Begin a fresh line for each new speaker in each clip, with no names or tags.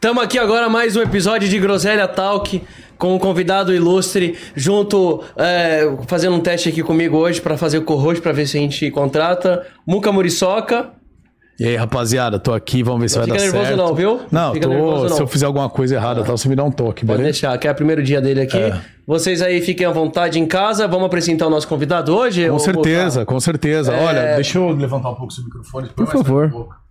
Tamo aqui agora mais um episódio de Groselha Talk com um convidado ilustre, junto, é, fazendo um teste aqui comigo hoje pra fazer o co-host pra ver se a gente contrata. Muca Muriçoca.
E aí, rapaziada, tô aqui, vamos ver se vai
fica
dar
nervoso
certo.
não, viu?
Não,
Fica
tô-
nervoso não.
se eu fizer alguma coisa errada, tal, você me dá um toque,
Pode
beleza?
deixar, que é o primeiro dia dele aqui.
É.
Vocês aí fiquem à vontade em casa. Vamos apresentar o nosso convidado hoje?
Com
ô,
certeza, com certeza.
É.
Olha, deixa eu levantar um pouco seu microfone. Por favor.
Muca?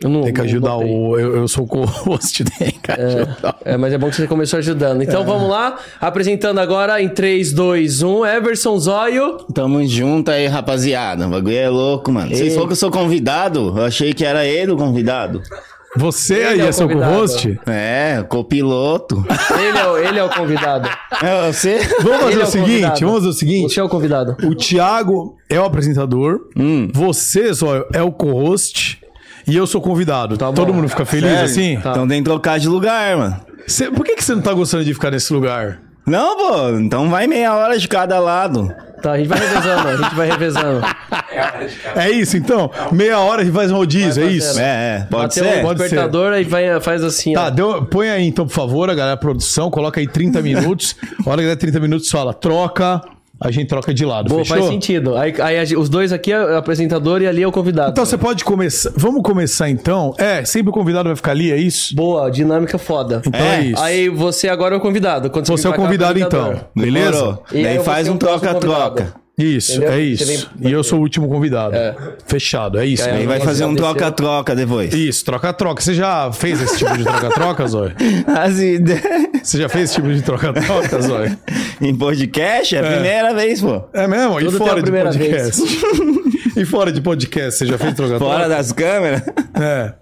Eu não-
um Tem que
não
ajudar
botei.
o... Eu, eu sou o co-host, né, tem que ajudar.
É, mas é bom que você começou ajudando.
É.
Então vamos lá, apresentando agora em 3, 2, 1, Everson Zóio.
Tamo junto aí, rapaziada. O bagulho é louco, mano. Vocês falaram que eu sou convidado? Eu achei que era ele o convidado.
Você
Ele
aí
é o
é seu
convidado.
co-host?
É, copiloto.
Ele é o, ele é o convidado.
É, você?
Vamos fazer
Ele é
o
o
seguinte,
convidado.
vamos fazer o seguinte.
Você é o Hum. convidado.
O Thiago é o apresentador, você, só é o co-host... E eu sou convidado.
Tá bom. Tá.
Todo mundo fica feliz
Sério?
assim?
Então tem que trocar de lugar, mano.
Cê- por que, que você não tá gostando de ficar nesse lugar?
Não, pô, então vai meia hora de cada lado.
Tá, a gente vai revezando, a gente vai revezando.
É isso, então? Meia hora e faz um rodízio, é
fazer,
isso?
né?
É, é, pode
Bateu
ser?
o
Pode ser.
despertador e vai, faz assim,
Tá,
ó.
deu- põe aí então, por favor, a galera da produção, coloca aí 30 minutos. A hora que der 30 minutos, fala, troca, a gente troca de lado,
Boa,
fechou?
faz sentido. Aí, aí a gente- os dois aqui é o apresentador e ali é o convidado.
Então você pode começar. Vamos começar então? É, sempre o convidado vai ficar ali, é isso?
Boa, dinâmica foda.
Então é,
É,
isso.
Aí você agora é o convidado. Quando
Você
vir
é o
pra cá,
convidado então,
apresentador.
beleza?
Demorou.
E aí eu
Daí
vou
faz
ser
um
o próximo
troca-troca.
convidado.
Isso,
Entendeu?
é
Você
isso.
vem-
E eu sou o último convidado. Fechado, é isso.
É,
né?
Aí vai
Vamos
fazer um
agradecer.
troca-troca depois.
Isso, troca-troca. Você já fez esse tipo de troca-troca, Zóio?
As ideias.
Você já fez esse tipo de troca-troca, Zóio?
Em podcast é a primeira vez, pô.
É mesmo?
Tudo
e
tem a
fora de
primeira
podcast? e fora de podcast, você já fez troca-troca?
Fora das câmeras.
É.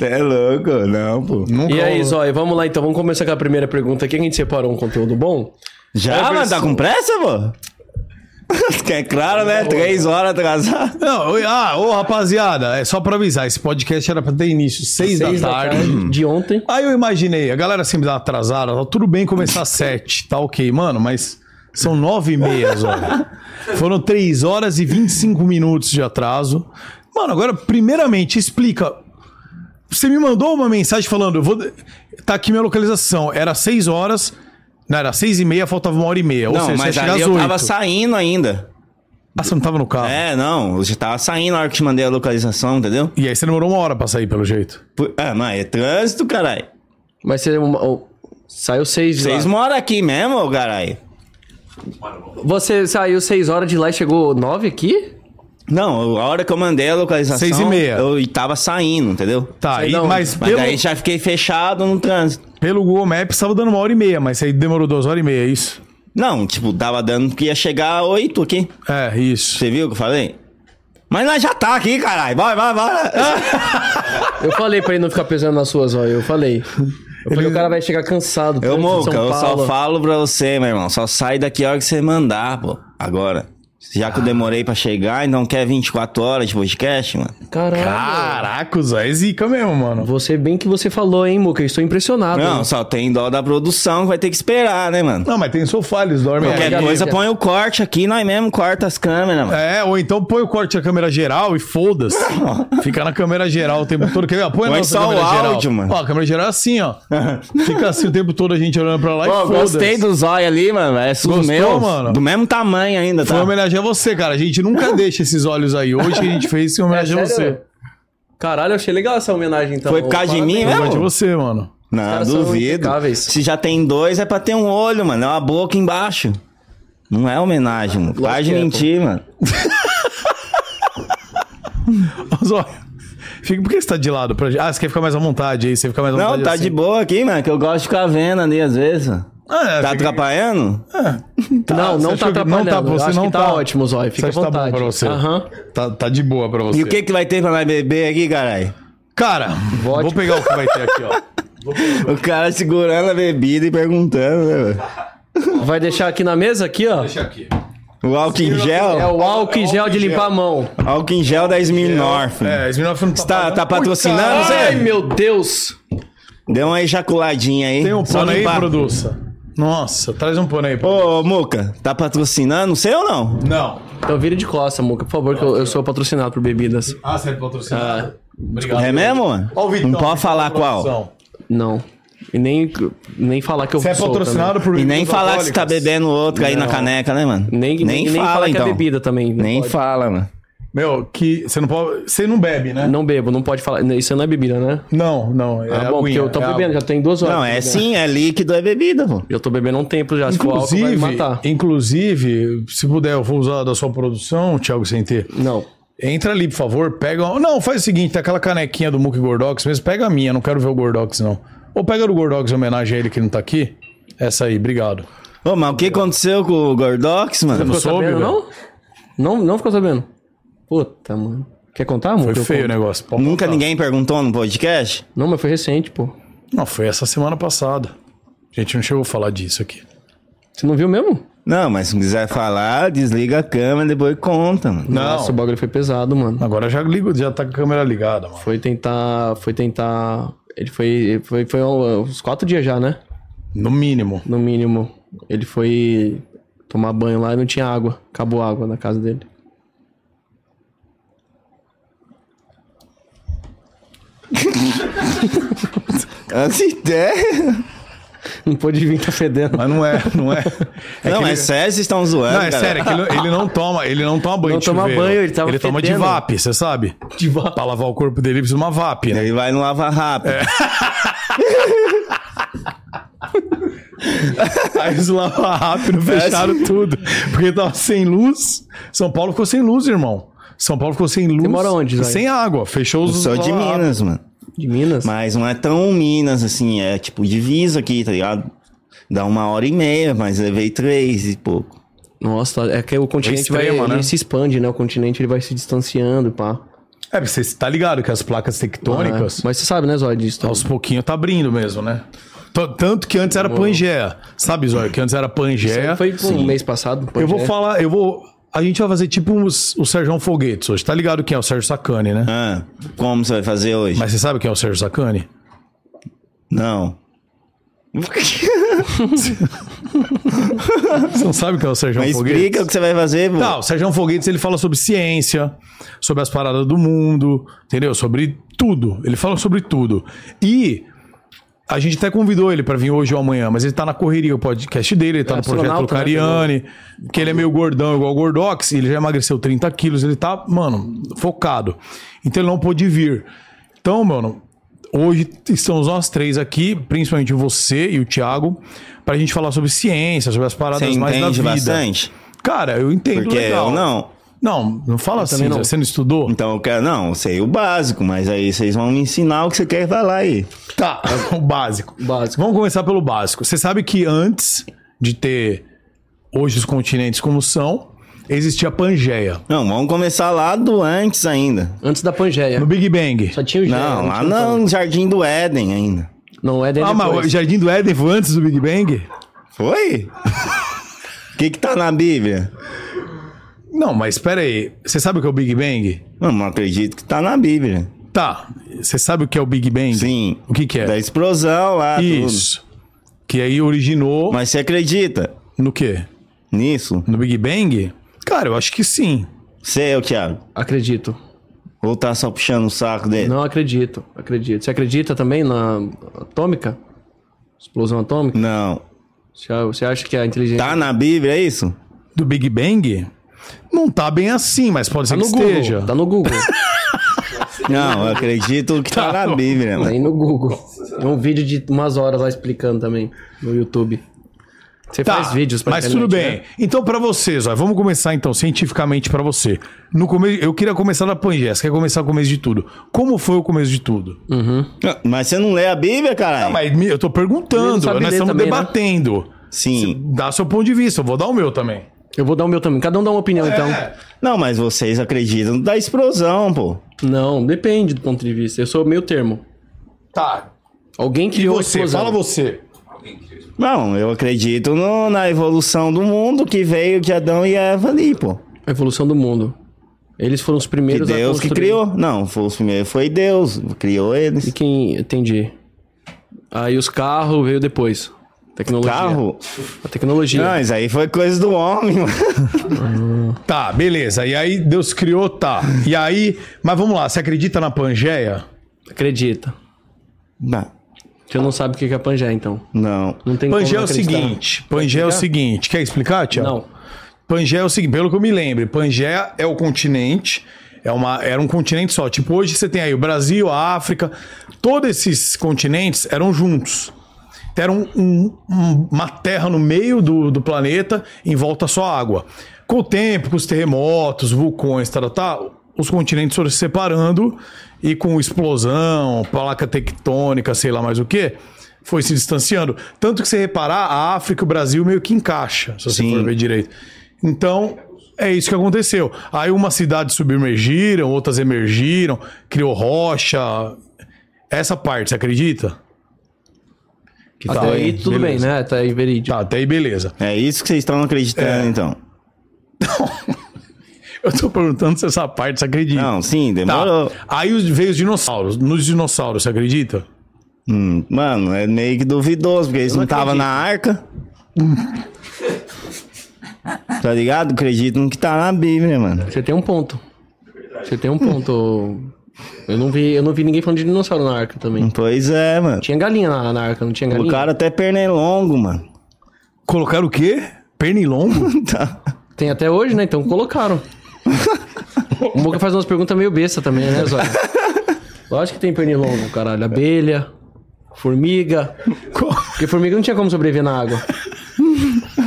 É louco, não, pô.
Nunca
E aí,
rolou.
Zóia, vamos lá então. Vamos começar com a primeira pergunta aqui. que A gente separou um conteúdo bom.
Já, mano, tá com pressa, pô? Que é claro, né? Três horas atrasado.
Não, oi, ah, ô rapaziada, é só pra avisar, esse podcast era pra ter início seis da
Seis
tarde.
de ontem.
Aí eu imaginei, a galera sempre dá atrasada, tá tudo bem começar às sete, tá ok, mano, mas são nove e meia, Zóia. Foram três horas e vinte e cinco minutos de atraso. Mano, agora, primeiramente, explica. Você me mandou uma mensagem falando, eu vou. Tá aqui minha localização, era seis horas. Não, era seis e meia, faltava uma hora e meia. ou
Não,
seja,
mas
você ia chegar
ali
às
eu
oito.
tava saindo ainda.
Ah, você não tava no carro.
É, não, eu já tava saindo na hora que te mandei a localização, entendeu?
E aí você demorou uma hora pra sair, pelo jeito.
Por- Ah, mas é trânsito, caralho.
Mas você oh, saiu seis de
Vocês
lá.
moram aqui mesmo, ô caralho?
Você saiu seis horas de lá e chegou nove aqui?
Não, eu- a hora que eu mandei a localização.
Seis e meia.
Eu e tava saindo, entendeu?
Tá,
Sei
e-
da onde.
mas,
Mas
pelo,
daí já fiquei fechado no trânsito.
pelo Google Maps tava dando uma hora e meia, mas aí demorou duas horas e meia, é isso?
Não, tipo, tava dando que ia chegar a oito aqui.
É, isso.
Você viu o que eu falei? Mas nós já tá aqui, caralho. Bora, bora, bora.
Eu falei pra ele não ficar pesando nas suas, ó. Eu falei. Eu falei, o cara vai chegar cansado.
Eu,
tanto
É
de
Moca,
São
eu só
Paulo.
falo pra você, meu irmão. Só sai daqui a hora que você mandar, pô. Agora. Já
Ah.
que eu demorei pra chegar, então quer 24 horas de podcast, mano?
Caralho.
Caraca, Zó, é zica mesmo, mano.
Você bem que você falou, hein, Muca? Eu estou impressionado.
Não, só tem dó da produção que vai ter que esperar, né, mano?
Não, mas tem sofá, eles dormem.
Não,
aí.
Qualquer
já-
coisa,
já-
põe o corte aqui, nós mesmo corta as câmeras, mano.
É, ou então põe o corte da câmera geral e foda-se. Fica na câmera geral o tempo todo. Quer ver? Ó, Põe, a
Põe
nossa
só o
câmera geral.
áudio, mano.
Ó, a câmera geral é assim, ó. Fica assim o tempo todo a gente olhando pra lá e
Pô,
foda-se.
gostei do zóio ali, mano. É
Gostou,
os meus.
mano?
Do mesmo tamanho ainda, tá?
Foi homenagem a você, cara. A gente nunca deixa esses olhos aí. Hoje que a gente fez em homenagem a você.
Sério? Caralho, eu achei legal essa homenagem, então.
Foi por causa de
Parabéns.
mim,
É, Foi
né?
Homenagem a você, mano.
Não,
caras são
duvido.
impecáveis.
Se já tem dois, é pra ter um olho, mano. É uma boca embaixo. Não é homenagem, mano. Para de
que é, pô.
mentir, mano.
Mas, ó, fica, por que você tá de lado? Pra... Ah, você quer ficar mais à vontade aí? Você fica mais à vontade
Não, tá
assim.
de boa aqui, mano, que eu gosto de ficar vendo ali às vezes. ó.
Ah, é,
tá
fica-
atrapalhando?
Não,
Ah, você
não tá
achou que- não
atrapalhando.
tá-
Eu
você
acho
não
que tá
tá-
ótimo, Zói. Fica à
Você acha que tá bom
vontade.
pra você?
Aham.
Tá, tá de boa pra você.
E o que que vai ter pra nós beber aqui, caralho?
Cara, vou pegar o que vai ter aqui, ó.
O cara segurando a bebida e perguntando, né, velho?
Vai deixar aqui na mesa, aqui, ó.
Deixa aqui.
O álcool em
É
gel?
o álcool em gel de limpar a mão.
Álcool em gel da Smirnoff.
É, Smirnoff não tá...
Tá,
pagando.
tá patrocinando,
Puta,
Zé?
Ai, meu Deus.
Deu uma ejaculadinha aí.
Tem um
Só
plano aí,
limpar.
produça. Nossa, traz um pano aí. pô.
Ô, Muca, tá patrocinando? Não sei ou não?
Não.
Então vira de costa, Muca, por favor, que eu, eu sou patrocinado por bebidas.
Ah, você é patrocinado. Obrigado.
É mesmo, mano?
Ó o Vitão.
Não
tá
pode falar qual.
Produção.
Não. E nem, nem falar que eu
Você é
sou
patrocinado por
E nem
bebidas
falar que você tá
alcoólicas?
bebendo outro aí na caneca, né, mano? então.
também. Nem, nem, nem falar
então.
que é bebida também. Não
Nem
pode.
fala, mano.
Meu, que você não pode. Você não bebe, né?
Não bebo, não pode falar. Isso não é bebida, né?
Não, não. É
Ah, bom, porque
aguinha,
eu tô
é água.
bebendo, já tem duas horas.
Não,
que eu
é
bebo.
sim, é líquido, é bebida, pô.
Eu tô bebendo há um tempo já, se for álcool vai me
Inclusive,
matar.
inclusive, se puder, eu vou usar da sua produção, Thiago Sentê.
Não.
Entra ali, por favor, pega. uma- Não, faz o seguinte: tá aquela canequinha do Muck Gordox mesmo, pega a minha, não quero ver o Gordox, não. Ou pega a do Gordox em homenagem a ele que não tá aqui. Essa aí, obrigado.
Ô, mas o que aconteceu com o Gordox, mano?
Ficou
soube,
sabendo,
velho.
não? não? Não ficou sabendo. Puta, mano. Quer contar, amor?
Foi
Que eu
feio né? o
conto?
negócio. Pode
Nunca
contar.
ninguém perguntou no podcast?
Não, mas foi recente, pô.
Não, foi essa semana passada. A gente não chegou a falar disso aqui.
Você não viu mesmo?
Não, mas se não quiser falar, desliga a câmera e depois conta, mano.
Não.
Nossa, o bagulho foi pesado, mano.
Agora já ligo, já tá com a câmera ligada, mano.
Foi tentar. Foi tentar. Ele foi. Foi, foi um, uns quatro dias já, né?
No mínimo.
No mínimo. Ele foi tomar banho lá e não tinha água. Acabou a água na casa dele.
As ideias.
Não pôde vir, tá fedendo.
Mas não é, não é. É
não,
que
é
ele-
sério, vocês estão zoando.
Não, é
cara.
sério, é que ele, ele não toma, ele não toma banho
Não
de
toma
chuveiro.
banho, ele tava
Ele toma de
fedendo.
VAP, você sabe? De VAP. Pra lavar o corpo dele, precisa de uma VAP, né?
Ele vai no Lava Rápido.
É. Aí eles lavaram rápido, fecharam tudo. Porque tava sem luz. São Paulo ficou sem luz, irmão. São Paulo ficou sem luz. Você
mora onde,
e
Zóio?
Sem água. Fechou os
Sou de
lava-rápido.
Minas, mano.
De Minas?
Mas não é tão Minas, assim, é tipo divisa aqui, tá ligado? Dá uma hora e meia, mas levei três e pouco.
Nossa, é que o continente
extrema,
vai.
né?
Ele se expande, né? O continente ele vai se distanciando, pá.
É, porque você tá ligado que as placas tectônicas,
É. Mas você sabe, né, Zóio, disso. também.
aos pouquinhos, tá abrindo mesmo, né? T- Tanto que antes era Pangeia. Sabe, Zóio, que antes era Pangeia.
Foi pô, um mês passado. pode
Eu vou
ser.
falar, eu vou... A gente vai fazer tipo uns, o Sérgio Foguetes hoje. Tá ligado quem é o Sérgio Sacani, né?
Ah, como você vai fazer hoje?
Mas você sabe quem é o Sérgio Sacani?
Não.
Você não sabe quem é o Sérgio
Mas
Foguetes?
explica o que você vai fazer, pô.
Não, o Sérgio Foguetes ele fala sobre ciência, sobre as paradas do mundo, entendeu? Sobre tudo. Ele fala sobre tudo. E a gente até convidou ele pra vir hoje ou amanhã, mas ele tá na correria, o podcast dele, ele tá
É
no projeto do
astronauta, né,
Cariani, que ele é meio gordão igual o Gordox, ele já emagreceu 30 quilos, ele tá, mano, focado. Então ele não pôde vir. Então, mano, hoje estamos nós três aqui, principalmente você e o Thiago, pra gente falar sobre ciência, sobre as paradas
Você
mais da
entende
vida.
bastante?
Cara, eu entendo
Porque
legal.
eu não.
Não, não fala assim,
também não.
Zé, você não estudou?
Então eu quero, não, eu sei o básico, mas aí vocês vão me ensinar o que você quer falar aí.
Tá, o básico.
Básico.
Vamos começar pelo básico. Você sabe que antes de ter hoje os continentes como são, existia a Pangeia.
Não, vamos começar lá do antes ainda.
Antes da Pangeia.
No Big Bang.
Só tinha o Gênero.
Não, lá
tinha o
não,
Pan-
no Jardim do Éden ainda.
Não, é dele.
Ah, mas o Jardim do Éden foi antes do Big Bang?
Foi? O que que tá na Bíblia?
Não, mas espera aí. Você sabe o que é o Big Bang?
Não, não acredito que tá na Bíblia.
Tá. Você sabe o que é o Big Bang?
Sim.
O que que é?
Da explosão lá.
Isso. Que aí originou
tudo. Mas você acredita
no quê?
nisso?
No Big Bang? Cara, eu acho que sim.
Você, eu, Thiago?
Acredito.
Ou tá só puxando o saco dele?
Não acredito. Acredito. Você acredita também na atômica? Explosão atômica?
Não.
Você você acha que a inteligência.
Tá na Bíblia, é isso?
do Big Bang, não tá bem assim, mas pode
Tá
ser
no
que
Google.
esteja.
Tá no Google.
Não, eu acredito que tá,
Tá.
na Bíblia, mano.
Aí no Google. Tem um vídeo de umas horas lá explicando também no YouTube. Você
Tá,
faz vídeos pra
mas
internet,
tudo bem.
né?
Então, pra você, Zóia, vamos começar então, cientificamente pra você. No começo, eu queria começar da Pangeia, você quer começar o começo de tudo. Como foi o começo de tudo?
Hum.
Ah, Mas você não lê a Bíblia, caralho?
Ah, mas me- eu tô
Ele não
perguntando,
sabe
nós
ler
estamos
também, né?
debatendo.
Sim.
Dá seu ponto de vista, eu vou dar o meu também.
Eu vou dar o meu também. Cada um dá uma
É.
opinião, então.
Não, mas vocês acreditam da explosão, pô.
Não, depende do ponto de vista. Eu sou meio termo.
Tá.
Alguém
E
criou a
você,
explosão.
fala você.
Não, eu acredito no- na evolução do mundo que veio de Adão e Eva ali, pô.
A evolução do mundo. Eles foram os
Que
primeiros
Deus que
construir.
criou. Não, foi os primeiros, foi Deus, criou
E
eles.
quem. Entendi. Aí os carros veio depois. Tecnologia.
Carro?
A tecnologia.
Ah,
Não, isso aí foi coisa do homem, mano.
Tá, beleza. E aí Deus criou, tá. E aí, mas vamos lá, você acredita na Pangeia?
Acredita.
Não,
Você não sabe o que é a Pangeia, então.
não.
Não tem
Pangeia
como
é o
acreditar.
seguinte, Pangeia é o
explicar?
seguinte, quer explicar, Tiago?
Não.
Pangeia é o seguinte, pelo que eu me lembro, Pangeia é o continente, é uma, era um continente só. Tipo, hoje você tem aí o Brasil, a África, todos esses continentes eram juntos. Então, Era um- um- um- uma terra no meio do, do planeta, em volta só água. Com o tempo, com os terremotos, vulcões, tal, tal, tal, os continentes foram se separando e com explosão, placa tectônica, sei lá mais o que, foi se distanciando. Tanto que se reparar, a África e o Brasil meio que encaixa, se você
Sim.
for ver direito. Então, é isso que aconteceu. Aí umas cidades submergiram, outras emergiram, criou rocha. Essa parte, você acredita? Que
Até
tá
aí tudo bem,
beleza.
né? Até aí verídico.
Tá, até aí beleza.
É isso que vocês estão acreditando, então.
Eu tô perguntando se essa parte você acredita.
Não, sim,
tá.
demorou.
Aí os- veio os dinossauros. Nos dinossauros, você acredita?
Hum, mano, é meio que duvidoso, porque eles não estavam na arca. tá ligado? Acredito no que tá na Bíblia, mano.
Você tem um ponto. Você tem um ponto. Eu não vi, eu não vi ninguém falando de dinossauro na arca
Hum.
também.
Pois é, mano.
Tinha galinha na, na arca, não tinha galinha?
O cara até pernilongo, mano.
Colocaram o quê? Pernilongo?
Tá.
Tem até hoje, né? Então colocaram. o Boca faz umas perguntas meio besta também, né, Zóia? Lógico que tem pernilongo, caralho. Abelha, formiga. Porque formiga não tinha como sobreviver na água.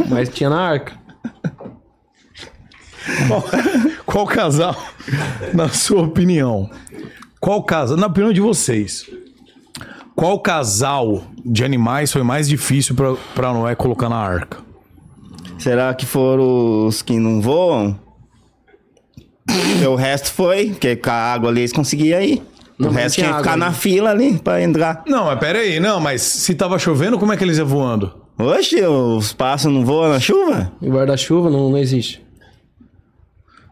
Mas tinha na arca.
Qual, qual casal, na sua opinião? Qual casal, na opinião de vocês, qual casal de animais foi mais difícil pra, pra Noé colocar na arca?
Será que foram os que não voam? Porque o resto foi, porque com a água ali eles conseguiam ir.
Não,
o
mas
resto
tinha
tinha que ficar
água
na
ali.
fila ali pra entrar.
Não, mas pera aí, não, mas se tava chovendo, como é que eles iam voando?
Oxe, os pássaros não voam na chuva?
E guarda-chuva não, não existe.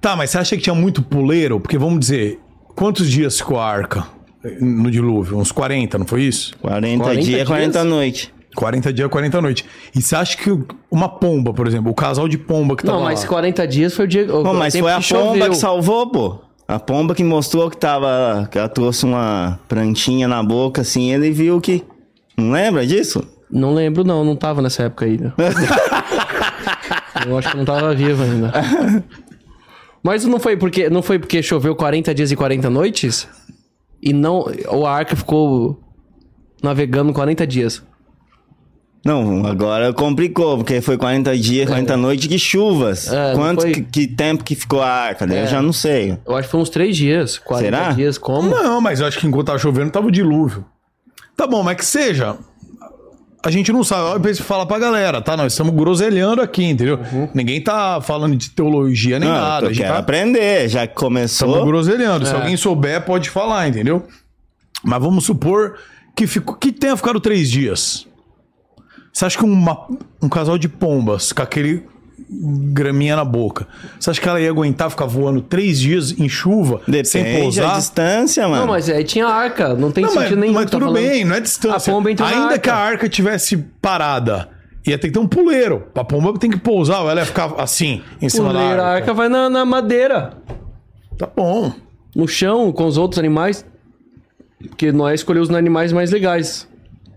Tá, mas você acha que tinha muito puleiro? Porque vamos dizer, quantos dias ficou a arca no dilúvio? Uns 40, não foi isso?
40,
40
dias, 40
dias?
noites.
40 dias, 40 noites. E você acha que uma pomba, por exemplo, o casal de pomba que tava
não, mas
lá,
40 dias foi o dia. o
Pô, mas
tempo
foi a pomba
que choveu.
que salvou, pô. A pomba que mostrou que tava. Que ela trouxe uma plantinha na boca, assim, ele viu que. Não lembra disso?
Não lembro, não. Não tava nessa época ainda. Eu acho que não tava vivo ainda. Mas não foi porque, não foi porque choveu 40 dias e 40 noites? E não. Ou a arca ficou navegando 40 dias.
Não, agora complicou, porque foi 40 dias, 40 noites de chuvas.
É, não
Quanto
foi-
que, que tempo que ficou a arca? né? Eu já não sei.
Eu acho que foi uns 3 dias. 40
Será?
dias, como?
Não, mas eu acho que enquanto tava chovendo, tava o dilúvio. Tá bom, mas que seja. A gente não sabe. Eu penso falar pra galera, tá? Nós estamos groselhando aqui, entendeu? Ninguém tá falando de teologia nem
Uhum. Não,
nada.
eu
A gente
quero
tá
aprender, já que
estamos
começou.
groselhando. Se alguém souber, pode falar, entendeu? Mas vamos supor que, ficou, que tenha ficado três dias. Você acha que uma- um casal de pombas com aquele graminha na boca, você acha que ela ia aguentar ficar voando três dias em chuva, sem
Depende da
pousar?
distância, mano.
Não, mas aí tinha a arca. Não tem
Não, mas,
sentido nenhum.
mas
que tá
tudo
falando.
bem, não é distância.
A pomba entrou na
Ainda
arca.
que a arca tivesse parada, ia ter que ter um puleiro. A pomba tem que pousar, ou ela ia ficar assim, em cima
Puleiro,
da
a
arca.
arca vai na, na madeira.
Tá bom.
No chão, com os outros animais. Porque nós escolhemos os animais mais legais.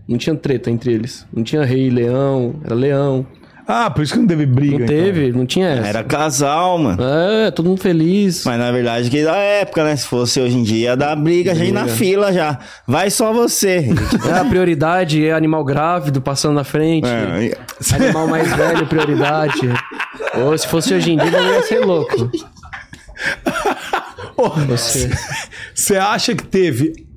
Não tinha treta entre eles. Não tinha rei, leão, era leão.
Ah, por isso que não teve briga.
Não
então.
teve, não tinha essa.
Era casal, mano.
É, todo mundo feliz.
Mas na verdade, que da época, né? Se fosse hoje em dia, ia dar briga, a gente na fila já. Vai só você.
É, a prioridade é animal grávido passando na frente.
É,
Animal mais velho, prioridade. Ou se fosse hoje em dia, eu ia ser louco.
Ô,
Você.
Você acha que teve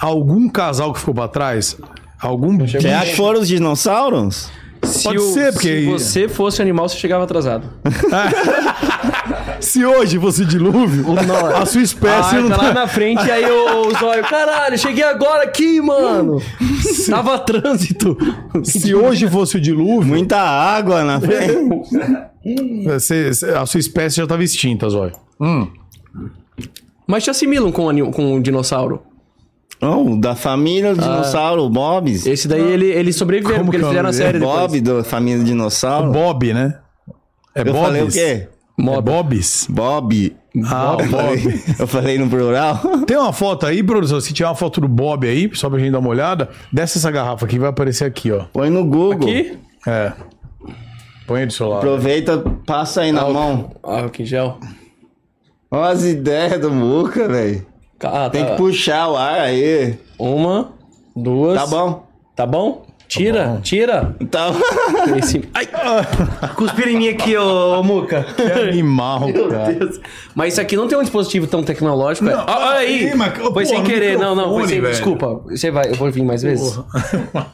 algum casal que ficou pra trás? Algum
Será que foram os dinossauros?
Se
Pode
o-
ser, porque-
Se você fosse animal, você chegava atrasado.
Se hoje fosse dilúvio, a sua espécie
ah,
não
tá lá
tá...
na frente, aí o, o zóio, caralho, cheguei agora aqui, mano. Tava trânsito.
Se hoje fosse o dilúvio,
Muita água na frente.
você- a sua espécie já tava extinta, Zóio.
Mas te assimilam com, o ani- com o um dinossauro.
Não, da família do dinossauro, o Bob.
Esse daí ele, ele sobreviveu,
Como
porque
que é
eles fizeram
o
a
nome
série
dele?
depois.
Bob, da família do dinossauro.
Bob, né? É
Eu
Bobs?
falei o quê?
É Bobs?
Bob.
Ah,
eu, falei, eu falei no plural.
Tem uma foto aí, produção? Se tiver uma foto do Bob aí, só pra gente dar uma olhada, desce essa garrafa aqui, vai aparecer aqui, ó.
Põe no Google.
Aqui?
É. Põe aí do seu lado.
Aproveita, passa aí na
Álcool.
mão.
Álcool em Ah, gel.
Olha as ideias do Muca, velho.
Ah, tá.
Tem que puxar o ar aí.
Uma, duas.
Tá bom?
Tá bom? Tira, tira.
Tá
Esse... Ai! Cuspira em mim aqui, ô Muca.
Que animal, cara.
Mas isso aqui não tem um dispositivo tão tecnológico. velho.
Não,
Ah, olha aí!
aí, mas-
foi
Pô,
sem
no
querer, não, não. Foi
microfone,
sem...
velho.
Desculpa, você vai, eu vou vir mais vezes.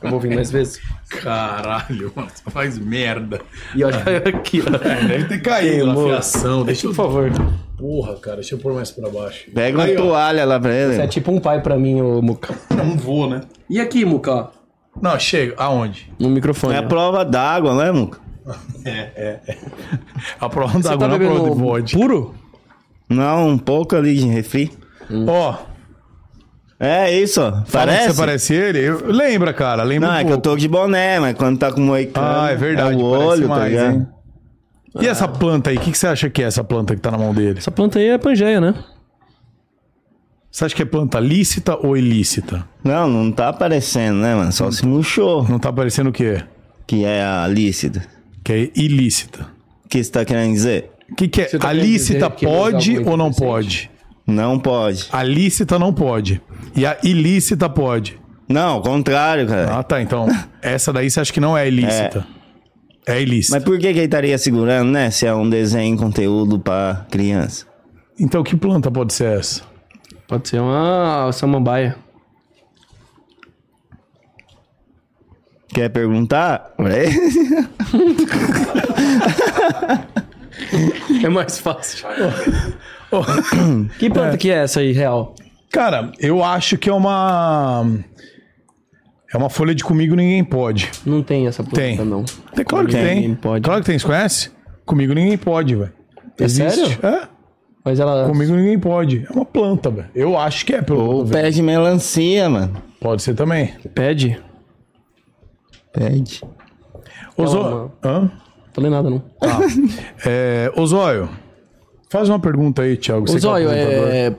Eu vou vir mais vezes.
Caralho, mano, você faz merda.
E olha aqui, ó.
Deve ter caído na
Queimou.
fiação. Deixa eu...
Por favor.
Porra, cara, deixa eu pôr mais pra baixo.
Pega uma
Aí, ó.
toalha lá pra ele.
Você é tipo um pai pra mim, ô Muca.
Não vou, né?
E aqui, Muca, ó.
Não, chega. Aonde?
No microfone.
É a
ó.
prova d'água, né, Muca?
A prova da
Você tá
água, não é a prova do
bebendo
bode.
puro?
Não, um pouco ali de refri.
Ó,
É isso, ó.
parece?
parece?
Você parece ele? Eu- Lembra, cara, lembra
Não,
um
é que eu
pouco.
tô de boné, mas quando tá com moicano...
Ah, é verdade,
o
parece
olho, tá
mais,
ligado?
hein? E essa planta aí? O que, que você acha que é essa planta que tá na mão dele?
Essa planta aí é pangeia, né?
Você acha que é planta lícita ou ilícita?
Não, não tá aparecendo, né, mano? Só se murchou,
Não tá aparecendo o quê?
que é a lícita.
Que é ilícita.
O que você tá querendo dizer?
O que, que é?
Você tá
a
querendo
lícita
dizer que ele usa
pode
algum
ou não
entorpecente?
pode?
Não pode.
A lícita não pode. E a ilícita pode.
Não, ao contrário, cara.
Ah, tá. Então, essa daí você acha que não é ilícita. É, ilícita.
Mas por que que ele estaria segurando, né? Se é um desenho, conteúdo pra criança.
Então, que planta pode ser essa?
Pode ser uma samambaia.
Quer perguntar?
É mais fácil.
Oh,
que planta que é essa aí, real?
Cara, eu acho que é uma. É uma folha de comigo ninguém pode.
Não tem essa planta,
Tem.
não.
É claro que
Comigo
tem.
ninguém pode.
Claro que tem. Você conhece? Comigo ninguém pode, velho.
É sério?
É.
Mas ela...
Comigo ninguém pode. É uma planta, velho. Eu acho que é, pelo que eu tô
Ou
vendo.
pé de melancia, mano.
Pode ser também.
Pede?
Pede.
Ô, Zó-
uma-
Hã?
Falei nada, não.
É, ô, Zóio, faz uma pergunta aí, Thiago.
O
você que é
zóio
apresentador.
é...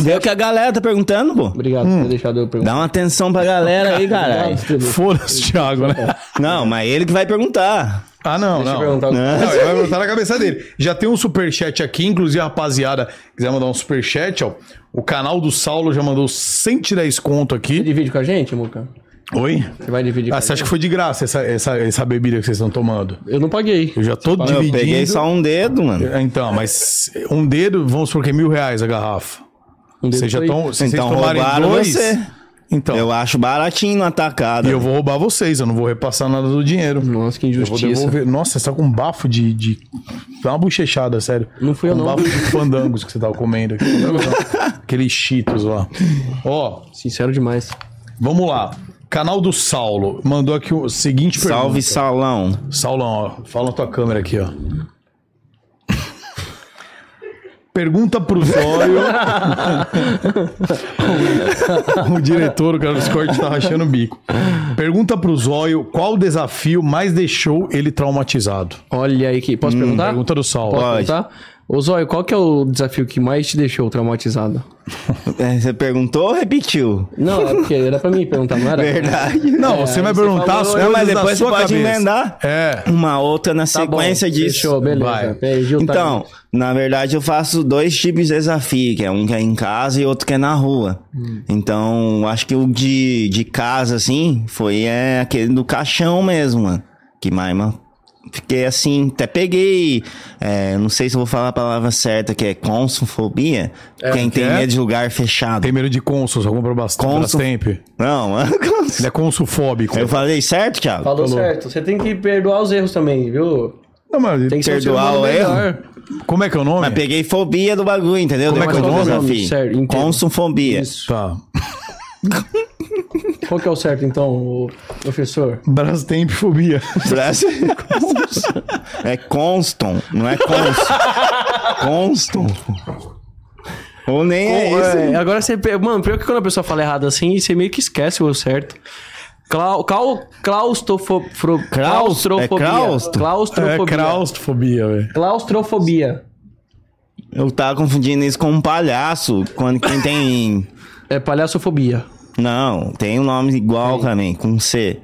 Vê o que a galera tá perguntando, pô.
Obrigado
Hum.
por ter deixado eu perguntar.
Dá uma atenção pra galera aí, caralho.
Obrigado, Estrela.
Foda-se, Thiago, né?
Não, mas ele que vai perguntar.
Ah, não,
Deixa eu
não.
perguntar o que-
Né?
Não, ele vai botar na cabeça dele. Já tem um superchat aqui, inclusive a rapaziada quiser mandar um superchat, ó. O canal do Saulo já mandou 110 conto
Você
aqui.
divide com a gente, Muca?
Oi?
Você vai dividir
Ah,
com
você
a
acha que foi de graça essa, essa, essa bebida que vocês estão tomando?
gente? Eu não paguei.
Eu já tô
Eu
dividindo.
peguei só um dedo, mano.
Então, mas um dedo, vamos supor que é mil reais a garrafa.
Um dedo
Vocês já
foi-
estão. Se
Então,
vocês tomarem
roubaram
dois.
você.
Então,
Eu acho baratinho no atacado.
e eu vou roubar vocês, eu não vou repassar nada do dinheiro.
Nossa, que
Eu vou
injustiça.
devolver. Nossa, você tá com um bafo de. de... Dá uma bochechada, sério.
Não fui eu,
um
não.
bafo de fandangos que você tava comendo aqui. né? Aqueles cheetos lá. Ó,
Sincero demais.
vamos lá. Canal do Saulo mandou aqui o seguinte
Salve, Salão.
Saulão, ó. Fala na tua câmera aqui, ó. Pergunta pro Zóio. o diretor, o cara do Discord, tá rachando o bico. Pergunta pro Zóio qual desafio mais deixou ele traumatizado.
Olha aí que...
Hum,
Posso perguntar?
Pergunta do Saulo.
Posso
Pode.
perguntar? Ô, Zóio, qual que é o desafio que mais te deixou traumatizado?
É, Você perguntou ou repetiu?
Não, é porque era pra mim perguntar, não era?
Verdade.
Não, você vai perguntar as
falou,
coisas
não, mas depois
da
É, você
sua
pode
cabeça.
emendar.
É.
Uma outra na
Tá bom,
sequência disso.
Fechou, beleza.
Vai.
Perdi o
tá
Então,
timing.
na verdade, eu faço dois tipos de desafio, que é um que é em casa e outro que é na rua.
Hum.
Então, acho que o de, de casa, assim, foi é, aquele do caixão mesmo, mano. Que mais, mano. Fiquei assim, até peguei. é, não sei se eu vou falar a palavra certa, que é consofobia. Quem tem
é?
medo de lugar fechado.
Tem medo de consul, só compra bastante.
Cônsul.
Ele
Não, mano.
é consulfóbico.
Eu falei certo, Thiago?
Falou, certo. Você tem que perdoar os erros também, viu?
Não, mas então
Tem que ser um ser
Perdoar
humano
o erro?
melhor.
Como é que é o nome?
Mas peguei fobia do bagulho, entendeu?
Como é que é o
Depois do
nome?
desafio.
Sério, entendo.
Consofobia.
Tá.
Qual que é o certo, então, o professor?
Brastempfobia.
Brasil. É Conston, não é Conston. Conston. Ou nem é isso.
É, agora você. pe- Mano, pior que quando a pessoa fala errado assim, você meio que esquece o certo. Clau, clau, claustrofo, fro-
Claus- é
claustrofobia.
claustro?
É
Claustrofobia.
claustrofobia, velho.
Claustrofobia.
Eu tava confundindo isso com um palhaço. Quando quem tem.
É palhaçofobia.
Não, tem um nome igual pra mim, com C.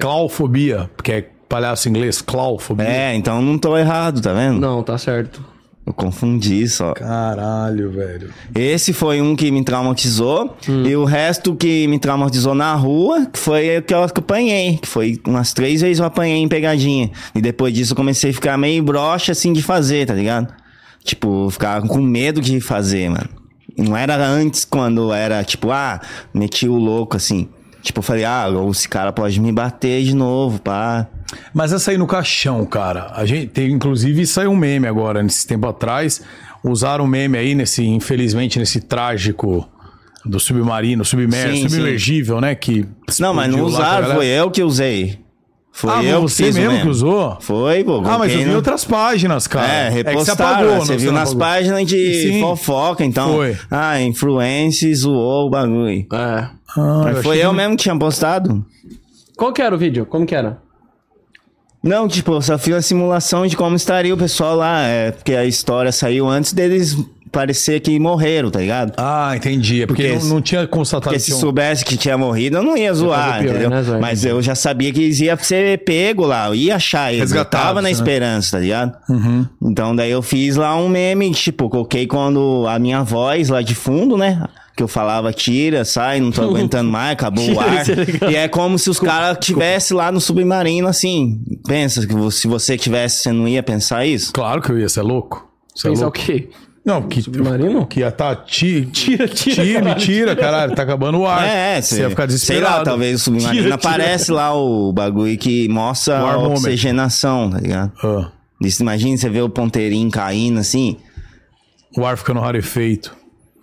Claufobia, porque é palhaço em inglês, claufobia.
É, então não tô errado, tá vendo?
Não, tá certo.
Eu confundi só.
Caralho, velho.
Esse foi um que me traumatizou.
Hum.
E o resto que me traumatizou na rua, que foi o que eu apanhei. Que foi umas três vezes eu apanhei em pegadinha. E depois disso eu comecei a ficar meio broxa, assim, de fazer, tá ligado? Tipo, ficar com medo de fazer, mano. Não era antes quando era, tipo, ah, meti o louco, assim. Tipo, eu falei, ah, ou esse cara pode me bater de novo, pá.
Mas essa aí no caixão, cara. A gente tem, inclusive, saiu um meme agora, nesse tempo atrás. Usaram um meme aí, nesse, infelizmente, nesse trágico do submarino, submerso,
Sim, sim.
submergível, né? Que
Não, mas não
explodiu lá, que a
usaram,
galera-
foi eu que usei. Foi
Ah,
eu
você
que fiz o
mesmo que
meme.
usou?
Foi, pô.
Ah, mas eu
quem
vi
não-
outras páginas, cara.
É,
Tá. que você
repostaram.
apagou,
você
não,
viu
não
nas
apagou.
páginas de
Sim.
fofoca, então.
Foi.
Ah, influencer zoou o bagulho.
É.
Ah,
Mas foi
achei
eu
que-
mesmo que tinha postado?
Qual que era o vídeo? Como que era?
Não, tipo, eu só fiz uma simulação de como estaria o pessoal lá. É, porque a história saiu antes deles parecer que morreram, tá ligado?
Ah, entendi. É porque,
Porque
não,
se-
não tinha constatado
Porque
que
se
assim,
tinha um-
soubesse que tinha morrido, eu não ia zoar,
pior,
entendeu?
né, Zóio?
Mas eu já sabia que eles iam ser pego lá, eu ia achar eles. Eu
Resgatados,
tava na
né?
esperança, tá ligado?
Uhum.
Então daí eu fiz lá um meme, tipo, coloquei quando a minha voz lá de fundo, né? Que eu falava, tira, sai, não tô aguentando mais, acabou o
Tira,
ar.
isso é legal.
E é como se os caras estivessem lá no submarino, assim. Pensa que vo- se você tivesse, você não ia pensar isso?
Claro que eu ia, você é louco? Você é
Pensar o
louco?
quê?
Não, que...
Submarino?
Que ia tá... Ti...
Tira, tira,
Tira,
caralho,
tira, caralho. Tá acabando o ar.
É, é,
Você ia ficar
sei
desesperado.
lá, talvez o submarino
Tira, tira.
aparece lá o bagulho que mostra
O
a
armômetro.
oxigenação, tá ligado?
Ah,
Isso, imagina você ver o ponteirinho caindo assim.
o ar ficando rarefeito.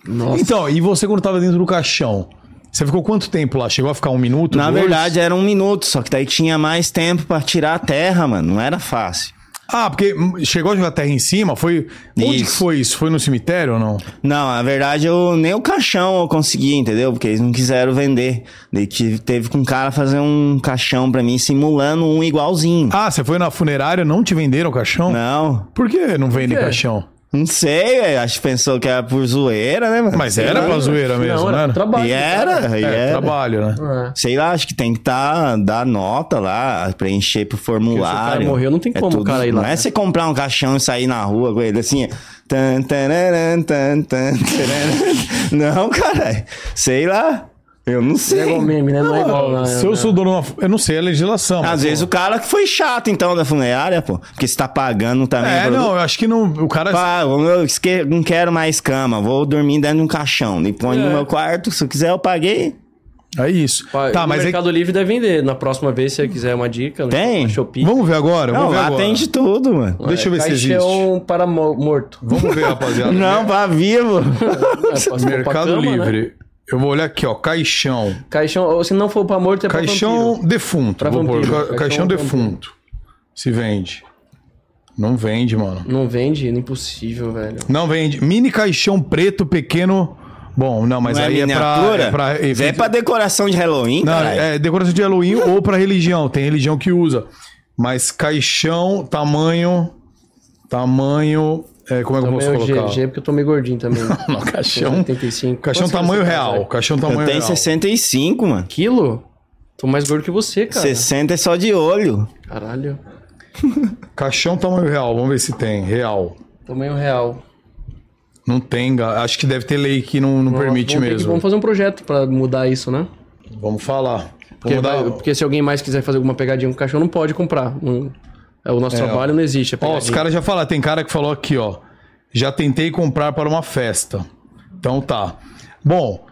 Nossa.
Então, e você quando tava dentro do caixão? Você ficou quanto tempo lá? Chegou a ficar um minuto?
Na
dois?
verdade era um minuto, só que daí tinha mais tempo pra tirar a terra, mano. Não era fácil.
Ah, porque hum, chegou a jogar terra em cima? Foi... Onde
Isso.
que foi isso? Foi no cemitério ou não?
Não, na verdade eu nem o caixão eu consegui, entendeu? Porque eles não quiseram vender. Daí tive, teve com um cara fazer um caixão pra mim simulando um igualzinho.
Ah, você foi na funerária, não te venderam o caixão?
Não,
Por que não vendem caixão?
não sei, velho. acho que pensou que era por zoeira, né, mano?
Mas
Sei
era
lá.
pra zoeira mesmo,
Não, era
né?
trabalho.
E era, e
É,
era.
trabalho, né?
É.
Sei lá, acho que tem que tá, dar nota lá, preencher pro formulário.
Porque se o cara morreu, não tem como o cara ir lá,
Não
né?
é você comprar um caixão e sair na rua com ele assim. Tan, tararan, tan, tan, tararan. não, cara. Sei lá. Eu não
É igual
sei.
memo, né? Não, é igual. né?
Ah, Se eu sou dono de uma... fu- Eu não sei a legislação.
Às
mas,
vezes
pô.
o cara que foi chato, então, da funerária, pô. Porque você tá pagando também.
É,
o produto.
não, eu acho que não... O cara...
Pá, eu esque- não quero mais cama, vou dormir dentro de um caixão. Me põe no
É.
meu quarto, se eu quiser eu paguei.
É isso.
Pá,
tá,
o
mas é...
Mercado Livre deve vender. Na próxima vez, se você quiser uma dica, né?
Tem?
Na Shopee. É,
Vamos ver agora,
Não,
vamos ver
lá
agora.
tem de tudo, mano.
Deixa
É,
eu ver se existe.
Caixão para mo- morto.
Vamos ver, rapaziada.
Não, pra vivo.
É, pode ser pra
Mercado
cama, né?
Livre. Eu vou olhar aqui, ó. Caixão.
Caixão, ou se não for pra morto, é pra
Caixão
vampiro.
defunto.
Pra
vou pôr.
vampiro.
Ca-
Caixão
Caixão
vampiro.
defunto. Se vende. Não vende, mano.
Não vende? Não é impossível, velho.
Não vende. Mini caixão preto, pequeno. Bom, não, mas
Não
aí é pra.
miniatura?
É pra,
Isso é pra decoração de Halloween,
Não,
caralho.
é decoração de Halloween ou pra religião. Tem religião que usa. Mas caixão, tamanho. Tamanho. é, como é que eu posso
Tamanho
colocar?
GG, porque eu tô meio gordinho também.
Não, caixão.
85.
Caixão
Quantos
tamanho
você tá,
real.
velho?
Caixão
Eu
tamanho
tenho
real.
65, mano.
Quilo? Tô mais gordo que você, cara.
60 é só de olho.
Caralho.
Caixão tamanho real. Vamos ver se tem. Real.
Tamanho um real.
Não tem, ga- acho que deve ter lei que não, não
Nós
permite
vamos ter que-
mesmo.
vamos fazer um projeto pra mudar isso, né?
Vamos falar.
Porque,
Vamos dar...
vai- porque se alguém mais quiser fazer alguma pegadinha com o caixão, não pode comprar. Não- é, o nosso trabalho não existe. É
Ó, os
pegadinha.
caras já falaram, tem cara que falou aqui, ó. Já tentei comprar para uma festa. Então tá. Bom,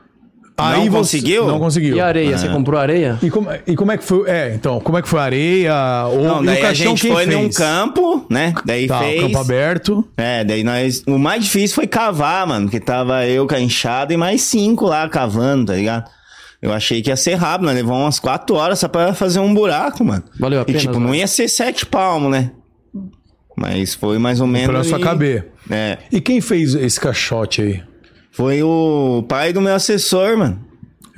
aí você-
conseguiu?
Não conseguiu.
E areia? Você comprou areia?
E como, e como é que foi? É, então, como é que foi a areia? Ou,
Não,
e
daí
o
a
caixão
gente
quem
foi
fez?
num campo, né? Daí
Tá,
fez.
o campo aberto.
É, daí nós. O mais difícil foi cavar, mano. Porque tava eu com a enxada e mais cinco lá cavando, tá ligado? Eu achei que ia ser rápido, né? Levou umas quatro horas só pra fazer um buraco, mano.
Valeu a
E
pena,
tipo, não ia ser sete palmos, né? Mas foi mais ou menos.
Pra só
e-
caber.
É.
E quem fez esse caixote aí?
Foi o pai do meu assessor, mano.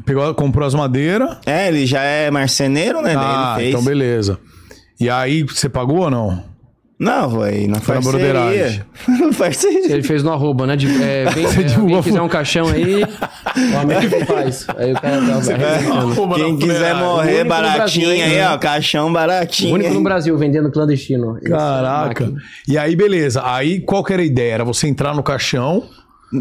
Pegou, comprou as madeiras.
É, ele já é marceneiro, né? Daí
Ah,
ele fez.
então beleza. E aí, você pagou ou não?
Não, foi na
Foi na broderagem.
parceria. Na parceria.
Ele fez no arroba, né? De, é, vem, é,
divulgou
quem
a
fizer
foto.
um caixão aí, o amigo faz. Aí o cara tá
É. Quem quiser morrer
Único no Brasil,
baratinho
hein,
aí,
né?
ó, caixão
O
baratinho.
único no
hein?
Brasil vendendo clandestino. Isso,
Caraca.
máquina.
E aí, beleza. Aí, qual que era a ideia? Era você entrar no caixão,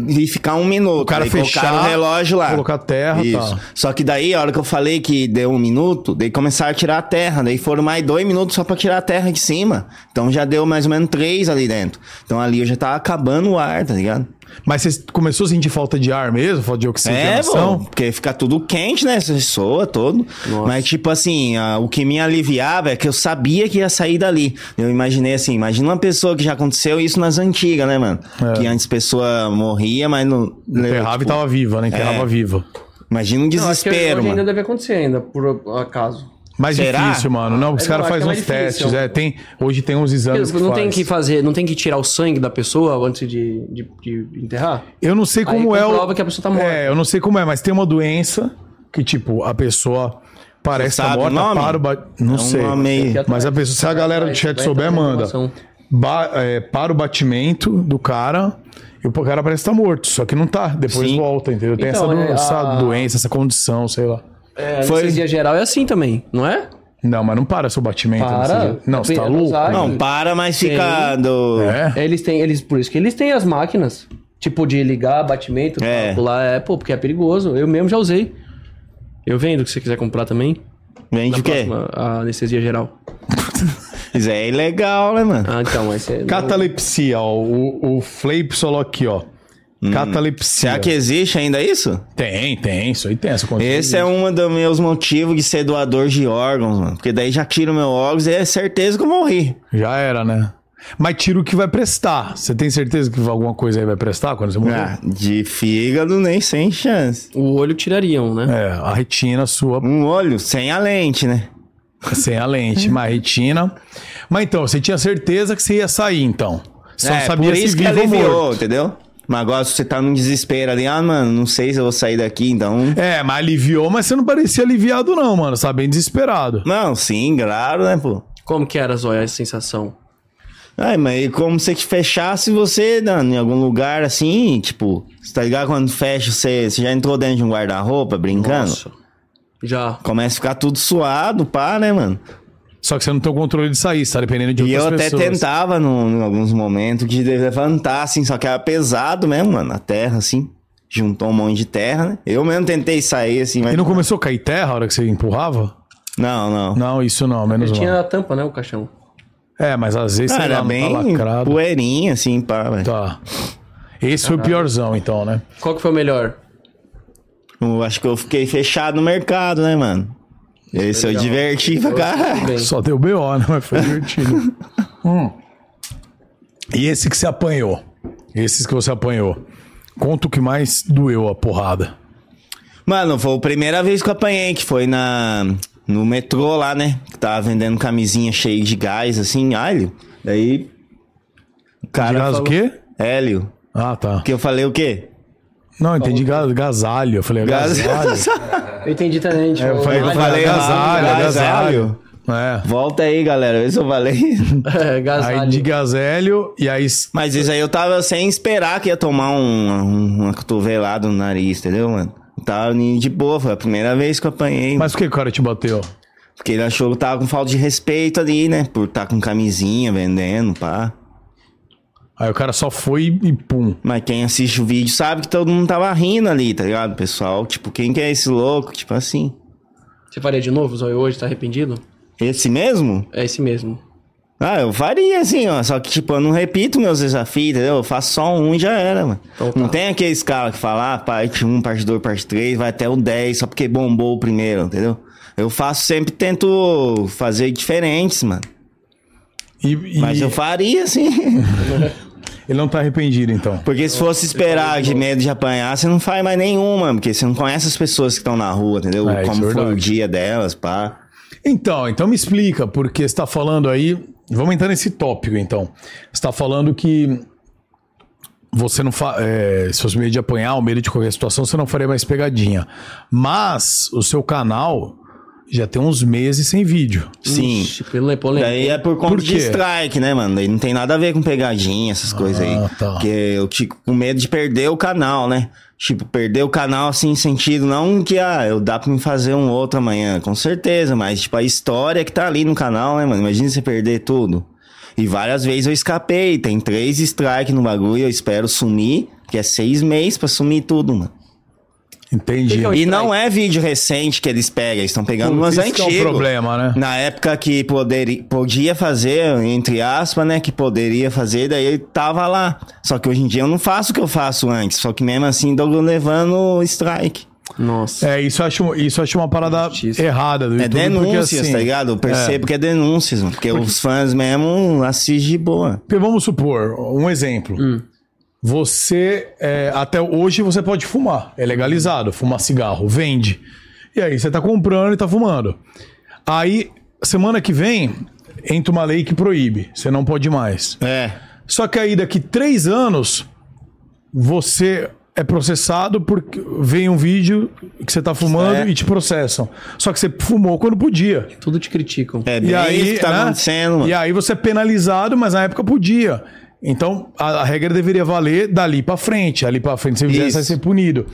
E ficar um minuto.
o cara
aí
fechar,
colocaram o relógio lá.
colocar terra,
Isso.
tá.
Só que daí, a hora que eu falei que deu um minuto, daí começaram a tirar a terra. Daí foram mais dois minutos só pra tirar a terra de cima. Então já deu mais ou menos três ali dentro. Então ali eu já tava acabando o ar, tá ligado?
Mas você começou a sentir falta de ar mesmo? Falta de
É,
oxigenação?
bom, porque fica tudo quente, né? Você soa todo. Mas, tipo assim, a- o que me aliviava é que eu sabia que ia sair dali. Eu imaginei assim, imagina uma pessoa que já aconteceu isso nas antigas, né, mano? Que antes pessoa morria, mas não.
Enterrava
tipo,
e tava viva, né? Enterrava
é.
viva.
Imagina um
Não, acho que
desespero,
hoje ainda
mano.
deve acontecer ainda, por acaso.
Mais
Será?
difícil, mano. Não, os
Eu
caras
acho
fazem
que é
uns
mais difícil.
testes. É, tem, hoje tem uns
Não
exames que
tem
faz.
que fazer, não tem que tirar o sangue da pessoa antes de, de, de enterrar?
Eu não sei
Aí
como é o.
comprova que a pessoa tá morta.
É, eu não sei como é, mas tem uma doença que, tipo, a pessoa parece
Você
que tá
sabe o
morta,
nome?
para o ba- Não
É um
sei.
nome aí.
Mas a pessoa, se a galera do
Vai-
chat
vai
souber,
entrar na
manda.
informação.
Ba- é, para o batimento do cara. E o cara parece estar morto, só que não tá. Depois
Sim.
volta, entendeu? Tem
Então,
essa, do-
é,
essa
a-
doença, essa condição, sei lá.
É,
Foi-
anestesia geral é assim também, não é?
Não, mas não para seu batimento.
Para.
não sei. Não, você tá
É
louco?
dosagem.
Não.
Não, para, mas fica do.
É?
Eles têm, eles, por isso que eles têm as máquinas. Tipo, de ligar batimento,
É.
calcular, é, pô, porque é perigoso. Eu mesmo já usei. Eu vendo, se você quiser comprar também.
Vende o quê?
próxima, a anestesia geral.
Isso é ilegal, né, mano?
Ah, então, mas você...
Catalepsia, ó. O, o Fleip falou aqui, ó. Catalepsia.
Hum. Será que existe ainda isso?
Tem, tem. Isso aí tem essa condição.
Esse é um dos meus motivos de ser doador de órgãos, mano. Porque daí já tiro meu órgãos e é certeza que eu morri.
Já era, né? Mas tira o que vai prestar. Você tem certeza que alguma coisa aí vai prestar quando você morrer?
Ah, de fígado nem sem chance.
O olho tirariam, né?
É, a retina sua
Um olho sem a lente, né?
sem a lente, mas a retina. Mas então, você tinha certeza que você ia sair, então. Você não
é,
sabia
por
se
isso que
vivo ou
aliviou,
morto.
entendeu? Mas agora se você tá num desespero ali, ah, mano, não sei se eu vou sair daqui, então.
É, mas aliviou, mas você não parecia aliviado, não, mano. Você tá bem desesperado.
Não, sim, claro, né, pô?
Como que era, Zóia, a sensação?
Ai, mas e como se te fechasse você, mano, em algum lugar assim, tipo, você tá ligado quando fecha, você, você já entrou dentro de um guarda-roupa brincando?
Já.
Começa a ficar tudo suado, pá, né, mano?
Só que você não tem o controle de sair, você tá dependendo de
e eu
outras
até
pessoas.
tentava no- em alguns momentos de levantar, assim, só que era pesado mesmo, mano. A terra, assim, juntou um monte de terra, né? Eu mesmo tentei sair, assim, mas.
E não começou a cair terra a hora que você empurrava?
Não, não.
Não, isso não, menos
Ele
mal.
tinha a tampa, né, o caixão.
É, mas às vezes
Ah,
sei lá,
era
não tá
bem
lacrado.
poeirinha, assim, pá, velho.
Tá. Esse foi o piorzão, então, né?
Qual que foi o melhor?
Eu acho que eu fiquei fechado no mercado, né, mano? Esse eu diverti pra caralho.
Bem,
Só deu BO, né? Mas foi divertido. Hum. E esse que você apanhou? Esses que você apanhou. Conta o que mais doeu a porrada.
Mano, foi a primeira vez que eu apanhei, que foi na no metrô lá, né? Que tava vendendo camisinha cheia de gás, assim, alho. Daí. O cara.
de gás o
falou-
quê?
Hélio.
Ah, tá.
Que eu falei o quê?
Não, entendi gás, gasalho. Eu falei, é
Gás-
gasalho.
eu entendi também, tipo,
foi o que É, eu falei,
é gasalho,
gasalho.
gasalho. É.
Volta aí, galera. Vê se eu falei. né?
é, gasalho.
Aí de gazelho e aí.
Mas isso aí eu tava sem esperar que ia tomar um, um- uma cotovelada no nariz, entendeu, mano? Eu tava nem de boa, foi a primeira vez que eu apanhei.
Mas por que o cara te bateu?
Porque ele achou que eu tava com falta de respeito ali, né? Por estar com camisinha, vendendo, pá.
Aí o cara só foi e pum.
Mas quem assiste o vídeo sabe que todo mundo tava rindo ali, tá ligado, pessoal? Tipo, quem que é esse louco? Tipo assim.
Você faria de novo, Zóia, hoje? Tá arrependido?
Esse mesmo?
É esse mesmo.
Ah, eu faria assim, ó. Só que, tipo, eu não repito meus desafios, entendeu? Eu faço só um e já era, mano.
Então tá.
Não tem aqueles caras que falam, ah, parte 1, parte 2, parte 3, vai até o 10, só porque bombou o primeiro, entendeu? Eu faço sempre, tento fazer diferentes, mano.
E, e-
Mas eu faria, assim.
ele não tá arrependido, então.
Porque se fosse esperar de medo de apanhar, você não faz mais nenhuma, porque você não conhece as pessoas que estão na rua, entendeu?
É, isso
Como
é
foi o
verdade.
dia delas, pá.
Então, então me explica, porque você tá falando aí. Vamos entrar nesse tópico, então. Você tá falando que você não fa... é, se fosse medo de apanhar ou medo de qualquer situação, você não faria mais pegadinha. Mas o seu canal já tem uns meses sem vídeo.
Sim.
Ixi, pelo polêmica.
Daí é por conta
Por
de
quê?
strike, né, mano? Daí não tem nada a ver com pegadinha, essas coisas aí.
tá.
Porque eu fico com medo de perder o canal, né? Tipo, perder o canal assim, em sentido, não que, ah, eu dá pra me fazer um outro amanhã, com certeza, mas, tipo, a história que tá ali no canal, né, mano? Imagina você perder tudo. E várias vezes eu escapei, tem três strikes no bagulho, eu espero sumir, que é seis meses pra sumir tudo, mano.
Entendi.
E não é vídeo recente que eles pegam, eles estão pegando
Putz,
umas
isso que é um
antigas.
problema, né?
Na época que poderi, podia fazer, entre aspas, né? Que poderia fazer, daí ele tava lá. Só que hoje em dia eu não faço o que eu faço antes. Só que mesmo assim, tô levando strike.
Nossa.
É, isso eu acho, isso eu acho uma parada
Justiça.
errada do
É
YouTube, porque
denúncias,
assim...
tá ligado? Eu percebo que é denúncias, mano. Porque, os fãs mesmo assistem de boa.
Porque vamos supor, um exemplo. Você, é, até hoje, você pode fumar. É legalizado, fumar cigarro, vende. E aí você tá comprando e tá fumando. Aí, semana que vem, entra uma lei que proíbe. Você não pode mais.
É.
Só que aí daqui três anos você é processado porque vem um vídeo que você tá fumando
É.
e te processam. Só que você fumou quando podia.
Tudo te criticam.
É bem
E aí,
isso que tá
né?
acontecendo, mano.
E aí você é penalizado, mas na época podia. Então a, a regra deveria valer dali pra frente. Ali pra frente, se você fizesse,
Isso.
vai ser punido.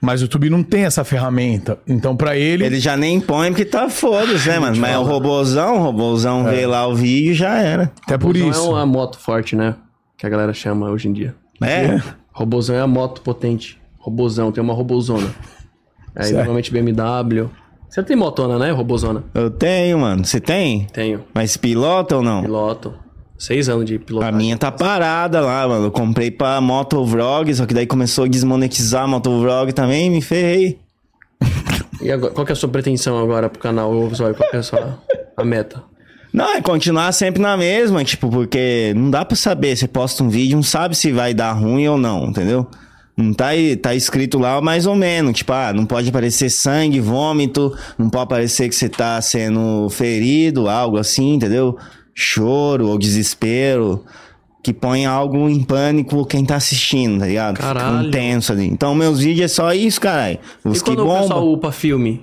Mas o YouTube não tem essa ferramenta. Então pra ele,
Ele já nem põe porque tá foda-se, né, mano? Mas
Tipo,
é o robozão, o
é.
robozão vê lá o vídeo e já era.
até por
Não é
isso.
uma moto forte, né? Que a galera chama hoje em dia.
É.
Robozão é a moto potente. Robozão, tem uma robozona. Aí
Certo.
normalmente BMW. Você tem motona, né? Robozona.
Eu tenho, mano. Você tem?
Tenho.
Mas pilota ou não?
Piloto. Seis anos de
A
pilotagem.
minha tá parada lá, mano. Eu comprei pra Motovlog, só que daí começou a desmonetizar a Motovlog também, me ferrei.
E agora, qual que é a sua pretensão agora pro canal, ô, Zóio? Qual que é a sua a meta?
Não, é continuar sempre na mesma, tipo, porque não dá pra saber. Você posta um vídeo, não sabe se vai dar ruim ou não, entendeu? Não tá, aí- tá escrito lá mais ou menos, tipo, ah, não pode aparecer sangue, vômito, não pode aparecer que você tá sendo ferido, algo assim, entendeu? Choro ou desespero. Que põe algo em pânico quem tá assistindo, tá ligado? Fica
Caralho.
um tenso ali. Então, meus vídeos é só isso, caralho. Os
e
que
quando o
bomba.
pessoal upa filme?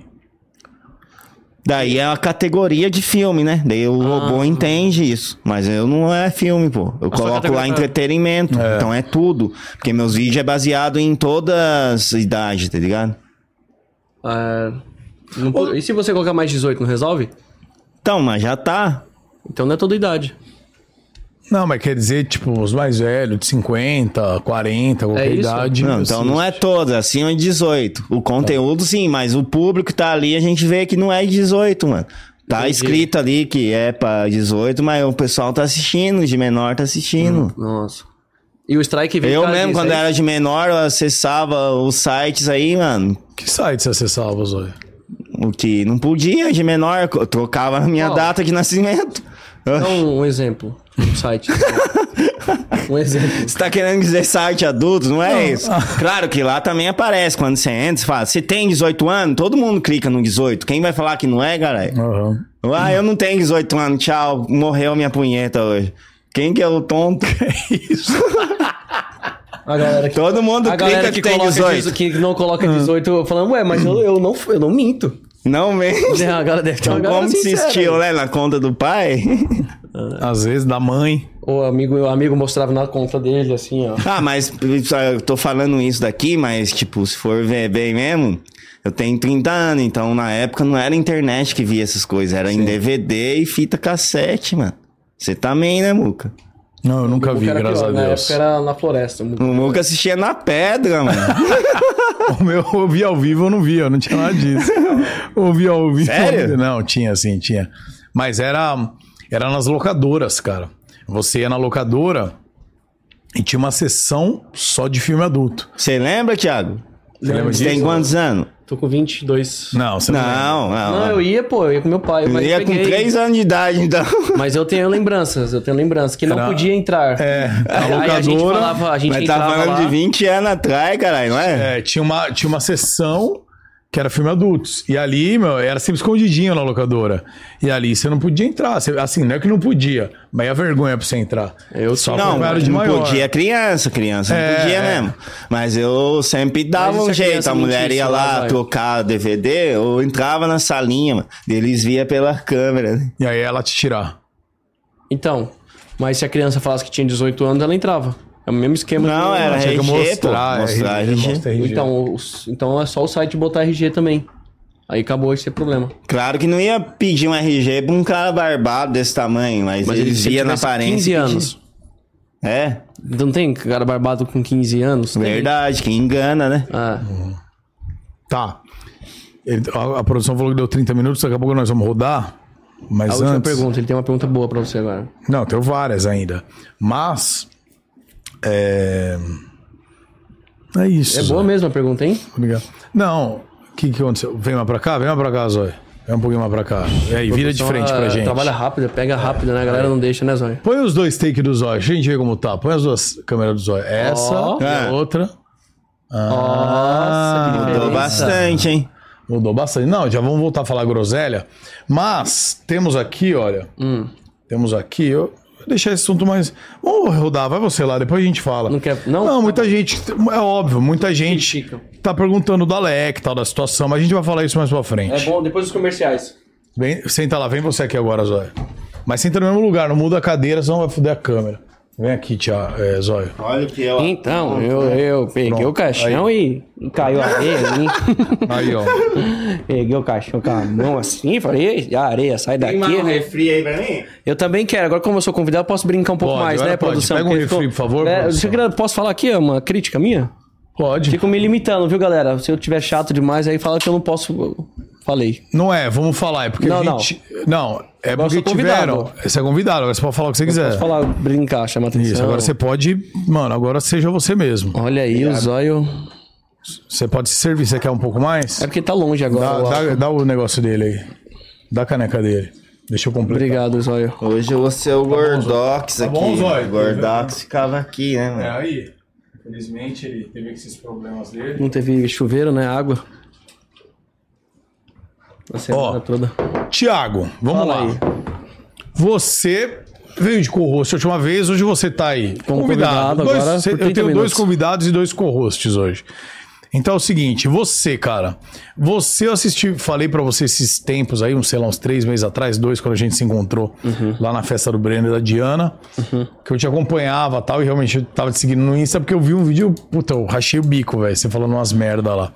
Daí é a categoria de filme, né? Daí o robô entende isso. Mas eu não é filme, pô. Eu coloco lá
categoria-
entretenimento. Então é tudo. Porque meus vídeos é baseado em todas as idades, tá ligado?
Ah, não po- E se você colocar mais 18, não resolve?
Então, mas já tá.
Então não é toda idade.
Não, mas quer dizer, tipo, os mais velhos, de 50, 40, qualquer
É isso?
idade.
Não, então não é todas, acima de 18. O conteúdo sim, mas o público que tá ali, a gente vê que não é 18, mano. Tá escrito ali que é pra 18, mas o pessoal tá assistindo, de menor tá assistindo.
Hum. Nossa. E o Strike vem
Eu
pra é
mesmo, quando
16?
era de menor, eu acessava os sites aí, mano.
Que site você acessava, Zóio?
O que não podia, de menor, eu trocava a minha
Ó.
data de nascimento. Ah,
Dá um, um exemplo. Um site. um exemplo.
Você tá querendo dizer site adulto, não é isso?
Ah.
Claro que lá também aparece, quando você entra, você fala, você tem 18 anos? Todo mundo clica no 18, quem vai falar que não é, caralho?
Aham.
Ah, eu não tenho 18 anos, tchau, morreu minha punheta hoje. Quem que é o tonto?
A galera que,
Todo mundo
a
clica
galera que,
que, tem
coloca
18.
18. que não coloca 18, falando, ué, mas eu, eu, não, eu não minto.
Não mesmo.
Né, A galera deve ter uma
Então,
galera
como se
sincera,
insistiu, né? Na conta do pai.
Às vezes, da mãe.
O amigo, o amigo mostrava na conta dele, assim, ó.
Ah, mas eu tô falando isso daqui, mas tipo, se for ver bem mesmo, eu tenho 30 anos, então na época não era internet que via essas coisas, era em DVD e fita cassete, mano. Você também, né, Muca?
Não, eu nunca vi,
Era
graças
pior,
a
Na
Deus.
época era na floresta. um
O Muca assistia na pedra, mano.
O meu eu vi ao vivo, eu não via, eu não tinha nada disso. Ouvi ao vivo.
Sério?
Não, tinha sim, tinha. Mas era, era nas locadoras, cara. Você ia na locadora e tinha uma sessão só de filme adulto.
Você lembra, Thiago?
Você lembra
Você tem
disso?
quantos anos?
Tô com 22.
Não, você lembra.
Não, não.
Não, eu ia, pô, eu ia com meu pai.
eu
Mas
ia
peguei.
com 3 anos de idade, então.
Mas eu tenho lembranças, eu tenho lembranças. Que
Era-
não podia entrar.
É, a
Aí a gente
locadora-
falava, a gente
Mas tá
entrava
falando
lá.
de 20 anos atrás, caralho, não é?
É, tinha uma, tinha uma sessão que era filme adultos. E ali, meu, era sempre escondidinho na locadora. E ali você não podia entrar. Você- assim, não é que não podia, mas é vergonha pra você entrar.
Eu
só
Não,
acompanhado de
não
maior.
podia é criança, criança não podia mesmo. Mas eu sempre dava
Mas e se
um
a
jeito.
criança
A mulher
mentisse
ia
lá,
lá
vai?
trocar DVD, eu entrava na salinha, mano. e Eles via pela câmera. né?
E aí ela te tirar.
Então, mas se a criança falasse que tinha 18 anos, ela entrava. É o mesmo esquema.
Não,
que-
era
Tinha
RG,
que
pô.
mostrar, é
Mostrar
RG,
RG.
mostra RG.
Então, os- então é só o site botar RG também. Aí acabou esse problema.
Claro que não ia pedir um RG pra um cara barbado desse tamanho, mas,
Mas
eles
se
via na
tivesse
aparência.
15
e pedia.
anos.
É,
Não tem cara barbado com 15 anos? Tem.
verdade, que engana, né?
Ah,
Tá. Ele- a, a produção falou que deu 30 minutos, daqui a pouco nós vamos rodar. Mas
a última
antes.
pergunta. Ele tem uma pergunta boa pra você agora.
Não, tenho várias ainda. Mas. É. É isso.
É
Zóia.
boa mesmo a pergunta, hein?
Obrigado. Não, o que, que aconteceu? Vem mais pra cá? Vem mais pra cá, Zóia. Vem um pouquinho mais pra cá. E aí, vira de
Então,
frente
ah,
pra gente.
Trabalha rápido, pega rápido, né? A galera não deixa, né, Zóia?
Põe os dois takes do Zóia. Deixa a gente ver como tá. Põe as duas câmeras do Zóia. Essa
Ó.
e a
É.
outra.
Nossa, que
Ah, Mudou
diferença.
bastante, hein?
Mudou bastante. Não, já vamos voltar a falar groselha. Mas temos aqui, olha.
Hum.
Temos aqui. Eu vou deixar esse assunto mais. Vamos rodar, vai você lá, depois a gente fala.
Não quer- não?
muita gente. É óbvio, muita gente
Criticam.
tá perguntando do Alec, tal, da situação, mas a gente vai falar isso mais pra frente.
É bom, depois dos comerciais.
Vem, senta lá, vem você aqui agora, Zóia. Mas senta no mesmo lugar, não muda a cadeira, senão vai foder a câmera. Vem aqui, Tia, é, Zóia.
Olha que eu.
Então, eu, eu peguei
Pronto,
o caixão e caiu a areia ali.
Aí, ó.
peguei o caixão com a mão assim, falei, "Ei, areia, sai daqui.
um refri aí pra mim?
Eu também quero. Agora, como eu sou convidado, eu posso brincar um pouco
Pode,
mais,
agora
né,
pode.
produção?
Pega um
Porque
refri,
ficou-
por favor,
É,
produção.
eu quero- posso falar aqui uma crítica minha?
Pode.
Fico me limitando, viu, galera? Se eu tiver chato demais, aí fala que eu não posso. eu Falei.
Não é, vamos falar. É porque
Não,
a
não.
gente. Não, é
Agora
porque
eu sou convidado.
tiveram. Você é convidado, agora você pode falar o que você quiser.
Posso falar, brincar, chamar atenção.
É. Isso, agora você pode. Mano, agora seja você mesmo.
Olha aí, o zóio.
Você pode se servir. Você quer um pouco mais?
É porque tá longe
Dá,
agora. o álcool.
dá- dá o negócio dele aí. Dá a caneca dele. Deixa eu completar.
Obrigado, zóio.
Hoje eu vou ser o Gordox
Tá
aqui.
bom, Zóio?
o Gordox ficava aqui, né, mano?
É aí. Infelizmente ele teve esses problemas dele.
Não teve chuveiro, né? Água. A semana
Ó. um
toda.
Tiago, vamos
Fala
lá.
aí.
Você veio de co-host a última vez, hoje você tá aí.
Como convidado agora
Dois-
por
eu
30
tenho dois
minutos.
convidados e dois co-hosts hoje. Então é o seguinte, você, cara, você assistiu, falei pra você esses tempos aí, uns, sei lá, uns três meses atrás, dois, quando a gente se encontrou
Uhum.
lá na festa do Breno e da Diana, que eu te acompanhava e tal, e realmente eu tava te seguindo no Insta, porque eu vi um vídeo, puta, eu rachei o bico, velho, você falando umas merda lá.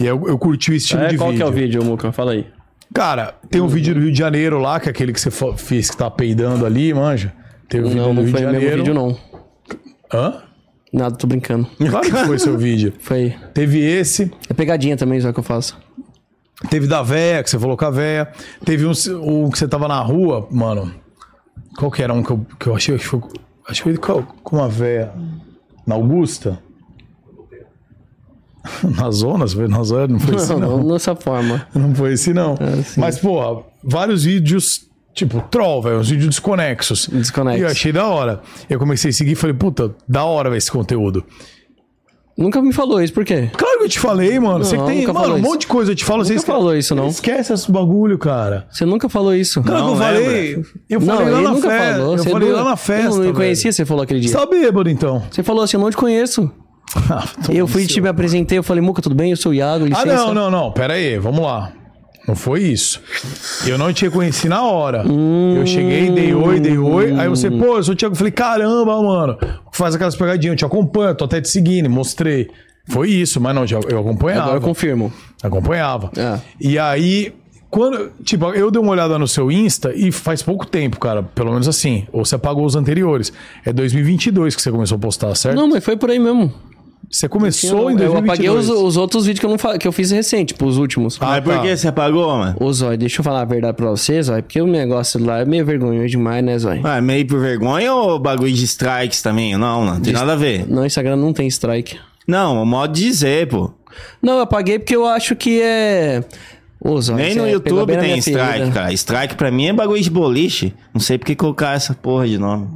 E eu, eu curti o estilo
É,
de
qual
vídeo.
que é o vídeo, Muca? Fala aí.
Cara, tem um vídeo do Rio de Janeiro lá, que é aquele que você fo- fez que tá peidando ali, manja. Teve um vídeo
Não,
do
não
Rio
foi
de
o
Janeiro.
mesmo vídeo, não.
Hã?
Nada, tô brincando.
Claro que foi seu vídeo.
Foi.
Teve esse,
É pegadinha também, só que eu faço.
teve da véia, que você falou com a véia. Teve um, o que você tava na rua, mano. Qual que era um que eu, que eu achei que foi. Acho que foi com, com a véia. Na Augusta? Na zona? Você foi na zona? Não foi assim,
Não,
não.
não, dessa forma.
Não foi esse, não.
É, sim.
Mas, porra, vários vídeos, tipo, troll, velho, uns vídeos desconexos.
Desconexos.
E eu achei da hora. Eu comecei a seguir e falei, puta, da hora véio, esse conteúdo.
Nunca me falou isso, por quê?
Claro que eu te falei, mano. Você que tem,
nunca
mano,
falou
um
isso.
monte de coisa eu te falo. Você
Nunca
esque-
falou isso, não.
Esquece esse bagulho, cara.
Você nunca falou isso.
Claro que eu falei. Eu
Não,
falei lá
ele
na
nunca
festa.
falou.
Eu
Você
falei
não-
lá na festa.
Eu não me
velho.
conhecia, você falou aquele
Você
dia.
tá bêbado, então.
Você falou assim, eu não te conheço.
Ah, tô-
Eu fui, te me apresentei, eu falei, Muca, tudo bem? Eu sou o Iago,
Ah,
licença.
não, não, não. Pera aí, vamos lá. Não foi isso. Eu não te reconheci na hora. eu cheguei, dei oi, dei oi. Aí você, pô, eu sou o Thiago. Eu falei, caramba, mano. Faz aquelas pegadinhas, eu te acompanho, tô até te seguindo, mostrei. Foi isso, mas não, já- eu acompanhava.
Agora eu confirmo.
Acompanhava.
É.
E aí, quando. Tipo, eu dei uma olhada no seu Insta e faz pouco tempo, cara. Pelo menos assim. Ou você apagou os anteriores. É 2022 que você começou a postar, certo?
Não, mas foi por aí mesmo.
Você começou em
eu
2022.
apaguei os, os outros vídeos que eu, não fa- que eu fiz recente, tipo, os últimos.
Ah,
Mas por
tá.
que você apagou, mano?
Ô, Zói, deixa eu falar a verdade pra vocês, Zói, porque o negócio lá é meio vergonhoso demais, né, Zói?
Ah, meio por vergonha ou bagulho de strikes também? Não, não tem nada a ver.
Não, Instagram não tem strike.
Não, o modo de dizer, pô.
Não, eu apaguei porque eu acho que é... Ô, Zói,
Nem
você
no
é, pegou bem
YouTube
na
tem
minha né?
strike,
ferida.
cara. Strike pra mim é bagulho de boliche. Não sei por que colocar essa porra de nome.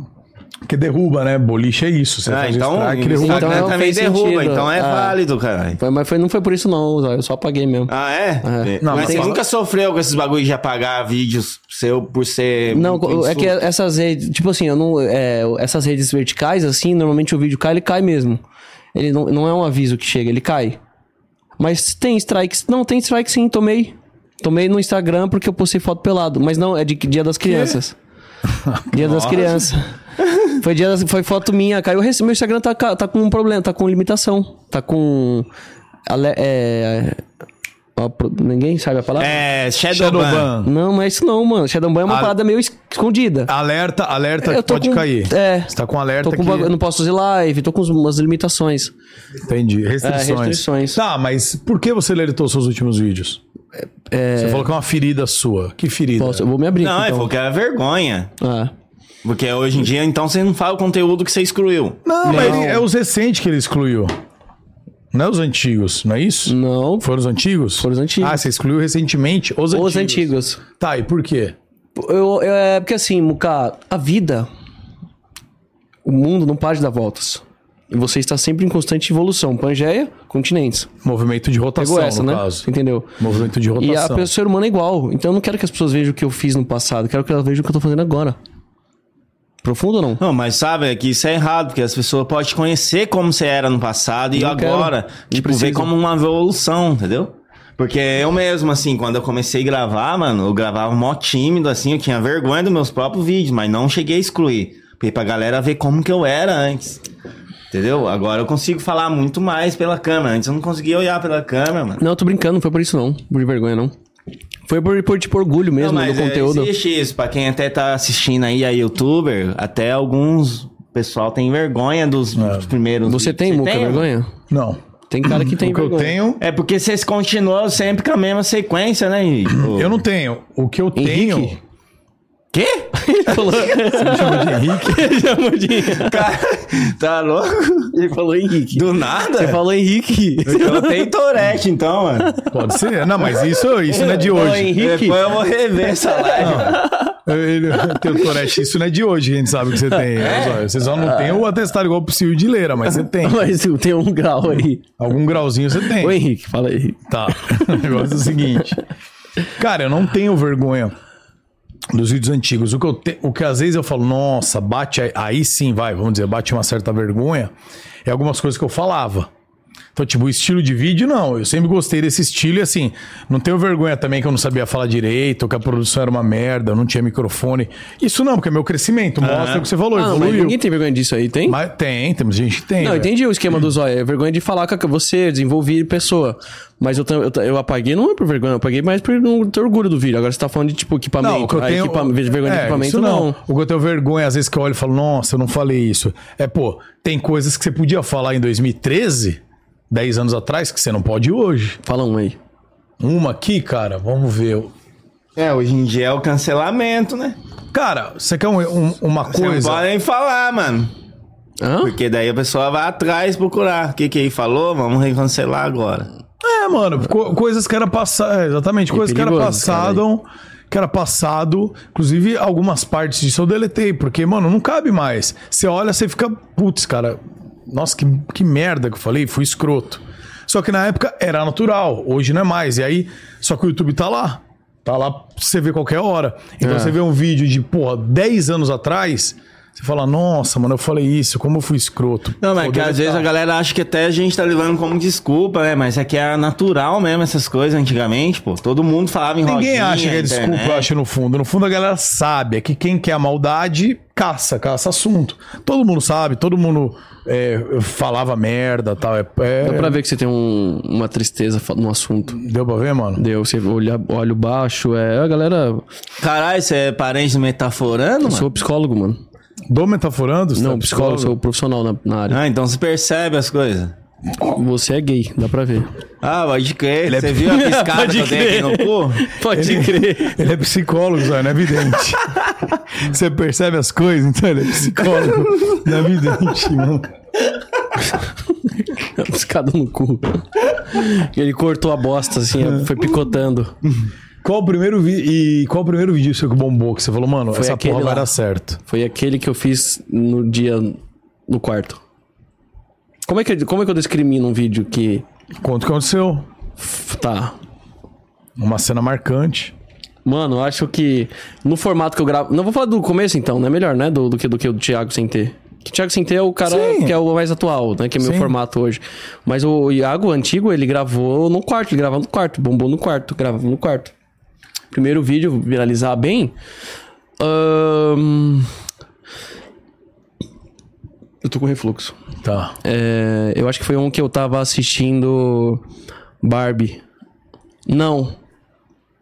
Porque derruba, né? Boliche é isso. Você
Ah,
faz
então,
um strike,
o
derruba.
Instagram
Então,
também
fez
derruba,
sentido.
então é
Ah.
válido, caralho.
Foi- mas foi, não foi por isso não, Zóio. Eu só apaguei mesmo.
Ah, é?
É.
Não, mas
mas você
fala-
nunca sofreu com esses bagulho de apagar vídeos seu por ser.
Não,
muito
é
insulto?
que essas redes, tipo assim, eu não, é, essas redes verticais, assim, normalmente o vídeo cai, ele cai mesmo. Ele não, não é um aviso que chega, ele cai. Mas tem strikes. Não, tem strike sim, tomei. Tomei no Instagram porque eu postei foto pelado. Mas não, é de dia das crianças. Dia das crianças. Foi, dia das- foi foto minha, caiu. rece- Meu Instagram tá, ca- tá com um problema, tá com limitação. Tá com. ale- é, ó, pro- ninguém sabe a palavra?
É, Shadowban.
Shadowban.
Não, não é isso não, mano. Shadowban é uma
Ah.
parada meio es- escondida.
Alerta, alerta que
Eu tô
pode
com-
cair.
é.
Você tá com alerta
Tô com
que...
bagu- eu não posso fazer live, tô com uns- umas limitações.
Entendi. Restrições.
É, restrições.
Tá, mas por que você deletou seus últimos vídeos? Você falou que é uma ferida sua. Que ferida?
Posso, eu vou me abrir.
Não,
aqui,
é
então.
porque era vergonha.
Ah.
Porque hoje em dia, então, você não fala o conteúdo que você excluiu.
Não, mas ele- é os recentes que ele excluiu. Não é os antigos, não é isso?
Não,
Foram os antigos?
Foram os antigos.
Ah, você excluiu recentemente os antigos.
os antigos.
Tá, e por quê?
Eu, eu- é porque assim, Muka, a vida, o mundo não para de dar voltas. E você está sempre em constante evolução. Pangeia, continentes.
Movimento de rotação,
Pegou essa,
no
né?
caso.
Entendeu?
Movimento de
E a
rotação.
pessoa o ser humano é igual. Então eu não quero que as pessoas vejam o que eu fiz no passado. eu Quero que elas vejam o que eu tô fazendo agora. Profundo ou não?
Não, mas sabe, é que isso é errado, porque as pessoas podem te conhecer como você era no passado e
Não quero.
agora,
Não
tipo,
precisa.
ver como uma evolução, entendeu? Porque eu mesmo, assim, quando eu comecei a gravar, mano, eu gravava mó tímido, assim, eu tinha vergonha dos meus próprios vídeos, mas não cheguei a excluir. Porque pra galera ver como que eu era antes. Entendeu? Agora eu consigo falar muito mais pela câmera. Antes eu não conseguia olhar pela câmera, mano.
Não, eu tô brincando, não foi por isso não. Por vergonha, não. Foi por, por tipo, orgulho mesmo
Não,
do
mas, é,
conteúdo.
Existe isso, pra quem até tá assistindo aí a youtuber, até alguns pessoal tem vergonha dos, dos primeiros.
Você
vídeos.
tem, Muca,
mano?
vergonha?
Não.
Tem cara que tem
o que eu
vergonha.
tenho...
É porque vocês continuam sempre com a mesma sequência, né, Henrique?
Eu não tenho. O que eu tenho...
Quê?
Falou... Ele chamou de Henrique.
Cara, tá louco?
Ele falou Henrique.
Do nada?
Você falou Henrique.
Eu tenho Tourette, então, mano.
Pode ser. Não, mas isso, isso não é de
Não,
hoje.
Henrique.
Depois eu vou rever essa live.
Ele tem o Tourette, isso não é de hoje, a gente sabe que você tem. né, Zóio? Você só não tem o atestado igual possível de leira, mas você tem.
Mas eu tenho um grau aí.
Algum grauzinho você tem.
Ô, Henrique, fala aí. Henrique.
Tá. O negócio é o seguinte. Cara, eu não tenho vergonha dos vídeos antigos. O que, eu te- o que às vezes eu falo, nossa, bate aí, aí sim, vai, vamos dizer, bate uma certa vergonha, é algumas coisas que eu falava. Então, tipo, o estilo de vídeo, não. Eu sempre gostei desse estilo e, assim, não tenho vergonha também que eu não sabia falar direito, ou que a produção era uma merda, eu não tinha microfone. Isso não, porque é meu crescimento. Mostra o que você falou,
Ah, não, mas
evoluiu.
ninguém tem vergonha disso aí, tem?
Mas tem, temos gente que
Não,
tem.
eu
velho.
entendi o esquema do zóio. É vergonha de falar com você, desenvolver pessoa. Mas eu, tam- eu, ta- eu apaguei, não é por vergonha, eu apaguei mais por não ter orgulho do vídeo. Agora você tá falando de, tipo, equipamento.
Não, o que eu
Ah,
tenho.
equipa- Vergonha de
É,
equipamento,
isso
não.
O que eu tenho vergonha, às vezes, que eu olho e falo, nossa, eu não falei isso. É, pô, tem coisas que você podia falar em 2013, 10 anos atrás, que você não pode hoje.
Fala um aí.
Uma aqui, cara, vamos ver.
É, hoje em dia é o cancelamento, né?
Cara, você quer um- um- uma
Você é não
coisa.
pode nem falar, mano.
Hã?
Porque daí a pessoa vai atrás procurar. O que que ele falou? Vamos recancelar agora.
É, mano, co- coisas que era passado. exatamente, coisas que era
É perigoso,
passado. Que era passado. Inclusive, algumas partes disso eu deletei, porque, mano, não cabe mais. Você olha, você fica. Putz, cara, nossa, que, que merda que eu falei, fui escroto. Só que na época era natural, hoje não é mais. E aí, só que o YouTube tá lá. Tá lá pra você ver qualquer hora. Então
É.
você vê um vídeo de, porra, 10 anos atrás, você fala, nossa, mano, eu falei isso, como eu fui escroto.
Não, mas é
Vou
que às
deletar.
vezes a galera acha que até a gente tá levando como desculpa, né? Mas é que era natural mesmo essas coisas antigamente, pô. Todo mundo falava em
Ninguém
rodinha,
acha que é desculpa,
internet.
eu acho, no fundo. No fundo, a galera sabe. É que quem quer a maldade, caça, caça assunto. Todo mundo sabe, todo mundo é, falava merda tal. É, é-
Dá pra ver que você tem um- uma tristeza fa- no assunto.
Deu pra ver, mano?
Deu, você olha, olho baixo, é. A galera.
Caralho, você é parente do metaforando,
Eu
mano?
sou psicólogo, mano.
Do metaforando? você
Não,
tá
psicólogo, sou profissional na, na área.
Ah, então você percebe as coisas.
Você é gay, dá pra ver.
Ah, pode crer.
é
Você viu a piscada
Pode
que eu dei aqui
crer.
no cu?
Pode crer.
Ele é psicólogo, Zé, não é vidente. Você percebe as coisas, então ele é psicólogo. Não é vidente, mano.
Piscada no cu. Ele cortou a bosta, assim, foi picotando.
Qual o primeiro vi... E qual o primeiro vídeo seu que bombou? Que você falou, mano,
Foi
essa
aquele
porra vai
lá.
dar certo.
Foi aquele que eu fiz no dia. no quarto. Como é que eu, como é que eu discrimino um vídeo que.
Conta o que aconteceu.
f- Tá.
Uma cena marcante.
Mano, eu acho que no formato que eu gravo. Não vou falar do começo então, né? Melhor, né? Do, do que do que o Thiago sem ter. Que o Thiago sem ter é o cara
Sim.
que é o mais atual, né? Que é meu
Sim.
formato hoje. Mas o Iago antigo, ele gravou no quarto, ele gravava no quarto, bombou no quarto, gravava no quarto. Primeiro vídeo viralizar bem. Ahn, Eu tô com refluxo.
Tá.
É, eu acho que foi um que eu tava assistindo Barbie. Não.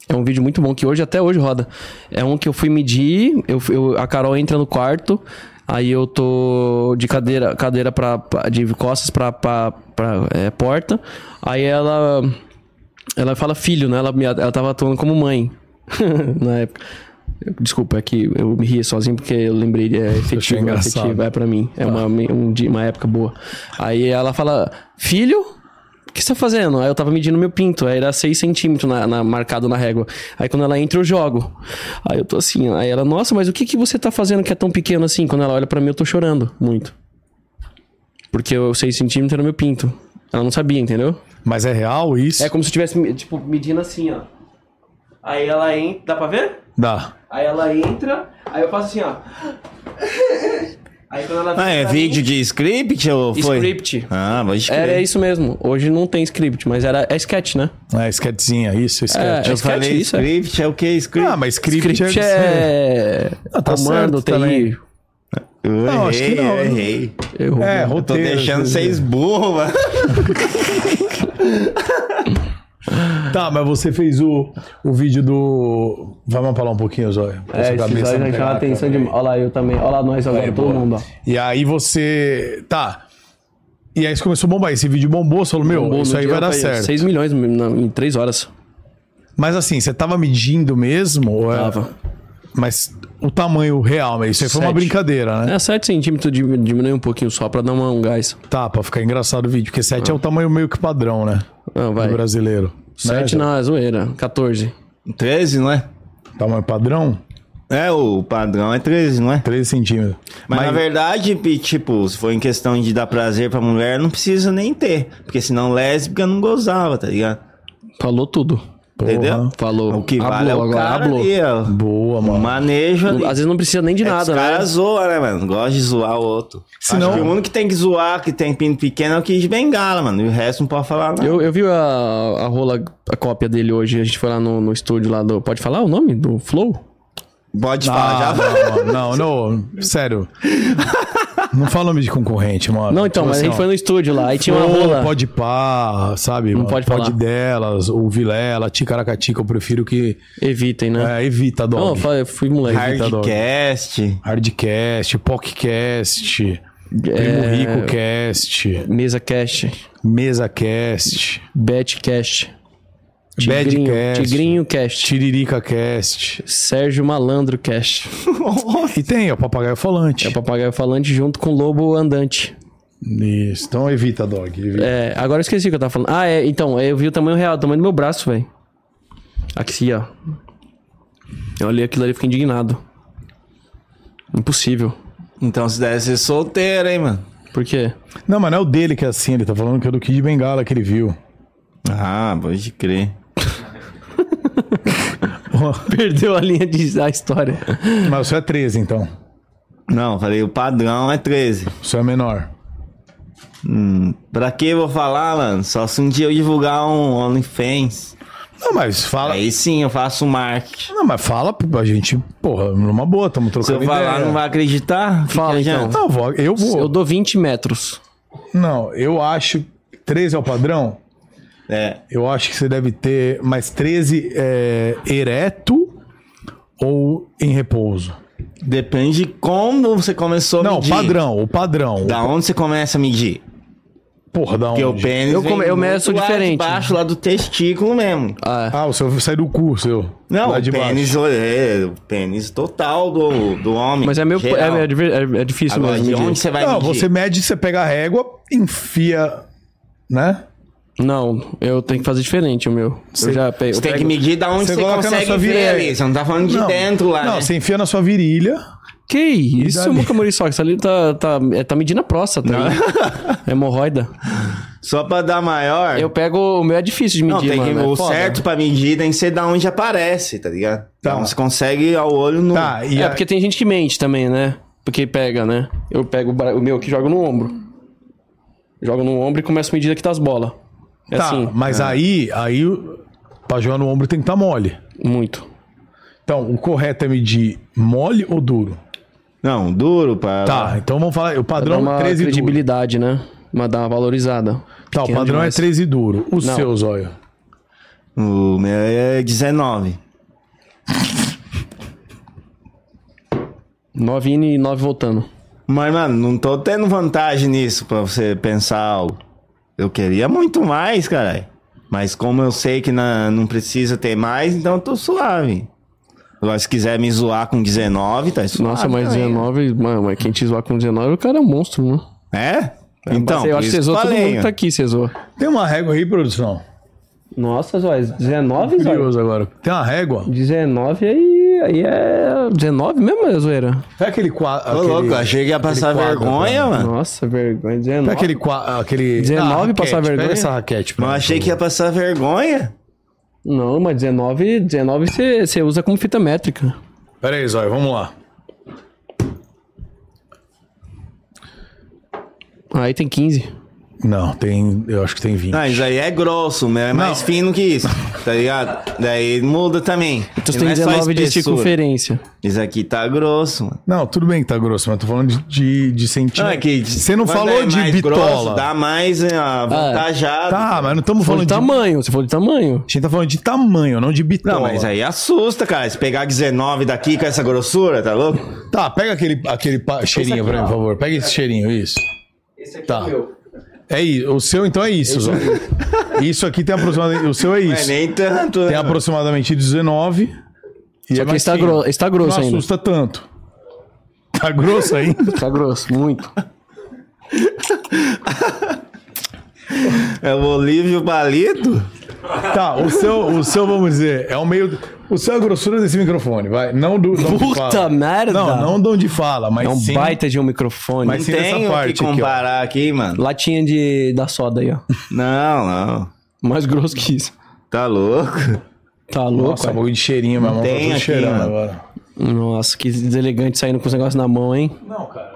É um vídeo muito bom que hoje, até hoje, roda. É um que eu fui medir, eu, fui- eu- a Carol entra no quarto, aí eu tô de cadeira, cadeira pra, pra- de costas pra, pra, pra, é, porta. Aí ela. Ela fala filho, né? Ela, me- ela tava atuando como mãe na época. Desculpa, é que eu me ri sozinho porque eu lembrei, é
achei
efetivo, é
engraçado.
efetivo, é pra mim. É uma, um dia, uma época boa. Aí ela fala, filho, o que você tá fazendo? Aí eu tava medindo meu pinto, aí era 6 centímetros na, na- marcado na régua. Aí quando ela entra, eu jogo. Aí eu tô assim, aí ela, nossa, mas o que que você tá fazendo que é tão pequeno assim? Quando ela olha pra mim, eu tô chorando muito. Porque eu 6 centímetros era meu pinto. Ela não sabia, entendeu?
Mas é real isso?
É como se eu tivesse, tipo, medindo assim, ó. Aí ela entra. Dá pra ver?
Dá.
Aí ela entra, aí eu faço assim, ó. Aí quando ela
Ah, é
pra mim-
vídeo de script ou foi?
Script.
Ah, vou escrever.
Era isso mesmo. Hoje não tem script, mas era é sketch, né?
É, sketchzinha, isso, sketch.
É,
Eu
sketch,
falei
isso, é.
script, é o que? Script?
Ah, mas script,
Script é.
Ah, tá
Comando,
certo também.
TI.
Eu
Não, acho
errei,
que não. né?
eu errei.
Errou.
É,
Eu tô
roteiro.
deixando vocês burros, mano.
Tá, mas você fez o, o vídeo do. Vamos falar um pouquinho, Zóia. pra
É,
sua
esses
cabeça
olhos
não
já
pegar
chama
na
atenção
câmera.
demais. Olha lá, eu também. Olha lá nós agora,
Aí,
todo
boa.
mundo, ó.
E aí você. Tá. E aí você começou a bombar. Esse vídeo bombou, você falou, meu,
Bombou
isso
no
aí
dia,
vai dar
foi
certo.
6 milhões na- em 3 horas.
Mas assim, você tava medindo mesmo? Ou é-
Tava.
Mas o tamanho real, mas isso aí foi uma
Sete.
brincadeira, né?
É, 7 centímetros de- diminui um pouquinho só pra dar uma, um gás.
Tá, pra ficar engraçado o vídeo, porque 7 é o tamanho meio que padrão, né?
Ah, vai.
Do brasileiro.
7
né?
não, é zoeira. 14.
13, não é?
Tamanho padrão?
É, o padrão é 13, não é?
13 centímetros.
Mas, na verdade, pi- tipo, se for em questão de dar prazer pra mulher, não precisa nem ter. Porque senão lésbica não gozava, tá ligado?
Falou tudo.
Entendeu?
Falou.
O que
Hablou
vale é o
agora,
cara
hablou.
ali, ó.
Boa,
O
mano.
manejo ali. É
Às vezes não precisa nem de nada,
Os caras
né?
zoam, né, mano? Gosta de zoar o outro.
Senão-
Acho que o único que tem que zoar, que tem pinto pequeno, é o que de bengala, mano. E o resto não pode falar, não.
Eu, eu vi a, a rola, a cópia dele hoje. A gente foi lá no, no estúdio lá do. Pode falar o nome? Do Flow?
Pode falar, já
Ah, não, não, não, sério. Não fala nome de concorrente, mano.
Não, então,
Tipo
mas a
assim,
gente
ó,
foi no estúdio lá. Aí tinha uma
Pô,
rola.
Pode pá, sabe? Não
pode falar.
delas, o Vilela, Ticaracatica, eu prefiro que.
Evitem, né?
É, evita, dog.
Não, eu falei- eu fui moleque. então.
Hardcast.
Hardcast, Pockcast,
É.
Primo Rico Cast,
Mesa Cash.
Mesa Cast,
Bet Cash.
Bad Cast,
Tigrinho Cash.
Tiririca Cast.
Sérgio Malandro Cash.
E tem, ó, Papagaio Falante.
É papagaio falante junto com lobo andante.
Isso, então evita, dog. evita.
É, agora eu esqueci o que eu tava falando. Ah, é, então, eu vi o tamanho real, o tamanho do meu braço, velho. Aqui, ó. Eu olhei aquilo ali e fiquei indignado. Impossível.
Então você deve ser solteiro, hein, mano.
Por quê?
Não, mas não é o dele que é assim, ele tá falando que é do Kid Bengala que ele viu.
Ah, pode crer.
Perdeu a linha de da história.
Mas o seu é 13, então.
Não, falei, o padrão é 13.
O seu é menor.
Pra que eu vou falar, mano? Só se um dia eu divulgar um OnlyFans.
Não, mas fala.
Aí sim eu faço marketing.
Não, mas fala, pô, a gente, porra, numa boa, tamo
Se
trocando
eu falar,
ideia.
não vai acreditar? Que
Fala,
que
então.
adianta?
Não, vó, eu vou.
Eu dou 20 metros.
Não, eu acho. 13 é o padrão?
É.
Eu acho que você deve ter mais 13 é, ereto ou em repouso.
Depende de como você começou a
Não,
medir.
padrão, o padrão.
Da onde você começa a medir?
Porra, da onde?
Porque um o pênis
Eu come-
vem
eu meço
muito lá
diferente.
de baixo, lá do testículo mesmo.
Ah,
Ah, o seu sai do cu, seu.
Não,
lá de
o pênis, é, o pênis total do, do homem.
mas é meio.
geral.
É, é diver- é- é difícil
Agora,
mesmo.
de
medir.
onde você vai
Não,
medir?
você mede, você pega a régua, enfia, né?
Não, eu tenho que fazer diferente o meu. eu já pego.
Você
eu
tem que
pego-
medir da onde
Você
você,
coloca na
consegue
sua
ver
virilha.
ali. Você não tá falando de
Não.
dentro lá,
Não,
né?
você enfia na sua virilha.
Que isso,
dali?
uma camuriçoca. Isso ali tá, tá, é, tá medindo a próstata. né? Hemorroida.
Só pra dar maior.
Eu pego. O meu é difícil de
não,
medir,
tem que,
mano. é
o
foda.
certo pra medir tem que ser da onde aparece, tá ligado?
Tá.
Então você consegue ao olho no.
Tá, e
É,
a-
porque tem gente que mente também, né? Porque pega, né? Eu pego o bra- o meu que jogo no ombro. Jogo no ombro e começo a medir aqui das bolas. É
tá,
assim,
mas aí, aí o- pra jogar no ombro tem que estar mole.
muito.
Então, o correto é medir mole ou duro?
Não, duro pra.
Tá, então vamos falar. O
Dá
padrão
uma
13 duro.
credibilidade, né? Uma dá uma valorizada.
Tá, o
Pequeno
padrão é
demais.
13 duro. O
Não.
seu, Zóio.
O meu é 19.
Nove indo e nove voltando.
Mas, mano, não tô tendo vantagem nisso pra você pensar algo. Eu queria muito mais, caralho. Mas como eu sei que na- não precisa ter mais, então eu tô suave. Agora, se quiser me zoar com 19, tá suave.
Nossa, mas
também.
19, mano, mas quem te zoar com 19, o cara é um monstro, né?
É? Então,
eu acho
por
que
isso
você
eu
zoou todo mundo
falei.
que tá aqui, você zoou.
Tem uma régua aí, produção?
Nossa, é Zóia, 19,
Curioso agora. Tem uma régua?
19 aí, aí é. 19 mesmo, é zoeira?
É aquele quadro.
Ô, louco, eu achei que ia passar
aquele quadro,
né?
vergonha, mano.
Nossa, vergonha, 19.
Pega aquele. qua- aquele Ah,
19 passar
raquete,
vergonha?
Pega essa raquete. pra
Mas eu
mim,
achei
por
que ia passar vergonha.
Não, mas 19, 19 você você usa como fita métrica.
favor. Pera aí, Zóio, vamos lá.
Aí tem 15.
Não, tem. Eu acho que tem 20.
Não, isso aí é grosso, meu, é mais
Não.
fino que isso, tá ligado? Daí muda também.
Então você
Não
tem
é só
19 de
espessura.
circunferência.
Isso aqui tá grosso, mano.
Não, tudo bem que tá grosso, mas eu tô falando de, de, de centímetro.
é que-
Você não
quando
falou
é
de
mais
bitola. Ah,
grosso, dá mais é, avantajado.
Tá, mas não estamos
Falou
falando
de
de.
tamanho, você falou de tamanho.
A gente tá falando de tamanho, não de bitola.
Não, mas aí assusta, cara. Se pegar 19 daqui com essa grossura, tá louco?
Tá, pega aquele, aquele pa- cheirinho pra mim, por favor. Pega esse cheirinho, isso. Esse aqui tá. é o meu. É isso. O seu então é isso, Zó. Isso aqui tem aproximadamente. O seu é
Não é
isso.
nem tanto.
Tem
né, mano?
aproximadamente 19. E é
é
Só que
mais
está,
fino.
gro está grosso
Não
ainda.
assusta tanto. Tá grosso ainda?
Está grosso, muito.
É o Olívio Palito?
tá, o seu, o seu, vamos dizer, é o meio. O seu é a grossura desse microfone, vai. Não do. Não onde
Puta
fala.
merda!
Não, não de onde fala, mas
É um
sim.
baita de um microfone.
Mas
Não
sim dessa
tem o que
parte aqui, ó.
comparar aqui, mano.
Latinha de, da soda aí, ó.
Não, não.
Mais grosso que isso.
Tá louco?
Tá louco?
Nossa, bagulho de cheirinho, meu irmão.
Tem
Tá tudo
aqui,
cheirando
mano.
agora.
Nossa, que deselegante saindo com os negócios na mão, hein?
Não, cara,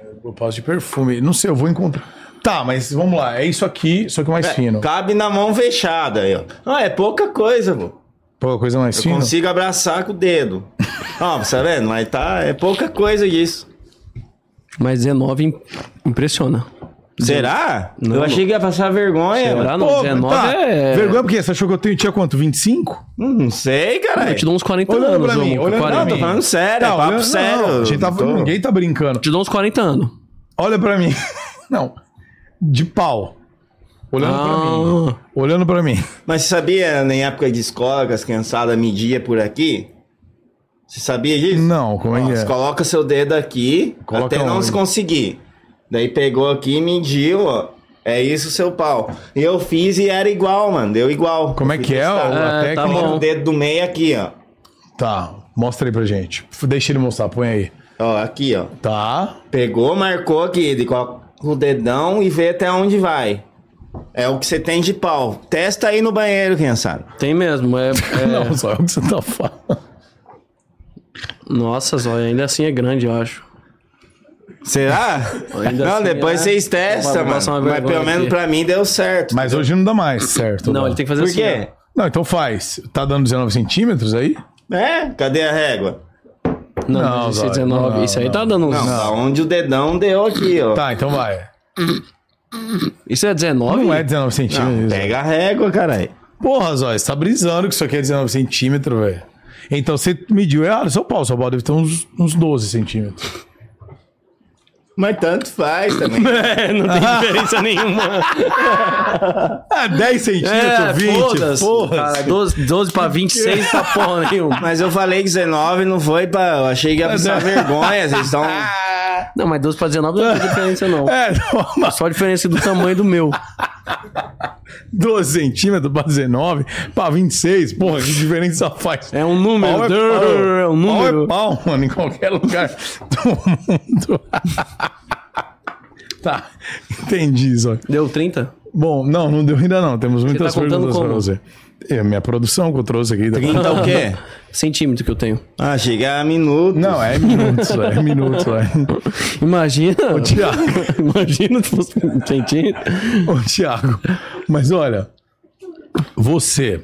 é propósito de perfume. Não sei, eu vou encontrar. Tá, mas vamos lá. É isso aqui, só que mais fino.
Cabe na mão fechada aí, ó. Ah, é pouca coisa, pô.
Pô, coisa mais fina.
Consigo abraçar com o dedo. Ó, tá vendo? Mas tá, é pouca coisa isso.
Mas 19 im- impressiona.
Será?
Não.
eu achei que ia passar vergonha.
Será?
mano.
não, 19 é-
tá. Vergonha porque você achou que eu tenho, tinha quanto? 25?
Hum, Não sei,
Eu
caralho.
te dou uns 40
Olhando
anos,
pra mim,
Zomo,
olhando pra
40.
um mim.
Tô falando sério, é
Tá,
papo
olha-
sério.
não, a gente tá-
Não tô-
Ninguém tá brincando.
Te dou uns 40 anos.
Olha pra mim. Não. De pau. Olhando pra mim.
Ah,
Olhando pra mim.
Mas você sabia, na época de escola, que as criançadas mediam por aqui? Você sabia disso?
Não, como é
Ó,
que
Você
é?
coloca seu dedo aqui,
Coloca
até não
onde?
se conseguir. Daí pegou aqui e mediu, ó. É isso, seu pau. E eu fiz e era igual, mano. Deu igual.
Como é
Eu fui
que é?
testar.
A
É, tá
técnica?
Coloca
bom.
o dedo do meio aqui, ó.
Tá, mostra aí pra gente. Deixa ele mostrar, põe aí.
Ó, aqui, ó.
Tá.
Pegou, marcou aqui, de co- com o dedão e vê até onde vai. É o que você tem de pau. Testa aí no banheiro, criançada.
tem mesmo. É, é-
Não, só é o que você tá falando.
Nossa, Zóia, ainda assim é grande, eu acho.
Será?
Ainda
não,
assim,
depois
né?
vocês
Vou-
testam,
vou passar uma
mano. Mas
vergonha
pelo menos
aqui.
pra mim deu certo.
Mas hoje não dá mais, certo?
não, ele tem que fazer
Por
assim.
quê?
Não, então faz. Tá dando 19 centímetros aí?
É? Cadê a régua?
ó. Não,
Não,
não
Zóia,
19.
não,
isso aí
não.
tá dando uns.
Não, tá onde o dedão deu aqui, ó.
Tá, então vai.
Isso é 19?
Não é 19 centímetros.
Não, pega a régua, caralho.
Porra, Zóia, você tá brisando que isso aqui é 19 centímetros, velho. Então você mediu errado seu pau. Seu pau deve ter uns, uns 12 centímetros.
Mas tanto faz também.
É, não tem diferença nenhuma.
Ah, 10
É,
centímetros, 20.
foda-se.
Porra.
Cara, 12, 12 pra 26 tá porra nenhuma.
Mas eu falei 19, não foi pra. Eu achei que ia passar vergonha. Vocês estão.
Não, mas 12 pra 19 não tem diferença, não.
É, não, mas
Só a diferença do tamanho do meu.
12 centímetros pra 19, pra 26, porra, que diferença faz?
É um número,
Pau
drrr, é um número.
Pau é pau, mano, em qualquer lugar do mundo. tá, entendi, Zóio.
Deu 30?
Bom, não, não deu ainda não, temos muitas
tá contando
perguntas pra
como?
você. É minha produção que eu trouxe aqui. tá
Trinta o quê?
Centímetro que eu tenho.
Ah, chega a minuto.
Não, é minutos, é minutos, é.
Imagina.
Tiago.
Imagina se fosse um centímetro.
Ô, Tiago, mas olha, você,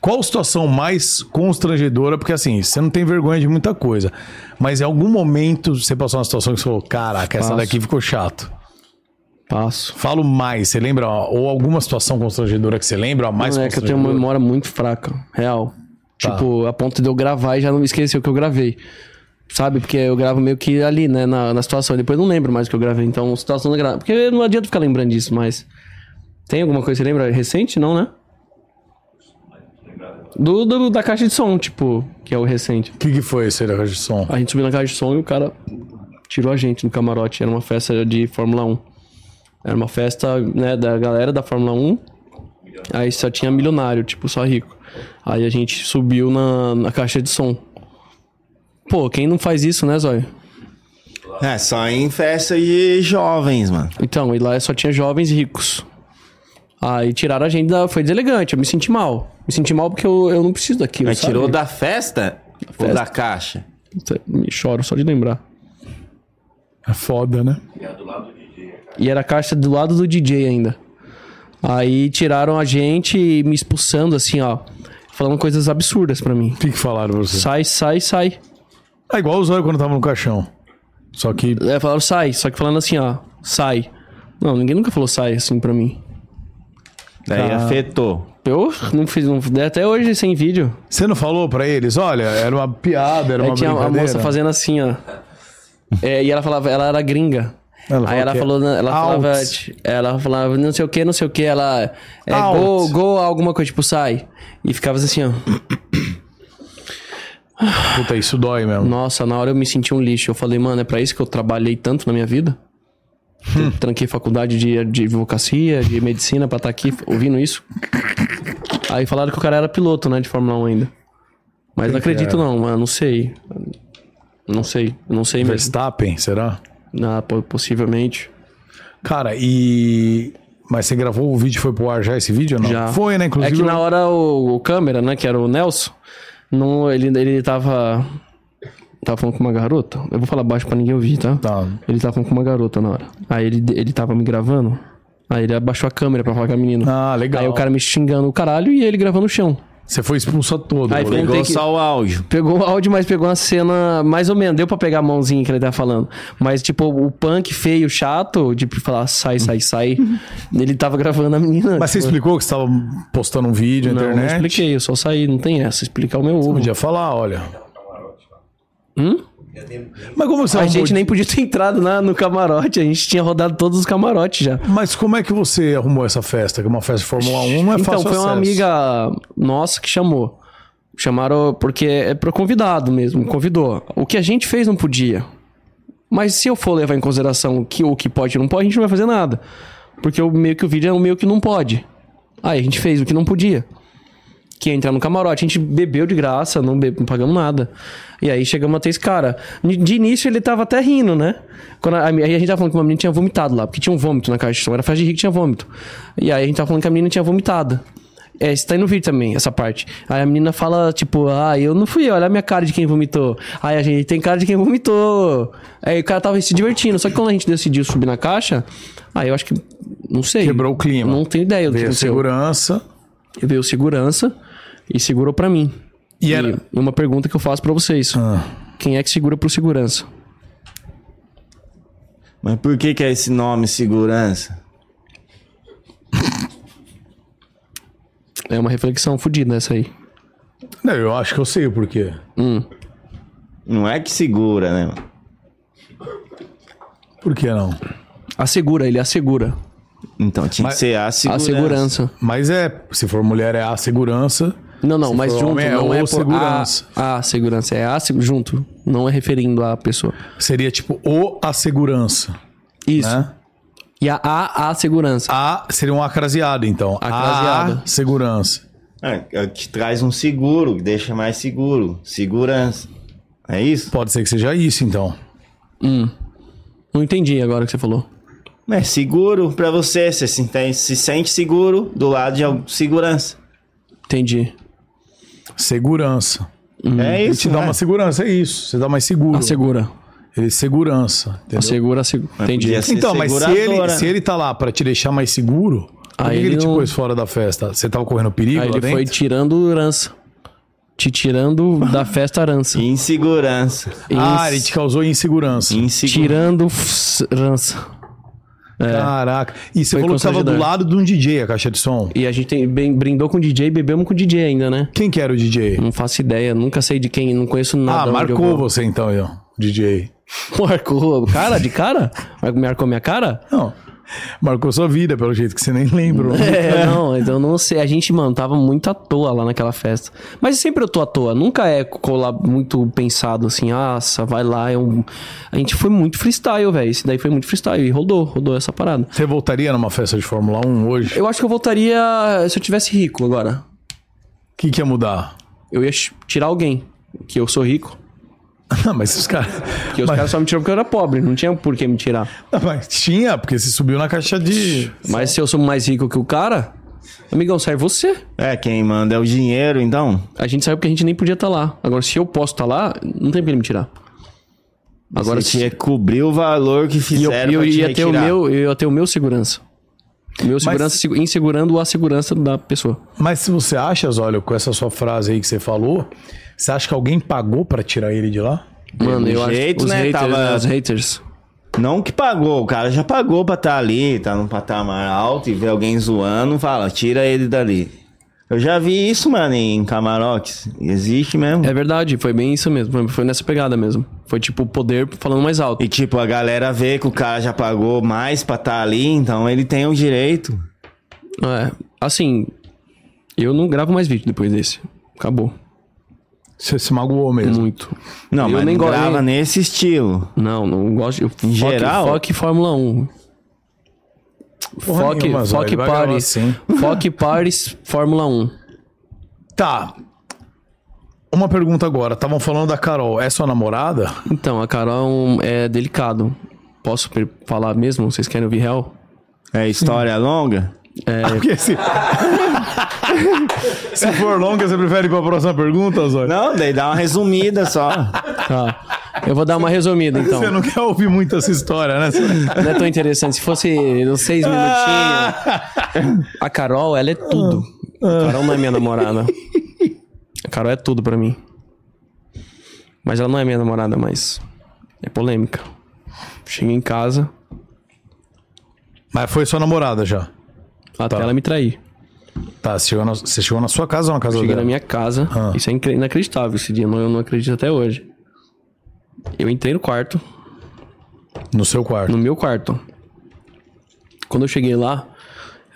qual situação mais constrangedora? Porque assim, você não tem vergonha de muita coisa, mas em algum momento você passou uma situação que você falou, caraca, essa
Passo.
daqui ficou chato.
Passo.
Falo mais, você lembra? Ou alguma situação constrangedora que você lembra? A mais
Não, é que eu tenho uma memória muito fraca, real.
Tá.
Tipo, a ponto de eu gravar e já não me esquecer o que eu gravei. Sabe? Porque eu gravo meio que ali, né? Na, na situação. Depois eu não lembro mais o que eu gravei. Então, situação da grava. Porque não adianta ficar lembrando disso, mas. Tem alguma coisa que você lembra recente? Não, né? Do, do- da caixa de som, tipo, que é o recente.
O que, que foi, Será de som?
A gente subiu na caixa de som e o cara tirou a gente no camarote. Era uma festa de Fórmula 1. Era uma festa, né, da galera da Fórmula 1. Aí só tinha milionário, tipo, só rico. Aí a gente subiu na, na caixa de som. Pô, quem não faz isso, né, Zóio?
É só em festa de jovens, mano.
Então, e lá só tinha jovens ricos. Aí tiraram a gente da... Foi deselegante, eu me senti mal. Me senti mal porque eu, eu não preciso daquilo,
Mas
sabe?
tirou da festa, ou da caixa?
Puta, Me choro só de lembrar.
É foda, né?
E era a caixa do lado do DJ ainda. Aí tiraram a gente e me expulsando, assim, ó. Falando coisas absurdas pra mim.
O que, que falaram pra você?
Sai, sai, sai.
Ah, igual o Zóio quando tava no caixão. Só que.
É, falaram sai, só que falando assim, ó. Sai. Não, ninguém nunca falou sai assim pra mim.
Daí
Ah.
afetou.
Eu não fiz, não, até hoje sem vídeo.
Você não falou pra eles? Olha, era uma piada, era
Aí
uma
tinha É a
brincadeira.
moça fazendo assim, ó. É, e ela falava, ela era gringa.
Ela
aí
fala
ela
que é
falou, né, ela
out.
falava, ela falava não sei o que, não sei o que, ela é
Out.
go, go, alguma coisa, tipo sai. E ficava assim, ó.
Puta, isso dói mesmo.
Nossa, na hora eu me senti um lixo. Eu falei, mano, é pra isso que eu trabalhei tanto na minha vida?
Hum.
Eu Tranquei faculdade de, de advocacia, de medicina pra estar aqui ouvindo isso. Aí falaram que o cara era piloto, né, de Fórmula 1 ainda. Mas não acredito não, mano, não sei. Não sei, não sei mesmo.
Verstappen, será?
Ah, po- possivelmente.
Cara, e. Mas você gravou o vídeo, foi pro ar já esse vídeo ou não?
Já.
Foi, né? Inclusive.
É que na hora o, o câmera, né, que era o Nelson, não, ele, ele tava. Tava falando com uma garota. Eu vou falar baixo pra ninguém ouvir, tá?
Tá.
Ele tava falando com uma garota na hora. Aí ele, ele tava me gravando. Aí ele abaixou a câmera pra falar com a menina.
Ah, legal.
Aí o cara me xingando o caralho e ele gravando no chão.
Você foi expulso a todo.
Aí
né?
foi-
Pegou
tem que-
só o áudio.
Pegou o áudio, mas pegou uma cena mais ou menos. Deu pra pegar a mãozinha que ele tava falando. Mas, tipo, o punk feio, chato, de falar sai, sai, sai. ele tava gravando a menina.
Mas você
tipo,
explicou que você tava postando um vídeo na
não, não
internet?
expliquei, eu só saí, não tem essa. Explicar o meu ovo.
Podia falar, olha. Mas como você
A
arrumou
gente
de-
nem podia ter entrado na, no camarote, a gente tinha rodado todos os camarotes já.
Mas como é que você arrumou essa festa? Que uma festa de Fórmula 1 não é
então,
fácil
foi uma
acesso.
amiga nossa que chamou. Chamaram porque é pro convidado mesmo, me convidou. O que a gente fez não podia. Mas se eu for levar em consideração o que, o que pode e não pode, a gente não vai fazer nada. Porque o meio que o vídeo é o meio que não pode. Aí a gente fez o que não podia. Que é entrar no camarote. A gente bebeu de graça, não, be- não pagamos nada. E aí chegamos até esse cara. De de início ele tava até rindo, né? Quando a, aí a gente tava falando que uma menina tinha vomitado lá, porque tinha um vômito na caixa de som. Era festa de rico, tinha vômito. E aí a gente tava falando que a menina tinha vomitado. É, isso tá indo vídeo também, essa parte. Aí a menina fala, tipo, ah, eu não fui eu, olha a minha cara de quem vomitou. Aí a gente tem cara de quem vomitou. Aí o cara tava se divertindo. Só que quando a gente decidiu subir na caixa, aí eu acho que. Não sei.
Quebrou o clima.
Não tenho ideia do que
Veio a
aconteceu.
segurança.
E veio o segurança e segurou pra mim.
E era.
E é uma pergunta que eu faço pra vocês.
Ah.
Quem é que segura pro segurança?
Mas por que que é esse nome, segurança?
É uma reflexão fodida essa aí.
Não, eu acho que eu sei o porquê.
Não é que segura, né, mano?
Por que não?
Assegura, ele assegura.
Então tinha
Mas-
que ser a
A
segurança.
segurança.
Mas é, se for mulher é a segurança.
Não, não, mas
for
junto,
homem, é
não é
ou
por
segurança.
A, a segurança, é a se- junto, não é referindo a pessoa.
Seria tipo o a segurança.
Isso.
Né?
E a A, a segurança.
A seria um acraseado, então.
Acraseado.
A segurança.
É, é, te traz um seguro, deixa mais seguro. Segurança. É isso?
Pode ser que seja isso, então.
Não entendi agora o que você falou.
É seguro pra você, você se, tem- se sente seguro do lado de al- segurança.
Entendi.
Segurança.
É
Ele
isso,
te dá
né?
uma segurança, é isso. Você dá mais seguro.
A segura.
Ele é segurança,
A
entendeu?
segura, a segura. Entendi.
podia ser
Então, mas se ele,
seguradora.
se ele tá lá pra te deixar mais seguro, por que
né? Aí
que ele,
ele
te
não-
pôs fora da festa? Você tava correndo perigo
Aí
lá
ele
dentro?
foi tirando herança. Te tirando da festa herança.
Insegurança.
Ah,
Ins-
ele te causou insegurança.
Insegurança.
Tirando f- herança.
Caraca. E você
É. Foi
falou que tava do
constrangedor.
lado de um DJ a caixa de som.
E a gente tem- bem- brindou com o DJ e bebemos com o DJ ainda, né?
Quem que era o DJ?
Não faço ideia, nunca sei de quem, não conheço nada.
ah,
onde eu
marcou
vou.
você então, eu, DJ.
Marcou. Cara, de cara? Mar- Marcou minha cara?
Não. Marcou sua vida, pelo jeito que você nem lembra.
É, não, então não sei. A gente, mano, tava muito à toa lá naquela festa. Mas sempre eu tô à toa. Nunca é colar muito pensado assim, nossa, vai lá. É um... A gente foi muito freestyle, velho. Esse daí foi muito freestyle. E rodou, rodou essa parada.
Você voltaria numa festa de Fórmula 1 hoje?
Eu acho que eu voltaria se eu tivesse rico agora.
O que, que ia mudar?
Eu ia ch- tirar alguém, que eu sou rico.
Não, mas os caras.
Que os
Mas-
caras só me tiraram porque eu era pobre, não tinha por que me tirar.
Não, Mas tinha, porque você subiu na caixa de.
Mas se eu sou mais rico que o cara, amigão, sai você.
É, quem manda é o dinheiro, então.
A gente saiu porque a gente nem podia estar lá. Agora, se eu posso estar lá, não tem pra ele me tirar. Agora,
Agora
se
você tinha que cobrir o valor que
e eu,
fizeram
e eu
pra te
ia ter o
retirar.
meu, eu ia ter o meu segurança. O Meu segurança segu- insegurando a segurança da pessoa.
Mas se você acha, olha, com essa sua frase aí que você falou, você acha que alguém pagou pra tirar ele de lá?
Mano, eu
jeito,
acho os
né?
haters,
Tava-
né, os haters.
Não que pagou, o cara já pagou pra estar ali, tá num patamar alto e vê alguém zoando, fala, tira ele dali. Eu já vi isso, mano, em camarotes. Existe mesmo.
É verdade, foi bem isso mesmo. Foi, foi nessa pegada mesmo. Foi tipo o poder falando mais alto.
E tipo, a galera vê que o cara já pagou mais pra estar ali, então ele tem o direito.
É, assim, eu não gravo mais vídeo depois desse. Acabou.
Você se magoou mesmo.
Muito.
Não,
Eu
mas
nem
não
go-
grava
nem-
nesse estilo.
Não, não gosto. Eu foco,
geral?
Foque Fórmula 1.
Porra
Hum, Foque,
nenhuma, Zóio,
foque
vai gravar
Paris.
assim.
Foque Paris Fórmula 1.
Tá. Uma pergunta agora. Estavam falando da Carol. É sua namorada?
Então, a Carol é delicado. Posso per- falar mesmo? Vocês querem ouvir real?
É história longa?
É.
Porque se... se for longa, você prefere ir pra próxima pergunta, Zóio?
Não, daí dá uma resumida só.
Tá. Eu vou dar uma resumida, então.
Você não quer ouvir muito essa história, né?
Não é tão interessante. Se fosse uns seis minutinhos. A Carol, ela é tudo.
Ah.
A Carol não é minha namorada. A Carol é tudo pra mim. Mas ela não é minha namorada, mas. É polêmica. Cheguei em casa,
Mas foi sua namorada já.
até ela me trair.
Tá, você chegou na, você chegou na sua casa ou na casa
Cheguei
dela?
na minha casa.
Ah.
Isso é incre- inacreditável. Esse dia eu não- eu não acredito até hoje. Eu entrei no quarto,
No seu quarto.
no meu quarto. Quando eu cheguei lá,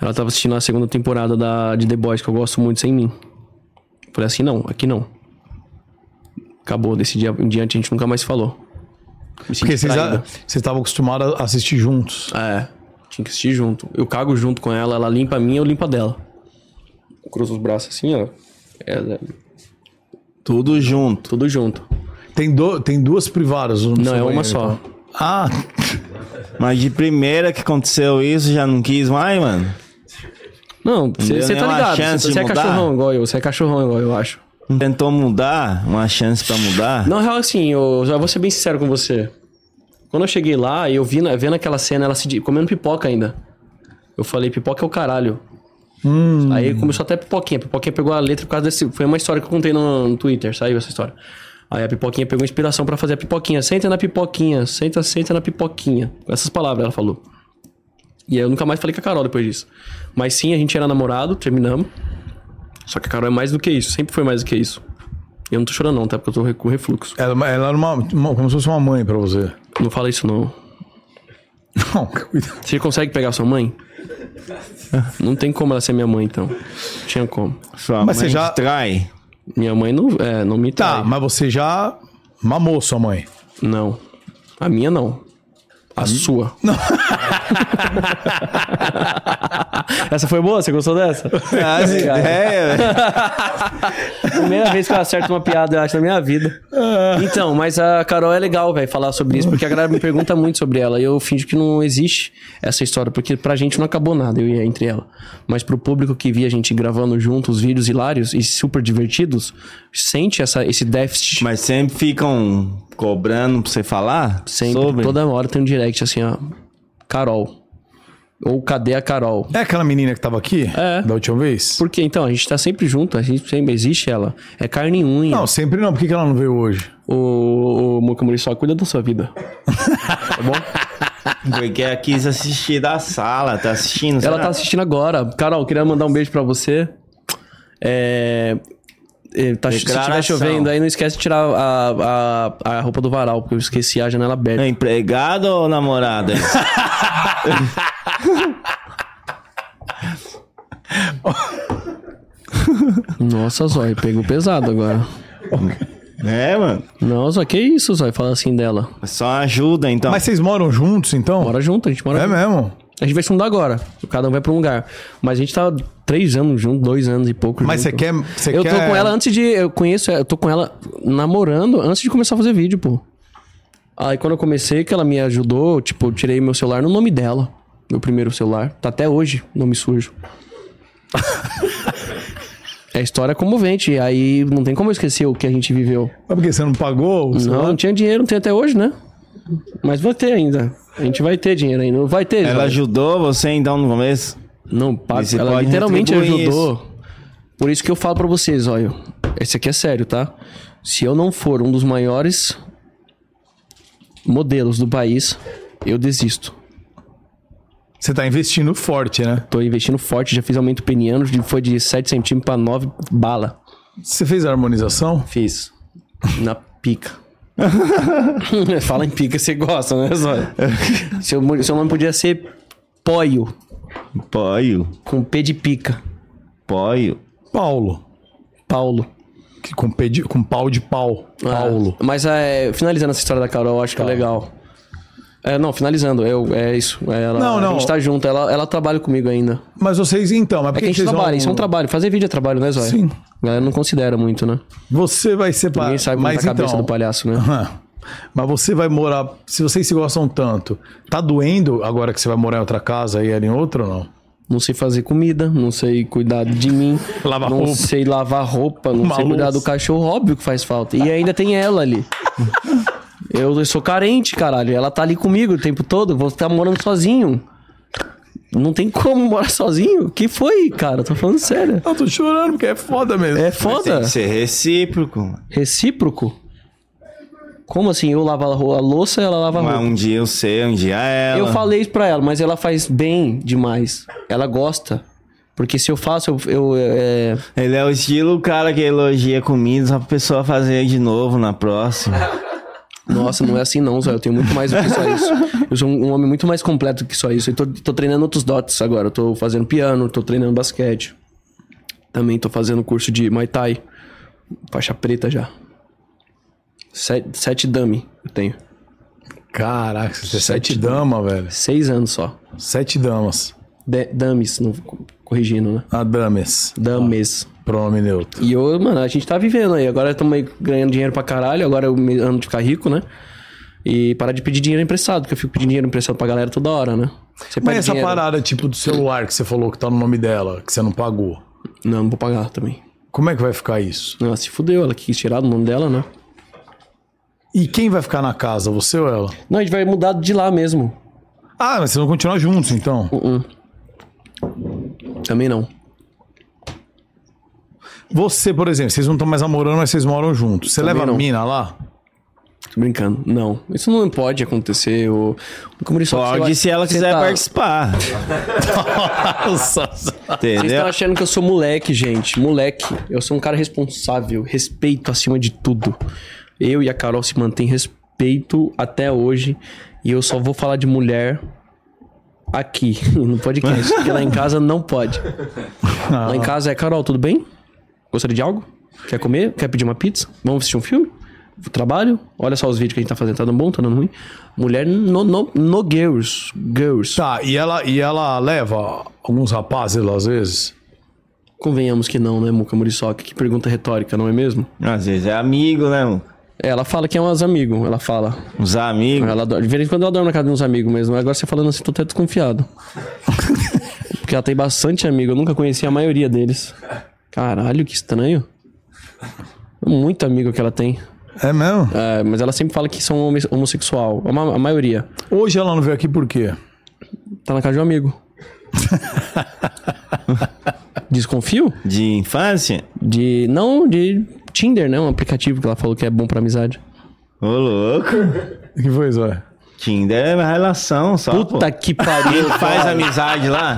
ela tava assistindo a segunda temporada da, de The Boys, que eu gosto muito, sem mim. Falei assim, não, aqui não. Acabou, desse dia em diante a gente nunca mais falou. Me senti
Porque vocês
traído.
a- vocês estavam acostumados a assistir juntos.
É, tinha que assistir junto. Eu cago junto com ela, ela limpa a minha, eu limpo a dela. Cruzo os braços assim, ó. É, é,
Tudo junto.
tudo junto.
Tem, do- tem duas privadas. no seu
Não, é uma
banheiro,
só.
então. Ah,
Mas de primeira que aconteceu isso, já não quis mais, mano.
Não,
deu
você tá
nenhuma
ligado.
chance de
Você é
mudar?
cachorrão igual eu, você é cachorrão igual eu acho.
Não Tentou mudar, uma chance pra mudar.
Não, real assim, eu já vou ser bem sincero com você. Quando eu cheguei lá, eu vi na- vendo aquela cena, ela se di- comendo pipoca ainda. Eu falei, pipoca é o caralho. Aí começou até pipoquinha. Pipoquinha pegou a letra por causa desse. Foi uma história que eu contei no, no Twitter, saiu essa história. Aí a pipoquinha pegou inspiração pra fazer a pipoquinha. Senta na pipoquinha, senta, senta na pipoquinha. Essas palavras ela falou. E aí eu nunca mais falei com a Carol depois disso. Mas sim, a gente era namorado, terminamos. Só que a Carol é mais do que isso, sempre foi mais do que isso. E Eu não tô chorando, não, tá? Porque eu tô re- com refluxo.
ela, ela era uma, uma- como se fosse uma mãe pra você.
Não fala isso, não.
Não, cuidado.
Você consegue pegar sua mãe? Não tem como ela ser minha mãe, então. Não tinha como.
Sua
Mas
mãe
você já-
te trai.
Minha mãe não, é, não me
Tá,
trai.
mas você já mamou sua mãe.
Não. A minha não. A sua. Essa foi boa? Você gostou dessa?
As ideias,
É,
velho.
Primeira vez que eu acerto uma piada, eu acho, na minha vida. Então, mas a Carol é legal, velho, falar sobre isso, porque a galera me pergunta muito sobre ela. E eu finjo que não existe essa história, porque pra gente não acabou nada, eu ia entre ela. Mas pro público que via a gente gravando junto os vídeos hilários e super divertidos, sente essa, esse déficit.
Mas sempre ficam cobrando pra você falar?
Sempre,
Sobre.
toda hora tem um direct assim, ó. Carol. Ou cadê a Carol?
É aquela menina que tava aqui?
É.
Da última vez?
Porque então, a gente tá sempre junto, a gente sempre existe ela. É carne e unha.
Não, sempre não. Por que que ela não veio hoje?
O, o Mucamuri só cuida da sua vida. tá bom?
Porque ela quis assistir da sala, tá assistindo?
Ela
será?
tá assistindo agora. Carol, queria mandar um beijo pra você. É. é, Tá, se
Declaração.
estiver chovendo aí, não esquece de tirar a, a, a roupa do varal, porque eu esqueci a janela aberta.
É empregado ou namorada?
Nossa, Zói, pegou pesado agora.
é, mano. É
Nossa, que isso, Zói, fala assim dela.
Só ajuda, então.
Mas vocês moram juntos, então?
Bora junto, a gente mora
É
junto.
mesmo?
A gente vai se mudar agora. Cada um vai pra um lugar. Mas a gente tá três anos junto, dois anos e pouco.
Mas
junto.
você quer- você
eu tô
quer-
com ela antes de. Eu conheço, eu tô com ela namorando antes de começar a fazer vídeo, pô. Aí quando eu comecei, que ela me ajudou, tipo, eu tirei meu celular no nome dela. Meu primeiro celular. Tá até hoje, nome sujo. é história comovente. E aí não tem como eu esquecer o que a gente viveu.
Mas por que você não pagou? o
Não,
celular?
não tinha dinheiro, não tem até hoje, né? Mas vai ter ainda. A gente vai ter dinheiro ainda. Vai ter,
Ela
Zóia.
ajudou você, então, no começo?
Não, paga.
E você
Ela
pode
literalmente
retribuir
ajudou. Por isso que eu falo pra vocês, olha. Esse aqui é sério, tá? Se eu não for um dos maiores modelos do país, eu desisto.
Você tá investindo forte, né?
Tô investindo forte, já fiz aumento peniano, de- foi de 7 centímetros pra 9 bala.
Você fez a harmonização?
Fiz. Na pica. Fala em pica, você gosta, né, Zóia?
É
seu, mo- seu nome podia ser Poio,
Poio.
com P de pica.
Poio.
Paulo.
Paulo.
Que com, pé de- com pau de pau. Paulo.
Ah, Mas é, finalizando essa história da Carol, eu acho que é legal. É, não, finalizando, eu, é isso. é, Ela,
Não,
A
não.
gente tá junto, ela, ela trabalha comigo ainda.
Mas vocês, então, mas por
É que a gente
vocês
trabalha,
vão-
isso é um trabalho. Fazer vídeo é trabalho, né, Zóia?
Sim.
A galera não considera muito, né?
Você vai separar.
Ninguém sabe como tá a cabeça
então,
do palhaço, né?
Aham. Mas você vai morar. Se vocês se gostam tanto, tá doendo agora que você vai morar em outra casa e era em outra ou não?
Não sei fazer comida, não sei cuidar de mim.
Lavar
não
roupa.
sei lavar roupa, não
Uma
sei cuidar
louça.
do cachorro, óbvio que faz falta. E ainda tem ela ali. Eu, eu sou carente, caralho. Ela tá ali comigo o tempo todo. Você tá morando sozinho. Não tem como morar sozinho. Que foi, cara? Tô falando sério.
Eu tô chorando porque é foda mesmo.
É
Mas Tem
foda.
que ser recíproco. mano.
Recíproco? Como assim? Eu lavo a ro- a louça e ela lava a
Mas
roupa.
um dia eu sei, um dia ela.
Tá Eu falei isso pra ela, mas ela faz bem demais. Ela gosta. Porque se eu faço, eu. eu, é,
Ele é o estilo cara que elogia comida só pra pessoa fazer de novo na próxima.
Nossa, não é assim não, Zé. Eu tenho muito mais do que só isso. Eu sou um homem muito mais completo que só isso. Eu tô, tô treinando outros dots agora. Eu tô fazendo piano, tô treinando basquete. Também tô fazendo curso de Muay Thai. Faixa preta já. Sete, sete dummy eu tenho.
Caraca, você é sete damas, velho.
Seis anos só.
Sete damas.
De, dummies, não, corrigindo, né?
A dames.
Dummies.
Pronome neutro.
E eu, mano, a gente tá vivendo aí. Agora estamos ganhando dinheiro pra caralho. Agora eu me- ando de ficar rico, né? E parar de pedir dinheiro emprestado, porque eu fico pedindo dinheiro emprestado pra galera toda hora, né? Você
Mas
pede
essa
dinheiro.
parada tipo do celular que você falou que tá no nome dela, que você não pagou.
Não, não vou pagar também.
Como é que vai ficar isso?
Ela se fudeu, ela quis tirar do nome dela, né?
E quem vai ficar na casa, você ou ela?
Não, a gente vai mudar de lá mesmo. Uh-uh.
Ah, mas vocês vão continuar juntos então.
Também não.
Você, por exemplo, vocês não estão mais namorando, mas vocês moram juntos. Você leva
não.
a mina lá?
Tô brincando. Não. Isso não pode acontecer. O, o comunista
Pode se ela quiser
tá-
participar.
Nossa.
Vocês
Entendeu?
estão achando que eu sou moleque, gente. Moleque. Eu sou um cara responsável. Respeito acima de tudo. Eu e a Carol se mantém respeito até hoje. E eu só vou falar de mulher aqui, no podcast. porque lá em casa não pode. Lá em casa é, Carol, tudo bem? Gostaria de algo? Quer comer? Quer pedir uma pizza? Vamos assistir um filme? trabalho, olha só os vídeos que a gente tá fazendo, tá dando bom, tá dando ruim. Mulher no, no, no girls. Girls.
Tá, e ela, e ela leva alguns rapazes lá às vezes?
Convenhamos que não, né, Muca Muriçoca? Que pergunta retórica, não é mesmo?
Às vezes é amigo, né? mano?
Ela fala que é umas amigos, ela fala.
Os amigos.
Ela adora- de vez em quando ela dorme na casa de uns amigos mesmo. Agora você falando assim, tô até desconfiado. Porque ela tem bastante amigo, eu nunca conheci a maioria deles. Caralho, que estranho. Muito amigo que ela tem.
É mesmo?
É, mas ela sempre fala que são homo- homossexual. A, ma- a maioria.
Hoje ela não veio aqui por quê?
Tá na casa de um amigo. Desconfio?
De infância?
De. Não, de Tinder, né? Um aplicativo que ela falou que é bom pra amizade.
Ô, louco.
O que foi, Zé?
Tinder é uma relação só.
Puta
pô.
que pariu.
Faz amizade lá.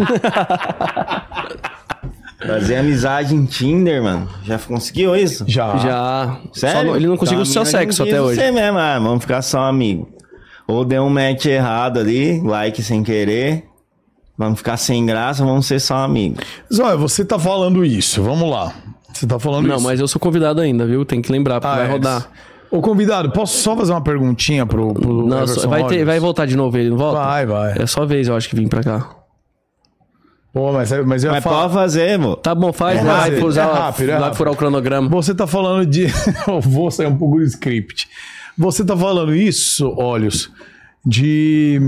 Fazer amizade em Tinder, mano. Já conseguiu isso?
Já.
Já. Só
Sério?
não- ele não
Tá,
conseguiu o
Então,
seu
a mina
sexo
não
até
quis
hoje.
é
Você mesmo, ah, vamos ficar só amigo. Ou deu um match errado ali, like sem querer. Vamos ficar sem graça, vamos ser só amigo.
Zóia, você tá falando isso, vamos lá. Você tá falando
Não,
isso.
mas eu sou convidado ainda, viu? Tem que lembrar, porque
Ah,
vai
é.
rodar.
Ô, convidado, posso só fazer uma perguntinha pro, pro
Não,
Everson
só- vai, ter-
Rogers?
vai voltar de novo ele, não volta?
Vai, vai.
É só vez, eu acho que vim pra cá.
Pô, mas, é, mas eu ia
Mas
falar...
pode fazer, mo.
Tá bom, faz,
É
vai,
rápido,
furar,
é rápido, é
vai
rápido.
furar o cronograma.
Você tá falando de. Eu vou sair um pouco do script. Você tá falando isso, olhos, de.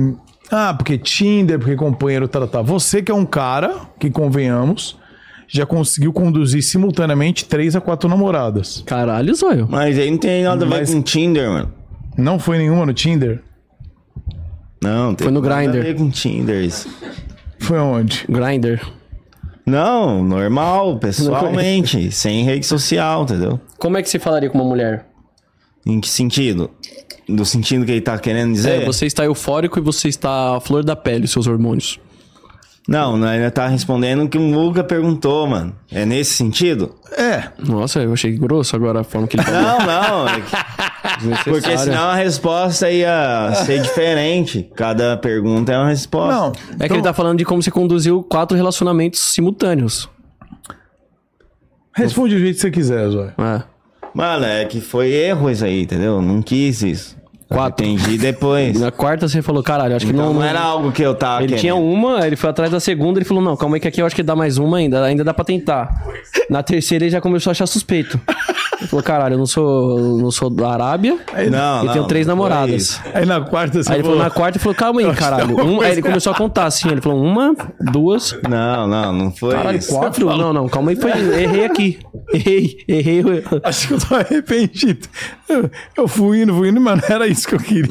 Ah, porque Tinder, porque companheiro tratar. Você que é um cara, que convenhamos, já conseguiu conduzir simultaneamente três a quatro namoradas.
Caralho, zóio.
Mas aí não tem nada a ver
Mas-
com Tinder, mano.
Não foi nenhuma no Tinder?
Não, tem
Foi no
nada
Grindr.
a ver com Tinder isso.
Foi onde?
Grinder.
Não, normal, pessoalmente, sem rede social, entendeu?
Como é que você falaria com uma mulher?
Em que sentido? Do sentido que ele tá querendo dizer?
É, você está eufórico e você está à flor da pele, seus hormônios.
Não, não, ele tá respondendo o que o Luca perguntou, mano. É nesse sentido?
É.
Nossa, eu achei grosso agora a forma que ele falou.
Não, não. é que- Porque senão a resposta ia ser diferente. Cada pergunta é uma resposta.
Não. Então,
É que ele tá falando de como você conduziu quatro relacionamentos simultâneos. tá-
Responde do jeito que você quiser, Zóia.
É.
Mano, é que foi erro isso aí, entendeu? Não quis isso. Eu
Quatro.
Entendi depois.
Na quarta você falou, caralho, acho que tá
Então
não,
não era algo que eu tava
Ele
querendo.
tinha um uma, ele foi atrás da segunda, ele falou: não, calma aí que aqui eu acho que dá mais uma ainda, ainda dá pra tentar. Na terceira ele já começou a achar suspeito. Ele falou: caralho, eu não sou, não sou da Arábia.
Não,
eu
Ah, não,
tenho três
não foi
namoradas.
isso.
Aí na quarta você
Aí ele falou na quarta e falou: calma aí, caralho.
alguma
Um- aí
coisa
ele começou a contar assim: ele falou: uma, duas,
Não, não, não foi
caralho,
isso.
quatro. Não, não, calma aí, foi, errei aqui. Errei, errei.
Acho que eu tô arrependido. Eu, eu fui indo, fui indo, mas não era isso que eu queria.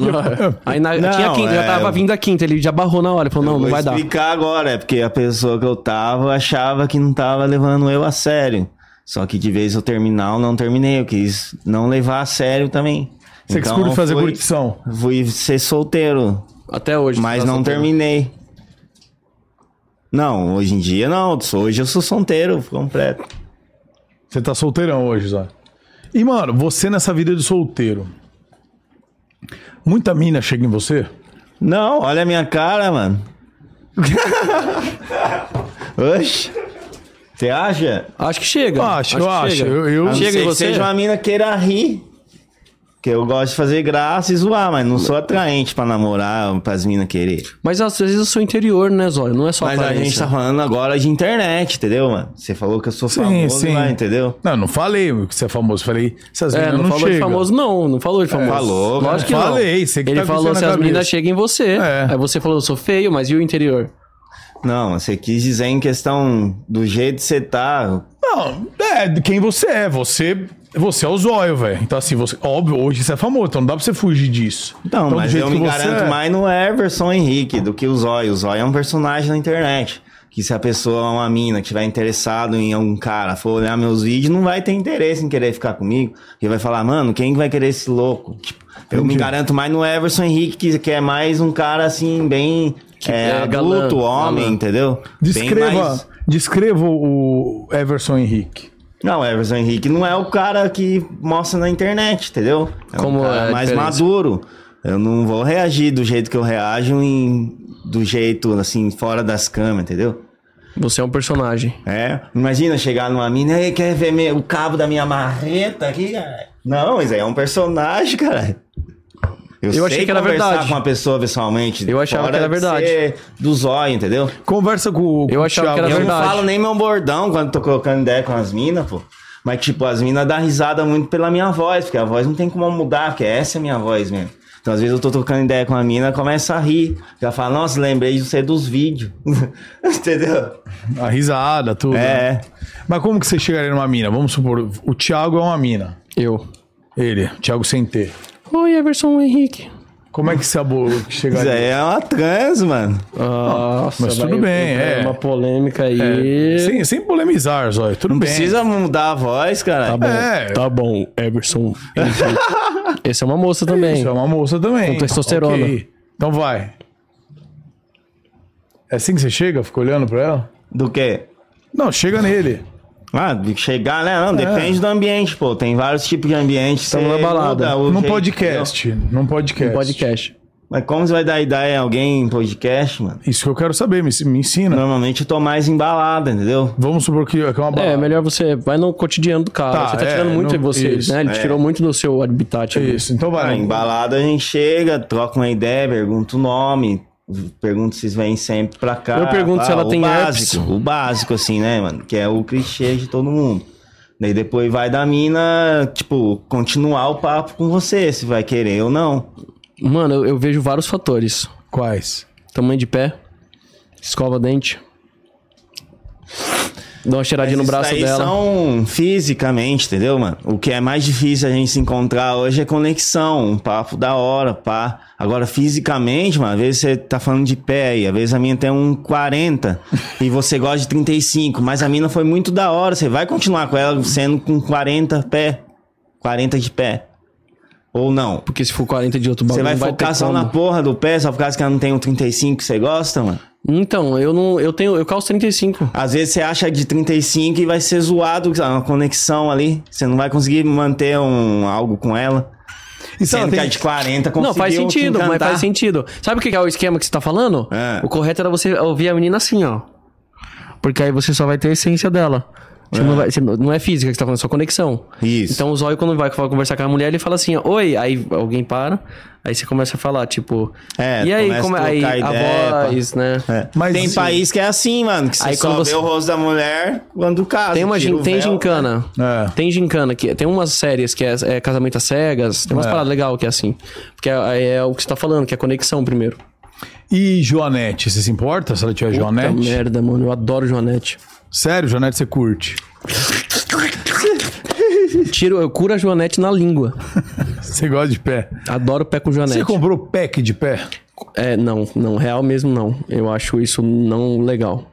Aí na,
Não,
tinha a quinta, já
é,
tava
eu-
vindo a quinta, ele já barrou na hora, ele falou: não, não
Vou
vai dar.
explicar agora, é porque a pessoa que eu tava achava que não tava levando eu a sério. Só que de vez eu terminar, eu não terminei. Eu quis não levar a sério também. Então,
Você
Então,
que escolhe fazer curtição.
Fui ser solteiro,
Até hoje.
mas
tá
não
solteiro.
terminei. Não, hoje em dia não. Hoje eu sou solteiro completo.
Você tá solteirão hoje, Zé. E, mano, você nessa vida de solteiro. Muita mina chega em você?
Não, olha a minha cara, mano. Oxe. Você acha?
Acho que chega.
Eu acho, Ah, eu acho.
chega.
Eu- eu-
A não
Chega
ser
em
que
você.
seja uma mina queira rir. Que eu gosto de fazer graça e zoar, mas não sou atraente pra namorar, pras minas querer.
Mas às vezes eu sou interior, né, Zóio? Não é só
Mas a gente tá falando agora de internet, entendeu, mano? Você falou que eu sou famoso lá, entendeu?
Não, eu não falei que você é famoso. Falei, essas
É,
minas
não,
não,
falou de
chegam.
famoso, não. Não falou de famoso.
tá É. falou, cara.
Lógico que
Falei,
não.
você que
Ele
tá com
falou
isso
se
na
as
cabeça.
meninas chegam em você.
É.
Aí você falou, eu sou feio, mas e o interior?
Não, mas você quis dizer em questão do jeito que você tá.
Não, é de quem você é. Você, você é o zóio, velho. Então, assim, você, óbvio, hoje você é famoso, então não dá pra você fugir disso.
Não,
então, do
mas
jeito
eu me
que você
garanto
é-
mais no Everson Henrique do que o Zóio. O Zóio é um personagem na internet. Que se a pessoa é uma mina que tiver interessado em algum cara, for olhar meus vídeos, não vai ter interesse em querer ficar comigo. Porque vai falar, mano, quem que vai querer esse louco? Tipo, eu me garanto mais no Everson Henrique, que, que é mais um cara assim, bem é,
é galã,
adulto, homem,
galã.
entendeu? Bem
Descreva,
mais-
descreva o Everson Henrique.
Não, o Everson Henrique não é o cara que mostra na internet, entendeu? É
Como
um cara
é a
mais
diferença?
maduro. Eu não vou reagir do jeito que eu reajo em, do jeito, assim, fora das câmeras, entendeu?
Você é um personagem.
É, imagina chegar numa mina e quer ver me- o cabo da minha marreta aqui, cara. Não, isso aí é um personagem, cara. Eu, sei
achei que era
conversar
verdade.
com uma pessoa pessoalmente.
Eu achava
fora
que era
de
verdade.
ser Do zóio, entendeu?
Conversa com, o- com
Eu
o
achava que
Thiago.
era
eu
É verdade.
não falo nem meu bordão quando tô colocando ideia com as minas, pô. Mas, tipo, as minas dão risada muito pela minha voz, porque a voz não tem como mudar, porque essa é a minha voz mesmo. Então, às vezes, eu tô trocando ideia com a mina, começa a rir. Ela fala, nossa, lembrei de você dos vídeos. Entendeu?
A risada, tudo.
É.
Mas como que você chegaria numa mina? Vamos supor, o Thiago é uma mina.
Eu.
Ele, Thiago sem T.
Oi, Everson Henrique.
Como é que você abo- que
Isso
chegaria?
aí é uma trans, mano.
Nossa,
mas tudo
vai-
bem, é.
Uma polêmica aí.
Sem, sem polemizar, Zóio. Tudo
Não
bem.
precisa mudar a voz, cara.
Bom,
É.
Tá bom, Everson. Henrique. Esse é uma moça também.
Isso é uma moça também.
Com testosterona.
Ok. Então vai. É assim que você chega? Fica olhando pra ela?
Do quê?
Não, chega nele.
Ah, de chegar, né? Não, depende do ambiente, pô. Tem vários tipos de ambiente.
É. Estamos
Você
na balada.
muda É o
Num
jeito,
podcast. Num podcast.
Um podcast.
entendeu? Mas como você vai dar ideia a alguém em podcast, mano?
Isso que eu quero saber, me, me ensina.
Normalmente eu tô mais embalada, entendeu?
Vamos supor que é que é uma
É,
balada.
melhor você vai no cotidiano do cara.
Tá,
você tá
é,
tirando muito
não-
de você,
isso, É.
né? Ele tirou muito do seu habitat. ali.
Isso, então
Ah,
vai.
embalada a gente chega, troca uma ideia, pergunta o nome, pergunta se vêm sempre pra cá.
Eu pergunto
pá,
se ela
o
tem
básico,
herpes.
O básico, assim, né, mano? Que é o clichê de todo mundo. Daí depois vai da mina, tipo, continuar o papo com você, se vai querer ou não.
Mano, eu, eu vejo vários fatores.
Quais?
Tamanho de pé, escova dente, dá uma cheiradinha no
Isso
braço
aí
dela.
são fisicamente, entendeu, mano? O que é mais difícil a gente se encontrar hoje é conexão, um papo da hora, pá. Agora, fisicamente, mano, às vezes você tá falando de pé aí, às vezes a mina tem um 40 e você gosta de 35, mas a mina foi muito da hora, você vai continuar com ela sendo com 40 pé, 40 de pé, ou não?
Porque se for 40 de outro
Você
bagulho,
vai
não
focar
ter
só
como.
na porra do pé, só por causa que ela não tem um 35 que você gosta, mano?
Então, eu não. Eu tenho. Eu calço 35.
Às vezes você acha de 35 e vai ser zoado sabe, uma conexão ali. Você não vai conseguir manter um, algo com ela.
E se ela
Sendo que
tem-
a de 40 conseguiu
Não, faz
te
sentido, mas
encantar.
faz sentido. Sabe o que que é o esquema que você tá falando?
É.
O correto era você ouvir a menina assim, ó. Porque aí você só vai ter a essência dela. Você não, vai, você não não é física que você tá falando, é só conexão.
Isso.
Então o zóio, quando vai conversar com a mulher, ele fala assim, ó, oi, aí alguém para, aí você começa a falar, tipo,
É,
e aí,
começa
como
a
é aí,
trocar ideia,
a voz, né?
É.
Mas
tem
assim-
país que é assim, mano. Que você
Aí
só
quando
vê
você-
o rosto da mulher quando casa.
Tem uma
tira
gin-
o
tem
véu. né?
gincana.
É.
Tem gincana que tem umas séries que é, é casamento às cegas, tem umas
É.
paradas legais que é assim. Porque é, é o que você tá falando, que é conexão primeiro.
E Joanete, você se importa se ela tiver
Puta
Joanete?
é merda, mano, eu adoro Joanete.
Sério, Joanete você curte?
Tiro, eu curo a Joanete na língua.
Você gosta de pé?
Adoro pé com
Você
Joanete.
comprou pack de pé?
É, não, não, real mesmo não. Eu acho isso não legal.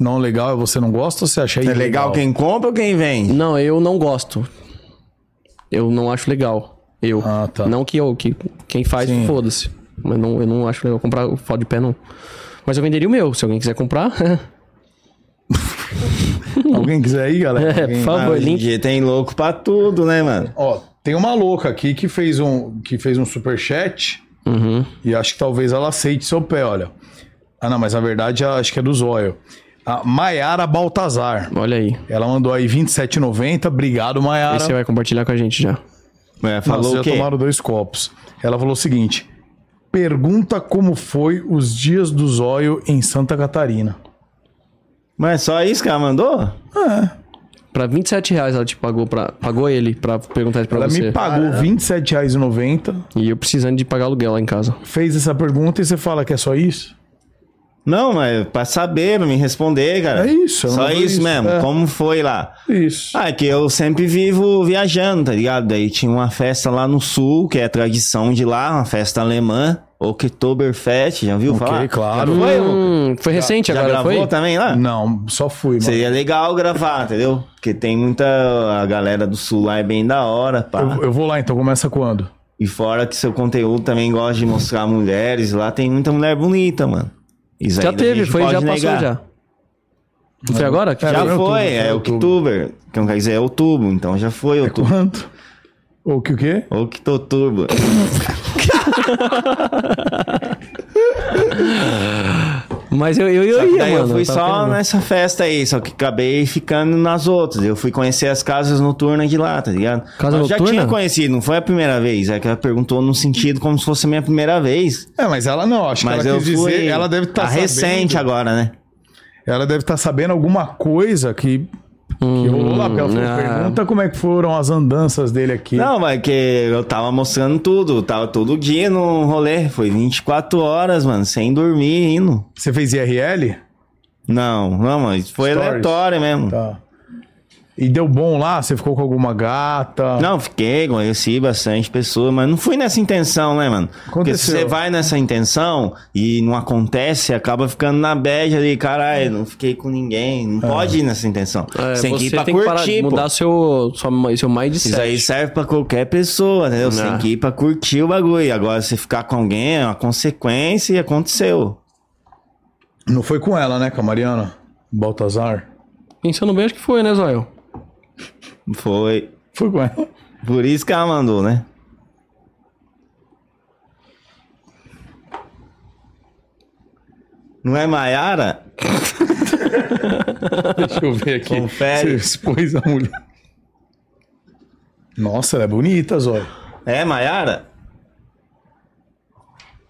Não legal, é você não gosta ou você acha
É legal quem compra ou quem vende?
Não, eu não gosto. Eu não acho legal. Eu.
Ah, tá.
Não que eu, que quem faz,
Sim.
foda-se. Mas não, eu não acho legal comprar o foda de pé, não. Mas eu venderia o meu, se alguém quiser comprar.
Alguém quiser aí, galera?
É,
Alguém-
por favor,
Hoje em
link.
dia tem louco pra tudo, né, mano?
Ó, tem uma louca aqui que fez um, que fez um superchat
Uhum.
e acho que talvez ela aceite seu pé, olha. Ah, não, mas na verdade acho que é do Zóio. A Maiara Baltazar.
Olha aí.
Ela mandou aí 27,90. Obrigado, Maiara.
Esse você vai compartilhar com a gente já.
É,
Não,
falou
vocês
é o
já
quê?
tomaram dois copos. Ela falou o seguinte: pergunta como foi os dias do zóio em Santa Catarina.
Mas é só isso que ela mandou?
Pra 27 reais ela te pagou pra. Pagou ele pra perguntar isso pra
Ela
você.
me pagou R$ 27,90,
E eu precisando de pagar aluguel lá em casa.
fez essa pergunta e você fala que é só isso?
Não, mas é pra saber, pra me responder, cara.
É isso, ela
Só
mandou
isso,
isso,
mesmo.
é.
Como foi lá?
Isso.
Ah, é que eu sempre vivo viajando, tá ligado? Daí tinha uma festa lá no sul, que é a tradição de lá, uma festa alemã, Oktoberfest, já viu
ok,
falar?
claro.
Foi,
Hum, foi recente
já
agora,
gravou tá?
foi?
também lá?
Não, só fui, mano.
Seria legal gravar, entendeu? Porque tem muita... A galera do sul lá é bem da hora, pá.
Eu, eu vou lá então, começa quando?
E fora que seu conteúdo também gosta de mostrar mulheres, lá tem muita mulher bonita, mano. Isso
Já
aí a
teve,
gente
foi,
pode
já passou
negar.
já. Não foi agora? Que
É,
Já
Era em outubro,
foi,
foi em
é
outubro.
Oktober. Que não quer dizer é outubro, então já foi outubro.
Quanto? Ou que o quê?
Octoturbo.
Mas eu, eu, eu
Só que
ia,
daí
mano.
eu fui
tava
só
querendo.
nessa festa aí, só que acabei ficando nas outras. Eu fui conhecer as casas noturnas de lá, tá ligado?
Casa
eu já
noturna?
tinha conhecido, não foi a primeira vez. É que ela perguntou num sentido como se fosse a minha primeira vez.
É, mas ela não, acho
Mas
que ela
eu
quis
fui.
dizer, ela deve estar
a
sabendo.
recente agora, né?
Ela deve estar sabendo alguma coisa que que rolou lá, porque ela falou,
ah.
pergunta como é que foram as andanças dele aqui.
Não, mas que eu tava mostrando tudo, tava todo dia no rolê. Foi 24 horas, mano, sem dormir, indo.
Você fez IRL?
Não, não, mas foi
Stories.
aleatório mesmo.
Tá. E deu bom lá? Você ficou com alguma gata?
Não, fiquei, conheci bastante pessoas, mas não fui nessa intenção, né, mano? Porque se
Aconteceu.
você vai nessa intenção e não acontece, acaba ficando na bad ali, caralho, não fiquei com ninguém. Não pode ir nessa intenção.
É,
você tem que ir pra
tem que parar,
curtir,
de
pô.
mudar seu, sua, seu mindset.
Isso aí serve pra qualquer pessoa, entendeu? Você tem que ir pra curtir o bagulho. Agora, se ficar com alguém, é uma consequência e aconteceu.
Não foi com ela, né, com a Mariana? Baltazar?
Pensando bem, acho que foi, né, Zóio?
Foi.
Foi com ela.
Por isso que ela mandou, né? Não é Maiara?
Deixa eu ver aqui.
Confere.
Você expôs a mulher. Nossa, ela é bonita, Zóio.
É Maiara?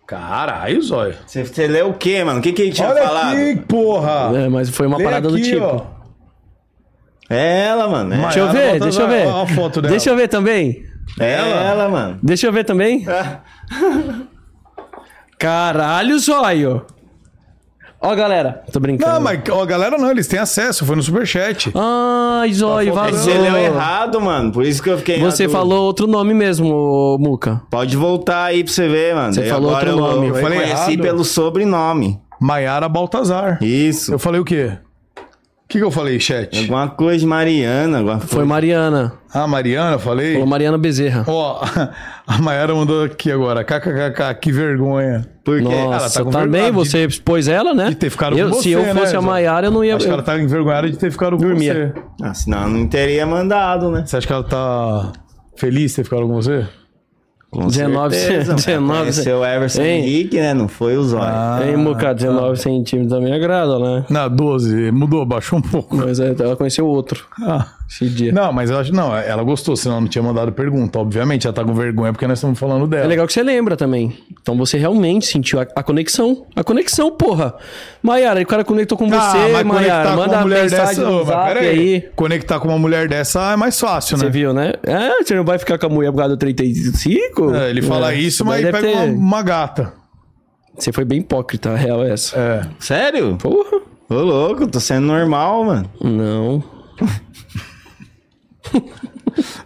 Caralho, Zóio.
Você, você leu o quê, mano? O que, que ele tinha
Olha
falado?
aqui, porra.
É, mas foi uma
Lê
parada do
aqui,
tipo.
ó.
É ela, mano. É,
Mas-
Deixa eu
Ela
ver,
bota
deixa
a-
eu ver.
a foto dela.
Deixa eu ver também.
é ela? mano.
Deixa eu ver também.
É.
Caralho, Zóio. Ó, galera. Tô brincando.
Não, mas ó, a galera não, eles têm acesso, foi no superchat.
Ai,
Tá
Zóio,
É que
vazou.
você leu errado, mano. Por isso que eu fiquei. na
Você
dúvida.
falou outro nome mesmo, ô, Muca.
Pode voltar aí pra você ver, mano.
Você
Daí
falou
agora
outro
eu-
nome.
Eu,
Eu falei
conheci
errado.
pelo sobrenome.
Maiara Baltazar.
Isso.
Eu falei o quê? O que, que eu falei, chat?
Alguma coisa de Mariana. Alguma...
Foi Mariana.
Ah, Mariana, eu falei?
Falou Mariana Bezerra.
Ó, a Maiara mandou aqui agora. KKKK, que vergonha.
Por quê?
ela
Nossa,
tá com
também
vergonha de-
você expôs ela, né?
De ter ficado
eu,
com você,
Se eu
né,
fosse a
Zé?
Maiara, eu não ia...
Acho que ela tá envergonhada de ter ficado com
Dormia.
você.
Ah, senão eu não teria mandado, né?
Você acha que ela tá feliz de ter ficado com você?
Com
19,
certeza,
19,
mano. Conheceu o Everson
hein? Ah.
Henrique, né? Não foi o Zóio.
Ah,
Hein, Muca, 19
tá.
centímetros também agrada, né?
Na 12, mudou, baixou um pouco.
Mas é, ela conheceu outro
Ah.
esse dia.
Não, mas eu acho. Não, ela gostou, senão ela não tinha mandado pergunta. Obviamente, ela tá com vergonha porque nós estamos falando
É
dela.
legal que você lembra também. Então você realmente sentiu a, a conexão. A conexão, porra. Maiara, o cara conectou com
Ah,
você, Maiara. Manda uma mensagem no
Ô, mas Né?
zap
pera
aí.
Conectar com uma mulher dessa é mais fácil,
Você
né?
viu, né? É, você não vai ficar com a mulher por causa do 35?
É, ele fala
É,
isso, mas
daí
ele
deve
pega uma,
ter-
uma gata.
Você foi bem hipócrita, a real é essa.
É.
Sério?
Porra.
Ô, louco, tô sendo normal, mano.
Não.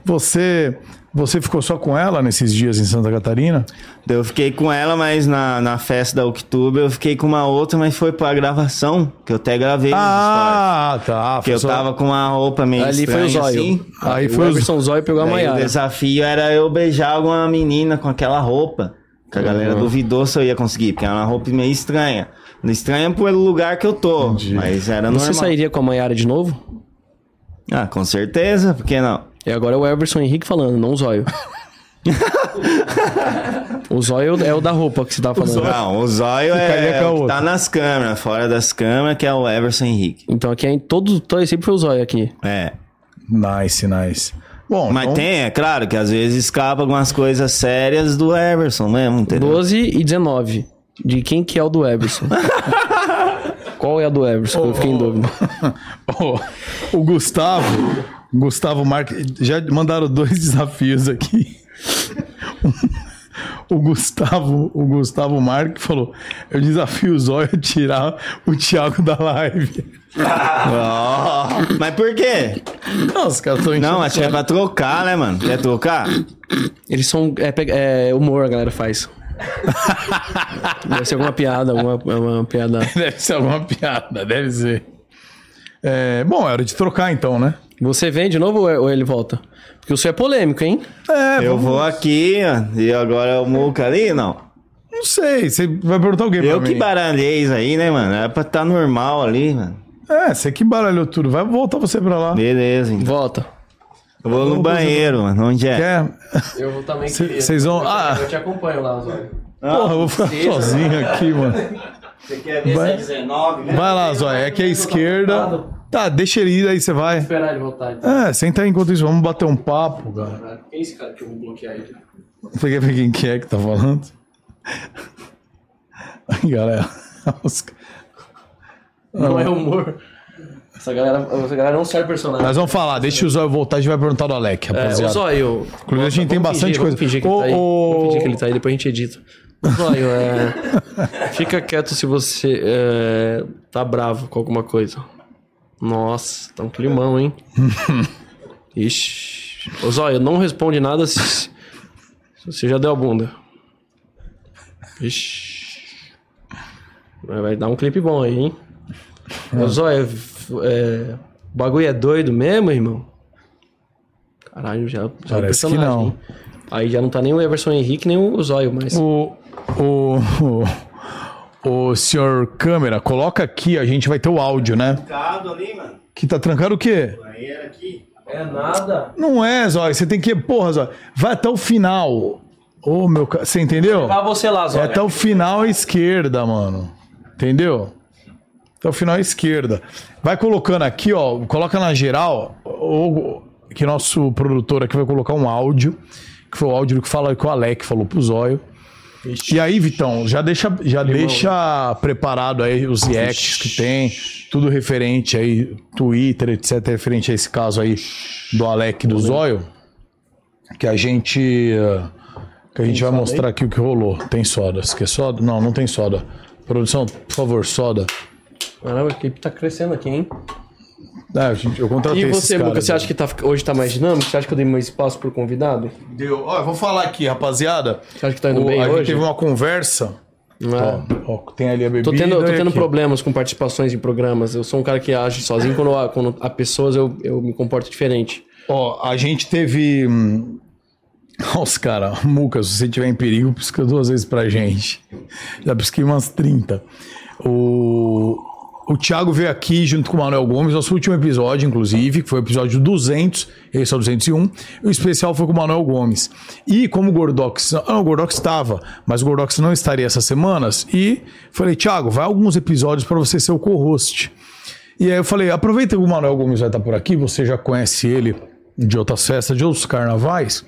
Você, você ficou só com ela nesses dias em Santa Catarina?
Eu fiquei com ela, mas na, na festa da Octuber eu fiquei com uma outra, mas foi pra gravação, que eu até gravei nos stories.
Ah, tá.
Que
foi
eu
só-
tava com uma roupa meio
Ali foi o
estranha,
Zóio. Ah,
assim.
Aí
o
foi os-
Everson Zóio pegou a
Daí o
Maiara.
desafio era eu beijar alguma menina com aquela roupa. Que a galera
Ah.
duvidou se eu ia conseguir, porque era uma roupa meio estranha. Estranha pelo lugar que eu tô, mas era normal.
Você sairia com a Maiara de novo?
Ah, com certeza, por que não?
E agora é o Everson Henrique falando, não o Zóio. o Zóio é o da roupa que você tá falando.
Não, o zóio
Ficaria
é,
com a
o que tá
outra.
nas câmeras, fora das câmeras, que é o Everson Henrique.
Então aqui é em todo, todo sempre foi o Zóio aqui.
É.
Nice, nice. Bom,
Mas
então-
tem, é claro, que às vezes escapa algumas coisas sérias do Everson mesmo, entendeu?
12 e 19. De quem que é o do Everson? Qual é a do Everson? Eu fiquei em dúvida.
o Gustavo, Gustavo Marques, já mandaram dois desafios aqui. Um, O Gustavo, o Gustavo Marques falou: "Eu desafio o Zóio a tirar o Thiago da live".
Ó, Mas por quê?
Não, os caras estão
Não, acho que é pra trocar, né, mano? Quer trocar?
Eles são. É, pe- é humor, a galera faz. Deve ser alguma piada, alguma alguma piada.
Deve ser alguma piada, deve ser. É, bom, era de trocar então, né?
Você vem de novo ou é- ou ele volta? Porque o seu é polêmico, hein?
É,
Eu vou aqui, ó, e agora é o Muca ali? Não.
não sei, você vai perguntar alguém
Eu
pra
que
mim.
baralhei isso aí, né, mano? Era pra tá normal ali, mano.
É, você que baralhou tudo, vai voltar você pra lá.
Beleza, então.
Volta.
Eu vou no banheiro, mano. Onde é?
um- Quer?
Eu também
Vocês vão. Ah,
te acompanho lá, Zóio.
porra, eu vou ficar sozinho aqui, mano.
Você quer ver
Vai.
se é 19, né?
Vai lá, Zóia. É que é a esquerda. Tá, deixa ele ir aí, você vai.
Esperar ele voltar. Então.
É, senta aí enquanto isso. Vamos bater um papo, cara.
Quem é esse cara que eu vou bloquear ele?
Você quer ver quem que é que tá falando? Aí, galera. Os-
Não é humor. Essa galera, essa galera não serve personagem.
Nós vamos falar. Deixa o Zóio voltar. A gente vai perguntar do Alec,
É,
rapaziada.
o zóio.
Inclusive, a gente tem
Vamos fingir,
bastante coisa.
Vamos fingir que
Ô,
ele tá aí.
ô-
Vamos fingir que ele tá aí, depois a gente edita. O zóio, é. Fica quieto se você é, tá bravo com alguma coisa. Nossa, tá um climão, hein? Ixi. Ô, zóio, não responde nada se, se você já deu a bunda. Ixi. Vai vai dar um clipe bom aí, hein? Ô, zóio, f- é, o bagulho é doido mesmo, irmão? Caralho, já. já é
Parece que
personagem,
não.
hein? Aí já não tá nem o Everson Henrique, nem o Zóio, mas.
O, o, o, o senhor câmera, coloca aqui, a gente vai ter o áudio, né?
Trancado ali, mano.
Que tá trancado o quê?
Banheiro aqui.
É nada.
Não é, Zóia. Você tem que. Porra, Zóia. Vai até o final. Ô, meu. ca- Você entendeu?
Vá Tá você lá,
É
Zóio.
até o final à esquerda, mano. Entendeu? Até o final à esquerda. Vai colocando aqui, ó. Coloca na geral. Ou, que nosso produtor aqui vai colocar um áudio. Que foi o áudio que, fala, que o Alec falou pro Zóio. E aí, Vitão, já deixa, já deixa preparado aí os reacts que tem, tudo referente aí, Twitter, etc, referente a esse caso aí do Alec e do Zóio, que a gente eh, que a gente vai mostrar aqui o que rolou. Tem soda, você quer soda? Não, não tem soda. Produção, por favor, soda.
Caramba, a equipe tá crescendo aqui, hein?
Ah, gente, eu contratei
E você,
esses caras,
Lucas, você acha que tá, hoje tá mais dinâmico? Você acha que eu dei meu espaço pro convidado?
Deu. Ó, eu vou falar aqui, rapaziada.
Você acha que tá indo
O-
bem
a gente
hoje?
teve uma conversa.
Ah.
Ó, ó, tem ali a bebida.
Tô tendo, tô
e
tendo
aqui.
problemas com participações em programas. Eu sou um cara que age sozinho. Quando, a- quando há pessoas, eu, eu me comporto diferente.
Ó, a gente teve. hum, Ó, os caras, Mucas, se você tiver em perigo, pisca duas vezes pra gente. Já pisquei umas 30. O, o Thiago veio aqui junto com o Manuel Gomes, nosso último episódio, inclusive, que foi o episódio 200, esse é o 201. O especial foi com o Manuel Gomes. E como o Gordox. Ah, o Gordox estava, mas o Gordox não estaria essas semanas. E falei, Thiago, vai alguns episódios pra você ser o co-host. E aí eu falei, aproveita que o Manuel Gomes vai estar por aqui, você já conhece ele de outras festas, de outros carnavais,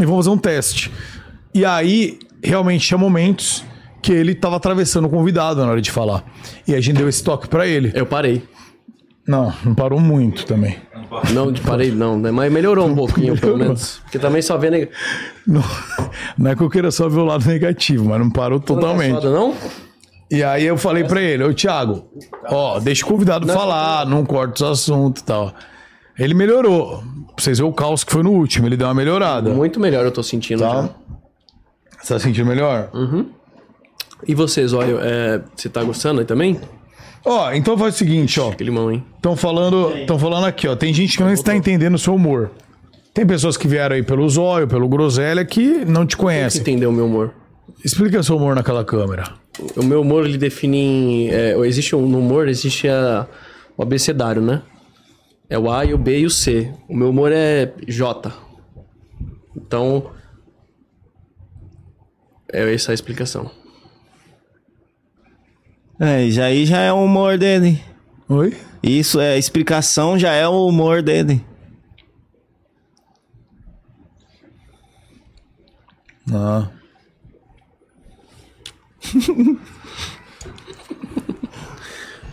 e vamos fazer um teste. E aí, realmente tinha momentos que ele estava atravessando o convidado na hora de falar. E a gente deu esse toque pra ele.
Eu parei.
Não, não parou muito também.
Não, parei não, né? Mas melhorou um pouquinho, pelo menos. Porque também só vê... Neg...
Não, não é que eu queira só ver o lado negativo, mas não é parou totalmente.
Soda, não?
E aí eu falei pra ele, ô Thiago, ó, deixa o convidado falar, não corta os assuntos e tal. Ele melhorou. Pra vocês verem o caos que foi no último, ele deu uma melhorada.
Muito melhor eu tô sentindo já.
Tá? Você tá sentindo melhor?
E vocês, olha, é, você tá gostando aí também?
Ó, então faz o seguinte, ó.
Aquele mão, hein?
Estão falando, tão falando aqui, ó. Tem gente que não está entendendo o seu humor. Tem pessoas que vieram aí pelo Zóio, pelo Groselha, que não te
Você
conhecem.
entendeu o meu humor?
Explica seu humor naquela câmera.
O meu humor, ele define... em, É, existe um no humor, existe a, o abecedário, né? É o A, e o B e o C. O meu humor é J. Então... É essa a explicação.
É, isso aí já é o humor dele.
Oi?
Isso é, a explicação já é o humor dele.
Ah.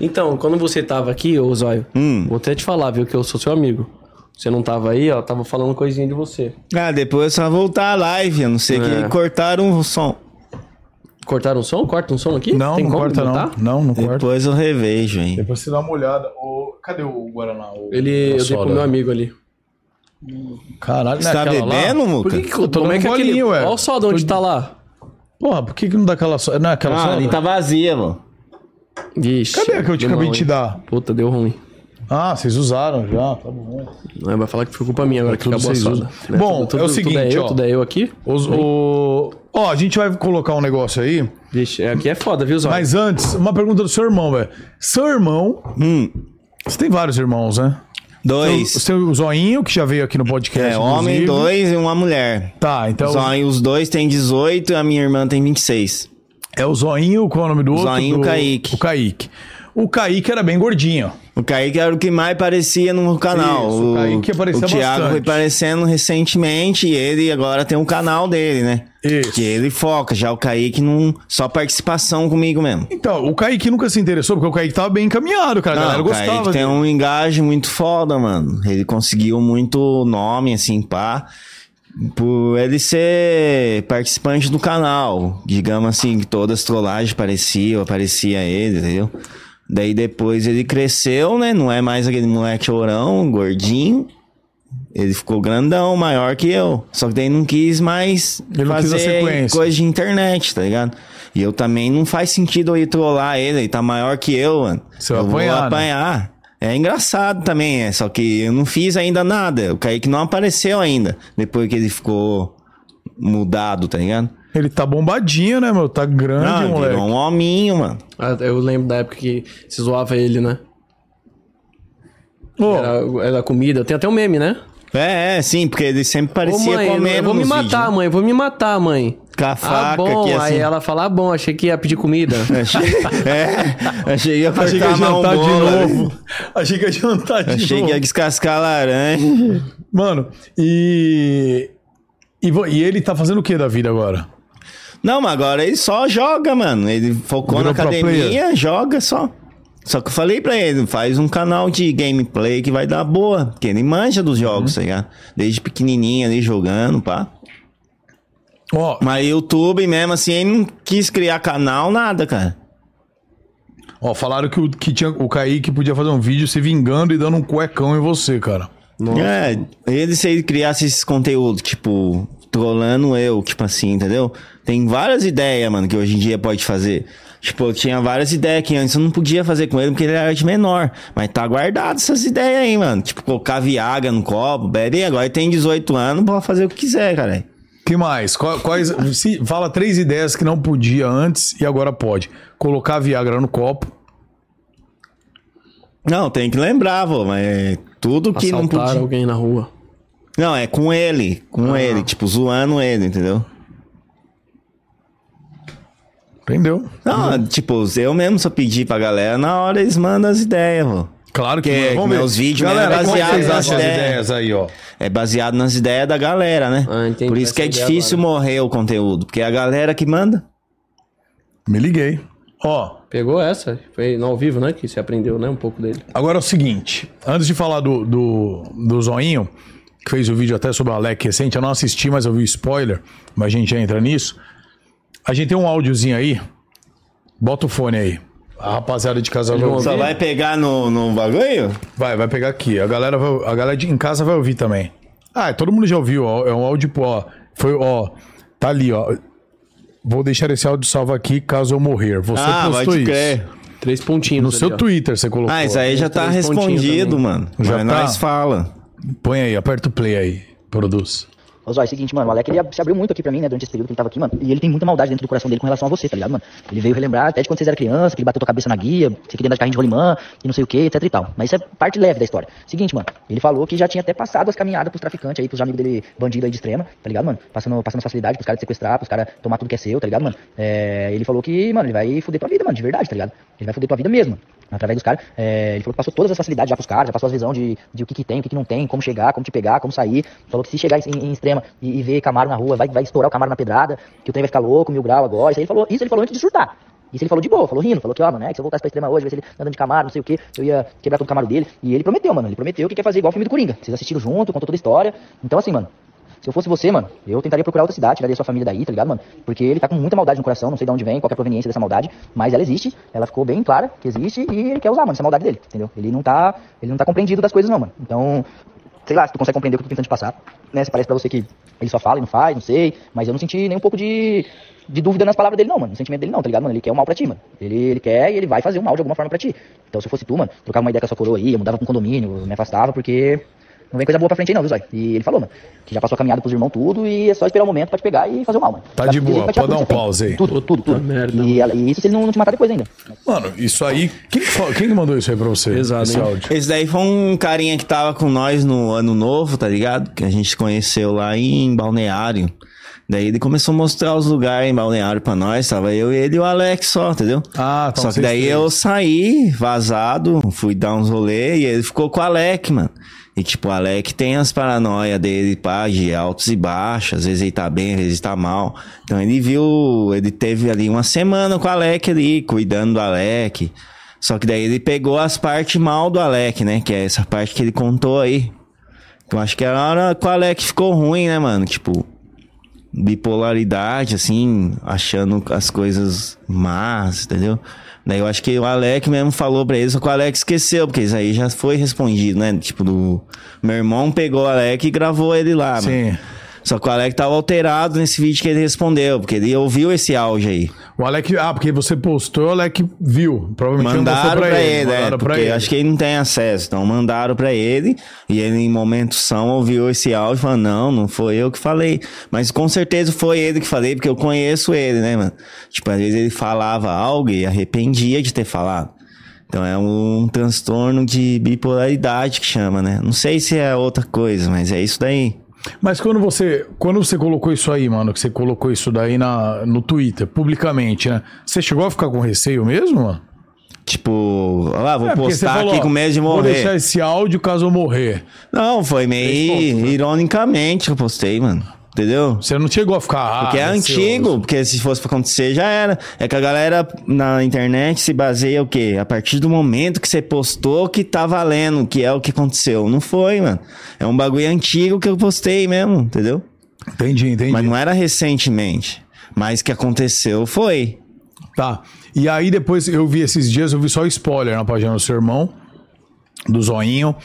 Então, quando você tava aqui, ô Zóio,
Hum.
vou até te falar, viu, que eu sou seu amigo. Você não tava aí, ó, tava falando coisinha de você.
Ah, depois é só voltar a live, a não ser
É.
que cortaram o som.
Cortaram um som? Corta um som aqui?
Não,
Tem
não
como
corta não.
botar?
Não, não corta.
Depois eu revejo, hein?
Depois você dá uma olhada. Ô, cadê o Guaraná? O- a
Ele, eu dei pro
soda?
meu amigo ali.
Caralho,
Você tá
naquela lá?
bebendo,
Por
Muca?
que,
tô
como é
dando
que
um
aquele...
golinho, ué.
Olha o soda onde
Tô-
tá lá.
Porra, por que, que não dá aquela soda? Não é aquela
Ah,
soda?
ali tá vazia, mano.
Vixe.
Cadê a que eu te
deu
acabei
mal,
de te
hein?
dar?
Puta, deu ruim.
Ah, vocês usaram já. Tá bom.
Não, vai falar que foi culpa minha agora que
Tudo
acabou a
vocês
soda.
usam. Bom, é o seguinte,
tudo é eu,
ó.
Tudo é eu aqui.
Os- o... Ó, a gente vai colocar um negócio aí.
Vixe, é, aqui é foda, viu, Zóio?
Mas antes, uma pergunta do seu irmão, velho. Seu irmão.
Hum.
Você tem vários irmãos, né? O
Dois.
seu Zoinho, que já veio aqui no podcast.
É, homem,
inclusive.
dois e uma mulher.
Tá, então.
Só, os dois têm 18 e a minha irmã tem 26.
É o Zoinho, qual é o nome do outro?
Zoinho e o
Do-
Kaique.
O Kaique. O Kaique era bem gordinho.
O Kaique era o que mais parecia no canal.
Isso, o Kaique aparecia
O Thiago
bastante.
foi aparecendo recentemente e ele agora tem um canal dele, né?
Isso.
Que ele foca. Já o Kaique não. Só participação comigo mesmo.
Então, o Kaique nunca se interessou, porque o Kaique tava bem encaminhado, cara. a galera
o Kaique
gostava.
tem
dele.
um engaje muito foda, mano. Ele conseguiu muito nome, assim, pá. Por ele ser participante do canal. Digamos assim, que todas as trollagens pareciam, aparecia ele, entendeu? Daí depois ele cresceu, né? Não é mais aquele moleque chorão, gordinho. Ele ficou grandão, maior que eu. Só que daí não quis mais
Ele não quis a
fazer
sequência.
coisa de internet, tá ligado? E eu também não faz sentido eu ir trollar ele, ele tá maior que eu, mano.
Você
eu
vai
vou
apanhar, né?
apanhar. É engraçado também, é. Só que eu não fiz ainda nada. O Kaique não apareceu ainda. Depois que ele ficou mudado, tá ligado?
Ele tá bombadinho, né, meu? Tá grande,
não, ele
moleque.
virou um hominho, mano.
Ah, Eu lembro da época que se zoava ele, né?
um-
Ô,
Era, era comida. Tem até um meme, né?
É, é, sim, porque ele sempre
Ô,
parecia
mãe,
comendo.
eu vou me
nos
matar,
vídeos, né?
mãe. Vou me matar, mãe.
Com a
ah,
faca
bom.
aqui, assim.
Aí ela fala, ah, bom, achei que ia pedir comida.
Achei, é, achei que ia cortar
achei que ia
a mão
jantar de
bola, né?
novo. Achei que ia jantar de
Achei
novo.
que ia descascar a laranja.
Mano, e... E, vo- e ele tá fazendo o que da vida agora?
Não, mas agora ele só joga, mano. Ele focou
Virou
na
pro
academia, joga só. Só que eu falei pra ele, faz um canal de gameplay que vai dar boa. Porque ele manja dos
Uhum.
jogos, tá ligado? Desde pequenininho ali jogando, pá.
Ó,
Mas YouTube mesmo assim, ele não quis criar canal, nada, cara.
ó falaram que o, que tinha, o Kaique podia fazer um vídeo se vingando e dando um cuecão em você, cara.
É, ele se ele criasse esse conteúdo, tipo, trolando eu, tipo assim, entendeu? Tem várias ideias, mano, que hoje em dia pode fazer. Tipo, eu tinha várias ideias que antes eu não podia fazer com ele porque ele era de menor. Mas tá guardado essas ideias aí, mano. Tipo, colocar viaga no copo, bebe. Agora ele tem 18 anos, pode fazer o que quiser, cara.
que mais? Qua- Quais, se, fala três ideias que não podia antes e agora pode. Colocar Viagra no copo.
Não, tem que lembrar, pô, mas é tudo que não
Assaltaram
podia.
alguém na rua.
Não, é com ele, com ele, tipo, zoando ele, entendeu?
Entendeu?
Não, tipo, eu mesmo só pedi pra galera, na hora eles mandam as ideias, pô.
Claro que,
Que
mano,
é, meus vídeos
Galera,
mesmo
como é que vocês
baseados
acham as
nas
ideias aí, ó?
É baseado nas ideias da galera, né?
Ah, entendi.
Por isso que é
Essa ideia
difícil morrer o conteúdo, porque é a galera que manda.
Me liguei. Ó,
Pegou essa. Foi no ao vivo, né? Que você aprendeu, né? Um pouco dele.
agora é o seguinte. Antes de falar do, do, do Zoinho, que fez o vídeo até sobre a Alec recente, eu não assisti, mas eu vi o spoiler, mas a gente já entra nisso. A gente tem um áudiozinho aí. Bota o fone aí. A rapaziada de casa vai
Só
ouvir.
vai pegar no, no bagulho?
Vai, vai pegar aqui. A galera, vai- a galera de, em casa vai ouvir também. Ah, todo mundo já ouviu. Ó, é um áudio, ó. Foi, ó. Tá ali, ó. Vou deixar esse áudio salvo aqui caso eu morrer. Você
ah, vai
postou
te
isso.
crer.
Três pontinhos.
No
ali,
seu
ó.
Twitter você colocou.
Ah, isso aí já tá
três pontinhos
respondido,
também.
mano.
Já
Mas
tá?
nós fala.
Põe aí, aperta o play aí. Produz.
Ô, Zói, seguinte, mano, é o Alec ele ab- se abriu muito aqui pra mim, né, durante esse período que ele tava aqui, mano. E ele tem muita maldade dentro do coração dele com relação a você, tá ligado, mano? Ele veio relembrar até de quando vocês eram criança, que ele bateu tua cabeça na guia, que você queria andar de carrinho de rolimã, e não sei o que, etc e tal. Mas isso é parte leve da história. Seguinte, mano, ele falou que já tinha até passado as caminhadas pros traficantes aí, pros amigos dele, bandido aí de extrema, tá ligado, mano? Passando, passando as facilidades pros caras te sequestrar, pros caras tomar tudo que é seu, tá ligado, mano? É, ele falou que, mano, ele vai fuder tua vida, mano, de verdade, tá ligado? Ele vai fuder tua vida mesmo. Através dos caras, é, ele falou que passou todas as facilidades já pros caras, já passou as visão de, de o que, que tem, o que, que não tem, como chegar, como te pegar, como sair. Falou que se chegar em, em extrema e, e ver Camaro na rua, vai, vai estourar o Camaro na pedrada, que o trem vai ficar louco, mil grau agora. Isso, aí ele falou, isso ele falou antes de surtar. Isso ele falou de boa, falou rindo, falou que, ó, mano, é que se eu voltasse pra extrema hoje, vai ser ele andando de Camaro, não sei o que, eu ia quebrar todo o Camaro dele. E ele prometeu, mano, ele prometeu que quer fazer igual o filme do Coringa. Vocês assistiram junto, contou toda a história. Então, assim, mano, se eu fosse você, mano, eu tentaria procurar outra cidade, tiraria sua família daí, tá ligado, mano? Porque ele tá com muita maldade no coração, não sei de onde vem, qual que é a proveniência dessa maldade, mas ela existe, ela ficou bem clara que existe e ele quer usar, mano, essa maldade dele, entendeu? Ele não tá, ele não tá compreendido das coisas não, mano. Então, sei lá, se tu consegue compreender o que eu tô tentando te passar, né? Se parece pra você que ele só fala e não faz, não sei, mas eu não senti nem um pouco de, de dúvida nas palavras dele não, mano, no sentimento dele não, tá ligado, mano? Ele quer o mal pra ti, mano. Ele, ele quer e ele vai fazer o mal de alguma forma pra ti. Então, se eu fosse tu, mano, trocava uma ideia com a sua coroa aí, eu mudava pra um condomínio, eu me afastava porque não vem coisa boa pra frente aí não, viu, Zói? E ele falou, mano, que já passou a caminhada pros irmãos tudo e é só esperar o momento pra te pegar e fazer o mal, mano.
Tá
Já
de
fiz direito
boa,
pra tirar
pode dar um
tudo que você tem.
pause aí.
Tudo, tudo, tudo.
merda,
e, ela- e isso se ele não, não te matar depois ainda.
Mano, isso aí. Quem que, fa- quem que mandou isso aí pra você?
Pesado,
esse
hein?
áudio.
Esse daí foi um carinha que tava com nós no ano novo, tá ligado? Que a gente se conheceu lá em Balneário. Daí ele começou a mostrar os lugares em balneário pra nós, tava eu, ele e o Alex só, entendeu?
Ah, então
Só que
vocês
daí
três.
eu saí vazado, fui dar uns rolê e ele ficou com o Alec, mano. E tipo, o Alec tem as paranoias dele, pá, de altos e baixos, às vezes ele tá bem, às vezes tá mal. Então ele viu, ele teve ali uma semana com o Alec ali, cuidando do Alec. Só que daí ele pegou as partes mal do Alec, né? Que é essa parte que ele contou aí. Eu acho que era a hora que o Alec ficou ruim, né, mano? Tipo, bipolaridade, assim, achando as coisas más, entendeu? Daí eu acho que o Alec mesmo falou pra eles, só que o Alec esqueceu, porque isso aí já foi respondido, né? Tipo, do. Meu irmão pegou o Alec e gravou ele lá, mano.
Sim.
Só que o Alec tava alterado nesse vídeo que ele respondeu, porque ele ouviu esse áudio aí.
O Alec. Ah, porque você postou, o Alec viu. Provavelmente não
Mandaram
mostrou
pra ele, é,
mandaram pra
porque
ele.
acho que ele não tem acesso. Então mandaram pra ele e ele em momento são ouviu esse áudio e falou, não, não foi eu que falei. Mas com certeza foi ele que falei, porque eu conheço ele, né, mano? Tipo, às vezes ele falava algo e arrependia de ter falado. Então é um transtorno de bipolaridade que chama, né? Não sei se é outra coisa, mas é isso daí.
Mas quando você, quando você colocou isso aí, mano, que você colocou isso daí na, no Twitter, publicamente, né? Você chegou a ficar com receio mesmo, mano?
Tipo, ó lá, vou
É, porque você
postar
falou,
aqui
ó,
com medo de
Vou
morrer.
deixar esse áudio caso eu morrer.
Não, foi meio
né?
ironicamente que eu postei, mano. Entendeu?
Você não chegou a ficar. ah,
Porque é
receoso.
antigo, porque se fosse pra acontecer já era. É que a galera na internet se baseia o quê? A partir do momento que você postou que tá valendo, que é o que aconteceu. Não foi, mano. É um bagulho antigo que eu postei mesmo, entendeu?
Entendi, entendi.
Mas não era recentemente. Mas que aconteceu foi.
Tá. E aí depois eu vi esses dias, eu vi só spoiler na página do seu irmão, do Zoinho,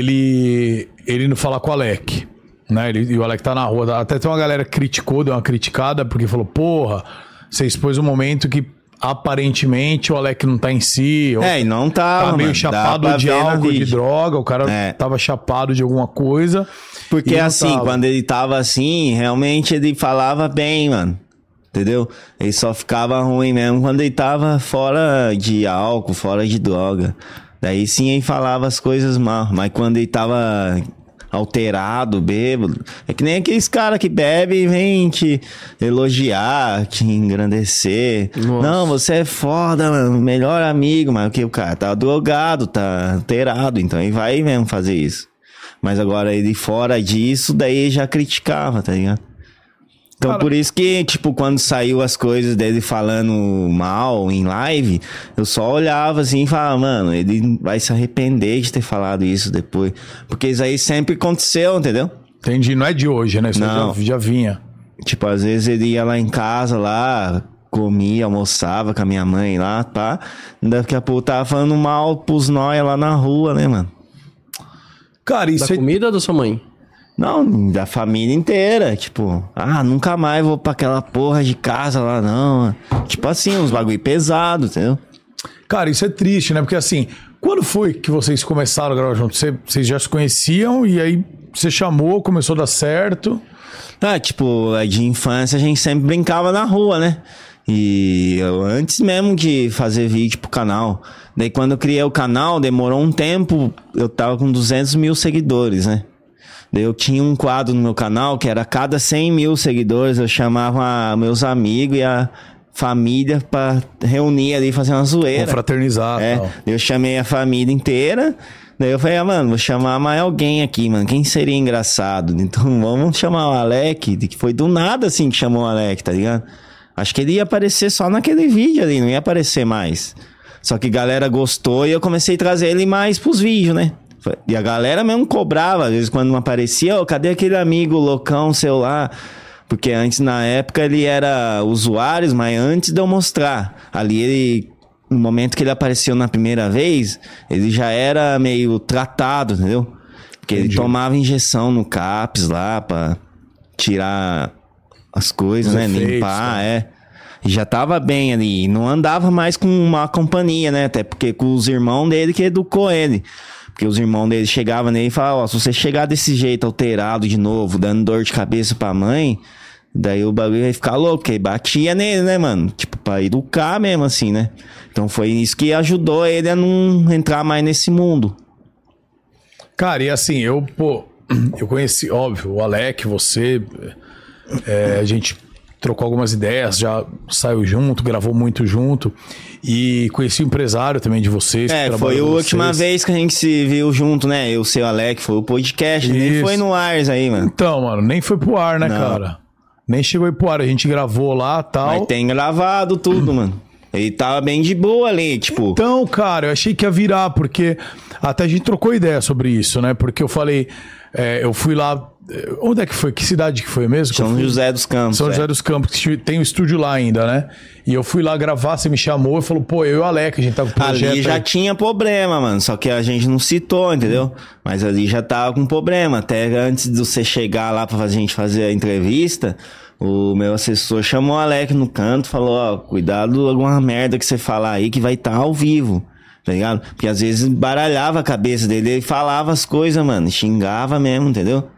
ele ele não fala com o Alec. Né? Ele, e o Alec tá na rua. tá? Até tem uma galera que criticou, deu uma criticada, porque falou, porra, você expôs um momento que aparentemente o Alec não tá em si. ou
É, e não
Tá
tava.
meio
mano. Dá
chapado
pra
de
ver na
álcool, de
vídeo.
droga, o cara
É.
tava chapado de alguma coisa.
Porque
e não
assim,
tava.
quando ele tava assim, realmente ele falava bem, mano. Entendeu? Ele só ficava ruim mesmo quando ele tava fora de álcool, fora de droga. Daí sim ele falava as coisas mal. Mas quando ele tava alterado, bêbado, é que nem aqueles caras que bebe e vem te elogiar, te engrandecer. Não, você é foda, mano. Melhor amigo, mas o que o cara tá drogado, tá alterado, então ele vai mesmo fazer isso. Mas agora ele fora disso, daí já criticava, tá ligado? Então por isso que, tipo, quando saiu as coisas dele falando mal em live, eu só olhava assim e falava, mano, ele vai se arrepender de ter falado isso depois. Porque isso aí sempre aconteceu, entendeu?
Entendi, não é de hoje, né? Isso
Não.
Já, já vinha.
Tipo, às vezes ele ia lá em casa, lá, comia, almoçava com a minha mãe lá, pá. Daqui a pouco tava falando mal pros nóia lá na rua, né, mano?
Cara,
Da
isso é
comida ou da sua mãe?
Não, da família inteira. Tipo, ah, nunca mais vou pra aquela porra de casa lá, não. Tipo assim, uns bagulho pesado, entendeu?
Cara, isso é triste, né? Porque assim, quando foi que vocês começaram a gravar junto? Você- Vocês já se conheciam e aí você chamou, começou a dar certo.
Ah, tipo, é de infância a gente sempre brincava na rua, né? E eu, antes mesmo de fazer vídeo pro canal. Daí quando eu criei o canal, demorou um tempo, eu tava com 200 mil seguidores, né? Daí eu tinha um quadro no meu canal que era a cada 100 mil seguidores, eu chamava meus amigos e a família pra reunir ali e fazer uma zoeira.
Confraternizar.
É,
tal.
eu chamei a família inteira. Daí eu falei, ah, mano, vou chamar mais alguém aqui, mano. Quem seria engraçado? Então vamos chamar o Alec, de que foi do nada assim que chamou o Alec, tá ligado? Acho que ele ia aparecer só naquele vídeo ali, não ia aparecer mais. Só que a galera gostou e eu comecei a trazer ele mais pros vídeos, né? E a galera mesmo cobrava, às vezes quando não aparecia, ô, cadê aquele amigo loucão seu lá? Porque antes, na época, ele era usuários, mas antes de eu mostrar. Ali ele no momento que ele apareceu na primeira vez, ele já era meio tratado, entendeu? Porque ele tomava injeção no CAPS lá pra tirar as coisas,
Os
né?
efeitos,
Limpar,
tá.
é. E Já tava bem ali, e não andava mais com uma companhia, né? Até porque com os irmãos dele que educou ele. Porque os irmãos dele chegavam nele e falavam, ó, se você chegar desse jeito alterado de novo, dando dor de cabeça pra mãe, daí o bagulho ia ficar louco, porque batia nele, né, mano? Tipo, pra educar mesmo, assim, né? Então foi isso que ajudou ele a não entrar mais nesse mundo.
Cara, e assim, eu, pô, eu conheci, óbvio, o Alec, você. É, a gente trocou algumas ideias, já saiu junto, gravou muito junto. E conheci o empresário também de vocês. que
É,
trabalha
foi a
com
última
vocês.
vez que a gente se viu junto, né? Eu, seu Alec, foi o podcast, nem
Isso.
foi no Ars aí, mano.
Então, mano, nem foi pro ar, né, cara? Nem chegou aí pro ar. A gente gravou lá tal.
Mas tem gravado tudo, mano. Ele tava bem de boa ali, tipo.
Então, cara, eu achei que ia virar, porque até a gente trocou ideia sobre isso, né? Porque eu falei, é, eu fui lá. eh, Onde é que foi? Que cidade que foi mesmo? que eu
São
fui?
José dos Campos.
São
é.
José dos Campos, que tem o estúdio lá ainda, né? E eu fui lá gravar, você me chamou e falou, pô, eu e o Alec, a gente tava com o projeto.
Ali já
aí.
tinha problema, mano. Só que a gente não citou, entendeu? Mas ali já tava com problema. Até antes de você chegar lá pra gente fazer a entrevista, o meu assessor chamou o Alec no canto, falou, ó, cuidado com alguma merda que você falar aí que vai estar ao vivo. Tá ligado? Porque às vezes baralhava a cabeça dele, ele falava as coisas, mano, xingava mesmo, entendeu?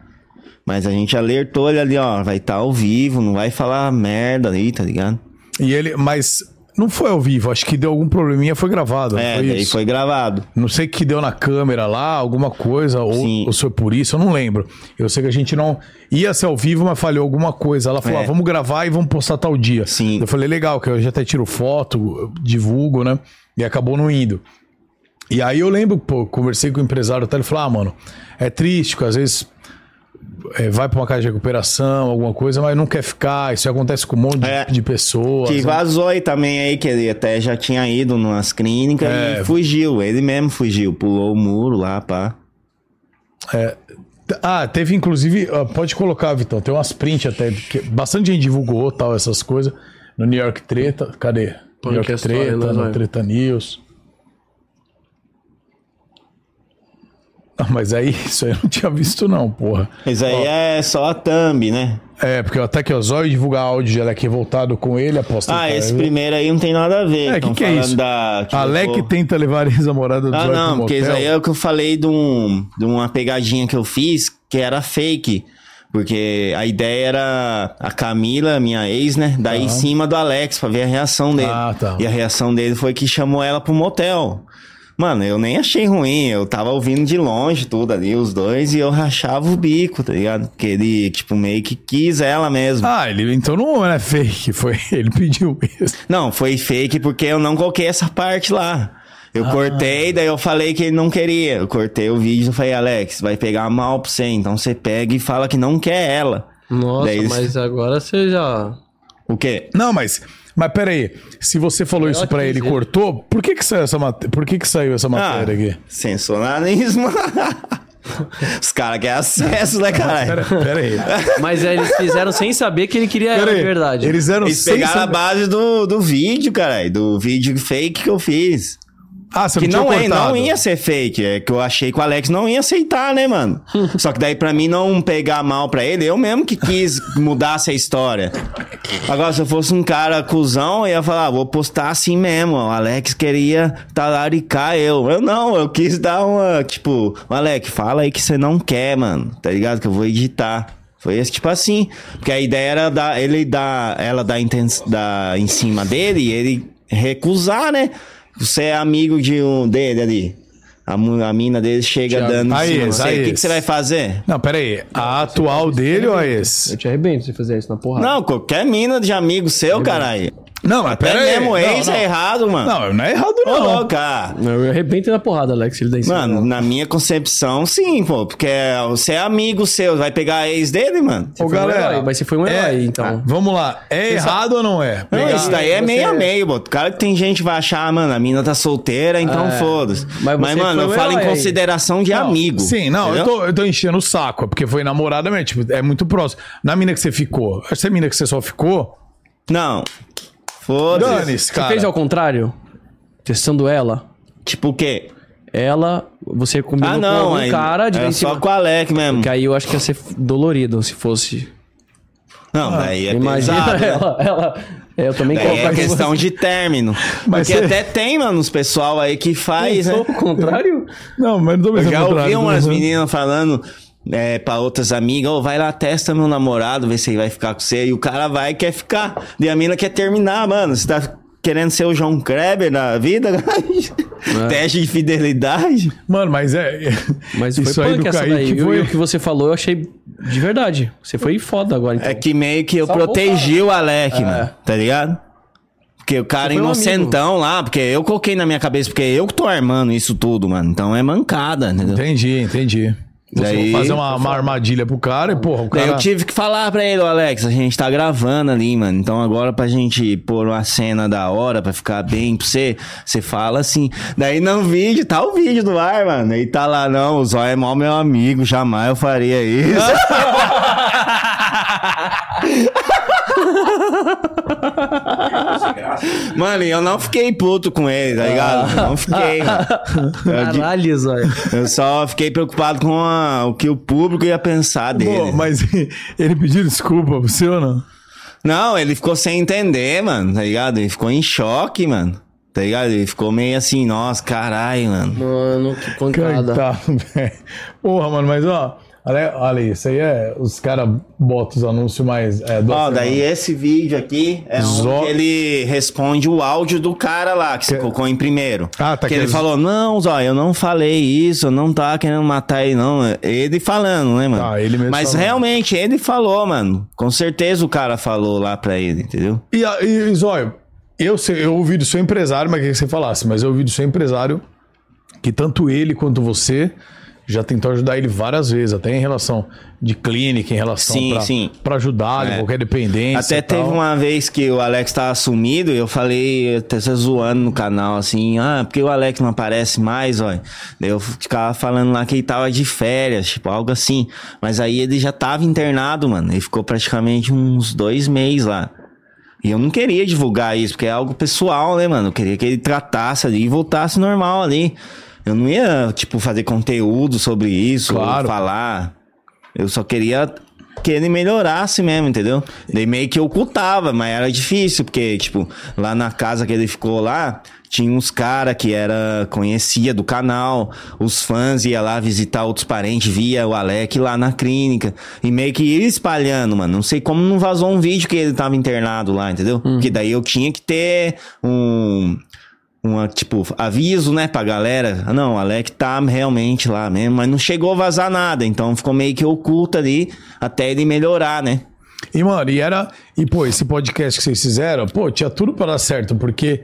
Mas a gente alertou ele ali, ó, vai estar ao vivo, não vai falar merda aí, tá ligado?
E ele, mas não foi ao vivo, acho que deu algum probleminha, foi gravado. não
É,
foi
daí
isso?
foi gravado.
Não sei o que deu na câmera lá, alguma coisa, ou,
Sim.
ou se foi por isso, eu não lembro. Eu sei que a gente não ia ser ao vivo, mas falhou alguma coisa. Ela falou,
É.
ah, vamos gravar e vamos postar tal dia.
Sim.
Eu falei, legal, que eu já até tiro foto, divulgo, né? E acabou não indo. E aí eu lembro, pô, conversei com o empresário até, ele falou, ah, mano, é triste, que às vezes é, vai pra uma casa de recuperação, alguma coisa, mas não quer ficar, isso acontece com um monte de,
É.
de pessoas.
Que
né?
vazou aí também aí, que ele até já tinha ido nas clínicas
É.
e fugiu. Ele mesmo fugiu, pulou o muro lá, pá.
Ah, teve inclusive. ah, Pode colocar, Vitão. Tem umas print até. Porque bastante gente divulgou tal, essas coisas. No New York Treta. Cadê? New York
Podcast
Treta,
Arena,
no
vai.
Treta News. Ah, mas aí, isso aí eu não tinha visto, não, porra.
Mas aí é só a thumb, né?
É, porque até que o Zóio divulgar áudio é de Alec revoltado com ele, aposta.
Ah,
que-
esse primeiro aí não tem nada a ver.
É,
Tão
que que é
falando
isso?
Da, que
Alec
levou-
tenta levar a ex-namorada do
Ah,
Zóio pro
não, porque isso
motel.
aí é o que eu falei de, um, de uma pegadinha que eu fiz, que era fake. Porque a ideia era a Camila, minha ex, né? Daí em cima do Alex pra ver a reação dele.
Ah, tá.
E a reação dele foi que chamou ela pro motel. Mano, eu nem achei ruim, eu tava ouvindo de longe tudo ali, os dois, e eu rachava o bico, tá ligado? Porque ele, tipo, meio que quis ela mesmo.
Ah, ele então não é fake, foi ele pediu isso.
Não, foi fake porque eu não coloquei essa parte lá. Eu
Ah.
cortei, daí eu falei que ele não queria. Eu cortei o vídeo e falei, Alex, vai pegar mal pra você, então você pega e fala que não quer ela.
Nossa,
Daí-
mas agora você já.
O quê?
Não, mas, mas peraí, se você falou isso pra ele e cortou, por que que saiu essa matéria? Por que que saiu essa
Ah,
matéria aqui?
sensacionalismo. Os caras querem acesso, né,
Pera,
caralho?
peraí.
Mas é, eles fizeram sem saber que ele queria ela
peraí.
de É verdade.
Eles eram
Eles é-
sem
pegaram a
saber-
base do, do vídeo, caralho. Do vídeo fake que eu fiz.
Ah, você
Que não, é,
tinha cortado.
não ia ser fake. É que eu achei que o Alex não ia aceitar, né, mano? Só que daí, pra mim não pegar mal pra ele, eu mesmo que quis mudar essa história. Agora, se eu fosse um cara cuzão, eu ia falar, "Ah, vou postar assim mesmo. O Alex queria talaricar eu. Eu não, eu quis dar uma, tipo, "O Alex, fala aí que você não quer, mano. Tá ligado? Que eu vou editar. Foi esse tipo assim. Porque a ideia era dar, ele dar, ela dar, intens- dar em cima dele e ele recusar, né? Você é amigo de um dele ali. A, mu- a mina dele chega
Thiago.
dando em
Aí,
cima. de você.
aí.
o que, que você vai fazer?
Não, peraí. A atual dele ou a
é.
esse?
Eu te arrebento se fizer isso na
Ah.
porrada.
Não, qualquer mina de amigo seu, caralho.
Não, mas
Até
peraí.
mesmo
não,
ex
não.
é errado, mano.
Não, não é errado
Ô,
não.
louco, cara.
Eu arrebento na porrada, Alex. Ele dá em cima.
Mano, na minha concepção, sim, pô. Porque você é amigo seu, vai pegar a ex dele, mano?
Ô,
foi um
galera.
herói, mas você foi um herói, então.
Ah, Vamos lá. É errado ou não é?
Não,
Pegar-
isso daí é meio a meio, pô. Claro que tem gente que vai achar, "Ah, mano, a mina tá solteira, então
É.
foda-se.
Mas
Mas,
você
mano, eu
foi um
falo em
herói.
consideração de
Não,
é amigo.
Sim, não, eu
entendeu?
tô, eu tô enchendo o saco, é porque foi namorada mesmo, tipo, é muito próximo. Na mina que você ficou, essa mina que você só ficou,
Não. Foda-se.
dane-se,
Você
cara.
fez ao contrário? Testando ela.
Tipo o quê?
Ela, você combinou
Ah,
com
não,
algum
aí.
cara de dar
era
em
só
cima.
com o Alec mesmo.
Que aí eu acho que ia ser dolorido se fosse.
Não, daí é
Imagina
pesado. né?
ela, ela. É, eu também
Daí é
com
questão de término.
Mas
Porque
você-
até tem, mano, os pessoal aí que faz, né?
Pensou o contrário?
Não, mas não tô
Eu
pensando
já
ao
ouvi
contrário, tô
umas
né?
pensando-
meninas falando é, pra outras amigas, ô, vai lá, testa meu namorado, vê se ele vai ficar com você. E o cara vai e quer ficar. E a mina quer terminar, mano. Você tá querendo ser o João Kleber na vida?
É.
Teste de fidelidade?
Mano, mas é.
Mas foi punk essa daí. E o que você falou eu achei De verdade. Você foi foda agora, então.
É que meio que eu
Salvou
protegi o Alec, mano. Tá ligado? Porque o cara inocentão lá, porque eu coloquei na minha cabeça, porque eu que tô armando isso tudo, mano. Então é mancada, entendeu?
Entendi, entendi. Você
Daí-
fazer uma, uma armadilha pro cara e, porra, o
Daí
cara.
Eu tive que falar pra ele, "Ô, Alex, a gente tá gravando ali, mano. Então agora pra gente pôr uma cena da hora, pra ficar bem pra você, você fala assim. Daí não vídeo, tá o vídeo do ar, mano. E tá lá, não, o Zóio é mó meu amigo, jamais eu faria isso. mano, e eu não fiquei puto com ele, tá ligado? Não fiquei, mano. Eu de-
Caralho, Zóia.
Eu só fiquei preocupado com a- o que o público ia pensar dele.
Pô, mas ele pediu desculpa pro seu ou não?
Não, ele ficou sem entender, mano, tá ligado? Ele ficou em choque, mano. Tá ligado? Ele ficou meio assim, nossa, caralho, mano.
Mano, que pancada.
Coitado, velho. Porra, mano, mas ó. Olha, olha aí, isso aí é. Os caras botam os anúncios mais. É, do
Ó, daí esse vídeo aqui é
Zó-
um que ele responde o áudio do cara lá, que você colocou em primeiro.
Ah, tá
Que ele
aqui.
falou, não, Zó, eu não falei isso, eu não tava querendo matar ele, não. Ele falando, né, mano?
Tá, ele mesmo
Mas
falando.
realmente, ele falou, mano. Com certeza o cara falou lá pra ele, entendeu?
E, a- e, e Zóio, eu, sei- eu ouvi do seu empresário, mas queria que você falasse, mas eu ouvi do seu empresário que tanto ele quanto você já tentou ajudar ele várias vezes, até em relação de clínica, em relação
Sim,
pra,
sim.
pra ajudar ele,
É.
qualquer dependência.
Até
e tal.
teve uma vez que o Alex tava sumido e eu falei, até você zoando no canal, assim, ah, porque o Alex não aparece mais, ó. Daí Eu ficava falando lá que ele tava de férias, tipo, algo assim. Mas aí ele já tava internado, mano. Ele ficou praticamente uns dois meses lá. E eu não queria divulgar isso, porque é algo pessoal, né, mano? Eu queria que ele tratasse ali e voltasse normal ali. Eu não ia, tipo, fazer conteúdo sobre isso, ou
Claro.
falar. Eu só queria que ele melhorasse mesmo, entendeu? Daí meio que ocultava, mas era difícil, porque, tipo, lá na casa que ele ficou lá, tinha uns cara que era conhecia do canal, os fãs ia lá visitar outros parentes, via o Alec lá na clínica, e meio que ia espalhando, mano. Não sei como não vazou um vídeo que ele tava internado lá, entendeu? Porque daí eu tinha que ter um uma, tipo, aviso, né, pra galera. Ah, Não, o Alec tá realmente lá mesmo, mas não chegou a vazar nada, então ficou meio que oculto ali até ele melhorar, né?
E, mano, e era. E, pô, esse podcast que vocês fizeram, pô, tinha tudo pra dar certo, porque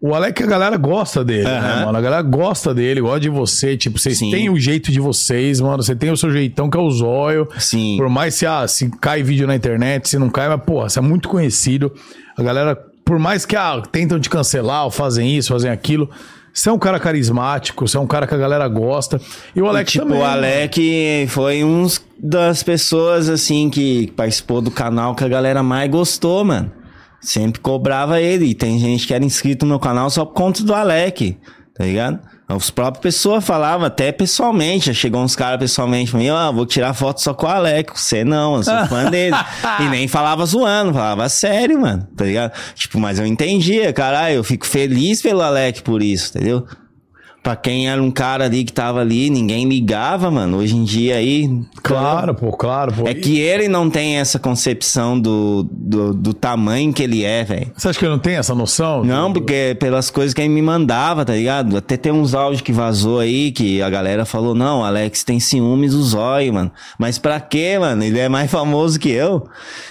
o Alec, a galera gosta dele, né,
Aham.
mano? A galera gosta dele, gosta de você. Tipo, vocês
Sim.
têm o jeito de vocês, mano. Você tem o seu jeitão, que é o zóio.
Sim.
Por mais se, ah, se cai vídeo na internet, se não cai, mas, porra, você é muito conhecido. A galera, por mais que ah, tentam te cancelar, ou fazem isso, fazem aquilo. Você é um cara carismático, você é um cara que a galera gosta. E o Alec
E, tipo,
também. né?
o
mano.
Alec foi um das pessoas, assim, que participou do canal que a galera mais gostou, mano. Sempre cobrava ele. E tem gente que era inscrito no canal só por conta do Alec, tá ligado? As próprias pessoas falavam, até pessoalmente. Já chegou uns caras pessoalmente pra mim, ó, vou tirar foto só com o Alec. Você não, eu sou fã dele. E nem falava zoando, falava sério, mano, tá ligado? Tipo, mas eu entendia, caralho, eu fico feliz pelo Alec por isso, entendeu? Pra quem era um cara ali que tava ali, ninguém ligava, mano. Hoje em dia aí.
Claro, pô, claro, pô.
É que ele não tem essa concepção do, do, do tamanho que ele é, velho.
Você acha que eu não tenho essa noção?
Não, porque pelas coisas que ele me mandava, tá ligado? Até tem uns áudios que vazou aí que a galera falou: não, Alex tem ciúmes do zóio, mano. Mas pra quê, mano? Ele é mais famoso que eu.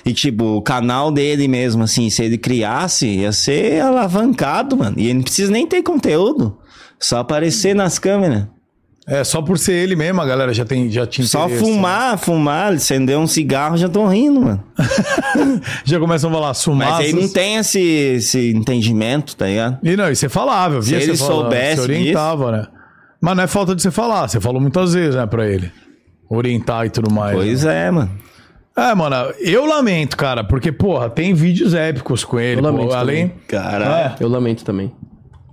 E, tipo, o canal dele mesmo, assim, se ele criasse, ia ser alavancado, mano. E ele não precisa nem ter conteúdo. Só aparecer nas câmeras.
É, só por ser ele mesmo, a galera já, tem, já tinha
Só
interesse,
fumar, fumar, acender um cigarro, já tô rindo, mano.
né? Já começam a falar,
Mas
sumaços.
ele não tem esse, esse entendimento, tá ligado?
E não, e você falava, eu via
Se
você
ele
falando,
soubesse
você orientava, né? Mas não é falta de você falar, você falou muitas vezes, né, pra ele. Orientar e tudo mais.
Pois é, mano.
É, mano, eu lamento, cara, porque, porra, tem vídeos épicos com ele.
Eu
pô,
lamento
além.
Caralho.
Eu lamento também.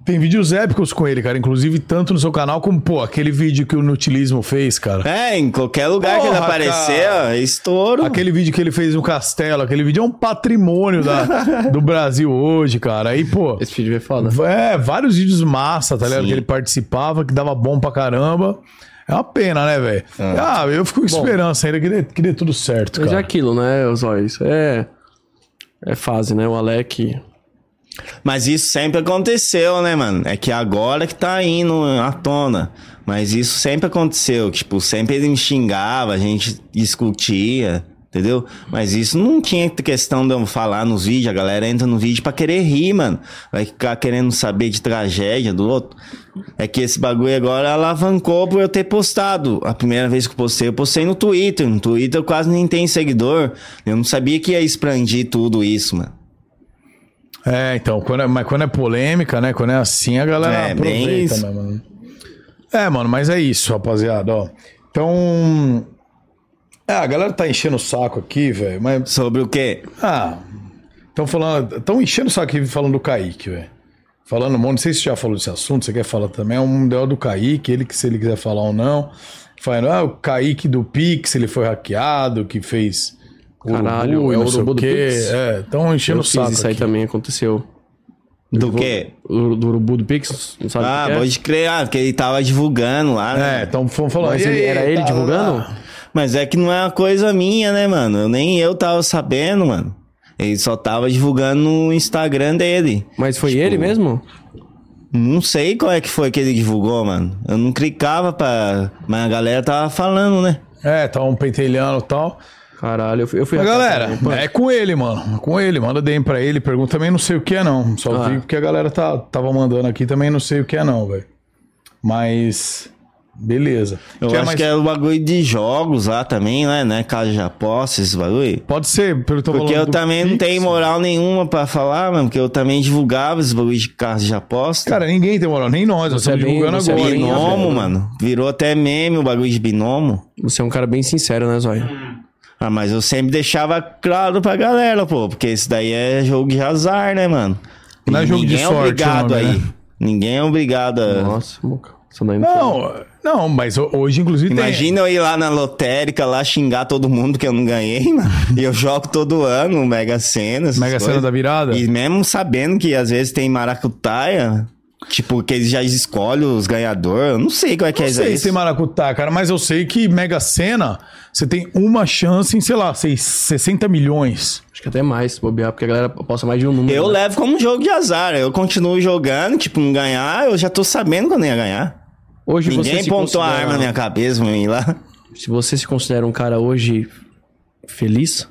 Tem vídeos épicos com ele, cara, inclusive tanto no seu canal como, pô, aquele vídeo que o Nutilismo fez, cara.
É, em qualquer lugar que ele
Porra,
aparecer,
cara.
ó, é estouro.
Aquele vídeo que ele fez no castelo, aquele vídeo é um patrimônio da- do Brasil hoje, cara. Aí, pô.
Esse vídeo é foda.
É, vários vídeos massa, tá ligado?
Sim.
Que ele participava, que dava bom pra caramba. É uma pena, né, velho? Ah, eu fico com esperança ainda que dê, que dê tudo certo,
É. Mas é
cara.
aquilo, né, Zóia? Isso é. É fase, né? O Alec.
Mas isso sempre aconteceu, né, mano? É que agora que tá indo à tona. Mas isso sempre aconteceu. Tipo, sempre ele me xingava, a gente discutia, entendeu? Mas isso não tinha questão de eu falar nos vídeos. A galera entra no vídeo pra querer rir, mano. Vai ficar querendo saber de tragédia do outro. É que esse bagulho agora alavancou por eu ter postado. A primeira vez que eu postei, eu postei no Twitter. No Twitter eu quase nem tenho seguidor. Eu não sabia que ia expandir tudo isso, mano.
É, então, quando é, mas quando é polêmica, né? Quando é assim, a galera
É, bem
aproveita,
isso.
né, mano? É, mano, mas é isso, rapaziada, ó. Então. É, a galera tá enchendo o saco aqui, velho, mas.
Sobre o quê?
Ah. Estão falando. Estão enchendo o saco aqui falando do Kaique, velho. Falando um monte, não sei se você já falou desse assunto, você quer falar também, é um ideal do Kaique, ele que se ele quiser falar ou não. Falando, ah, o Kaique do Pix, ele foi hackeado, que fez.
Caralho,
urubu e
é o
não sei
urubu do
quê.
Pix?
É, estão enchendo
Eu
o saco.
fiz isso aí
aqui.
também, aconteceu.
Do quê?
O- Do urubu do Pix, não sabe
Ah,
o que é?
pode crer, ah, porque ele tava divulgando lá. né?
É, então fomos falando.
Mas
e
ele-
aí,
assim, era ele
tá,
divulgando?
Mas é que não é uma coisa minha, né, mano? Eu, nem eu tava sabendo, mano. Ele só tava divulgando no Instagram dele.
Mas foi
Tipo-
ele mesmo?
Não sei qual é que foi que ele divulgou, mano. Eu não clicava pra. Mas a galera tava falando, né?
É, tá um pentelhando e tal.
Caralho, eu fui. Eu fui
Mas,
atrás
galera,
também, pô.
é com ele, mano. É com ele. Manda DM pra ele, pergunta também, não sei o que é, não. Só
Ah.
vi porque a galera tá, tava mandando aqui também, não sei o que é, não, velho. Mas. Beleza.
Eu
Quer
acho
mais-
que é o bagulho de jogos lá também, né? né? Casa de aposta, esse bagulho.
Pode ser, pelo que tô
Porque
falando
eu
do
também não
Pix.
tenho moral nenhuma pra falar, mano. Porque eu também divulgava esse bagulho de casa de aposta.
Cara, ninguém tem moral, nem nós, nós
Você é
estamos
bem-
divulgando
você é
agora.
bem-
hein?
Binomo,
velho.
mano. Virou até meme o bagulho de binomo.
Você é um cara bem sincero, né, Zóia?
Ah, mas eu sempre deixava claro pra galera, pô. Porque isso daí é jogo de azar, né, mano?
Não é jogo de
Ninguém
sorte,
é obrigado
não, né?
aí. Ninguém é obrigado a...
Nossa, boca. tá Isso daí não foi.
Não, não, mas ho- hoje, inclusive, tem.
Imagina eu ir lá na lotérica, lá xingar todo mundo que eu não ganhei, mano. E eu jogo todo ano, o Mega Sena. essas
Mega Sena
coisas.
da virada.
E mesmo sabendo que às vezes tem maracutaia, tipo, que eles já escolhem os ganhadores. Eu não sei qual é que é
Não sei se
isso.
tem maracutá, cara, mas eu sei que Mega Sena, você tem uma chance em, sei lá, seis- 60 milhões.
Acho que até mais, se bobear, porque a galera posta mais de um número.
Eu
né?
levo como jogo de azar. Eu continuo jogando, tipo, não ganhar, eu já tô sabendo que eu não ia ganhar.
Hoje
Ninguém
se
apontou
considera-
a arma né? na minha cabeça pra mim ir lá.
Se você se considera um cara hoje feliz,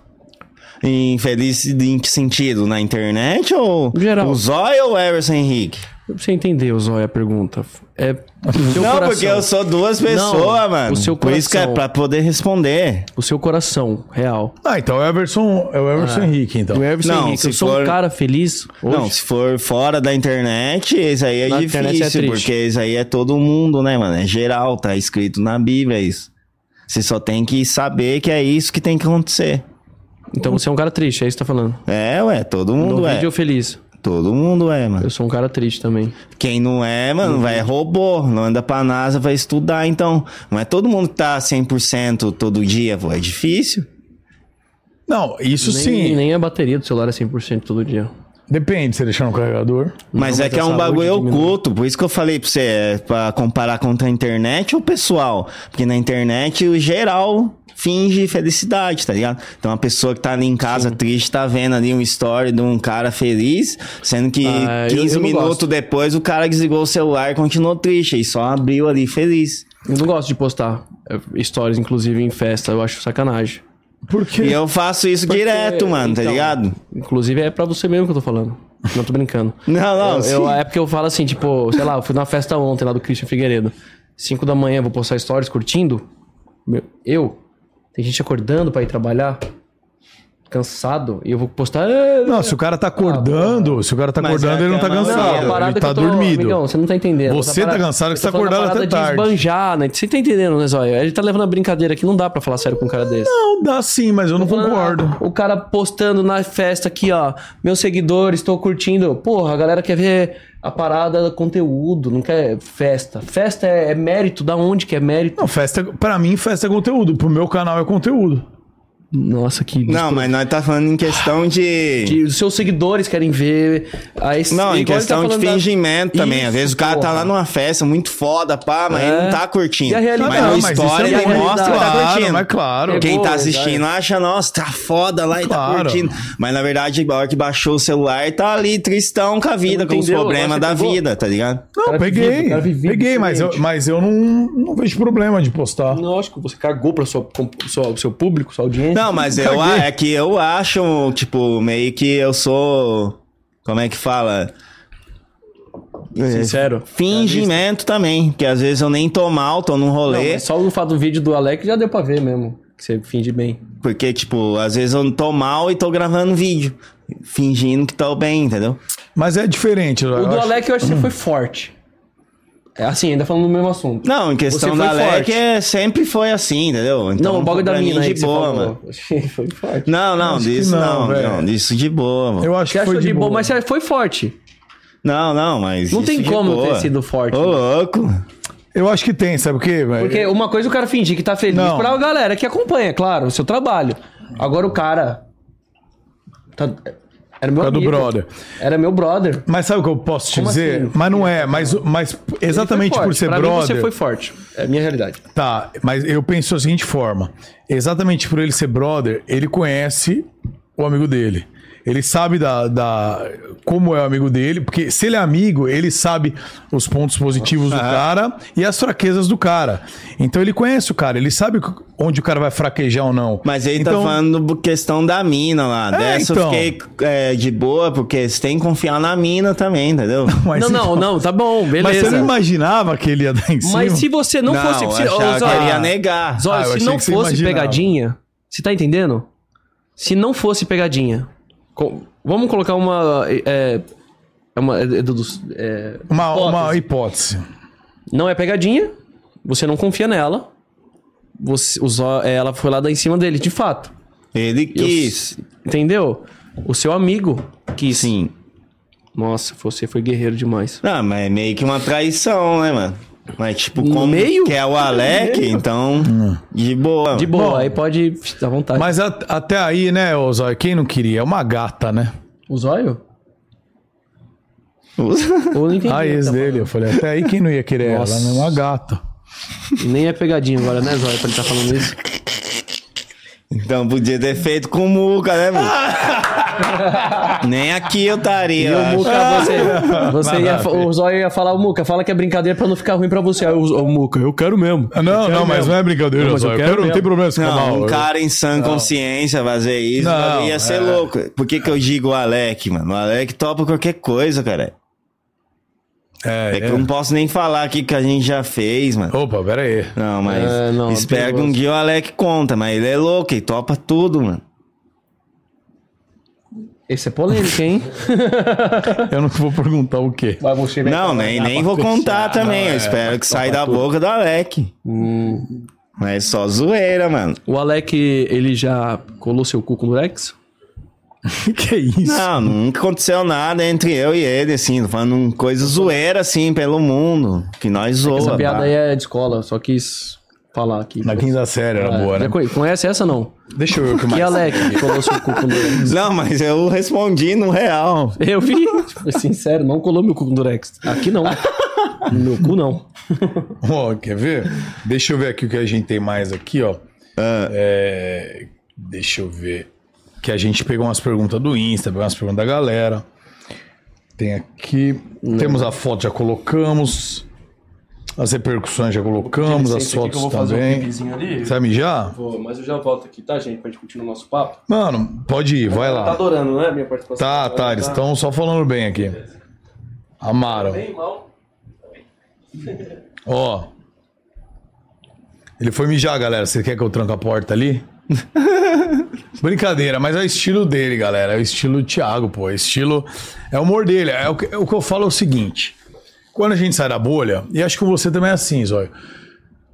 Infeliz em que sentido? Na internet ou
Geral.
o Zóia ou o Everson Henrique?
você entendeu, Zóia, a pergunta. É o seu
não,
coração.
porque eu sou duas pessoas, mano.
o seu
Por isso que é
coração.
pra poder responder.
O seu coração, real.
Ah, então é o Everson, é o Everson Henrique, então.
O Everson
Ah. Não,
Henrique,
se
eu sou
for-
um cara feliz hoje.
Não, se for fora da internet, isso aí é
Na internet é
difícil,
triste.
porque isso aí é todo mundo, né, mano? É geral, tá escrito na Bíblia isso. Você só tem que saber que é isso que tem que acontecer.
Então você é um cara triste, é isso que tá falando.
É, ué, todo mundo
no
é.
vídeo eu feliz.
Todo mundo é, mano.
Eu sou um cara triste também.
Quem não é, mano, vai é
Uhum.
robô. Não anda pra NASA, vai estudar. Então, não é todo mundo que tá 100% todo dia, pô. É difícil.
Não, isso
nem,
sim.
Nem a bateria do celular é 100% todo dia.
Depende, você deixar no carregador.
Mas
Não,
é
mas
que é
a
um
saúde
bagulho
diminui.
oculto. Por isso que eu falei pra você, é pra comparar contra a internet ou pessoal. Porque na internet, o geral finge felicidade, tá ligado? Então, a pessoa que tá ali em casa triste tá vendo ali um story de um cara feliz, sendo que
Ah, eu-
15
eu não
minutos
gosto.
depois o cara desligou o celular e continuou triste. E só abriu ali feliz.
Eu não gosto de postar é, stories, inclusive, em festa. Eu acho sacanagem.
Por quê?
E eu faço isso
Porque-
direto, mano, tá
então,
ligado?
Inclusive é pra você mesmo que eu tô falando. Não tô brincando.
Não, não,
Eu-
sim.
eu- é porque eu falo assim, tipo, sei lá, eu fui na festa ontem lá do Christian Figueiredo. 5 da manhã, vou postar stories curtindo. Meu, eu? Tem gente acordando pra ir trabalhar? Cansado? E eu vou postar. "É,
Não, se o cara tá acordando, se o cara tá
Mas
acordando,
é
ele não tá
que a maioria-
Não,
cansado.
a parada
ele
que
tá
eu tô,
dormido.
Amigão, você não tá entendendo.
Você
Essa
tá
parada-
cansado que
eu
você
tô
tá
falando a
acordado
parada
até tarde.
de esbanjar, né? Você tá entendendo, né, Zóia? Ele tá levando a brincadeira aqui. Não dá pra falar sério com um cara desse.
Não, dá sim, mas eu não concordo.
O cara postando na festa aqui, ó. Meus seguidores, estou curtindo. Porra, a galera quer ver a parada conteúdo, não quer festa. Festa é, é mérito, da onde que é mérito?
Não, festa, pra mim, festa é conteúdo. Pro meu canal é conteúdo.
Nossa, que.
Não, mas nós tá falando em
Ah,
questão de.
Que os seus seguidores querem ver. Aí,
Não,
igual
em
ele tá
questão de
falando da-
fingimento também. Às
Isso,
vezes o cara tá
porra.
lá numa festa muito foda, pá, mas
É.
ele não tá curtindo.
E a
Ah,
realidade?
Mas
Não,
no
mas isso
story
é
ele
uma
mostra que tá
realidade.
curtindo.
Claro, mas claro.
Quem
Pegou,
tá assistindo acha, nossa, tá foda lá e tá
Claro.
curtindo. Mas na verdade, a hora que baixou o celular, tá ali tristão com a vida, com os
Entendeu?
problemas
Você
da
pegou?
vida, tá ligado?
Não,
Cara
peguei.
vivido, cara vivido,
peguei, mas eu,
experiente.
mas eu não, não vejo problema de postar.
Lógico, você cagou pra sua, com- sua, seu público, sua audiência.
Não, mas eu, a- é que eu acho, tipo, meio que eu sou. Como é que fala? É.
Sincero.
Fingimento também. Porque às vezes eu nem tô mal, tô num
Não,
rolê.
mas só o fato do vídeo do Alex já deu pra ver mesmo. Que você finge bem.
Porque, tipo, às vezes eu tô mal e tô gravando vídeo. Fingindo que tô bem, entendeu?
Mas é diferente.
O do
eu acho.
Alec eu acho que você foi forte. É assim, ainda falando do mesmo assunto.
Não, em
Você
questão
foi
da Alec,
forte.
é, sempre foi assim, entendeu?
não, o bagulho da
pra mim, é
mina aí
de
que você
boa,
falou.
mano.
foi forte.
Não, não,
Acho que
disso
não,
não,
velho.
não, disso de boa, mano.
Eu
Você
acho que
achou
foi
de boa, mas você foi forte.
Não, não, mas.
Não
isso
tem
de
como
boa.
ter sido forte. né?
Ô, louco.
Eu acho que tem, sabe o quê? velho?
Porque uma coisa é o cara fingir que tá feliz
Não.
pra galera que acompanha, claro, o seu trabalho. Agora o cara. Tá, era meu
Era é do
amigo.
brother.
Era meu brother.
Mas sabe o que eu posso te
Como
dizer?
assim?
Mas não é, mas, mas exatamente
Ele foi
por
forte.
ser
pra Mim
brother.
você foi forte. É a minha realidade.
Tá, mas eu penso da seguinte forma: exatamente por ele ser brother, ele conhece o amigo dele. Ele sabe da, da como é o amigo dele, porque se ele é amigo, ele sabe os pontos positivos do cara e as fraquezas do cara. Então ele conhece o cara, ele sabe onde o cara vai fraquejar ou não.
Mas ele
então,
tá falando do- questão da mina lá.
É,
Dessa
então.
eu fiquei é, de boa, porque você tem que confiar na mina também, entendeu?
mas
não, não,
então-
não, tá bom,
Mas
beleza.
você não é assim. imaginava que ele ia dar em cima?
Mas se você não, fosse. Se,
achava
Ô,
que
Zóio,
ele ia negar.
Zóio,
Ah, eu
se
achei
não
que você
fosse
imaginava.
pegadinha. Você tá entendendo? Se não fosse pegadinha. co- vamos colocar uma. É, é uma é, do- dos- é,
Uma, uma hipótese.
não é pegadinha. Você não confia nela. Você, o Zó- é, ela foi lá dar em cima dele, de fato.
Ele quis.
Entendeu? O seu amigo quis.
Sim.
Nossa, você foi guerreiro demais.
Ah, mas é meio que uma traição, né, mano? Mas, tipo,
No
como
meio?
que é o Alec, então. De boa.
De boa, aí pode ficar à vontade.
Mas a- até aí, né, ô Zóio, quem não queria? É uma gata, né?
O zóio?
boa.
Eu não entendi. então.
A ex dele, eu falei, até aí quem não ia querer
Nossa.
ela, né? Uma gata.
Nem é pegadinha agora, né, Zóia, pra ele tá falando isso.
Então podia ter feito com o Muca, né, mano? Nem aqui eu estaria.
E
eu
o
acho.
Muca, você, Ah. você ia, fa- o Zóio ia falar, o Muca, fala que é brincadeira pra não ficar ruim pra você. Aí o, o Muca, eu quero mesmo.
Ah, Não, não, mas não é brincadeira,
Não, mas
só.
eu
Eu
quero
quero, não
mesmo.
tem problema se
Não,
ficar mal.
um cara em sã consciência fazer isso
Não,
mano, ia ser
é.
louco. Por que, que eu digo o Alec, mano? O Alec topa qualquer coisa, cara.
É,
É que eu não posso nem falar aqui que a gente já fez, mano.
Opa, pera aí.
Não, mas
É, não,
espero que um
perigoso.
dia o Alec conta, mas ele é louco, ele topa tudo, mano.
Esse é polêmico, hein?
Eu não vou perguntar o quê.
Mas você vai
Não,
trabalhar
nem, nem
pra é,
vou
fechar.
contar também. eu espero que saia da boca do Alec.
Hum.
Mas só zoeira, mano.
O Alec, ele já colou seu cu com o Lex?
que é isso?
Não, nunca aconteceu nada entre eu e ele, assim, tô falando um coisa zoeira, assim, pelo mundo. Que nós zoa.
Essa piada
pá.
aí é de escola, só quis falar aqui. É,
Na quinta série era boa, né?
Já conhe- Conhece essa não?
Deixa eu ver o que
E
mais.
Alec colou seu cu com o Durex?
Não, mas eu respondi no real.
Eu vi. Foi sincero, não colou meu cu com Durex. Aqui não. No meu cu não.
Ó, quer ver? Deixa eu ver aqui o que a gente tem mais aqui, ó.
Ah.
É, deixa eu ver. Que a gente pegou umas perguntas do Insta, pegou umas perguntas da galera. Tem aqui. Temos a foto, já colocamos. As repercussões já colocamos, as fotos tá
um
também. Você vai mijar?
mas eu já volto aqui, tá, gente? Pra gente continuar o nosso papo.
Mano, pode ir, vai
tá
Tá
lá.
adorando, né, minha participação?
Tá, tá, eles estão só falando bem aqui. Amaram.
mal.
Ó. Ele foi mijar, galera. Você quer que eu tranque a porta ali? Brincadeira, mas é o estilo dele, galera. É o estilo Thiago, pô. É o estilo. É o humor dele. É o, que, é o que eu falo é o seguinte. Quando a gente sai da bolha, e acho que você também é assim, Zóio.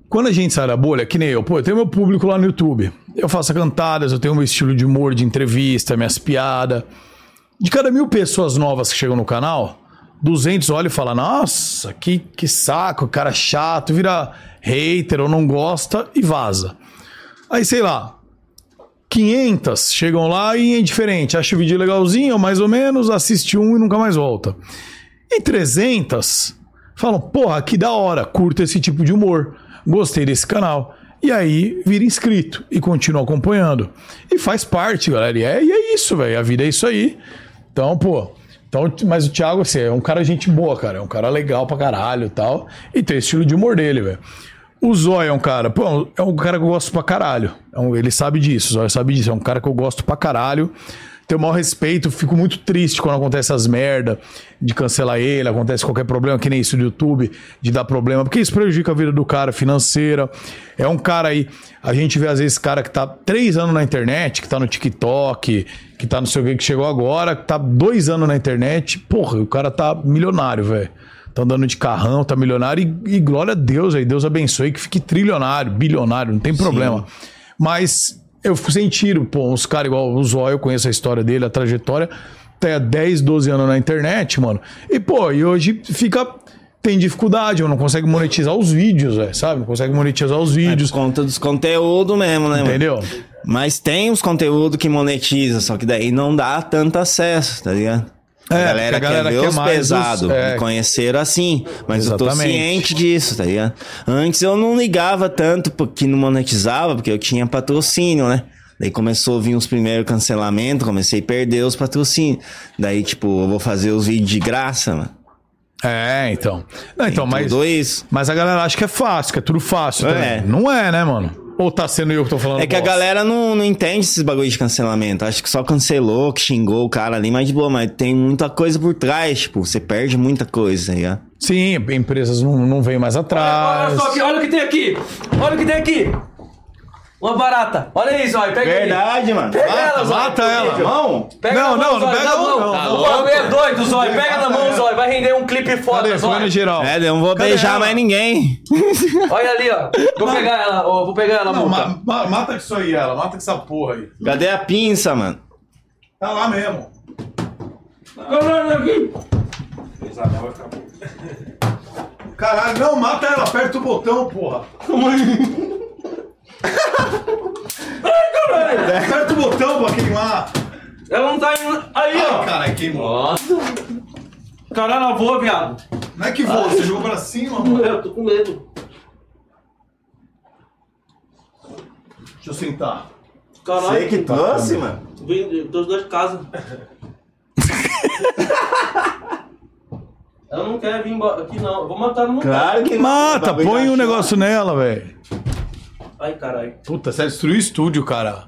Quando a gente sai da bolha, que nem eu, pô, eu tenho meu público lá no YouTube. Eu faço cantadas, eu tenho meu estilo de humor, de entrevista, minhas piadas. De cada mil pessoas novas que chegam no canal, 200 olham e falam: Nossa, que, que saco, cara chato, vira hater ou não gosta e vaza. Aí sei lá, 500 chegam lá e é diferente. Acha o vídeo legalzinho, ou mais ou menos, assiste um e nunca mais volta. E 300 falam, porra, que da hora, curto esse tipo de humor, gostei desse canal. E aí vira inscrito e continua acompanhando. E faz parte, galera. E é, e é isso, velho. A vida é isso aí. Então, pô. Então, mas o Thiago, assim, é um cara gente boa, cara. É um cara legal pra caralho e tal. E tem o estilo de humor dele, velho. O Zóio é um cara, pô, é um cara que eu gosto pra caralho. É um- ele sabe disso, o Zóio sabe disso. É um cara que eu gosto pra caralho. Tenho o maior respeito, fico muito triste quando acontece essas merda de cancelar ele, acontece qualquer problema, que nem isso do YouTube, de dar problema, porque isso prejudica a vida do cara financeira. É um cara aí, a gente vê às vezes cara que tá três anos na internet, que tá no TikTok, que tá não sei o que, que chegou agora, que tá dois anos na internet, porra, o cara tá milionário, velho. Tá andando de carrão, tá milionário. E, e glória a Deus aí, Deus abençoe que fique trilionário, bilionário, não tem problema. Mas eu fico sem tiro, pô, uns caras igual o Zóio, eu conheço a história dele, a trajetória. Até 10, 12 anos na internet, mano. E, pô, e hoje fica. Tem dificuldade, não consegue monetizar os vídeos, velho, sabe? Não consegue monetizar os vídeos.
Por conta dos conteúdos mesmo, né, mano?
Entendeu?
Mas tem os conteúdos que monetiza, só que daí não dá tanto acesso, tá ligado?
É,
a galera,
porque a galera
quer ver
quer
os
mais os-
pesados,
é.
me conheceram assim, mas eu tô
Exatamente.
ciente disso, tá ligado? Antes eu não ligava tanto porque não monetizava, porque eu tinha patrocínio, né? Daí começou a vir os primeiros cancelamentos, comecei a perder os patrocínios. Daí, tipo, eu vou fazer os vídeos de graça, mano.
É, então. Não, então, mas.
Tudo isso.
Mas a galera acha que é fácil, que é tudo fácil.
É.
também. Não é, né, mano? Ou tá sendo eu que tô falando
É que a
bosta?
galera não, não entende esses bagulho de cancelamento. Acho que só cancelou, que xingou o cara ali, mas de boa, mas tem muita coisa por trás, tipo, você perde muita coisa, tá ligado?
Sim, empresas não, não vêm mais atrás.
Olha só aqui, olha o que tem aqui. Olha o que tem aqui. Uma barata. Olha isso, olha. Pega aí.
mano.
Pega ela, Zóio.
Mata ela.
Mão?
Pega
Não,
na
não, não
mão, Zóio,
pega
na
a mão,
mão.
não, Tá
O bagulho é doido, Zóio. Pega na mão, Zóio. Vai render um clipe
Cadê?
foda,
Foi no
Zóio.
geral.
É, eu não vou
Cadê
beijar
ela?
mais ninguém.
Olha ali, ó. Vou pegar ela, ó. Vou pegar ela,
Não,
multa.
ma- ma- mata isso aí, ela. Mata com essa porra aí.
Cadê a pinça, mano?
Tá lá mesmo. Caralho, não, mata ela. Aperta o botão, porra. Aperta o botão pra queimar.
Ela não tá indo. Aí, ó.
Caralho, queimou.
Caralho, ela voa, viado.
Não é que voa, você jogou pra cima, mano.
Eu tô com medo.
Deixa eu sentar.
Caralho,
trouxe, mano.
vem dos dois casas. Ela não quer vir embora aqui, não. Eu Vou matar no
Claro que
Mata, põe um negócio nela, velho.
Ai, caralho.
Puta, você destruiu o estúdio, cara.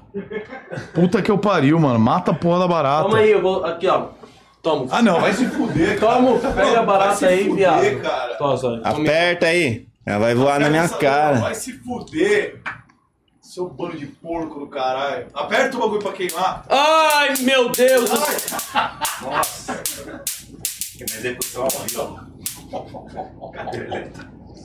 Puta que eu pariu, mano. Mata a porra da barata.
Toma aí, eu vou. Aqui, ó. Toma.
Ah, não, vai se fuder, cara.
Toma, pega a barata aí, viado.
cara.
Tô, Zóio. Come.
Aperta aí. Ela vai voar na minha
Essa-
cara.
se fuder. Seu bando de porco do caralho. Aperta o bagulho pra queimar.
Ai, meu Deus.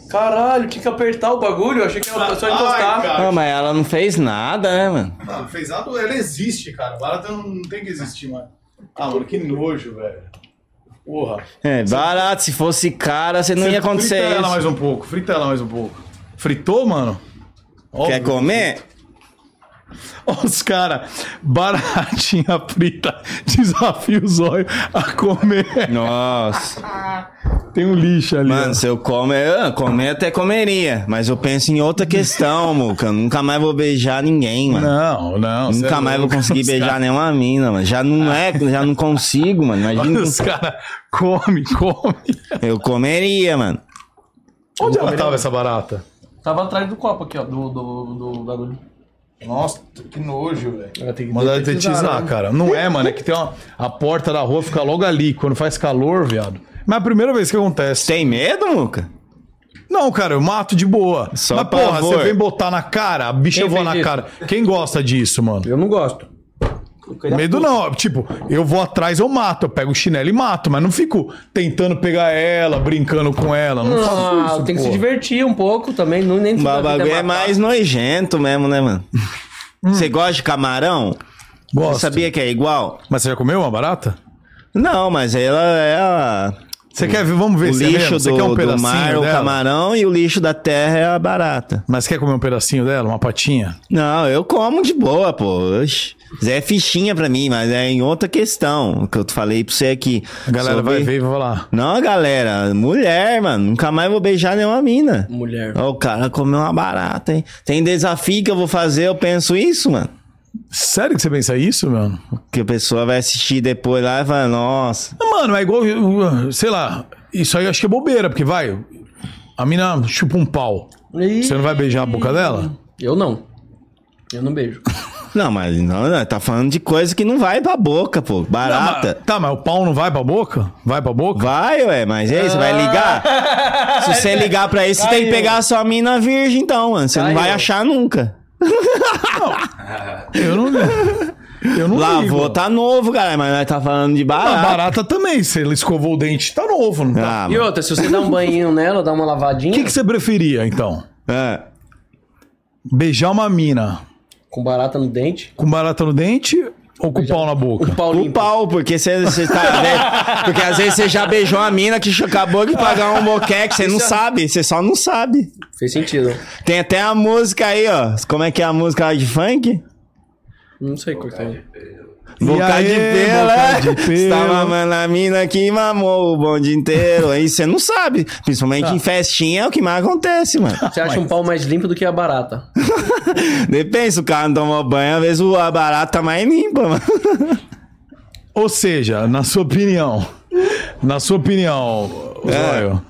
Caralho, tinha que apertar o bagulho. Eu achei que era só encostar.
Não, Ah, mas ela não fez nada, né, mano?
Não, fez nada, ela existe, cara. Barata não, não tem que existir, mano. Ah, mano, que nojo, velho. Porra.
É, barato, se fosse cara, você não ia acontecer
frita ela
isso.
mais um pouco, frita ela mais um pouco. Fritou, mano?
Quer
Óbvio.
comer?
Os caras, baratinha frita, desafia o zóio a comer.
Nossa.
Tem um lixo ali.
Mano,
ó.
se eu comer, eu comer até comeria. Mas eu penso em outra questão, Muca. Eu Nunca mais vou beijar ninguém, mano.
Não, não. cê
Nunca
é
mais vou
louco,
conseguir
os
beijar
cara-
nenhuma mina, mano. Já não é, já não consigo, mano. Imagina.
Os caras, come, come.
Eu comeria, mano.
Onde ela tá? tava essa barata?
Tava atrás do copo aqui, ó. Do, do, do bagulho.
Nossa, que nojo, velho.
que
Mandar detetizar, cara. Não é, mano. É que tem uma. A porta da rua fica logo ali. Quando faz calor, viado. Mas é a primeira vez que acontece.
Tem medo, Muca?
Não, cara, eu mato de boa.
Só
Mas, porra,
pavor.
você vem botar na cara, a bicha
Quem
voa
fez
na
isso?
cara. Quem gosta disso, mano?
Eu não gosto.
Medo não, tipo, eu vou atrás, eu mato, eu pego o chinelo e mato, mas não fico tentando pegar ela, brincando com ela, não, faço
Ah,
isso,
tem que se
porra.
divertir um pouco também. Não, nem
O
tudo na vida
bagulho
matar.
é mais nojento mesmo, né, mano? Você gosta de camarão?
Gosto.
Você sabia que é igual?
Mas você já comeu uma barata?
Não, mas ela, ela
Você quer ver? Vamos ver
é o
se é
lixo
mesmo. Você
do,
quer um
do
pedacinho
mar é o
dela?
camarão e o lixo da terra é a barata.
Mas quer comer um pedacinho dela? Uma patinha?
Não, eu como de boa, pô. Oxi. Zé é fichinha pra mim, mas é em outra questão. O que eu falei pra você aqui.
A galera
Sobre-
vai ver e vai falar.
Não, galera, mulher, mano. Nunca mais vou beijar nenhuma mina.
Mulher.
Ó, o cara comeu uma barata, hein? Tem desafio que eu vou fazer, eu penso isso, mano.
Sério que você pensa isso, mano?
Que a pessoa vai assistir depois lá e fala, nossa.
Mano, é igual. uh, Sei lá. Isso aí eu acho que é bobeira, porque vai. A mina chupa um pau.
Ih.
Você não vai beijar a boca dela?
Eu não. Eu não beijo.
Não, mas não, não, tá falando de coisa que não vai pra boca, pô. Barata.
Não, mas- tá, mas o pau não vai pra boca? Vai pra boca?
Vai, ué, mas e aí, você vai ligar? Se você ligar pra isso, você tem que pegar a sua mina virgem, então, mano. Você não vai
Caiu.
achar nunca.
Eu não. Eu não
Lavou,
ligo.
tá novo, cara, mas nós tá falando de
Ah,
barata.
barata também. Você escovou o dente, tá novo, não tá?
Ah,
E
mano.
outra, se você dá um banhinho nela, dá uma lavadinha
O que, que você preferia, então?
É.
Beijar uma mina
com barata no dente,
com barata no dente ou com pau na boca?
o pau
O
limpo.
pau, porque você, você tá. né? Porque às vezes você já beijou a mina que acabou de pagar um boquete, você não sabe, você só não sabe.
Fez sentido.
Tem até a música aí, ó. Como é que é a música lá de funk?
Não sei cortar.
Boca
aí,
de pelo,
boca
é.
de
Você tá
pelo.
mamando a mina que mamou o bonde inteiro. Aí você não sabe. Principalmente em festinha é o que mais acontece, mano.
Você acha um pau mais limpo do que a barata.
Depende, se o cara não tomou banho, às vezes o- a barata tá mais limpa, mano.
Ou seja, na sua opinião, na sua opinião, Zóio,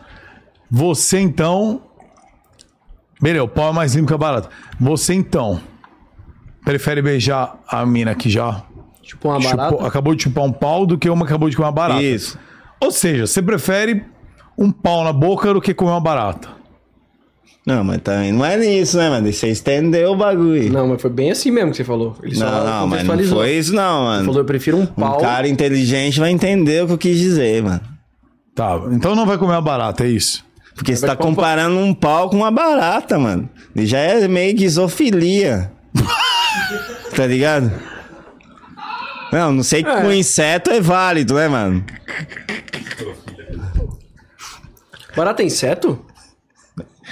você então. Beleza, o pau é mais limpo que a barata. Você então prefere beijar a mina que já
Tipo uma
chupou-
barata.
acabou de chupar um pau do que uma que acabou de comer uma barata?
Isso.
Ou seja, você prefere um pau na boca do que comer uma barata.
Não, mas também não é nisso, né, mano? Você estendeu o bagulho. Não,
Não, mas foi bem assim mesmo que você falou. Ele só
não, mas não
contextualizou.
foi isso, não,
Ele
mano.
falou, eu prefiro um pau.
Um cara inteligente vai entender o que eu quis dizer, mano.
Tá, então não vai comer uma barata, é isso.
Porque você tá comparando um pau com uma barata, mano. E já é meio que isofilia. tá ligado? Não, não sei que com inseto é válido, né, mano?
Barata é inseto?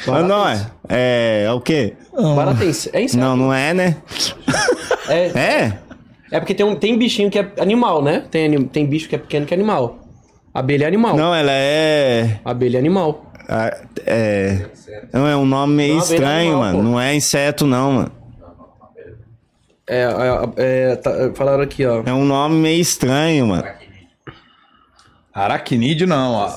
Mas não é. É, é o quê?
Barata é inseto. É inseto.
Não, não é, né?
É,
É?
é porque tem, um, tem bichinho que é animal, né? Tem, anim- tem bicho que é pequeno que é animal. Abelha é animal.
Não, ela é.
Abelha é animal.
a- É. Não, é um nome meio
Não, abelha
estranho,
animal,
mano.
pô.
Não é inseto, não, mano.
É, é, é, tá- falaram aqui, ó.
É um nome meio estranho, mano.
Aracnídeo não, ó.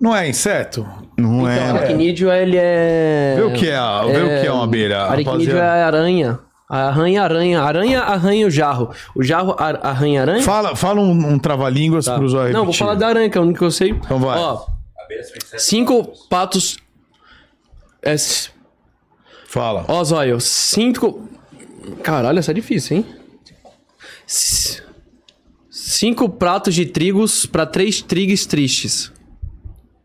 Não é inseto?
Não é,
Então,
mano.
aracnídeo, ele é...
Vê o que é, a- vê o que é uma abelha,
Aracnídeo
rapaziada.
é aranha. Arranha, aranha. Aranha arranha o jarro. O jarro ar- arranha aranha?
Fala, fala um, um trava-línguas pro
Tá.
Zóio
Não, vou
repetir.
falar da aranha, que é o único que eu sei.
Então vai.
Ó, cinco patos... É, s-
Fala.
ó, Zóio, cinco... Caralho, essa é difícil, hein? S- Cinco pratos de trigos pra três trigues tristes.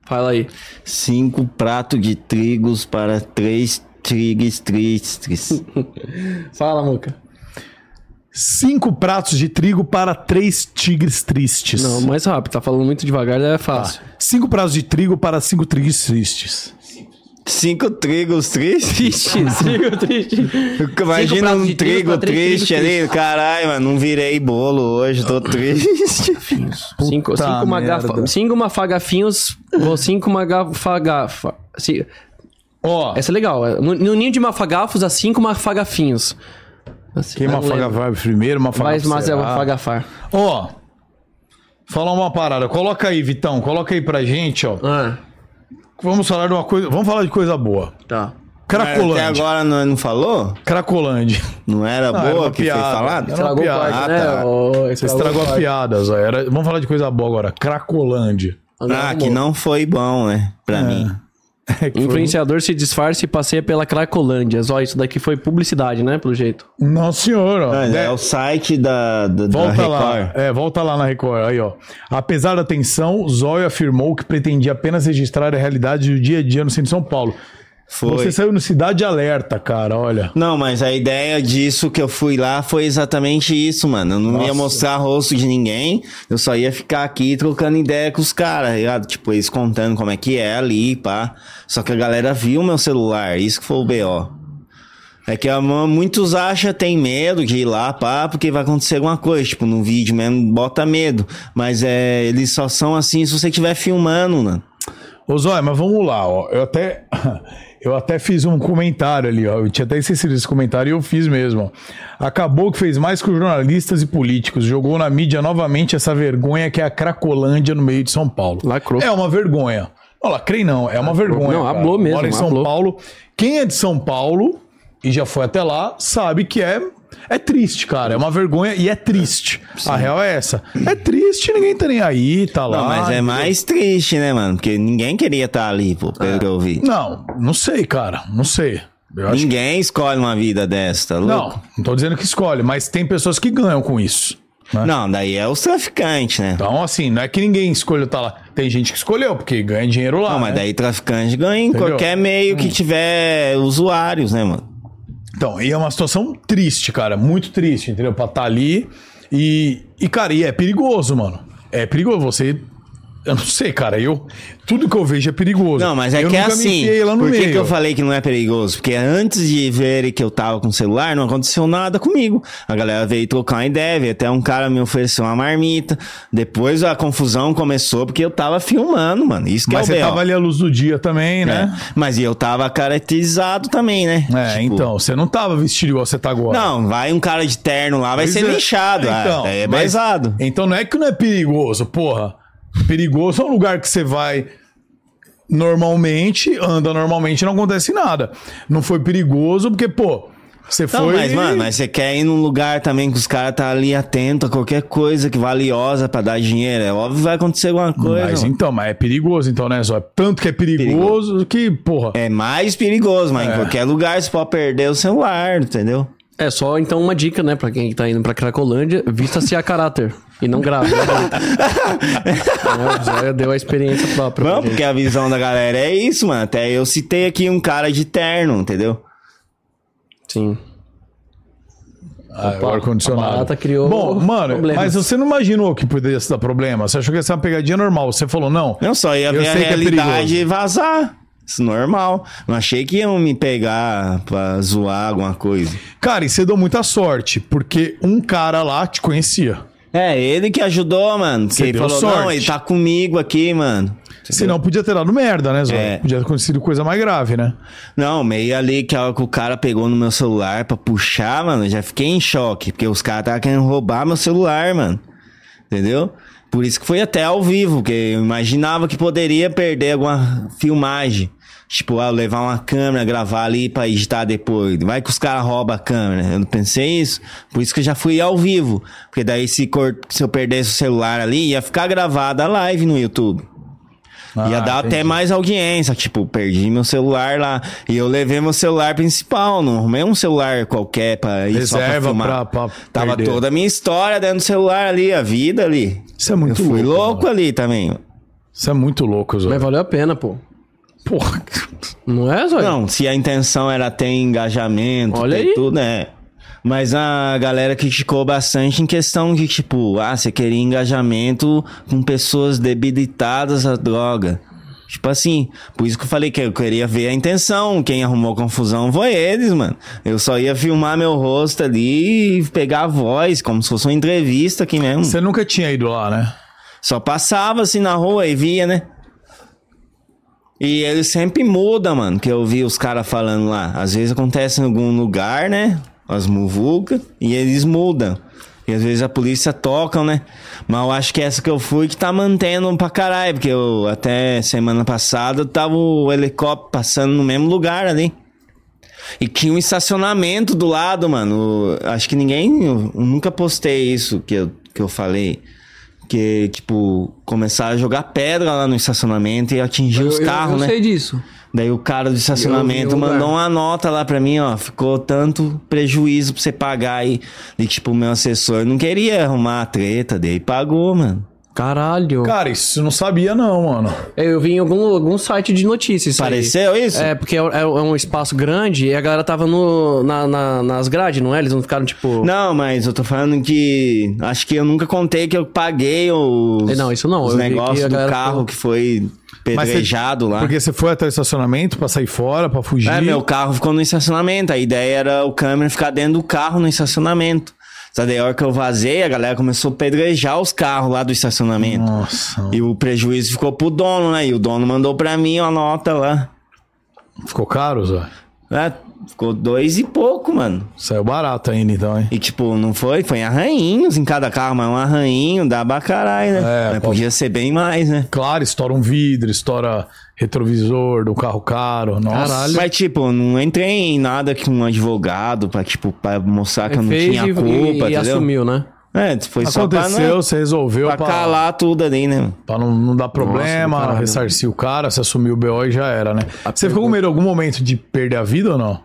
Fala aí.
Cinco pratos de trigos para três trigues tristes.
Fala, Muca.
Cinco pratos de trigo para três tigres tristes.
Não, mais rápido. Tá falando muito devagar, é fácil.
Cinco pratos de trigo para cinco trigos tristes.
Cinco trigos tristes?
Triste, trigo triste. Cinco
Imagina
pratos
um
de trigo
trigo
pra três trigos
triste ali. Caralho, mano, não virei bolo hoje, tô triste.
Cinco,
Puta
cinco,
merda.
magafa, cinco mafagafinhos ou cinco magafagafa. ci-
Ó,
Essa é legal. é, No, no ninho de mafagafos há cinco mafagafinhos. Assim,
quem
eu não
mafaga
lembro.
vai primeiro, mafaga
Mas, mas é
será.
mafagafar.
Ó, falar uma parada. Coloca aí, Vitão. Coloca aí pra gente, ó.
Ah,
Vamos falar de uma coisa... Vamos falar de coisa boa.
tá.
Cracolândia.
É, Até agora não, não falou?
Cracolândia.
Não era
Não,
boa
era uma
que
piada.
foi
Era
falado?
uma
Estragou o
piada.
corte,
Ah,
né?
tá.
Ô,
Você estragou
o
a
corte.
piada, Zé. Era- Vamos falar de coisa boa agora. Cracolândia.
Agora
Ah,
arrumou.
que não foi bom, né? Pra mim.
É que foi-
Influenciador se disfarça e passeia pela Cracolândia. Ó, isso daqui foi publicidade, né? Pelo jeito.
Não, senhor. ó. Né?
Mas É o site da, da, da
Volta lá.
Record.
É, volta lá na Record. Aí, ó. Apesar da tensão, Zóio afirmou que pretendia apenas registrar a realidade do dia a dia no centro de São Paulo.
Foi.
Você saiu no Cidade Alerta, cara, olha.
Não, mas a ideia disso que eu fui lá foi exatamente isso, mano. Eu não ia mostrar rosto de ninguém, eu só ia ficar aqui trocando ideia com os caras, tá ligado? Tipo, eles contando como é que é ali, pá. Só que a galera viu meu celular, isso que foi o B.O. É que a mão- muitos acham tem medo de ir lá, pá, porque vai acontecer alguma coisa. Tipo, no vídeo mesmo, bota medo. Mas é, eles só são assim se você estiver filmando, mano.
Ô Zóia, mas vamos lá, ó. Eu até, eu até fiz um comentário ali, ó. Eu tinha até esquecido esse comentário e eu fiz mesmo, ó. Acabou que fez mais que os jornalistas e políticos. Jogou na mídia novamente essa vergonha que é a Cracolândia no meio de São Paulo.
Lacrou.
É uma vergonha. Não, lacrei não, é uma vergonha.
Não,
cara.
ablou mesmo,
Mora em São
ablou.
Paulo. Quem é de São Paulo e já foi até lá, sabe que é. É triste, cara. É uma vergonha e é triste. A real é essa. É triste, ninguém tá nem aí, tá lá.
Não, mas é
entendeu?
mais triste, né, mano? Porque ninguém queria estar ali, pô, pelo que eu vi.
Não, não sei, cara. Não sei. Eu acho que...
Ninguém escolhe uma vida desta, louco.
Não, não tô dizendo que escolhe, mas tem pessoas que ganham com isso.
Não, daí é os traficantes, né?
Então, assim, não é que ninguém escolheu tá lá. Tem gente que escolheu, porque ganha dinheiro lá.
não, mas
né?
daí traficante ganha em
Entendeu?
qualquer meio que tiver usuários, né, mano?
Então, e é uma situação triste, cara. Muito triste, entendeu? Pra estar ali. E, e, cara, e é perigoso, mano. É perigoso. Você. Eu não sei, cara. Eu. Tudo que eu vejo é perigoso.
Não, mas é
eu
que é
nunca Me
assim.
enfiei lá no
Por que,
meio.
que eu falei que não é perigoso? Porque antes de verem que eu tava com o celular, não aconteceu nada comigo. A galera veio trocar uma ideia, veio até um cara me ofereceu uma marmita. Depois a confusão começou porque eu tava filmando, mano. Isso que
Mas
é o
você
B.O.
tava ali à luz do dia também, né?
É. Mas eu tava caracterizado também, né?
É,
Tipo,
então. Você não tava vestido igual você tá agora.
Não, vai um cara de terno lá, vai
Pois
ser
é.
lixado.
Então,
ah, é
mas-
pesado.
Então não é que não é perigoso, porra. Perigoso é um lugar que você vai normalmente, anda normalmente, não acontece nada. Não foi perigoso porque, pô, você
Não,
foi.
Então, mas, mano, mas você quer ir num lugar também que os caras tá ali atento a qualquer coisa que valiosa pra dar dinheiro. É óbvio que vai acontecer alguma coisa.
Mas
mano.
então, mas é perigoso, então, né, Zó? Tanto que é perigoso, que, porra.
É mais perigoso, mas
É.
em qualquer lugar você pode perder o celular, entendeu?
É só então uma dica, né, pra quem tá indo pra Cracolândia, vista-se a caráter e não grave. né? É, o Zóia deu a experiência própria. pra
Não,
gente.
porque a visão da galera é isso, mano. Até eu citei aqui um cara de terno, entendeu?
Sim. Opa, a
Ah, é o
barata
ar-condicionado.
criou
Bom, mano,
problemas.
mas você não imaginou que poderia dar problema. Você achou que ia ser uma pegadinha normal. Você falou, não.
Eu só ia
Eu
ver a
sei que é
realidade
perigoso.
e vazar. Isso é normal. Não achei que iam me pegar pra zoar alguma coisa.
Cara, e você deu muita sorte, porque um cara lá te conhecia.
É, ele que ajudou, mano. Que
Você
ele
deu
falou, não,
sorte.
ele tá comigo aqui, mano.
Senão podia ter dado merda, né, Zóia?
É.
Podia ter acontecido coisa mais grave, né?
Não, meio ali que a hora que o cara pegou no meu celular pra puxar, mano, eu já fiquei em choque. Porque os caras estavam querendo roubar meu celular, mano. Entendeu? Por isso que foi até ao vivo, porque eu imaginava que poderia perder alguma filmagem. Tipo, ah, levar uma câmera, gravar ali pra editar depois. Vai que os caras roubam a câmera. Eu não pensei isso. Por isso que eu já fui ao vivo. Porque daí se, cor- se eu perdesse o celular ali, ia ficar gravada a live no YouTube. Ia
Ah,
dar
entendi.
até mais audiência. Tipo, perdi meu celular lá. E eu levei meu celular principal. Não arrumei um celular qualquer pra ir só pra
Reserva
filmar.
pra- pra
Tava
perder.
toda a minha história dentro do celular ali, a vida ali.
Isso é muito
eu fui
louco.
louco,
mano.
ali também.
Isso é muito louco, Zóia.
Mas valeu a pena, pô.
Porra.
Não é, Zóia?
Não, se a intenção era ter engajamento,
Olha
ter
aí.
tudo, né? Mas a galera criticou bastante em questão de, tipo, ah, você queria engajamento com pessoas debilitadas à droga. Tipo assim, por isso que eu falei que eu queria ver a intenção. Quem arrumou confusão foi eles, mano. Eu só ia filmar meu rosto ali e pegar a voz, como se fosse uma entrevista aqui mesmo.
Você nunca tinha ido lá, né?
Só passava assim na rua e via, né? E ele sempre muda, mano, que eu vi os caras falando lá. Às vezes acontece em algum lugar, né? As muvucas, e eles mudam. E às vezes a polícia toca, né? Mas eu acho que essa que eu fui que tá mantendo pra caralho, porque eu até semana passada tava o helicóptero passando no mesmo lugar ali. E tinha um estacionamento do lado, mano. Acho que ninguém. Eu nunca postei isso que eu, que eu falei. Que, tipo, começaram a jogar pedra lá no estacionamento e atingir os carros, né?
sei disso.
Daí o cara do
Eu
estacionamento
vi um
mandou
lugar.
uma nota lá pra mim, ó. Ficou tanto prejuízo pra você pagar aí. E, tipo, o meu assessor não queria arrumar a treta, daí pagou, mano.
Caralho. É,
Cara, isso eu não sabia não, mano.
Eu vi em algum, algum site de notícias. isso aí.
Pareceu isso?
É, porque é, é- é um espaço grande e a galera tava no, na- na- nas grades, não é? Eles não ficaram tipo.
Não, mas eu tô falando que. Acho que eu nunca contei que eu paguei os.
Não, isso não,
Os
eu vi que a
negócios do
galera
carro
falou.
que foi
Mas você-
pedrejado lá.
Porque você foi até o estacionamento pra sair fora, pra fugir.
É, meu carro ficou no estacionamento. A ideia era o câmera ficar dentro do carro no estacionamento. Só daí a hora que eu vazei, a galera começou a pedrejar os carros lá do estacionamento.
Nossa,
E o prejuízo ficou pro dono, né? E o dono mandou pra mim uma nota lá.
ficou caro, Zó?
É, ficou dois e pouco, mano.
Saiu barato ainda então, hein?
E tipo, não foi? Foi em arranhinhos em cada carro, mas um arranhinho dá pra caralho, né?
É,
mas
pô.
podia ser bem mais, né?
Claro, estoura um vidro, estoura retrovisor do carro caro. Nossa.
Caralho.
Mas, tipo, não entrei em nada com um advogado pra, tipo, pra mostrar que eu não
é, fez
tinha
e-
culpa,
e, e
entendeu?
assumiu, né?
É, foi só pra,
Aconteceu,
não,
você resolveu
pra
pra,
calar tudo ali, né?
pra não, não dar problema,
caralho.
ressarcir o cara, você assumiu o BO e já era, né? você ficou com medo em algum momento de perder a vida ou não?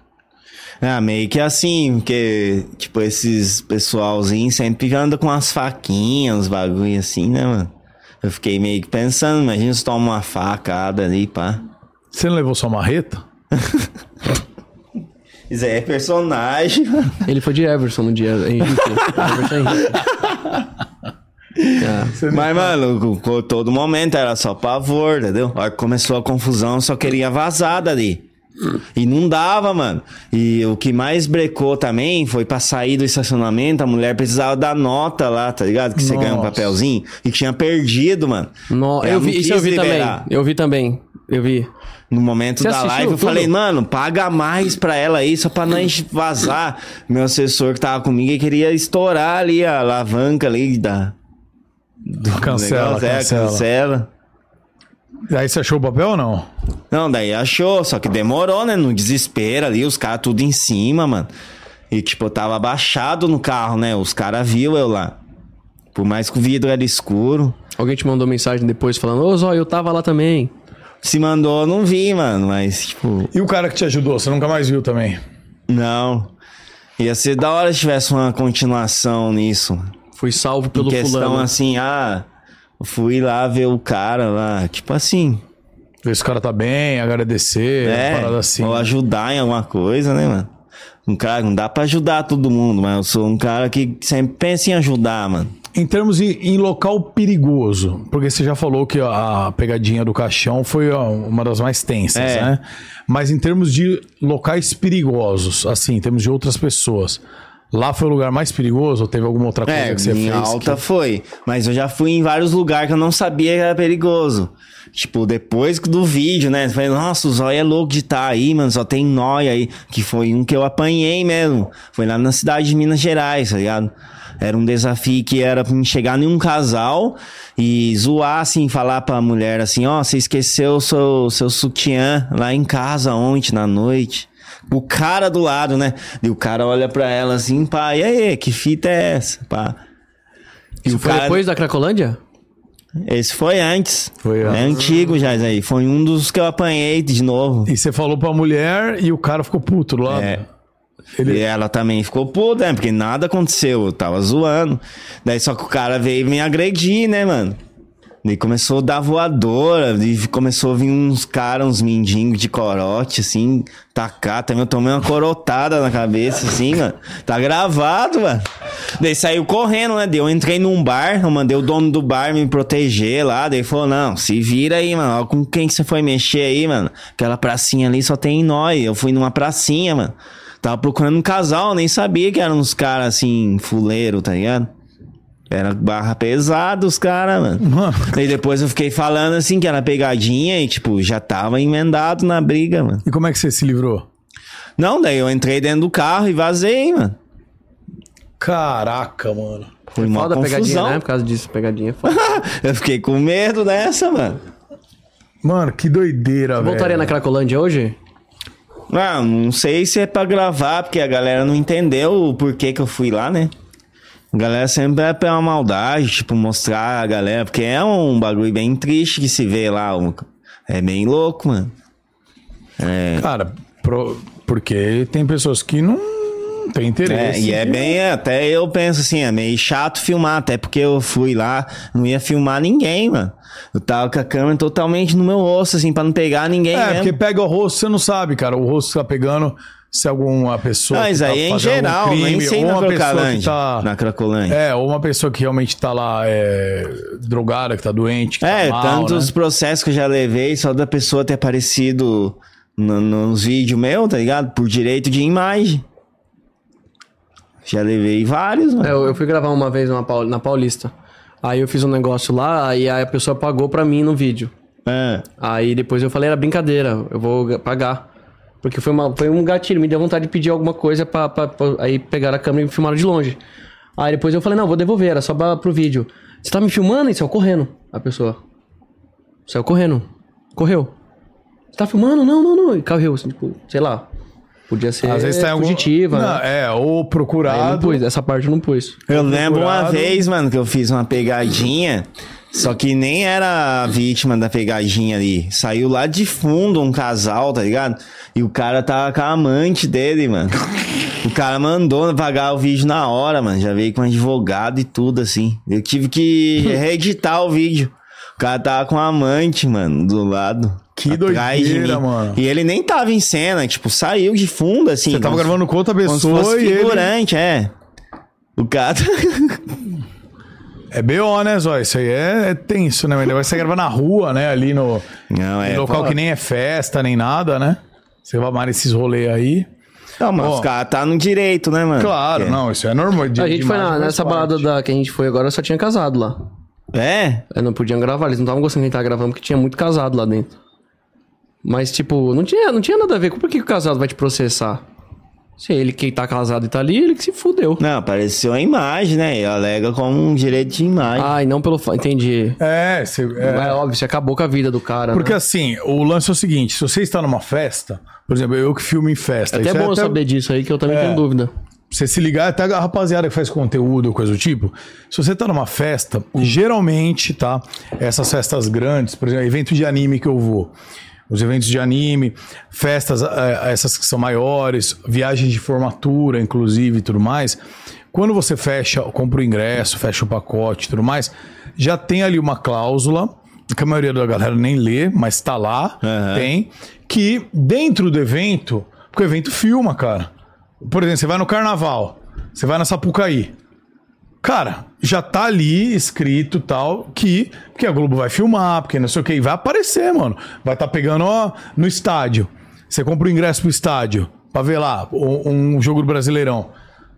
Ah, meio que assim, porque, tipo, esses pessoalzinhos sempre anda com as faquinhas, uns bagulho assim, né, mano? Eu fiquei meio que pensando, imagina se toma uma facada ali, pá.
Você não levou sua marreta?
Isso aí é personagem, mano.
Ele foi de Everson no dia. Henrique. Everson Henrique.
Mas, mano, com todo momento era só pavor, entendeu? A hora que começou a confusão, eu só queria vazar dali. E não dava, mano. E o que mais brecou também foi pra sair do estacionamento, a mulher precisava da nota lá, tá ligado? Que você ganha um
Nossa.
papelzinho. E tinha perdido, mano.
No,
Ela
eu
É, não
vi, isso eu
quis
vi
liberar.
também. Eu vi também. Eu vi.
No momento
Você
da
assistiu
live, eu
tudo?
falei, mano, paga mais pra ela aí, só pra nós vazar. Meu assessor que tava comigo, ele queria estourar ali a alavanca ali da... do
Cancela,
negócio. É,
cancela.
cancela.
Aí você achou o papel ou não?
Não, daí achou, só que demorou, né? No desespero ali, os caras tudo em cima, mano. E tipo, eu tava abaixado no carro, né? Os caras viu eu lá. Por mais que o vidro era escuro.
Alguém te mandou mensagem depois falando, ô Zó, eu tava lá também.
Se mandou, eu não vi, mano. Mas, tipo,
E o cara que te ajudou, você nunca mais viu também?
não. Ia ser da hora se tivesse uma continuação nisso. mano.
Fui salvo pelo
questão
fulano.
assim, ah, eu fui lá ver o cara lá. Tipo assim.
Ver se o cara tá bem, agradecer,
É,
uma parada assim.
ou ajudar em alguma coisa, né, mano? Um cara, não dá pra ajudar todo mundo, mas eu sou um cara que sempre pensa em ajudar, mano.
Em termos de em local perigoso, porque você já falou que a pegadinha do caixão foi ó, uma das mais tensas,
É.
né? Mas em termos de locais perigosos, assim, em termos de outras pessoas, lá foi o lugar mais perigoso ou teve alguma outra coisa
É,
que você
em
fez?
alta
que-
foi. Mas eu já fui em vários lugares que eu não sabia que era perigoso. Tipo, depois do vídeo, né? Eu Falei, nossa, o zóio é louco de estar aí, mano. Só tem nóia aí. Que foi um que eu apanhei mesmo. Foi lá na cidade de Minas Gerais, tá ligado? Era um desafio que era pra mim chegar em um casal e zoar, assim, falar pra mulher assim, ó, você esqueceu o seu, seu sutiã lá em casa ontem, na noite. O cara do lado, né? E o cara olha pra ela assim, pá, e aí, que fita é essa? Pá. E
Isso
o
foi
cara-
depois da Cracolândia?
Esse foi antes.
Foi
é
antes.
antigo já isso aí. Foi um dos que eu apanhei de novo.
E você falou pra mulher e o cara ficou puto lá.
É.
Ele-
E ela também ficou puta, né? Porque nada aconteceu, eu tava zoando. Daí só que o cara veio me agredir, né, mano? E começou a dar voadora, e começou a vir uns caras, uns mendigos de corote, assim, tacar. Também eu tomei uma corotada na cabeça, assim, mano. Tá gravado, mano. Daí saiu correndo, né? Daí eu entrei num bar, eu mandei o dono do bar me proteger lá. Daí ele falou: não, se vira aí, mano. Ó, Com quem que você foi mexer aí, mano? Aquela pracinha ali só tem nós. Eu fui numa pracinha, mano. Tava procurando um casal, nem sabia que eram uns caras assim, fuleiro, tá ligado? Era barra pesada os caras, mano. E depois eu fiquei falando assim que era pegadinha e, tipo, já tava emendado na briga, mano.
E como é que você se livrou?
Não, daí eu entrei dentro do carro e vazei, mano.
Caraca, mano.
Foi uma
É Foda a pegadinha,
confusão.
né? Por causa disso, pegadinha. é Foda.
Eu fiquei com medo dessa, mano.
Mano, que doideira, velho.
Voltaria na Cracolândia hoje?
Ah, não sei se é pra gravar, porque a galera não entendeu o porquê que eu fui lá, né? A galera sempre é pela maldade, tipo, mostrar a galera, porque é um bagulho bem triste que se vê lá. um- É bem louco, mano.
Cara, pro- porque tem pessoas que não não tem
É,
interesse.
e é bem, é, até eu penso assim, é meio chato filmar, até porque eu fui lá, não ia filmar ninguém, mano. Eu tava com a câmera totalmente no meu rosto, assim, pra não pegar ninguém
É,
mesmo.
porque pega o rosto, você não sabe, cara. O rosto tá pegando se alguma pessoa.
Mas
que tá
aí é em
fazendo algum
geral, nem sei
ou
na
uma pessoa que
Crocolândia.
tá.
Na Crocolândia.
É, ou uma pessoa que realmente tá lá é, drogada, que tá doente. Que
É,
tá mal,
tantos
né?
processos que eu já levei só da pessoa ter aparecido no- nos vídeos meu, tá ligado? Por direito de imagem. Já levei vários, mano.
É, eu, eu fui gravar uma vez uma Paul- na Paulista. Aí eu fiz um negócio lá e aí a pessoa pagou pra mim no vídeo.
É.
Aí depois eu falei, era brincadeira, eu vou ga- pagar. Porque foi, uma, foi um gatilho, me deu vontade de pedir alguma coisa pra, pra- pra- Aí pegaram a câmera e me filmaram de longe. Aí depois eu falei, não, vou devolver, era só pra, pro vídeo. Você tá me filmando? E saiu correndo, a pessoa. Saiu correndo. Correu. Você tá filmando? Não, não, não. E correu, assim, tipo, sei lá. Podia ser
Às vezes tá em algum...
É, fugitiva.
Não,
né?
É, ou
Aí eu não
procurado.
pus, essa parte eu não pus.
Eu lembro uma
procurado.
vez, mano, que eu fiz uma pegadinha, só que nem era a vítima da pegadinha ali. Saiu lá de fundo um casal, tá ligado? E o cara tava com a amante dele, mano. O cara mandou pagar o vídeo na hora, mano. Já veio com um advogado e tudo, assim. Eu tive que reeditar o vídeo. O cara tava com a amante, mano, do lado.
Que
atrás de
doideira,
mim.
mano.
E ele nem tava em cena, tipo, saiu de fundo, assim.
Você tava
como se-
gravando com outra
como se fosse
pessoa e ele...
figurante, é. O cara... tá-
É B.O., né, Zóia? Isso aí é, é tenso, né? Ainda vai você gravar na rua, né? Ali no
Não, é.
no local que nem é festa, nem nada, né? Você vai amar esses rolês aí.
Não, mas
Ó.
os caras tá no direito, né, mano?
Claro,
Porque-
não, isso é normal. de-
a gente
de
foi na,
imagem faz
nessa
parte.
balada da, que a gente foi agora, eu só tinha casado lá.
É?
Eu não podiam gravar, eles não estavam gostando de estar gravando porque tinha muito casado lá dentro. Mas, tipo, não tinha, não tinha nada a ver. Por que, que o casado vai te processar? Se ele que tá casado e tá ali, ele que se fudeu.
Não, apareceu a imagem, né? E alega como um direito de imagem.
Ai, não pelo. fa- Entendi.
É, você, é.
É óbvio, você acabou com a vida do cara.
porque
né?
assim, o lance é o seguinte: se você está numa festa, por exemplo, eu que filmo em festa.
até é
isso
bom eu saber disso aí, que eu também
É.
tenho dúvida.
Você se ligar, até a rapaziada que faz conteúdo, coisa do tipo. Se você tá numa festa, geralmente, tá? Essas festas grandes, por exemplo, evento de anime que eu vou. Os eventos de anime, festas, eh, essas que são maiores, viagens de formatura, inclusive e tudo mais. Quando você fecha, compra o ingresso, fecha o pacote e tudo mais, já tem ali uma cláusula que a maioria da galera nem lê, mas tá lá,
Aham.
tem, que dentro do evento, porque o evento filma, cara. Por exemplo, você vai no carnaval, você vai na Sapucaí. Cara, já tá ali escrito tal que, que a Globo vai filmar, porque não sei o que, e vai aparecer, mano. Vai tá pegando, ó, no estádio. Você compra o ingresso pro estádio pra ver lá um, um jogo do Brasileirão.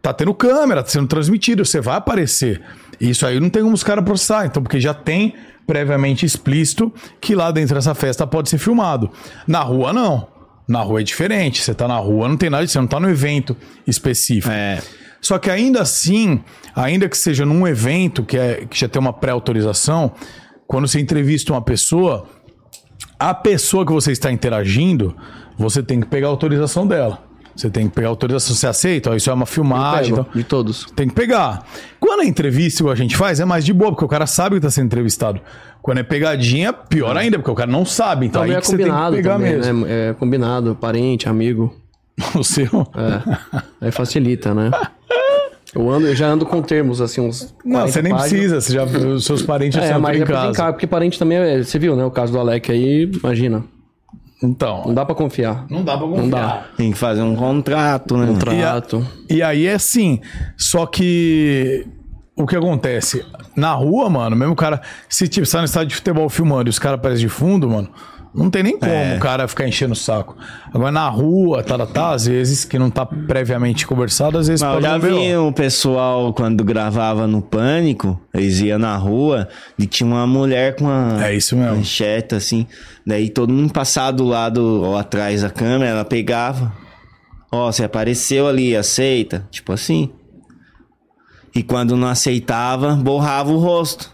Tá tendo câmera, tá sendo transmitido, você vai aparecer. Isso aí não tem como os caras processar, então, porque já tem previamente explícito que lá dentro dessa festa pode ser filmado. Na rua, não. Na rua é diferente. Você tá na rua, não tem nada, disso, você não tá no evento específico.
É.
Só que ainda assim, ainda que seja num evento que, é, que já tem uma pré-autorização, quando você entrevista uma pessoa, a pessoa que você está interagindo, você tem que pegar a autorização dela. Você tem que pegar a autorização, você aceita, ó, isso é uma filmagem.
Pego,
então-
de todos.
tem que pegar. Quando é entrevista, igual a gente faz, é mais de boa, porque o cara sabe que tá sendo entrevistado. Quando é pegadinha, pior ainda, porque o cara não sabe. Então
Também
aí
é
que você tem que
combinado,
pegar
também,
mesmo.
né? É combinado, parente, amigo.
O seu.
É. aí facilita, né? Eu, ando, eu já ando com termos, assim, uns.
Não, você
40
nem
páginas.
precisa, você já, os seus parentes já
É,
sabem
mas
em
é pra
casa.
brincar, porque parente também é. Você viu, né? O caso do Alec aí, imagina. Não
Então,
dá pra confiar.
não dá pra confiar.
Não dá.
Tem que fazer um contrato, né? Contrato.
Trato.
E aí é assim, só que o que acontece? Na rua, mano, mesmo o cara, se tipo, você tá no estádio de futebol filmando e os caras aparecem de fundo, mano, não tem nem como o cara ficar enchendo o saco. Agora na rua, tá, tá, tá, às vezes, que não tá previamente conversado, às vezes
Mas eu
pode um
já
não ver,
vi
ó.
o pessoal quando gravava no Pânico, eles iam na rua e tinha uma mulher com uma
É isso mesmo.
mancheta assim. Daí todo mundo passava do lado ou atrás da câmera, ela pegava. Ó, você apareceu ali, aceita. Tipo assim. E quando não aceitava, borrava o rosto.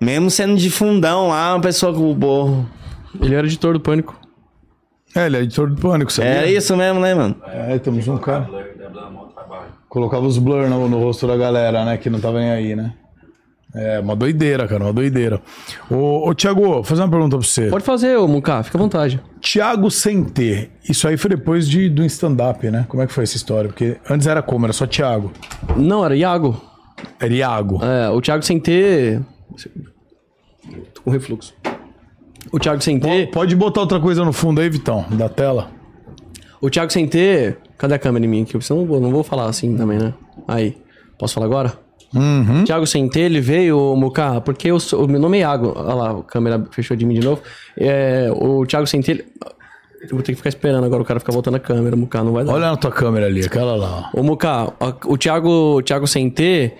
Mesmo sendo de fundão lá, uma pessoa com o borro.
Ele era editor do Pânico.
É, ele é editor do pânico, sabia?
Era isso mesmo, né, mano?
É, estamos um cara. Colocava os blur no, no rosto da galera, né? Que não tava nem tá aí, né? É, uma doideira, cara, uma doideira. Ô, ô Tiago, vou fazer uma pergunta pra você.
Pode fazer, ô Muká, fica à vontade.
Tiago sem T, isso aí foi depois de, do stand-up, né? Como é que foi essa história? Porque antes era como? Era só Tiago.
Não, era Iago.
Era Iago.
É, o Thiago sem ter. Tô com refluxo. O Thiago sem
Po-
ter.
Pode botar outra coisa no fundo aí, Vitão, da tela.
O Thiago sem ter. Cadê a câmera em mim aqui? Eu não vou, não vou falar assim também, né? Aí. Posso falar agora? Uhum. Thiago sem ter, ele veio, ô, Muká, porque eu sou- o meu nome é Iago. Olha lá, a câmera fechou de mim de novo. É, o Thiago sem ter. Eu vou ter que ficar esperando agora o cara ficar voltando a câmera, Muká, não vai dar.
Olha na tua câmera ali, aquela lá. ó.
Ô, Muca, o Thiago, o Thiago sem T.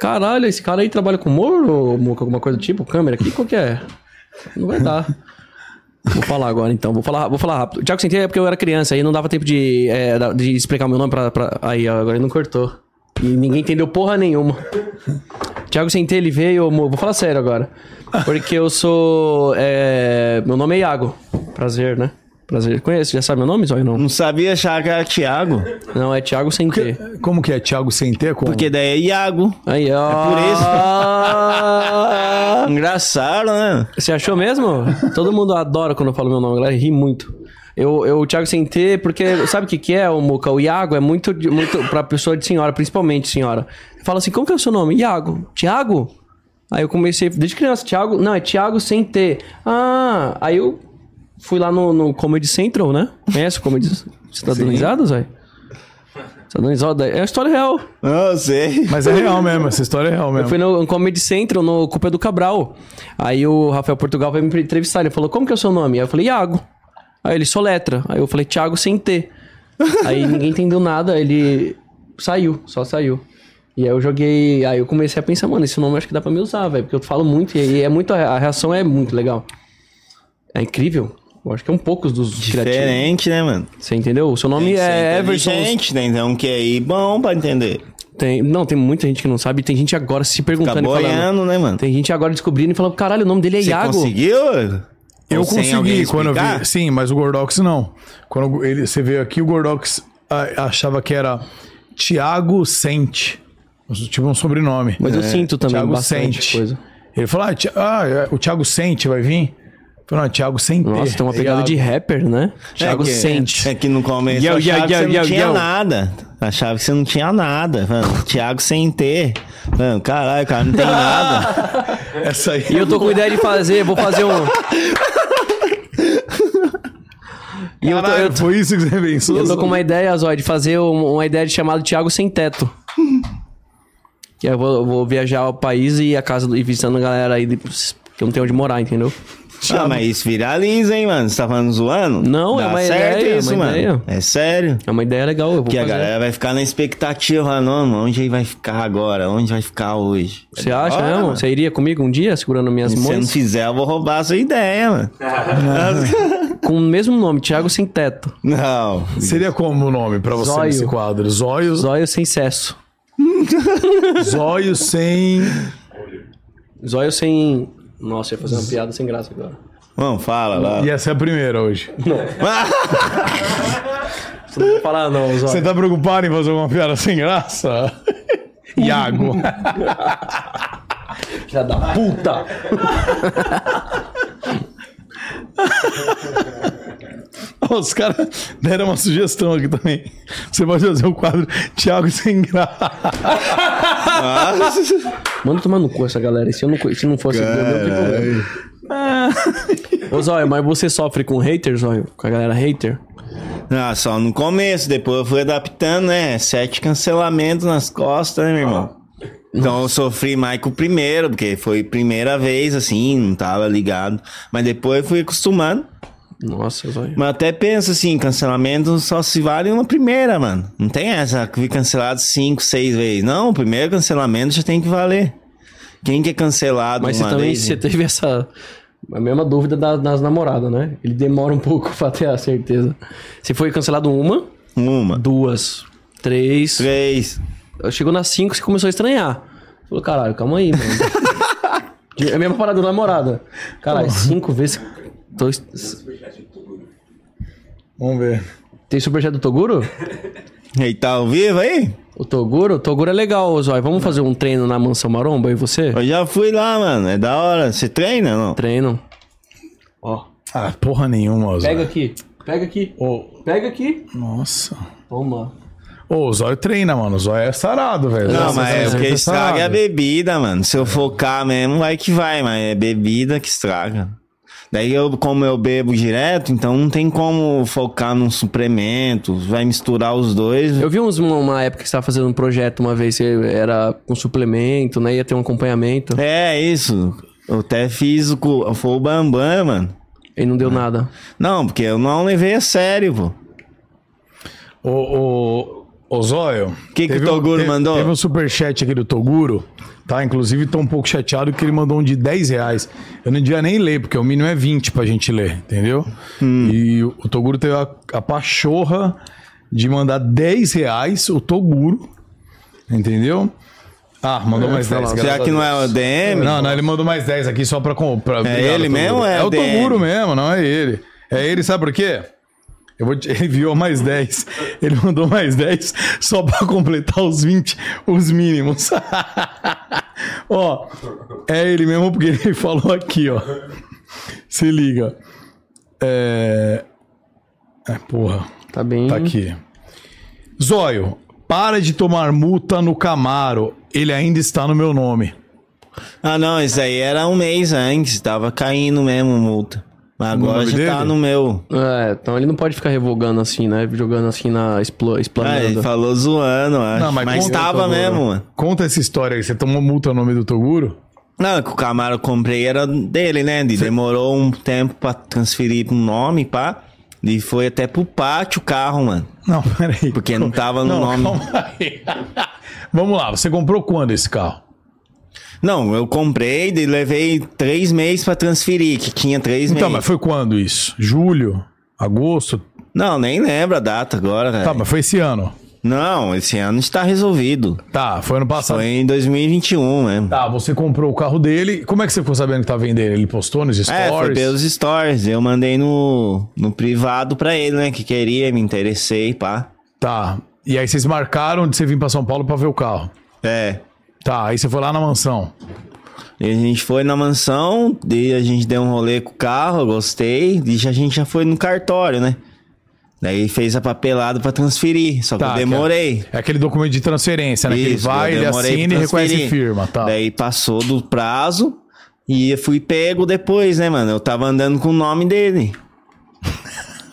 Caralho, esse cara aí trabalha com humor, ô, Muca? Alguma coisa do tipo? Câmera aqui? Qual que é? Não vai dar. Vou falar agora então, vou falar, vou falar rápido. O Thiago sem T é porque eu era criança, aí não dava tempo de, é, da- de explicar o meu nome pra, pra- Aí, ó, agora ele não cortou. E ninguém entendeu porra nenhuma. Thiago sem T, ele veio, ô, Mu- vou falar sério agora. Porque eu sou. é, meu nome é Iago. Prazer, né? Prazer. Conhece, já sabe meu nome, Zóio? Não.
Não sabia achar que era Thiago.
Não, é Thiago sem T.
Como que é? Tiago sem T? Como?
Porque daí é Iago.
Aí, ó.
por
isso.
Ah, Engraçado, né?
Você achou mesmo? Todo mundo adora quando eu falo meu nome, a galera ri muito. Eu, eu o Thiago sem T, porque sabe o que, que é, o Muca? O Iago é muito, de- muito pra pessoa de senhora, principalmente senhora. Fala assim, como que é o seu nome? Iago. Tiago? Aí eu comecei, desde criança, Tiago. Não, é Tiago sem T. Ah, aí eu fui lá no, no Comedy Central, né? Conhece o Comedy Estadunizados, velho? Estadunizados, é a história real.
Não sei.
Mas é real mesmo, essa história é real
Eu
mesmo.
fui no Comedy Central, no Culpa é do Cabral. Aí o Rafael Portugal veio me entrevistar. Ele falou, como que é o seu nome? Aí eu falei, Iago. Aí ele, soletra. Aí eu falei, Thiago sem T. Aí ninguém entendeu nada, ele saiu, só saiu. E aí eu joguei, aí eu comecei a pensar, mano, esse nome eu acho que dá pra me usar, velho. Porque eu falo muito e e é muito, a reação é muito legal. É incrível. Eu acho que é um pouco dos criativos.
Diferente, né, mano?
Você entendeu? O seu nome é Everson.
Gente, né? Então, que aí, bom pra entender.
Tem, não, tem muita gente que não sabe. Tem gente agora se
Tá
perguntando e falando.
boiando, né, mano?
Tem gente agora descobrindo e falando, caralho, o nome dele é
Você
Iago.
conseguiu?
Eu
Ou sem alguém
consegui quando eu
explicar?
vi. Sim, mas o Gordox não. Quando ele, você veio aqui, o Gordox ah, achava que era Tiago Sente. Tipo um sobrenome.
Mas
É,
eu sinto também
Thiago
bastante
Sente.
coisa.
Ele falou: ah, Thi- ah, é, o Thiago Sente vai vir? Eu falei, não, é Thiago Sente.
Nossa, tem uma pegada de rapper, né? Thiago
É, que-
Sente.
É que no começo
Yo,
eu achava
yo,
que
é
yo,
você não
yo,
tinha
yo.
nada. Achava que você não tinha nada. Mano, Thiago sem ter. Mano, caralho, o cara não tem
Ah,
nada.
Essa aí.
E eu tô com ideia de fazer, vou fazer um. E eu tô,
Caralho,
eu, tô,
foi isso que você pensou?
eu tô com uma ideia, Zói, de fazer um- uma ideia de chamado Thiago Sem Teto. Que eu vou, eu vou viajar ao país e a casa do- e visitando a galera aí de- que eu não tenho onde morar, entendeu?
ah, mas isso viraliza, hein, mano? Você tá falando zoando?
Não,
Dá
é uma
certo
ideia, é
isso,
uma
mano.
ideia.
É sério.
É uma ideia legal, eu vou
Que a
fazer.
galera vai ficar na expectativa, falando, não, mano, onde ele vai ficar agora? Onde vai ficar hoje?
Você acha,
Bora,
não?
mano.
Você iria comigo um dia segurando minhas
Se você não
mãos?
fizer, eu vou roubar a sua ideia, mano.
Com o mesmo nome, Thiago Sem Teto.
Não.
Seria como o nome pra você
Zóio.
nesse quadro? Zóio,
Zóio sem cesso.
zóio sem.
Zóio sem. Nossa, eu ia fazer uma piada sem graça agora.
Vamos, fala lá.
E essa é a primeira hoje.
Você não vai falar, não,
Você
Zóio.
tá preocupado em fazer uma piada sem graça? Iago.
Filha da puta!
Os caras deram uma sugestão aqui também. Você pode fazer o quadro Thiago sem graça.
Manda tomar no cu essa galera. E Se, eu não, co- se não fosse. Eu não problema. Ô, Zóio, mas você sofre com hater, Zóio? Com a galera hater?
Ah, só no começo, depois eu fui adaptando, né? Sete cancelamentos nas costas, né, meu irmão?
Ah.
Então eu sofri mais com o primeiro, porque foi primeira vez, assim, não tava ligado. Mas depois eu fui acostumando.
Nossa, Zóio.
Mas eu até penso assim, cancelamento só se vale uma primeira, mano. Não tem essa que fui cancelado cinco, seis vezes. Não, o primeiro cancelamento já tem que valer. Quem que é cancelado
Mas você
uma
também
vez?
você teve essa. A mesma dúvida da- das namoradas, né? Ele demora um pouco pra ter a certeza. Você foi cancelado uma,
Uma,
duas, três.
três.
Chegou nas 5, você começou a estranhar. Falou, caralho, calma aí, mano. é a mesma parada do namorada. Caralho, cinco vezes. Tô...
Vamos ver.
Tem superchat do Toguro?
Ele tá ao vivo aí?
O Toguro? O Toguro é legal, Zói. Vamos fazer um treino na Mansão Maromba, eu e você?
Eu já fui lá, mano. É da hora. Você treina, não?
Treino.
Ah, porra nenhuma, Zóio.
Pega aqui. Pega aqui. Pega aqui.
Nossa.
Toma.
Ô, o Zóio treina, mano. O Zóio é sarado, velho.
Não,
Zóio
mas é
sempre
porque
sarado.
estraga a bebida, mano. Se eu focar mesmo, vai que vai, mas é bebida que estraga. Daí eu, como eu bebo direto, então não tem como focar num suplemento, vai misturar os dois.
Eu vi uns, uma época que você tava fazendo um projeto uma vez, você era com suplemento, né? Ia ter um acompanhamento.
É isso. Eu até fiz o, co- foi o Bambam, mano.
E não deu nada.
Não, porque eu não levei a sério, pô.
Ô, ô, ô Zóio.
Que que
teve
o Toguro
teve-
mandou?
Teve um superchat aqui do Toguro, tá? Inclusive, tô um pouco chateado que ele mandou um de 10 reais. Eu não devia nem ler, porque o mínimo é 20 pra gente ler, entendeu?
Hum.
E o o Toguro teve a, a pachorra de mandar 10 reais, o Toguro, entendeu? Ah, mandou mais 10.
Será
graças
que
a
não é o DM?
Não, não, ele mandou mais 10 aqui só pra comprar. Obrigado,
ele
Toguro.
mesmo ou é
É o
DM?
Toguro mesmo, não é ele. É ele, sabe por quê? Eu vou te- Ele enviou mais 10. Ele mandou mais 10 só pra completar os 20, os mínimos. ó, é ele mesmo porque ele falou aqui, ó. Se liga. É. É, porra.
Tá bem.
Uhum.
Tá aqui. Zóio, para de tomar multa no Camaro. Ele ainda está no meu nome.
Ah, não, isso aí era um mês antes, tava caindo mesmo multa. Mas
No
agora
nome
já tá
dele?
no meu.
É, então ele não pode ficar revogando assim, né? Jogando assim na explo,
Ah, ele
esplanada.
falou zoando, eu acho. mas
conta-
tava
Toguro.
mesmo, mano.
Conta essa história aí. Você tomou multa no nome do Toguro?
Não, é que o Camaro eu comprei era dele, né? De- Demorou um tempo pra transferir pro nome, pá. E foi até pro pátio o carro, mano.
Não, peraí.
Porque não tava no nome.
calma aí. Vamos lá, você comprou quando esse carro?
Não, eu comprei e levei três meses pra transferir, que tinha três
Então, mas
meses.
foi quando isso? Julho? Agosto?
Não, nem lembro a data agora, velho.
Tá, mas foi esse ano.
Não, esse ano está resolvido.
Tá, foi ano passado.
Foi em 2021 mesmo.
Tá, você comprou o carro dele. Como é que você ficou sabendo que tá vendendo? Ele postou nos stories?
É, foi pelos stories. Eu mandei no, no privado pra ele, né? Que queria, me interessei, pá.
Tá. E aí vocês marcaram de você vir pra São Paulo pra ver o carro.
É.
Tá, aí você foi lá na mansão.
E a gente foi na mansão, e a gente deu um rolê com o carro, eu gostei. E já- a gente já foi no cartório, né? Daí fez a papelada pra transferir, só que
Tá,
eu demorei.
É aquele documento de transferência, né? que ele
Isso,
vai,
eu
ele
demorei
assina e
pra
reconhece
transferir.
firma, tá?
Daí passou do prazo e eu fui pego depois, né, mano? Eu tava andando com o nome dele.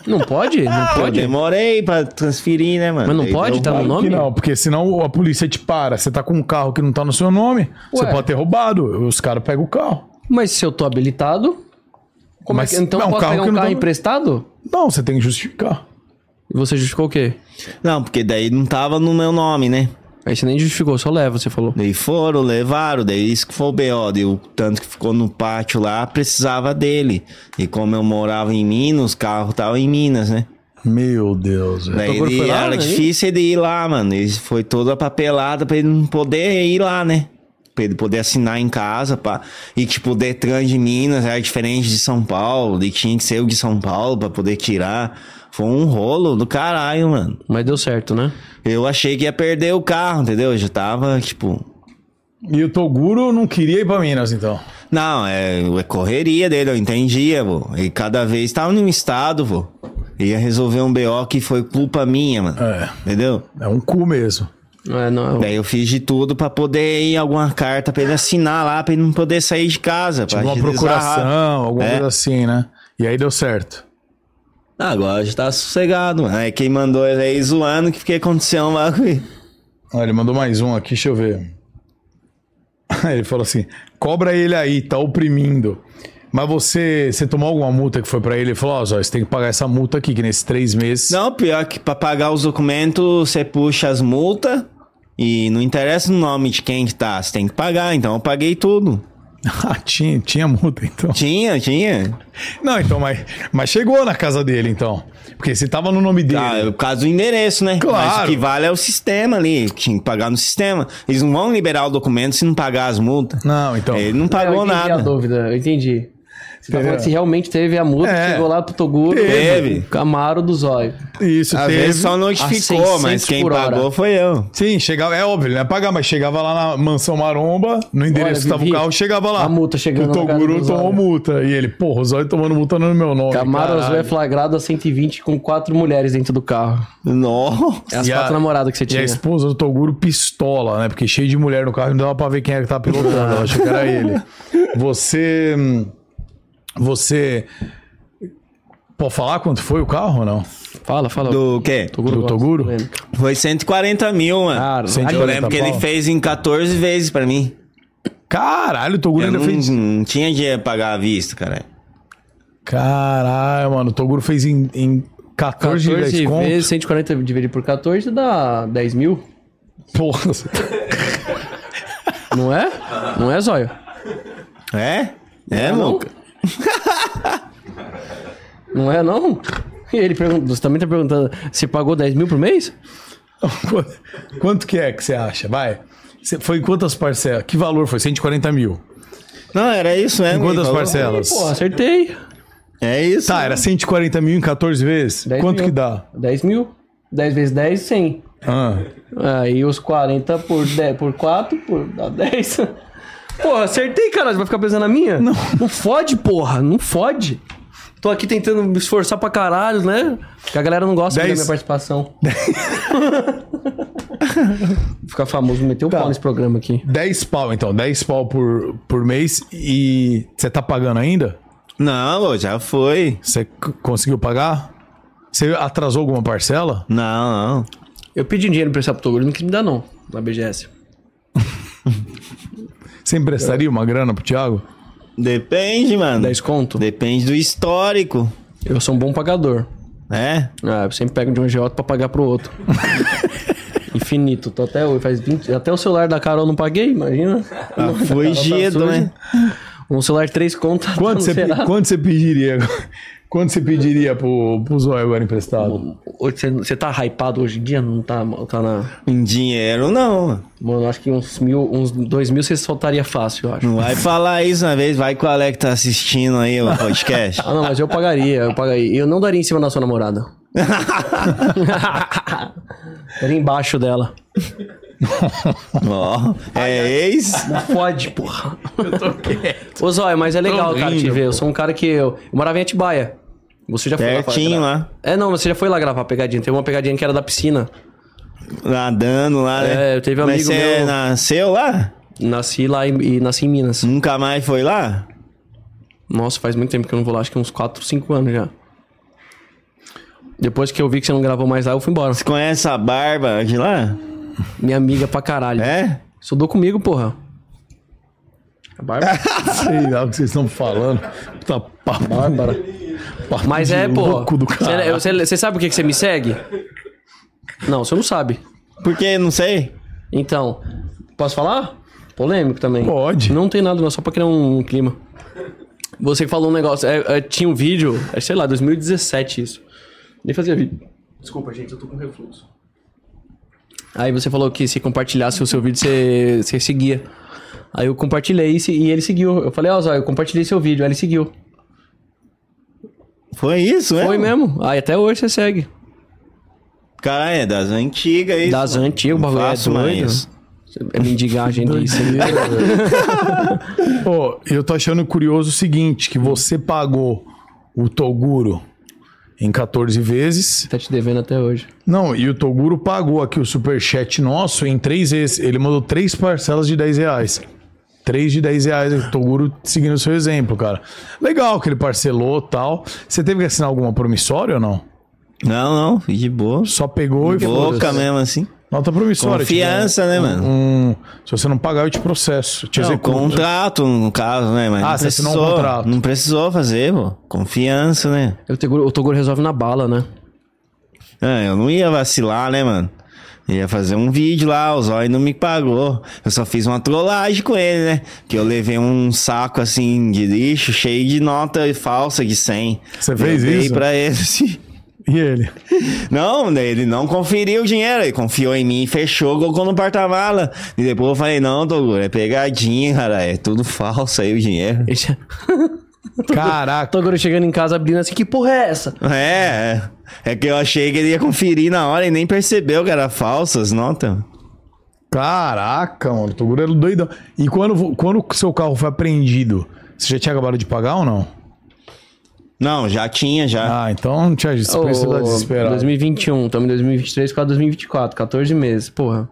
Não pode? Não
Eu
pode?
demorei pra transferir, né, mano?
Mas não
Daí
pode?
deu-
Tá no
Claro
nome?
um que não, porque senão a polícia te para. Você tá com um carro que não tá no seu nome, você
Ué.
pode ter roubado. Os caras pegam o carro.
Mas se eu tô habilitado. Como
Mas-
é que, então
não,
eu posso
carro
pegar
que
um
não
carro
tá-
emprestado?
Não, você tem que justificar.
E você justificou o quê?
Não, porque daí não tava no meu nome, né?
Aí você nem justificou, só leva, você falou.
Daí foram, levaram, daí isso que foi o BO, daí o tanto que ficou no pátio lá, precisava dele. E como eu morava em Minas, os carros estavam em Minas, né?
Meu Deus, velho.
Daí
Toguro
ele,
foi lá,
era
né?
difícil ele ir lá, mano. Ele foi toda papelada pra ele não poder ir lá, né? Pra ele poder assinar em casa, pá. E tipo, o Detran de Minas era diferente de São Paulo, e tinha que ser o de São Paulo pra poder tirar. Foi um rolo do caralho, mano.
Mas deu certo, né?
Eu achei que ia perder o carro, entendeu? Eu já tava, tipo,
E o Toguro não queria ir pra Minas, então.
Não, é, é correria dele, eu entendia, vô. E cada vez tava num estado, vô. Ia resolver um BO que foi culpa minha, mano.
É.
Entendeu?
É um cu mesmo.
É, não,
Daí eu fiz de tudo pra poder ir alguma carta pra ele assinar lá, pra ele não poder sair de casa. pra
Alguma
agilizar rápido.
procuração, alguma
É.
coisa assim, né? E aí deu certo.
Ah, agora já tá sossegado, mano. Aí quem mandou ele aí zoando que porque aconteceu um bagulho.
Ó, ele mandou mais um aqui, deixa eu ver. Ele falou assim: cobra ele aí, tá oprimindo. Mas você, você tomou alguma multa que foi pra ele? Ele falou: Ó, Zóio, você tem que pagar essa multa aqui, que nesses três meses.
Não, pior que pra pagar os documentos, você puxa as multas e não interessa o nome de quem que tá, você tem que pagar. Então eu paguei tudo.
Ah, tinha, tinha multa, então.
Tinha, tinha.
Não, então, mas, mas chegou na casa dele, então. Porque se tava no nome dele.
Ah, é por causa do endereço, né?
Claro.
Mas o que vale é o sistema ali. Tinha que pagar no sistema. Eles não vão liberar o documento se não pagar as multas.
Não, então.
Ele não
eu
pagou
entendi a
nada.
dúvida, eu entendi. Você tá
assim.
falando que se realmente teve a música,
É.
chegou lá pro Toguro.
Teve.
Camaro do Zóio.
Isso,
Às
teve.
vezes só
A
notificou,
600
mas quem
por hora.
pagou foi eu.
Sim, chegava, é óbvio, ele não ia pagar, mas chegava lá na mansão maromba, no endereço que tava o
Vivi,
carro, chegava lá.
a multa chegando
O
na casa
Toguro
do
tomou
Zóio.
multa. E ele, porra, o Zóio tomando multa no meu nome.
Camaro
caralho.
Azul é flagrado a 120 com quatro mulheres dentro do carro.
Nossa.
É as
E a-
quatro namoradas que você
E
tinha.
a esposa do Toguro pistola, né? Porque cheio de mulher no carro, não dava pra ver quem era que tava pilotando. Eu achei que era ele. Você. hum, Você. Pode falar quanto foi o carro ou não?
Fala, fala.
Do quê?
do
gosta,
Toguro?
tá vendo?
Foi 140 mil, mano.
Cara,
eu
140
lembro que ele
pau.
fez em 14 vezes pra mim.
Caralho, o
É,
Toguro
Eu
ainda
não,
fez.
não tinha dinheiro pra pagar à vista, cara.
Caralho, mano, o Toguro fez em, em 14,
14
10 conto.
vezes 140 dividido por 14 dá 10 mil,
Porra. tá-
não é? Não é, Zóio?
É? É,
não?
Luca?
Não é, não? E ele pergunta, você também tá perguntando, você pagou 10 mil por mês?
Quanto- Quanto que é que você acha? Vai. Você- Foi em quantas parcelas? Que valor foi? 140 mil.
Não, era isso mesmo.
Em quantas
ele falou.
parcelas?
Pô, acertei.
É isso.
Tá, era 140 mil em 14 vezes?
10
Quanto
mil.
que dá?
10 mil. 10 vezes 10, 100.
Ah.
Aí os 40 por, 10, por 4, por dá 10. Porra, acertei, caralho. Vai ficar pensando na minha? Não. Não fode, porra. Não fode. Tô aqui tentando me esforçar pra caralho, né? Porque a galera não gosta muito da
Dez.
minha participação. Ficar famoso, meteu o pau nesse programa aqui.
10 pau, então. 10 pau por, por mês e você tá pagando ainda?
Não, Lu, já foi.
Você c- conseguiu pagar? Você atrasou alguma parcela?
Não, não.
Eu pedi dinheiro pra esse Aptogro, ele não quis me dar, não, na BGS.
Você emprestaria uma grana pro Thiago?
Depende, mano.
10 conto?
Depende do histórico.
Eu sou um bom pagador.
É?
Ah, eu sempre pego de um agiota pra pagar pro outro. Infinito. Tô até hoje, faz 20... Até o celular da Carol eu não paguei, imagina.
Tá fugido,
suja.
né?
Um celular de três contas. tá
Quanto
no
você, pe-
Serasa.
quanto você pediria? Quanto você pediria pro, pro Zóio agora
Hum,
emprestado?
Hoje Você você tá hypado hoje em dia? Não tá, tá na...
Em dinheiro, não.
Mano, eu acho que uns mil, uns dois mil você soltaria fácil, eu acho.
Não vai falar isso uma vez. Vai qual é que tá assistindo aí o podcast.
Ah, não, mas eu pagaria, eu pagaria. Eu não daria em cima da sua namorada. Era embaixo dela.
Ó, é ex?
Fode, porra. Ô, Zóia, mas é legal, cara, te ver. Eu sou um cara que. Eu, eu morava em Atibaia. Você já foi
Certinho
lá. pra-
lá.
É, não, você já foi lá gravar a pegadinha. Teve uma pegadinha que era da piscina.
Nadando lá, né?
É, eu teve um
Mas
amigo meu-
nasceu lá?
Nasci lá em- e nasci em Minas.
Nunca mais foi lá?
Nossa, faz muito tempo que eu não vou lá, acho que uns 4, 5 anos já. Depois que eu vi que você não gravou mais lá, eu fui embora.
Você conhece a barba de lá?
Minha amiga pra caralho.
É?
Estudou comigo, porra. A Bárbara.
Sei lá o que vocês estão falando. Puta papo. Bárbara.
Mas é, pô.
Louco do cara.
Você sabe o que que você me segue? Não, você não sabe.
Porque não sei.
Então, posso falar? Polêmico também.
Pode.
Não tem nada, não, só pra criar um clima. Você que falou um negócio. é, é, tinha um vídeo, é, sei lá, 2017 isso. Nem fazia vídeo. Desculpa, gente, eu tô com refluxo. Aí você falou que se compartilhasse o seu vídeo, você, você seguia. Aí eu compartilhei e se- e ele seguiu. Eu falei, ó, Zóio, eu compartilhei seu vídeo. Aí ele seguiu.
Foi isso, né?
Foi mesmo. Aí até hoje você segue.
Caralho, é das antigas isso.
Das
mano.
antigas, o
Não
bagulho é
faço
doido.
mais.
É mendigagem disso.
Pô, eu tô achando curioso o seguinte, que você pagou o Toguro em 14 vezes.
tá te devendo até hoje.
Não, e o Toguro pagou aqui o superchat nosso em três vezes. Ele mandou três parcelas de 10 reais. Três de 10 reais, o Toguro seguindo o seu exemplo, cara. Legal que ele parcelou tal. Você teve que assinar alguma promissória ou não?
Não, não, fui de boa.
Só pegou e
Louca
foda-se.
mesmo assim.
Nota promissória. tipo,
Confiança, né, mano?
um- se você não pagar, eu te processo. Te
Não,
executo.
contrato, no caso, né? Mas
Tipo assim, Ah,
não
você assinou um
precisou,
contrato.
Não precisou fazer, pô. Confiança, né?
O Toguro, o Toguro resolve na bala, né?
Ah, eu não ia vacilar, né, mano? Ia fazer um vídeo lá, o Zóio não me pagou. Eu só fiz uma trollagem com ele, né? Que eu levei um saco assim de lixo cheio de nota falsa de 100.
Você fez
eu dei
isso?
pra ele. assim.
E ele?
Não, né, ele não conferiu o dinheiro, ele confiou em mim, fechou, colocou no porta-mala. E depois eu falei, não, Toguro, é pegadinha, cara, é tudo falso aí o dinheiro.
Ele já-
Caraca.
Toguro chegando em casa abrindo assim, que porra é essa?
É, é que eu achei que ele ia conferir na hora e nem percebeu que era falsas, nota.
Caraca, mano. Tô gurando doidão. E quando, vo- quando o seu carro foi apreendido, você já tinha acabado de pagar ou não?
Não, já tinha, já.
Ah, então não tinha você precisa
Ô,
desesperar.
2021, estamos um, em 2023, quase 2024, 14 meses, porra.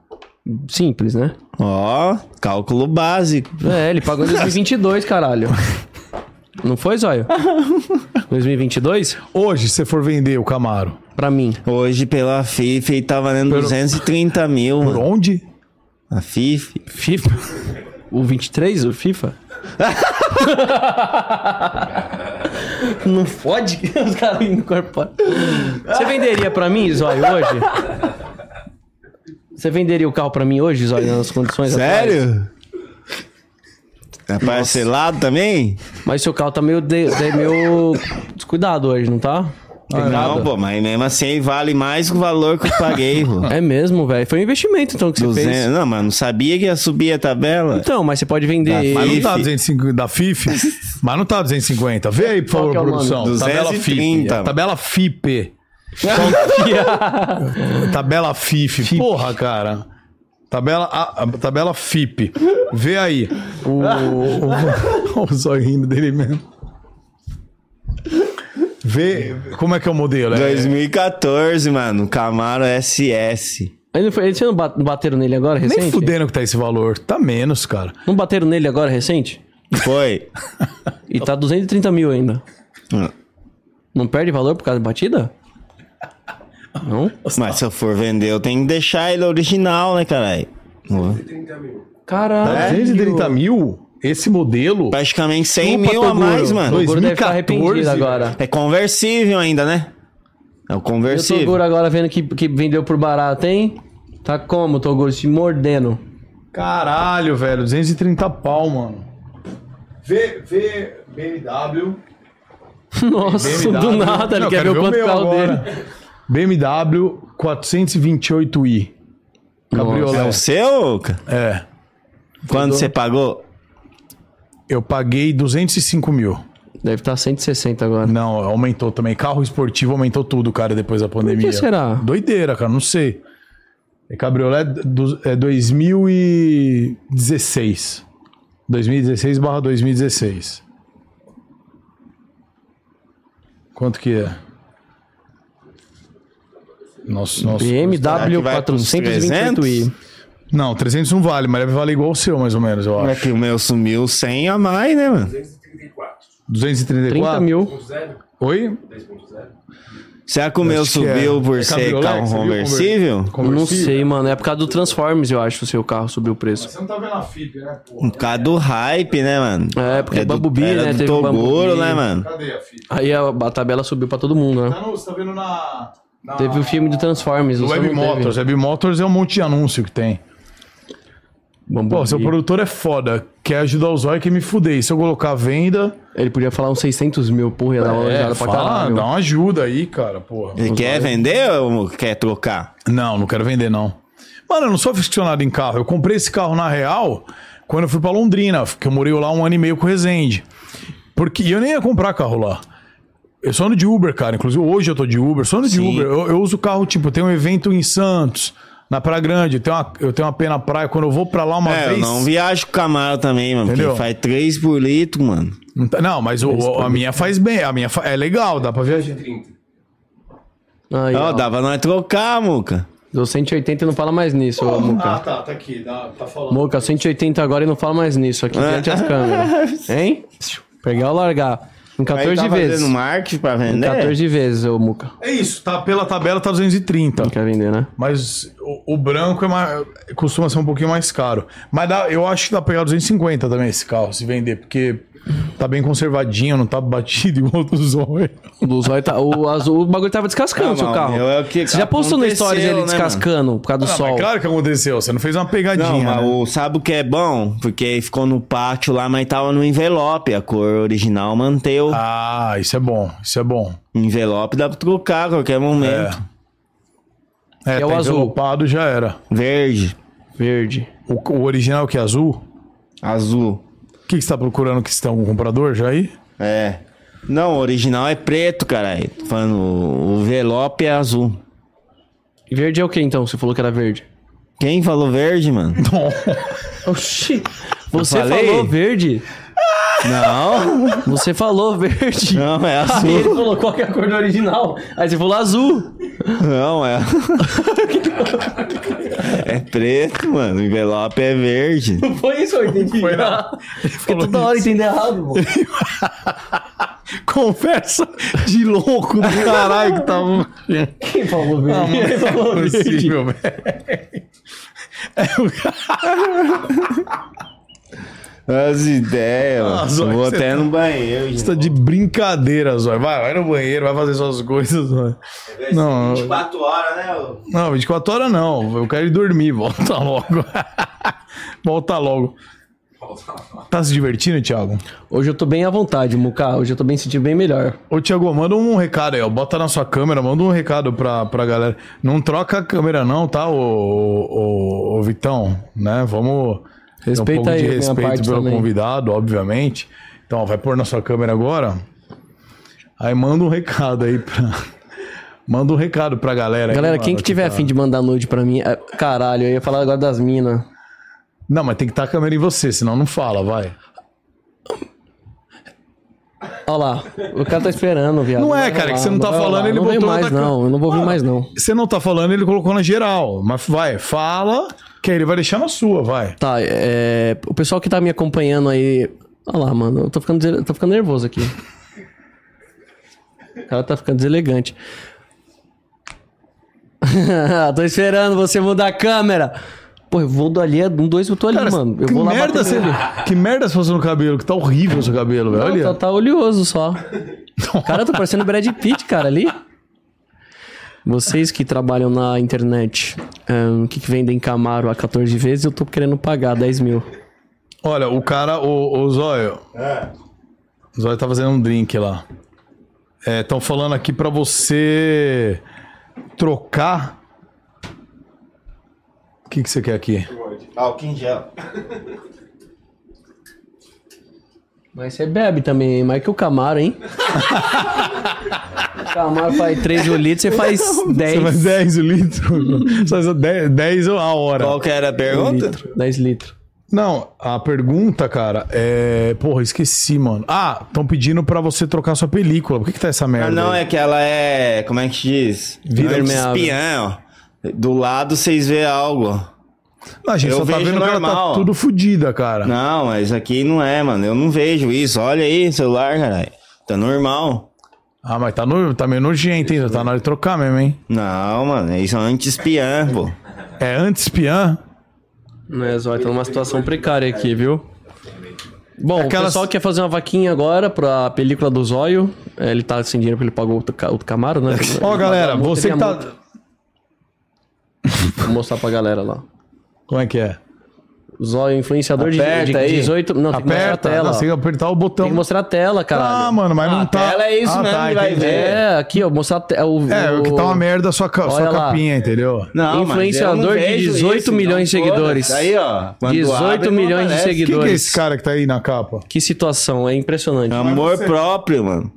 Simples, né?
Ó, cálculo básico.
É, ele pagou em 2022, caralho. Não foi, Zóio? 2022?
Hoje, se você for vender o Camaro,
Pra mim.
Hoje pela FIF tá valendo 230 mil.
por
mano.
onde?
A FIF.
FIFA? O 23, o FIFA? Não fode? Os caras incorporam. Você venderia pra mim, Zóio, hoje? Você venderia o carro pra mim hoje, Zóio, nas condições atuais?
Sério? É parcelado também?
Mas seu carro tá meio, de, de- meio descuidado hoje, não tá?
não, pô, mas mesmo assim vale mais o valor que eu paguei, pô.
É mesmo, velho. Foi um investimento, então, que você
200.
fez.
Não, mas não sabia que ia subir a tabela.
Então, mas você pode vender.
Dá,
Mas
ele.
não tá
Fife.
250 da FIF? mas não tá 250. Vê aí, por favor,
que é o
produção.
nome?
Tabela
230.
FIP. É, Tabela FIP. tabela FIF. Porra, cara. Tabela, a, a- tabela FIP. Vê aí. O, o, o, zóio rindo dele mesmo. Vê como é que é o modelo. É,
2014, mano. Camaro SS.
Ele não foi- ele- Vocês não ba- não bateram nele agora recente?
nem fudendo que tá esse valor. Tá menos, cara.
Não bateram nele agora recente?
Foi.
E tá 230 mil ainda. Não perde valor por causa da batida? Não?
mas se eu for vender, eu tenho que deixar ele original, né, caralho?
Caralho.
É? 230 mil? Esse modelo?
Praticamente 100
Opa,
mil a
Toguro.
mais, mano.
O Toguro deve estar
2014,
arrependido agora.
É conversível ainda, né? É o
E o
conversível.
Toguro agora vendo que, que vendeu por barato, hein? Tá como, Toguro? Se mordendo.
Caralho, velho, 230 pau, mano. V, v BMW.
Nossa, do nada. Ele
um- Não,
quer
quero
ver o quanto
meu
o carro
agora.
dele.
BMW 428i.
É
Cabriolé.
o seu? ca-
É.
Quando você pagou?
Eu paguei 205 mil.
Deve tá estar 160 agora.
Não, aumentou também. Carro esportivo aumentou tudo, cara, depois da pandemia.
será?
Doideira, cara, não sei. É cabriolé do, é 2016. 2016 barra 2016. Quanto que é? Nossa, nossa.
BMW
vai pros
428i.
Não, 300 não vale, mas deve valer igual o seu, mais ou menos, eu
É
acho.
que o meu sumiu 100 a mais, né, mano?
234?
30 mil.
Oi?
Será que o meu
Acho que é.
subiu por
É
ser
cabriolé que
carro
você viu,
conversível?
Não sei, mano. É por causa do Transformers, eu acho, o seu carro subiu o preço.
Você não tá vendo a FIP, né, pô?
Por causa do hype, né, mano?
É, porque
do-
Bambubi,
era
né,
do
um
teve o
Toguro,
Bambubi.
né, mano?
Cadê a FIP?
Aí a, a tabela subiu pra todo mundo, né?
Tá no- Você tá vendo na. na-
Teve o filme do Transformers.
do
o seu
Web
não teve.
Motors. Web Motors é um monte de anúncio que tem.
Bambubi.
Pô, seu produtor é foda. Quer ajudar o Zóio que me fudei. Se eu colocar a venda.
Ele podia falar uns 600 mil, porra, ia dar uma
É,
olhada pra
fala,
caralho.
dá uma ajuda aí, cara, porra.
Ele quer vender ou quer trocar?
Não, não quero vender, não. Mano, eu não sou aficionado em carro. Eu comprei esse carro na real quando eu fui pra Londrina, que eu morei lá um ano e meio com o Resende. Porque e eu nem ia comprar carro lá. Eu só ando de Uber, cara. Inclusive, hoje eu tô de Uber, só ando de
Sim.
Uber. Eu, eu uso carro, tipo, tem um evento em Santos, na Praia Grande, eu tenho uma, eu tenho uma pena praia. Quando eu vou pra lá uma
é,
vez.
eu não viajo com Camaro também, mano.
Entendeu?
Porque faz 3 por litro, mano.
Não tá- Não, mas o- o- a minha faz bem, a minha fa- é legal, dá pra viajar.
Aí,
Ó,
ó,
um- dá pra nós trocar, Muca.
Deu 180 e não fala mais nisso, ô, Muca.
tá, tá aqui, tá falando.
Muca, 180 agora e não fala mais nisso.
É.
Aqui diante das câmeras. Hein? Pegar ou largar. Em
Aí
14
tá
vezes.
fazendo marketing pra vender?
14 vezes, ô Muca.
É isso, tá pela tabela tá 230.
Não quer vender, né?
Mas o, o branco é mais, costuma ser um pouquinho mais caro. Mas dá- eu acho que dá pra pegar 250 também esse carro, se vender, porque tá bem conservadinho, não tá batido igual dos homens.
O do zóio tá- o, azul, o bagulho tava descascando
Não,
seu
mas o
carro.
meu é o que
Você já postou na
aconteceu,
história dele
né,
descascando por causa do
Ah,
sol.
mas claro que aconteceu, você não fez uma pegadinha.
Não, mas
né?
o, sabe o que é bom? Porque ficou no pátio lá, mas tava no envelope. A cor original manteu.
Ah, isso é bom, isso é bom.
Envelope dá pra trocar a qualquer momento.
É,
Que é o
tá
azul.
envelopado, já era.
Verde,
Verde.
O, o original que é azul?
azul.
O que, que você tá procurando que você tem algum comprador já aí?
É. Não, o original é preto, caralho. Tô Falando, o o envelope é azul.
Verde é o que então? Você falou que era verde.
Quem falou verde, mano?
Oxi. Você
falei?
falou verde?
Não,
Você falou verde.
não, é
Aí ele
azul.
falou qual que é a cor do original. Aí você falou azul.
Não, é. É preto, mano. O envelope é verde.
Não foi isso que eu entendi. Foi Porque toda hora entender errado, mano.
Conversa de louco do caralho que tava.
Quem falou verde? Quem falou
Não é
verde?
possível, velho. É o
As ideias, mano.
Azul,
Vou
você
até
tá-
no banheiro.
Você tá de brincadeira, Zóio. Vai, vai no banheiro, vai fazer suas coisas, Zóio. Não, eu-
horas, né?
não, 24 horas não. Eu quero ir dormir. Volta logo. Volta logo. Tá se divertindo, Thiago?
Hoje eu tô bem à vontade, Muka. Hoje eu tô bem sentindo bem melhor.
Ô, Thiago, manda um recado aí, ó. Bota na sua câmera, manda um recado pra, pra galera. Não troca a câmera, não, tá, ô, ô, ô, ô, Vitão? Né? Vamos. ter um
Respeita aí
de
a minha
respeito
parte
pelo
também.
convidado, obviamente. Então, ó, vai pôr na sua câmera agora. Aí manda um recado aí pra. Manda um recado pra galera. aí,
Galera,
mano, tá-
quem que tiver afim de mandar nude pra mim. é- Caralho, eu ia falar agora das minas.
Não, mas tem que estar a câmera em você, senão não fala, vai.
Olha lá, o cara tá esperando, viado.
Não é,
vai
cara,
rolar,
que você não tá
vai
falando,
rolar.
ele
não vem
botou
mais,
outra
não. Eu não vou vir mais, não.
Você não tá falando, ele colocou na geral. Mas vai, fala, que aí ele vai deixar na sua, vai.
Tá, é, o pessoal que tá me acompanhando aí. Olha lá, mano, eu tô ficando, dese- tô ficando nervoso aqui. O cara tá ficando deselegante. tô esperando você mudar a câmera. Pô, eu vou do ali, é um, dois, eu tô ali,
Cara,
mano. Eu
que,
vou lá
merda
bater
você,
nele.
que merda você passou no cabelo, que tá horrível o seu cabelo, velho.
Não,
Olha.
tá, tá oleoso só. Cara, eu tô parecendo o Brad Pitt, cara, ali. Vocês que trabalham na internet, ahn, que, que vendem Camaro a 14 vezes, eu tô querendo pagar 10 mil.
Olha, o cara, o, o Zóio. O Zóio tá fazendo um drink lá. Estão falando aqui pra você trocar. O que, que você quer aqui?
Álcool em gel.
Mas você bebe também, hein? mais que o Camaro, hein? o Camaro faz 3 mil litros, você faz
Você
10.
faz 10 litros? Só 10, 10 a hora.
Qual que era a pergunta?
litros. 10 litros.
Não, a pergunta, cara, é. Porra, esqueci, mano. Ah, estão pedindo pra você trocar sua película. Por que, que tá essa merda?
Ah, não,
aí?
é que ela é. Como é que diz?
Vida
Ela é de
permeável.
espiã, ó. Do lado vocês vê algo. ó.
Não, a gente
Eu
só tá
vejo
vendo que ela tá
normal.
tudo fodida, cara.
Não, mas aqui não é, mano. Eu não vejo isso. Olha aí, celular, caralho. Tá normal.
Ah, mas tá, no, tá meio nojento, hein? Já Tá na hora de trocar mesmo, hein?
Não, mano. Isso é anti-espiã, pô.
É anti-espiã?
Né, Zóia, tá numa situação precária aqui, viu? Bom,
Aquelas-
o pessoal quer fazer uma vaquinha agora pra película do Zóio. É, Ele tá sem dinheiro porque ele pagou outro, ca- outro Camaro, né?
Ó,
Ele
galera,
pagou a multa,
você
ele
que
ia
tá.
multa. Vou mostrar pra galera lá.
Como é que é?
Zóio, influenciador de- de,
Aperta aí.
18... Não, tem que mostrar a
Aperta.
tela.
não,
ó.
você tem que apertar o botão.
Tem que mostrar a tela, cara.
Ah, mano, mas não tá.
tela é isso
ah,
mesmo que vai
entendi.
ver.
É, aqui, ó, mostrar a tela. O,
É, o que tá uma merda a sua, ca- sua
Olha lá.
capinha, entendeu?
Não, mas
Influenciador
eu não
de
vejo
18
isso,
milhões de
não.
seguidores.
Foda-se. Aí, ó. Quando
18
abre, não
milhões de
aparece.
O que, que é
seguidores.
esse cara que tá aí na capa?
Que situação, é impressionante.
Amor próprio, mano.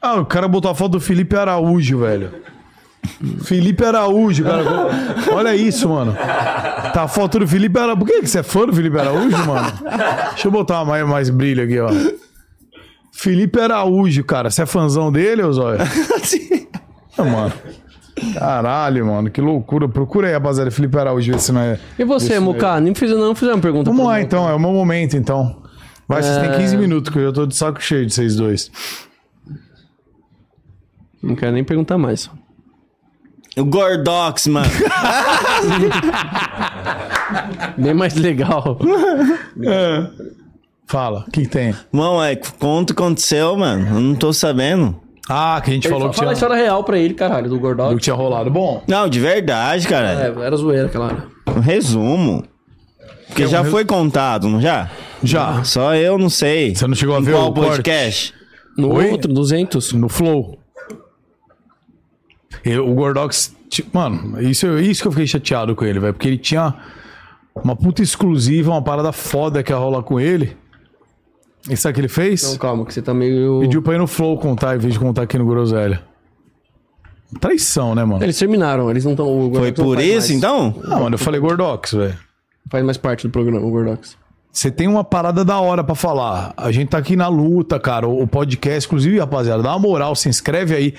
Ah, o cara botou a foto do Felipe Araújo, velho. Felipe Araújo, cara. Olha isso, mano. Tá a foto do Felipe Araújo. Por que que você é fã do Felipe Araújo, mano? Deixa eu botar mais, mais brilho aqui, ó. Felipe Araújo, cara. Você é fãzão dele, ô Zóio? Ah, mano. Caralho, mano. Que loucura. Procura aí, rapaziada. Felipe Araújo, ver se não é.
E você, Muka? Nem fiz, não fiz uma pergunta.
Vamos
pra
lá,
mim.
então. É o meu momento, então. Vai, vocês têm 15 minutos, que eu já tô de saco cheio de vocês dois. então.
Não quero nem perguntar mais.
O Gordox, mano.
Bem mais legal.
Fala, o que, que tem?
Mano, é, conta o que aconteceu, mano. Eu não tô sabendo.
Ah, que a gente
Fala
falou que tinha,
a história real pra ele, caralho, do Gordox.
do que tinha rolado. Bom,
Não, de verdade,
É,
cara.
era zoeira, claro.
Um resumo.
É,
Porque
um
já foi contado, não já?
já.
Só eu não sei.
Você não chegou a
Em
ver
qual
o corte?
podcast?
No
Oi?
outro, 200.
No Flow. Eu- o Gordox. ti- Mano, isso, isso que eu fiquei chateado com ele, velho. Porque ele tinha uma puta exclusiva, uma parada foda que ia rolar com ele. Isso é que ele fez?
Então, calma, que você tá meio.
Pediu pra ir no Flow contar, em vez de contar aqui no Groselha. Traição, né, mano?
Eles terminaram, eles não estão.
Foi por isso, então?
Ah, mano, eu falei Gordox, velho.
Faz mais parte do programa, o Gordox.
Você tem uma parada da hora pra falar. A gente tá aqui na luta, cara. O o podcast, inclusive, rapaziada, dá uma moral, se inscreve aí.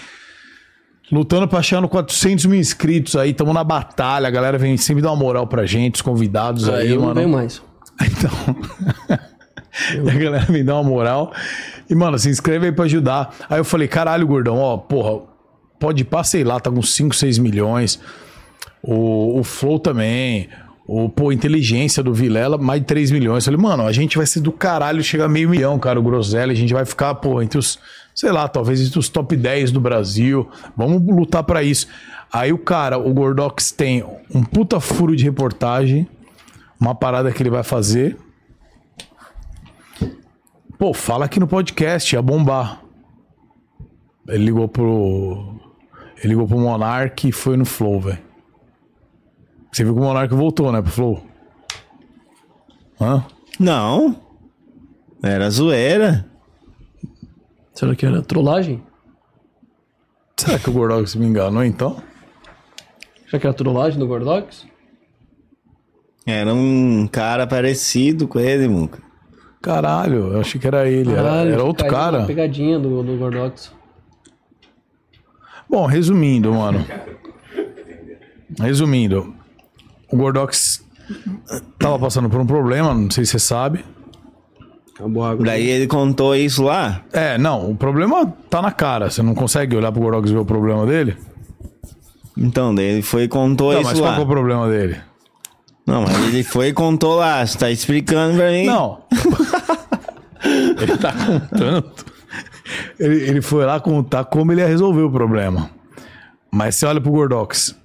Lutando pra chegar no 400 mil inscritos aí. Tamo na batalha. A galera vem sempre dar uma moral pra gente, os convidados aí,
eu não
mano.
venho mais.
Então. E a galera me dá uma moral. E, mano, se inscreve aí pra ajudar. Aí eu falei, caralho, gordão, ó, porra, pode passar, sei lá, tá com 5, 6 milhões. O, o Flow também. O, pô, Inteligência do Vilela, mais de 3 milhões. Eu falei, mano, a gente vai ser do caralho chegar a meio milhão, cara, o Groselha. A gente vai ficar, pô, entre os, sei lá, talvez entre os top 10 do Brasil. Vamos lutar pra isso. Aí o cara, o Gordox, tem um puta furo de reportagem, uma parada que ele vai fazer. Pô, fala aqui no podcast, ia bombar. Ele ligou pro. Ele ligou pro Monark e foi no Flow, velho. Você viu que o Monark voltou, né, pro Flow? Hã?
Não. Era zoeira.
Será que era trollagem?
Será que o Gordox me enganou então?
Será que era trollagem do Gordox?
Era um cara parecido com ele, Muca.
Caralho, eu achei que era ele. Era,
Caralho,
era outro
caiu
cara.
na pegadinha do, do Gordox.
Bom, resumindo, mano. Resumindo, o Gordox tava passando por um problema, não sei se você sabe.
Acabou a água.
Daí ele contou isso lá.
É, não, o problema tá na cara. Você não consegue olhar pro Gordox e ver o problema dele?
Então, daí ele foi e contou
Não, mas
isso
qual
lá.
que é o problema dele?
Não, mas ele foi e contou lá. Você tá explicando pra mim?
Não. ele tá contando. Ele, ele foi lá contar como ele ia resolver o problema. Mas você olha pro Gordox.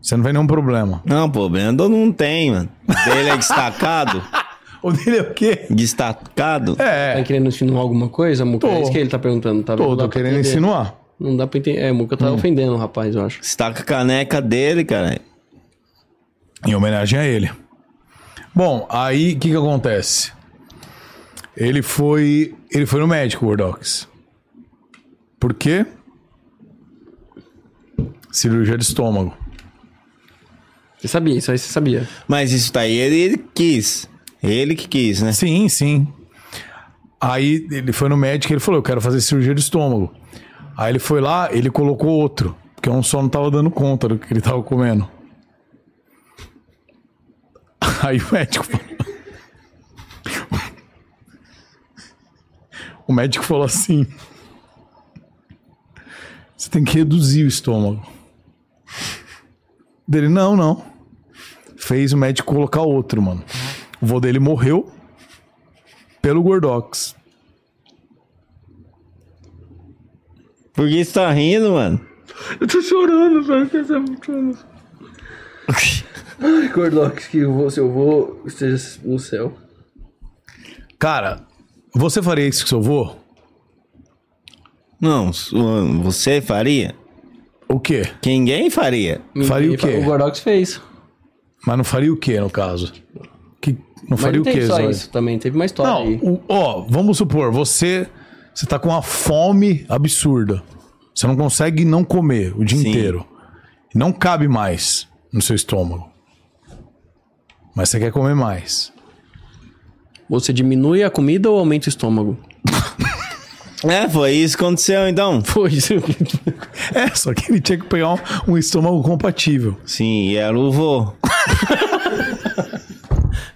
Você não vê nenhum problema.
Não, pô, Brandon não tem, mano. O Dele é destacado.
O dele é o quê?
destacado.
É,
Tá querendo insinuar alguma coisa, Muca?
Tô.
É isso que ele tá perguntando, tá?
tô,
Não dá
tô
pra
querendo
entender.
insinuar.
Não dá pra entender. É, Muca tá ofendendo o rapaz, eu acho.
Destaca a caneca dele, cara.
Em homenagem a ele. Bom, aí o que que acontece? Ele foi, ele foi no médico, Gordox. Por quê? Cirurgia de estômago.
Você sabia, isso aí você sabia.
Mas isso daí ele, ele quis. Ele que quis, né?
Sim, sim. Aí ele foi no médico e ele falou: Eu quero fazer cirurgia de estômago. Aí ele foi lá, ele colocou outro, porque um só não tava dando conta do que ele tava comendo. Aí o médico falou. O médico falou assim: Você tem que reduzir o estômago. Dele, não, não. Fez o médico colocar outro, mano. O vô dele morreu pelo Gordox.
Por que você tá rindo, mano?
Eu tô chorando, velho. Você tá muito chorando. Ai, Gordox, que o seu avô esteja no céu.
Cara, você faria isso com seu avô?
Não, su- você faria?
O quê?
Que Ninguém faria.
Faria o
E
quê?
Hum, O Gordox fez.
Mas não faria o quê, no caso? Que, não
Mas
faria
não
o
teve
quê,
só
Zóio?
isso também, teve uma história
Não,
aí.
o- ó, vamos supor, você, você tá com uma fome absurda. Você não consegue não comer o dia
Sim.
inteiro. Não cabe mais no seu estômago. Mas você quer comer mais.
Você diminui a comida ou aumenta o estômago?
É, foi isso que aconteceu então.
Foi isso.
É, só que ele tinha que pegar um- um estômago compatível.
Sim, e era o vô.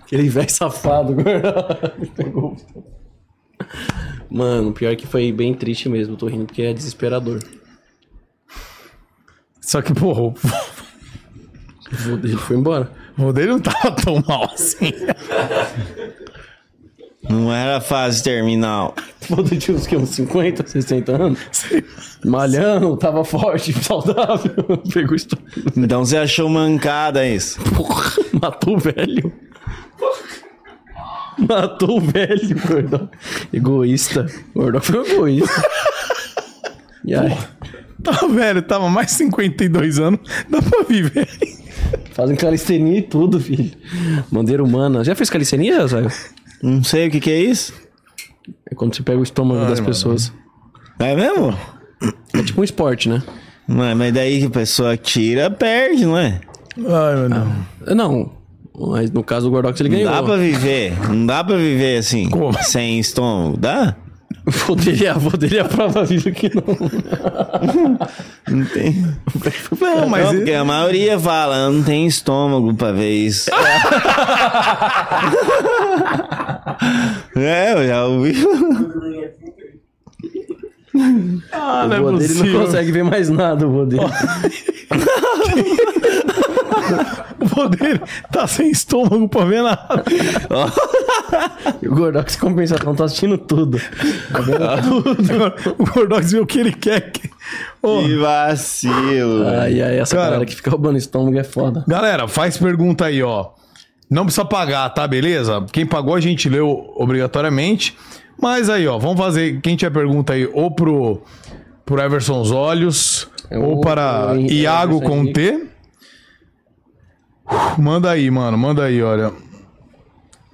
Aquele é velho safado, Gordox. Pegou o estômago. Mano, pior que foi bem triste mesmo. Tô rindo porque é desesperador.
Só que, porra, o
O vô dele foi embora.
o dele não tava tão mal assim.
Não era fase terminal.
O vô dele tinha uns, que, uns 50, 60 anos. Malhando, tava forte, saudável. Pegou o estômago.
Então você achou mancada isso.
Porra, matou o velho. Matou o velho, gordão. Egoísta. Gordão foi um egoísta. E aí,
Tá, velho, tava mais 52 anos, dá pra viver.
fazem calistenia e tudo, filho. Bandeira humana. Já fez calistenia, Zé?
Não sei o que que é isso.
É quando você pega o estômago das pessoas.
É mesmo?
É tipo um esporte, né?
Mas, mas daí que a pessoa tira, perde, não é?
Ai, meu Deus.
Não. Mas no caso do Gordox, ele
Não
ganhou.
dá pra viver. Não dá pra viver assim.
Como?
Sem estômago. Dá?
O avô dele, a avó dele é a prova viva que não.
Não tem.
Não, mas.
É,
é,
não, porque a maioria fala, "Eu não tem estômago pra ver isso. é, eu já ouvi.
Ah, não é
O avô dele
possível.
não consegue ver mais nada, o avô dele.
O poder tá sem estômago pra ver nada.
E o Gordox, em compensação, tá assistindo tudo.
o Gordox vê o que ele quer. que- Ô,
Que vacilo.
Ai, ai, essa
Cara.
galera que fica roubando estômago é foda.
Galera, faz pergunta aí, ó. Não precisa pagar, tá? Beleza? Quem pagou a gente leu obrigatoriamente. Mas aí, ó, vamos fazer. Quem tiver pergunta aí, ou pro, pro Everson Olhos, ou
ou
para
pro Henri-
Iago
Everson
com T. Uf, Manda aí, mano, manda aí, olha.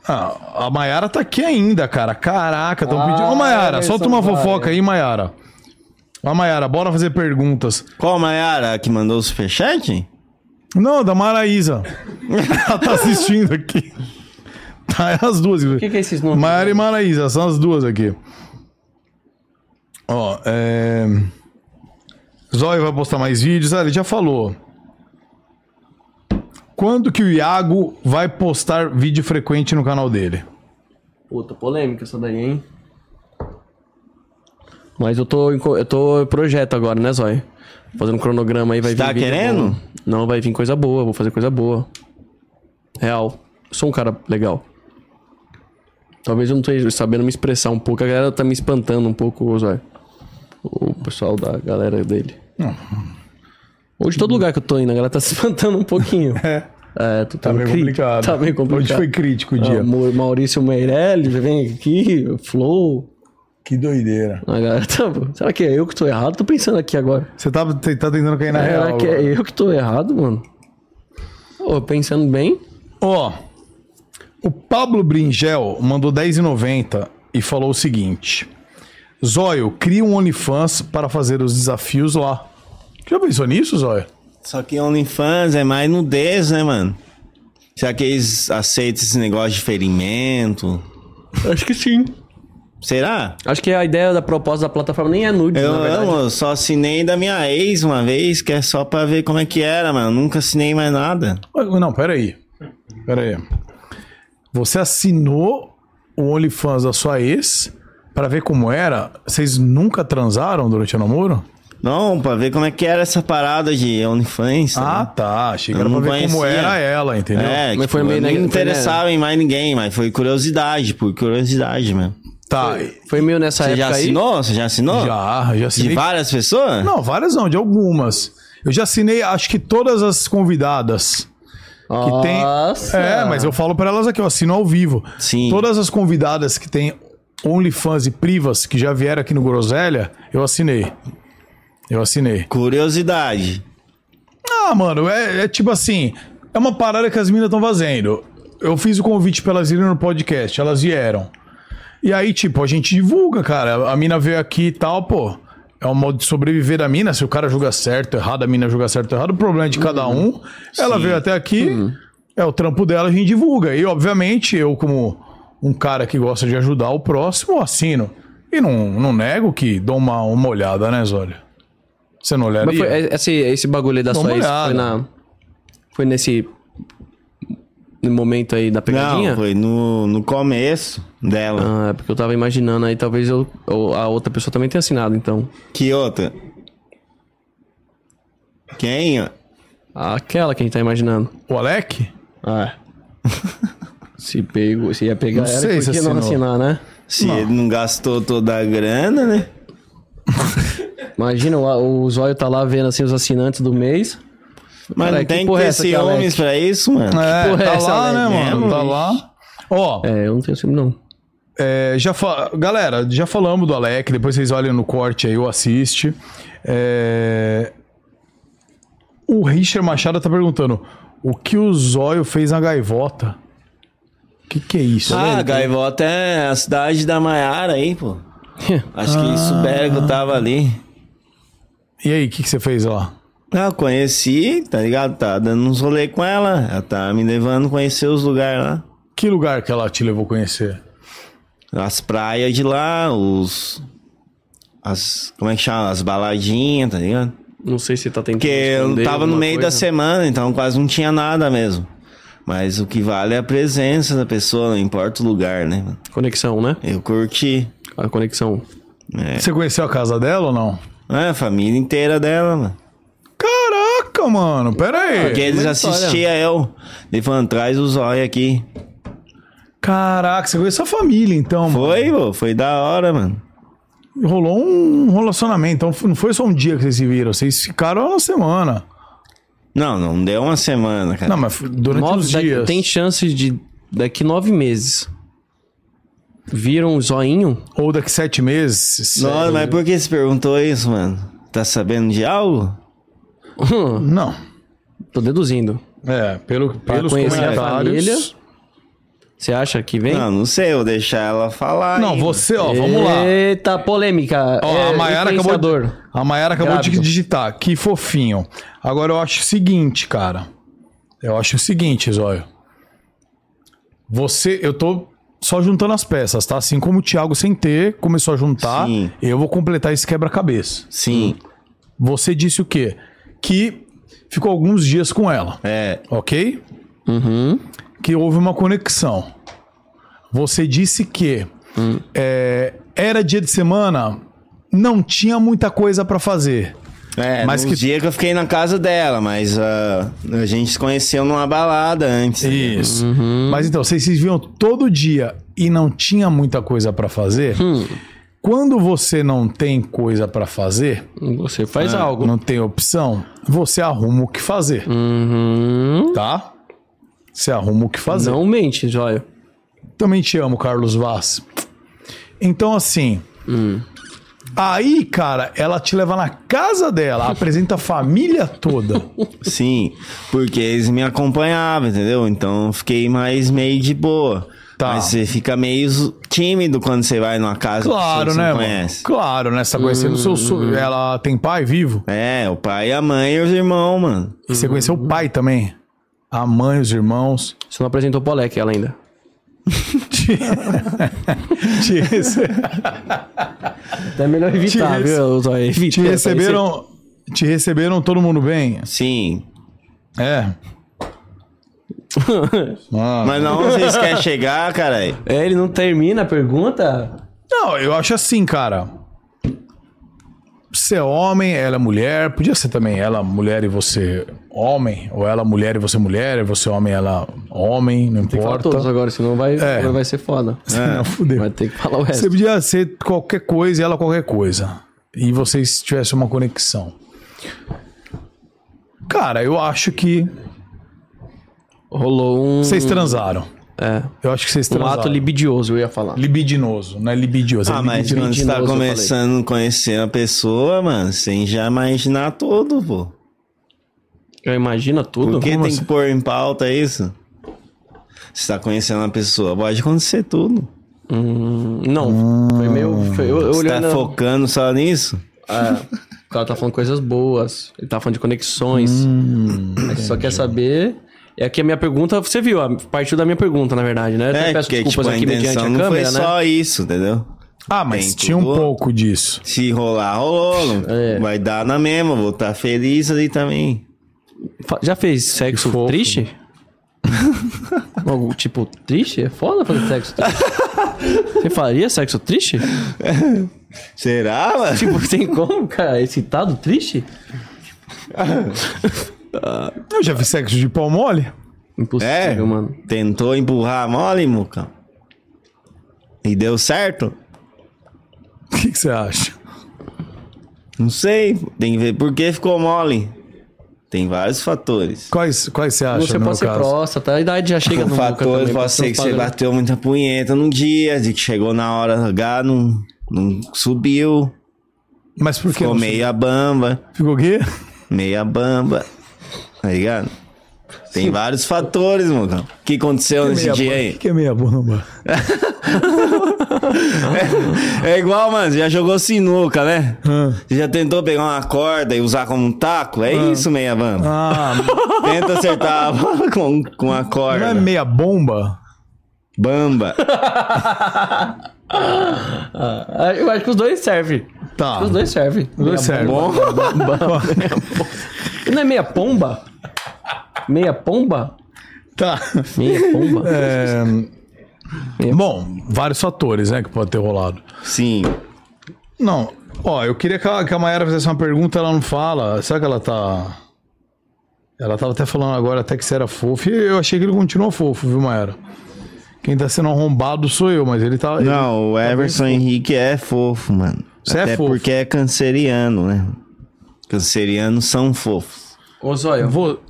Ah, a Maiara tá aqui ainda, cara. Caraca, tão pedindo. Ô, Maiara,
Everson
solta uma
Olhos.
fofoca aí, Maiara. Ó, Maiara, bora fazer perguntas.
Qual Maiara que mandou o superchat?
Não, da Maraísa. Ela tá assistindo aqui. Tá, é as duas. O
que que é esses nomes?
Maiara e Maraísa, são as duas aqui. Ó, é... Zóio vai postar mais vídeos. Ah, ele já falou. Quando que o Iago vai postar vídeo frequente no canal dele?
Puta, polêmica essa daí, hein? Mas eu tô, em co- eu tô em projeto agora, né, Zói? Fazendo um cronograma aí, vai
Você tá
vídeo
querendo?
bom. Não, vai vir coisa boa, vou fazer coisa boa. Real. Sou um cara legal. Talvez eu não esteja sabendo me expressar um pouco. A galera tá me espantando um pouco, Zói. O pessoal da galera dele. Hoje, todo lugar que eu tô indo, a galera tá se espantando um pouquinho. É. É, tô,
Tá meio complicado.
Tá meio complicado.
Hoje foi crítico o dia.
Ah, Mau- Maurício Meirelles vem aqui, Flow.
Que doideira.
A galera tá- será que é eu que tô errado? Tô pensando aqui agora.
Você tá, te- tá tentando cair na
será
real.
que
agora.
é eu que tô errado, mano? Ô, pensando bem,
Ó, o Pablo Bringel mandou 10,90 e falou o seguinte: Zóio, cria um OnlyFans para fazer os desafios lá. Já pensou nisso, Zóio?
Só que OnlyFans é mais nudez, né, mano? Será que eles aceitam esse negócio de ferimento?
acho que sim.
Será?
Acho que a ideia da proposta da plataforma nem é nude,
Eu
na verdade.
amo, eu só assinei da minha ex uma vez, que é só pra ver como é que era, mano. Nunca assinei mais nada.
Ah, Não, peraí. Peraí. Você assinou o OnlyFans da sua ex para ver como era? Vocês nunca transaram durante o namoro?
Não, pra ver como é que era essa parada de OnlyFans.
Ah,
tá?
tá. Achei que
Eu
era pra
não
ver como
conhecia.
era ela, entendeu?
É,
Mas
tipo,
foi meio
eu não
neg- foi
interessava em mais ninguém, mas foi curiosidade, por curiosidade mesmo.
Tá.
Foi meio nessa
Você
época
já assinou? Você já assinou?
Já, já
De
assinei
várias pessoas?
Não, várias não, de algumas. Eu já assinei, acho que todas as convidadas.
aí.
Que tem...
Nossa.
É, mas eu falo pra elas aqui, eu assino ao vivo.
Sim.
Todas as convidadas que tem OnlyFans e Privas, que já vieram aqui no Groselha, eu assinei. Eu assinei.
Curiosidade.
Ah, mano, é, é tipo assim, é uma parada que as minas estão fazendo. Eu fiz o convite pra elas irem no podcast, elas vieram. E aí, tipo, a gente divulga, cara. A mina veio aqui e tal, pô. É um modo de sobreviver da mina. Se o cara julga certo, errado, a mina julga certo, errado. O problema é de cada um. Ela veio até aqui,
Hum.
é o trampo dela, a gente divulga. E, obviamente, eu, como um cara que gosta de ajudar o próximo, assino. E não, não nego que dou uma, uma olhada, né, Zólia? Você não olharia?
Mas foi é- esse, esse bagulho aí da
Dá
sua
uma
ex
olhada.
foi na. Foi nesse. No momento aí da pegadinha?
Não, foi no, no começo dela.
Ah, é porque eu tava imaginando aí, talvez eu, ou a outra pessoa também tenha assinado, então.
Que outra? Quem? ó?
Aquela que a gente tá imaginando.
O Alec?
Ah. se pegou, se ia pegar
Não
ela,
sei
por
se
que não
assinou.
assinar, né?
Se ele não gastou toda a grana, né?
Imagina, o, o Zóio tá lá vendo assim os assinantes do mês.
Mas
Cara,
não
que
tem que
porra é
ter
essa que
ciúmes pra isso, mano. Ah,
É,
porra é
tá
essa,
lá, né,
Alex?
mano?
É,
tá
bicho.
lá. Ó,
É, eu não tenho sempre não.
é, já fa... galera, já falamos do Alec, depois vocês olham no corte aí ou assiste. É... O Richard Machado tá perguntando: o que o Zóio fez na gaivota? que, que é isso?
Ah, Gaivota é a cidade da Maiara aí, pô. Acho que isso Bergo tava ali.
E aí, o que, que você fez lá?
Ah, eu conheci, tá ligado? Tá dando uns rolê com ela. Ela tá me levando a conhecer os lugares lá.
Que lugar que ela te levou conhecer?
As praias de lá, os. As. Como é que chama? As baladinhas, tá ligado?
Não sei se tá tentando.
Porque eu
esconder
tava no
alguma
meio da
coisa.
semana, então quase não tinha nada mesmo. Mas o que vale é a presença da pessoa, não importa o lugar, né? mano?
Conexão, né?
Eu curti.
A conexão.
É.
Você conheceu a casa dela ou não?
É, a família inteira dela, mano.
É,
Caraca, mano, pera aí.
Porque eles assistiam eu. Ele falando, traz os olhos aqui.
Caraca, você conheceu a família, então, mano.
Foi, pô, foi da hora, mano.
Rolou um relacionamento. Então f- não foi só um dia que vocês se viram, vocês ficaram uma semana.
Não, não deu uma semana, cara.
Não, mas f- durante
Nove,
uns
daqui-
dias.
tem chances de daqui nove meses. Viram o zoinho?
Ou daqui sete meses.
Nossa, mas por que você perguntou isso, mano? Tá sabendo de algo?
Hum,
Não.
Tô deduzindo.
É, pelo, pelos
conhecer a família.
comentários.
Você acha que vem?
Não, não sei, eu vou deixar ela falar.
Não,
aí,
você, ó,
É.
vamos lá.
Eita, polêmica. É,
Ó, a Mayara acabou, de,
influenciador.
a Mayara acabou de
Grávido.
digitar. Que fofinho. Agora eu acho o seguinte, cara. Eu acho o seguinte, Zóio. Você, eu tô só juntando as peças, tá? Assim como o Thiago sem ter começou a juntar,
Sim.
eu vou completar esse quebra-cabeça.
Sim,
Você disse o quê? Que ficou alguns dias com ela,
é.
ok?
Uhum.
Que houve uma conexão. Você disse que
Hum.
é, era dia de semana, não tinha muita coisa pra fazer.
É,
Mas
mas
que-
que dia que eu fiquei na casa dela, mas ah, a gente se conheceu numa balada antes. né?
Isso.
Uhum.
Mas então, vocês se viam todo dia e não tinha muita coisa pra fazer.
Hum.
Quando você não tem coisa pra fazer, né,
Você faz
É.
algo. Hum.
não tem opção, você arruma o que fazer,
Uhum.
tá? Você arruma o que fazer.
Não mente, Zóio.
Também te amo, Carlos Vaz. Então, assim. Aí, cara, ela te leva na casa dela, apresenta a família toda.
Sim, porque eles me acompanhavam, entendeu? Então eu fiquei mais meio de boa.
Tá.
Mas você fica meio zo- tímido quando você vai numa casa que
Claro,
você
né,
não
mano?
conhece.
Claro, né? Você tá conhecendo o seu. so- Ela tem pai vivo?
É, o pai, a mãe e os irmãos, mano.
E você conheceu o pai também? A mãe, os irmãos.
Você não apresentou o Polec ela ainda.
Te- Te rece-
É melhor evitar,
Te-
viu, Zóio? Evita.
te receberam. Te receberam todo mundo bem?
Sim.
É. Ah.
Mas não vocês querem chegar, caralho.
É, ele não termina a pergunta?
Não, eu acho assim, cara. Você é homem, ela é mulher. Podia ser também ela mulher e você homem. Ou ela mulher e você mulher. e Você homem, ela homem. Não
Tem que falar
importa.
todos né? É, agora, senão vai,
É.
vai ser foda.
Não, fudeu.
Vai ter que falar o
Você
resto.
podia ser qualquer coisa e ela qualquer coisa. E vocês tivessem uma conexão. Cara, eu acho que
Rolou um.
vocês transaram.
É.
Eu acho que vocês
Um
transaram.
ato libidioso, eu ia falar.
libidinoso, não é libidioso. é
Ah, mas
libidinoso.
quando você tá
um eu falei.
começando a conhecer a pessoa, mano, sem já imaginar tudo, pô.
Já imagina tudo?
Por que
Como
tem
assim?
que pôr em pauta isso? Você tá conhecendo a pessoa, pode acontecer tudo.
Hum, não. Foi meio. Foi, eu, eu
Você tá
olhando.
focando só nisso?
É, o cara tá falando coisas boas. Ele tá falando de conexões. Aí você só quer saber. É que a minha pergunta, você viu, a- partiu da minha pergunta, na verdade, né? Eu até
É,
peço
porque
desculpas
tipo, a
aqui mediante a
intenção não
câmera,
foi
né?
só isso, entendeu?
Ah, mas
Tem
tinha um
tudo.
pouco disso.
Se rolar, rolou. não-
É.
Vai dar na mesma, vou estar feliz ali também.
Fa- Já fez sexo
fofo.
triste? Algo tipo, triste? É foda fazer sexo triste. Você faria sexo triste?
Será, mano?
Tipo, tem como, cara? Excitado, triste?
Eu já fiz sexo de pau mole.
É,
Impossível, mano.
tentou empurrar a mole, Muca? E deu certo?
O que que você acha?
Não sei, tem que ver por que ficou mole. Tem vários fatores.
Quais, quais você acha?
Você
no meu
pode ser
caso?
próstata, a idade já chega no boca
fatores
também,
pode
um
ser assim que
uns
você
bagulho.
bateu muita punheta num dia, de que chegou na hora H, não, não subiu,
Mas por que?
ficou
não-
meia bamba,
Ficou o quê?
meia bamba, tá ligado? Tem vários fatores, mano, que aconteceu nesse
Meia
dia
bomba.
aí.
O que é meia bomba?
É igual, mano, você já jogou sinuca, né?
Hum.
Você já tentou pegar uma corda e usar como um taco? É isso, meia bamba.
Ah,
Tenta acertar a bola com, com a
não é
corda.
meia bomba?
Bamba.
Ah, Eu acho que os dois servem.
Tá.
Os dois servem.
Dois servem.
Não é meia pomba? Meia pomba?
Tá.
Meia pomba.
É, Bom, vários fatores, né, que pode ter rolado.
Sim.
Não. Ó, eu queria que a, que a Mayara fizesse uma pergunta, ela não fala. Será que ela tá. Ela tava até falando agora até que você era fofo. E eu achei que ele continuou fofo, viu, Mayara? Quem tá sendo arrombado sou eu, mas ele tá. ele-
Não, o Everson Henrique é fofo, mano.
Você é
Até
fofo.
porque é canceriano, né? Cancerianos são fofos.
Ô, Zóia,
Vou-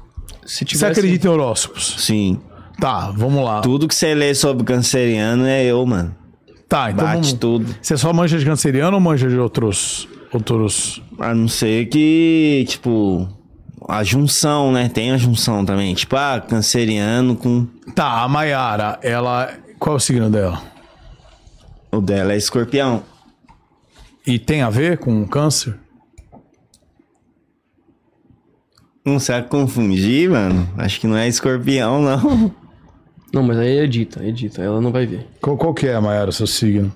se
Você
tivesse...
assim.
acredita em horóscopos?
Sim.
Tá, vamos lá.
Tudo que você lê sobre canceriano é eu, mano.
Tá, então
Bate
vamos...
tudo.
Você só mancha de canceriano ou mancha de outros... outros...
A não ser que, tipo, a junção, né? Tem a junção também. Tipo, ah, canceriano com.
Tá, a Mayara, ela... Qual é o signo dela?
O dela é escorpião.
E tem a ver com câncer?
Não sabe confundir, mano? Acho que não é escorpião, não.
Não, mas aí edita, edita. Ela não vai ver.
Qual, qual que é, Mayara, seu signo?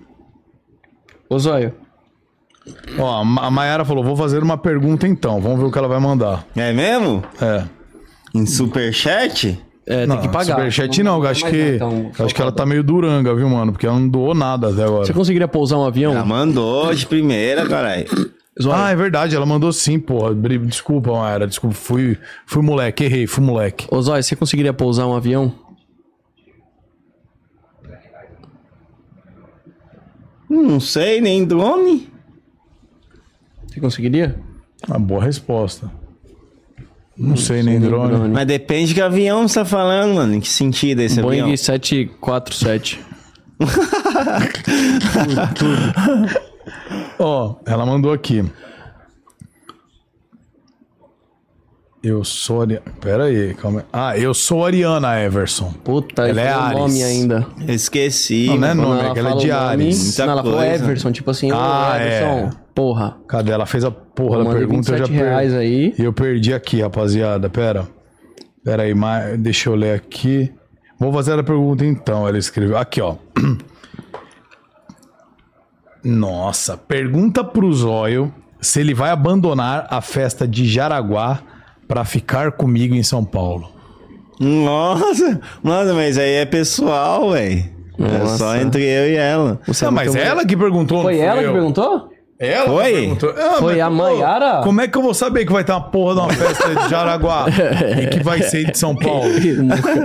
Ô, Zóio.
Ó, a Ma- a Mayara falou, vou fazer uma pergunta então. Vamos ver o que ela vai mandar.
É mesmo?
É.
Em superchat?
É,
não,
tem que pagar.
Superchat não, eu acho
Mas
que...
então,
eu acho que ela tá meio duranga, viu, mano? Porque ela não doou nada até agora.
Você conseguiria pousar um avião?
Ela mandou de primeira, caralho.
Zóio.
Ah, é verdade, ela mandou sim, porra. Bri- Desculpa, Mayara, desculpa. Fui, fui moleque, errei, fui moleque.
Ô, Zóio, você conseguiria pousar um avião?
Não sei, nem drone.
Você conseguiria?
Uma boa resposta. Não, sei, nem drone.
Mas depende que avião você tá falando, mano. Em que sentido é esse avião?
Boeing 747.
Ó, ela mandou aqui. Eu sou Ari... Pera aí, calma aí. Ah, eu sou Ariana Everson.
Puta,
Ela
ele
é
falou o
Ares.
nome ainda.
Eu esqueci.
Não, né,
mano.
nome, é que ela é
fala
de
o nome-
Ares.
Muita
não, ela falou
coisa.
Everson, tipo assim, ô
Ah,
Everson, porra.
Cadê? Ela fez a porra da
Manda
pergunta, eu já
27 reais
perdi.
aí.
E eu perdi aqui, rapaziada. Pera. Pera aí, ma- deixa eu ler aqui. Vou fazer a pergunta então, ela escreveu. Aqui, ó. Nossa, pergunta pro Zóio se ele vai abandonar a festa de Jaraguá pra ficar comigo em São Paulo.
Nossa, nossa, mas aí é pessoal, velho. É
Nossa.
só entre eu e ela.
Você é
Ah, mas
muito-
ela que perguntou,
Foi
não fui
ela
eu.
que perguntou?
Ela que
Foi?
perguntou. Ah,
Foi
mas
a
como-
Maiara?
Como é que eu vou saber que vai ter uma porra de uma festa de Jaraguá e que vai ser de São Paulo?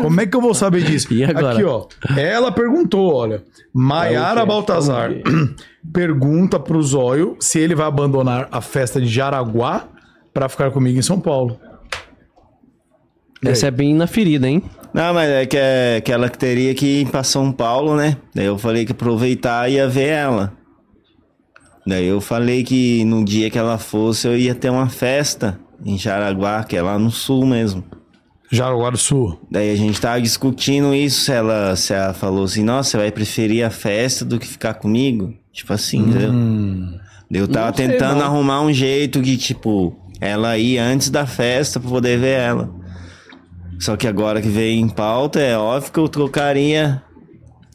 Como é que eu vou saber disso?
E agora?
Aqui, ó. Ela perguntou, olha.
É
Maiara Baltazar pergunta pro Zóio se ele vai abandonar a festa de Jaraguá pra ficar comigo em São Paulo.
Essa é bem na ferida, hein?
Não, mas é que, é que ela que teria que ir pra São Paulo, né? Daí eu falei que aproveitar e ia ver ela. Daí eu falei que no dia que ela fosse eu ia ter uma festa em Jaraguá, que é lá no sul mesmo.
Jaraguá do Sul.
Daí a gente tava discutindo isso, se ela, se ela falou assim, nossa, você vai preferir a festa do que ficar comigo? Tipo assim, entendeu? Daí Eu tava tentando arrumar um jeito de, tipo, ela ir antes da festa pra poder ver ela. Só que agora que veio em pauta, é óbvio que eu trocaria.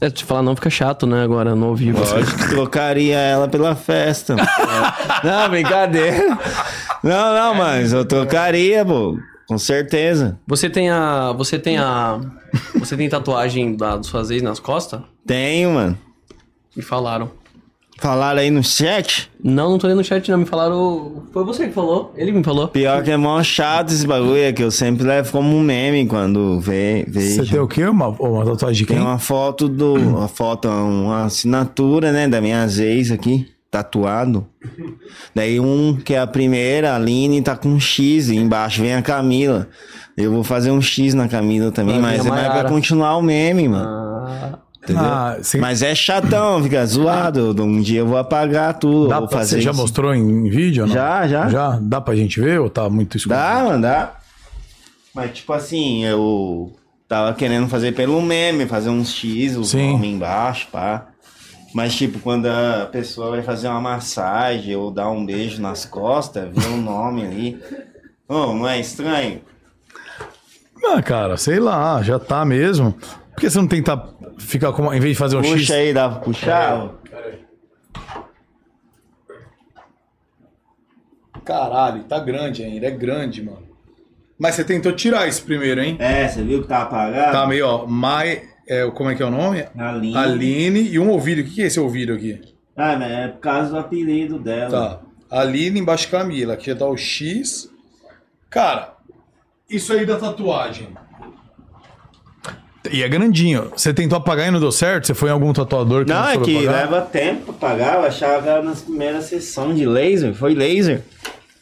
É, se falar não fica chato, né, agora no ao vivo.
Lógico que trocaria ela pela festa. não, brincadeira. Não, não, mas eu trocaria, pô. Com certeza.
Você tem a... Você tem a... Você tem tatuagem da, dos suas ex nas costas?
Tenho, mano.
Me falaram.
Falaram aí no chat?
Não, não tô lendo no chat não, me falaram... Foi você que falou, ele me falou.
Pior que é mó chato esse bagulho, é que eu sempre levo como um meme quando ve
Você tem
vejo.
o quê? Uma, uma tatuagem de
Tem
quem?
uma foto do. Uma foto, uma assinatura, né? Da minha ex aqui, tatuado. Daí um que é a primeira, a Aline, tá com um X e embaixo, vem a Camila. Eu vou fazer um X na Camila também,
Vai vir
mas
a
é mais pra
Maiara.
continuar o meme, mano.
Ah,
Entendeu?
Ah, você-
Mas é chatão, fica zoado. Um dia eu vou apagar tudo.
Dá
vou
pra-
fazer
você já
isso.
mostrou em, em vídeo ou não?
Já, já.
Já? Dá pra gente ver ou tá muito escuro?
Dá, mano, dá. Mas, tipo assim, eu tava querendo fazer pelo meme, fazer uns X, o
Sim.
nome embaixo, pá. Mas, tipo, quando a pessoa vai fazer uma massagem ou dar um beijo nas costas, vê o nome ali. Ô, não é estranho?
Ah, cara, sei lá, já tá mesmo. Por que você não tentar ficar com. Em vez de fazer um X.
Puxa aí, dá pra puxar?
Caralho, tá grande ainda, é grande, mano. Mas você tentou tirar esse primeiro, hein?
É, você viu que tá apagado? Tá
Tá meio, ó, Mai. é, como é que é o nome?
Na linha.
Aline e um ouvido. O que que é esse ouvido aqui?
Ah, mas é por causa do apelido dela.
Tá. Aline embaixo Camila. Aqui já tá o X. Cara, isso aí da tatuagem. E é grandinho. Você tentou apagar e não deu certo? Você foi em algum tatuador que não,
Não, é
soube
que
apagar?
leva tempo pra pagar. Eu achava que era nas primeiras sessões de laser. Foi laser.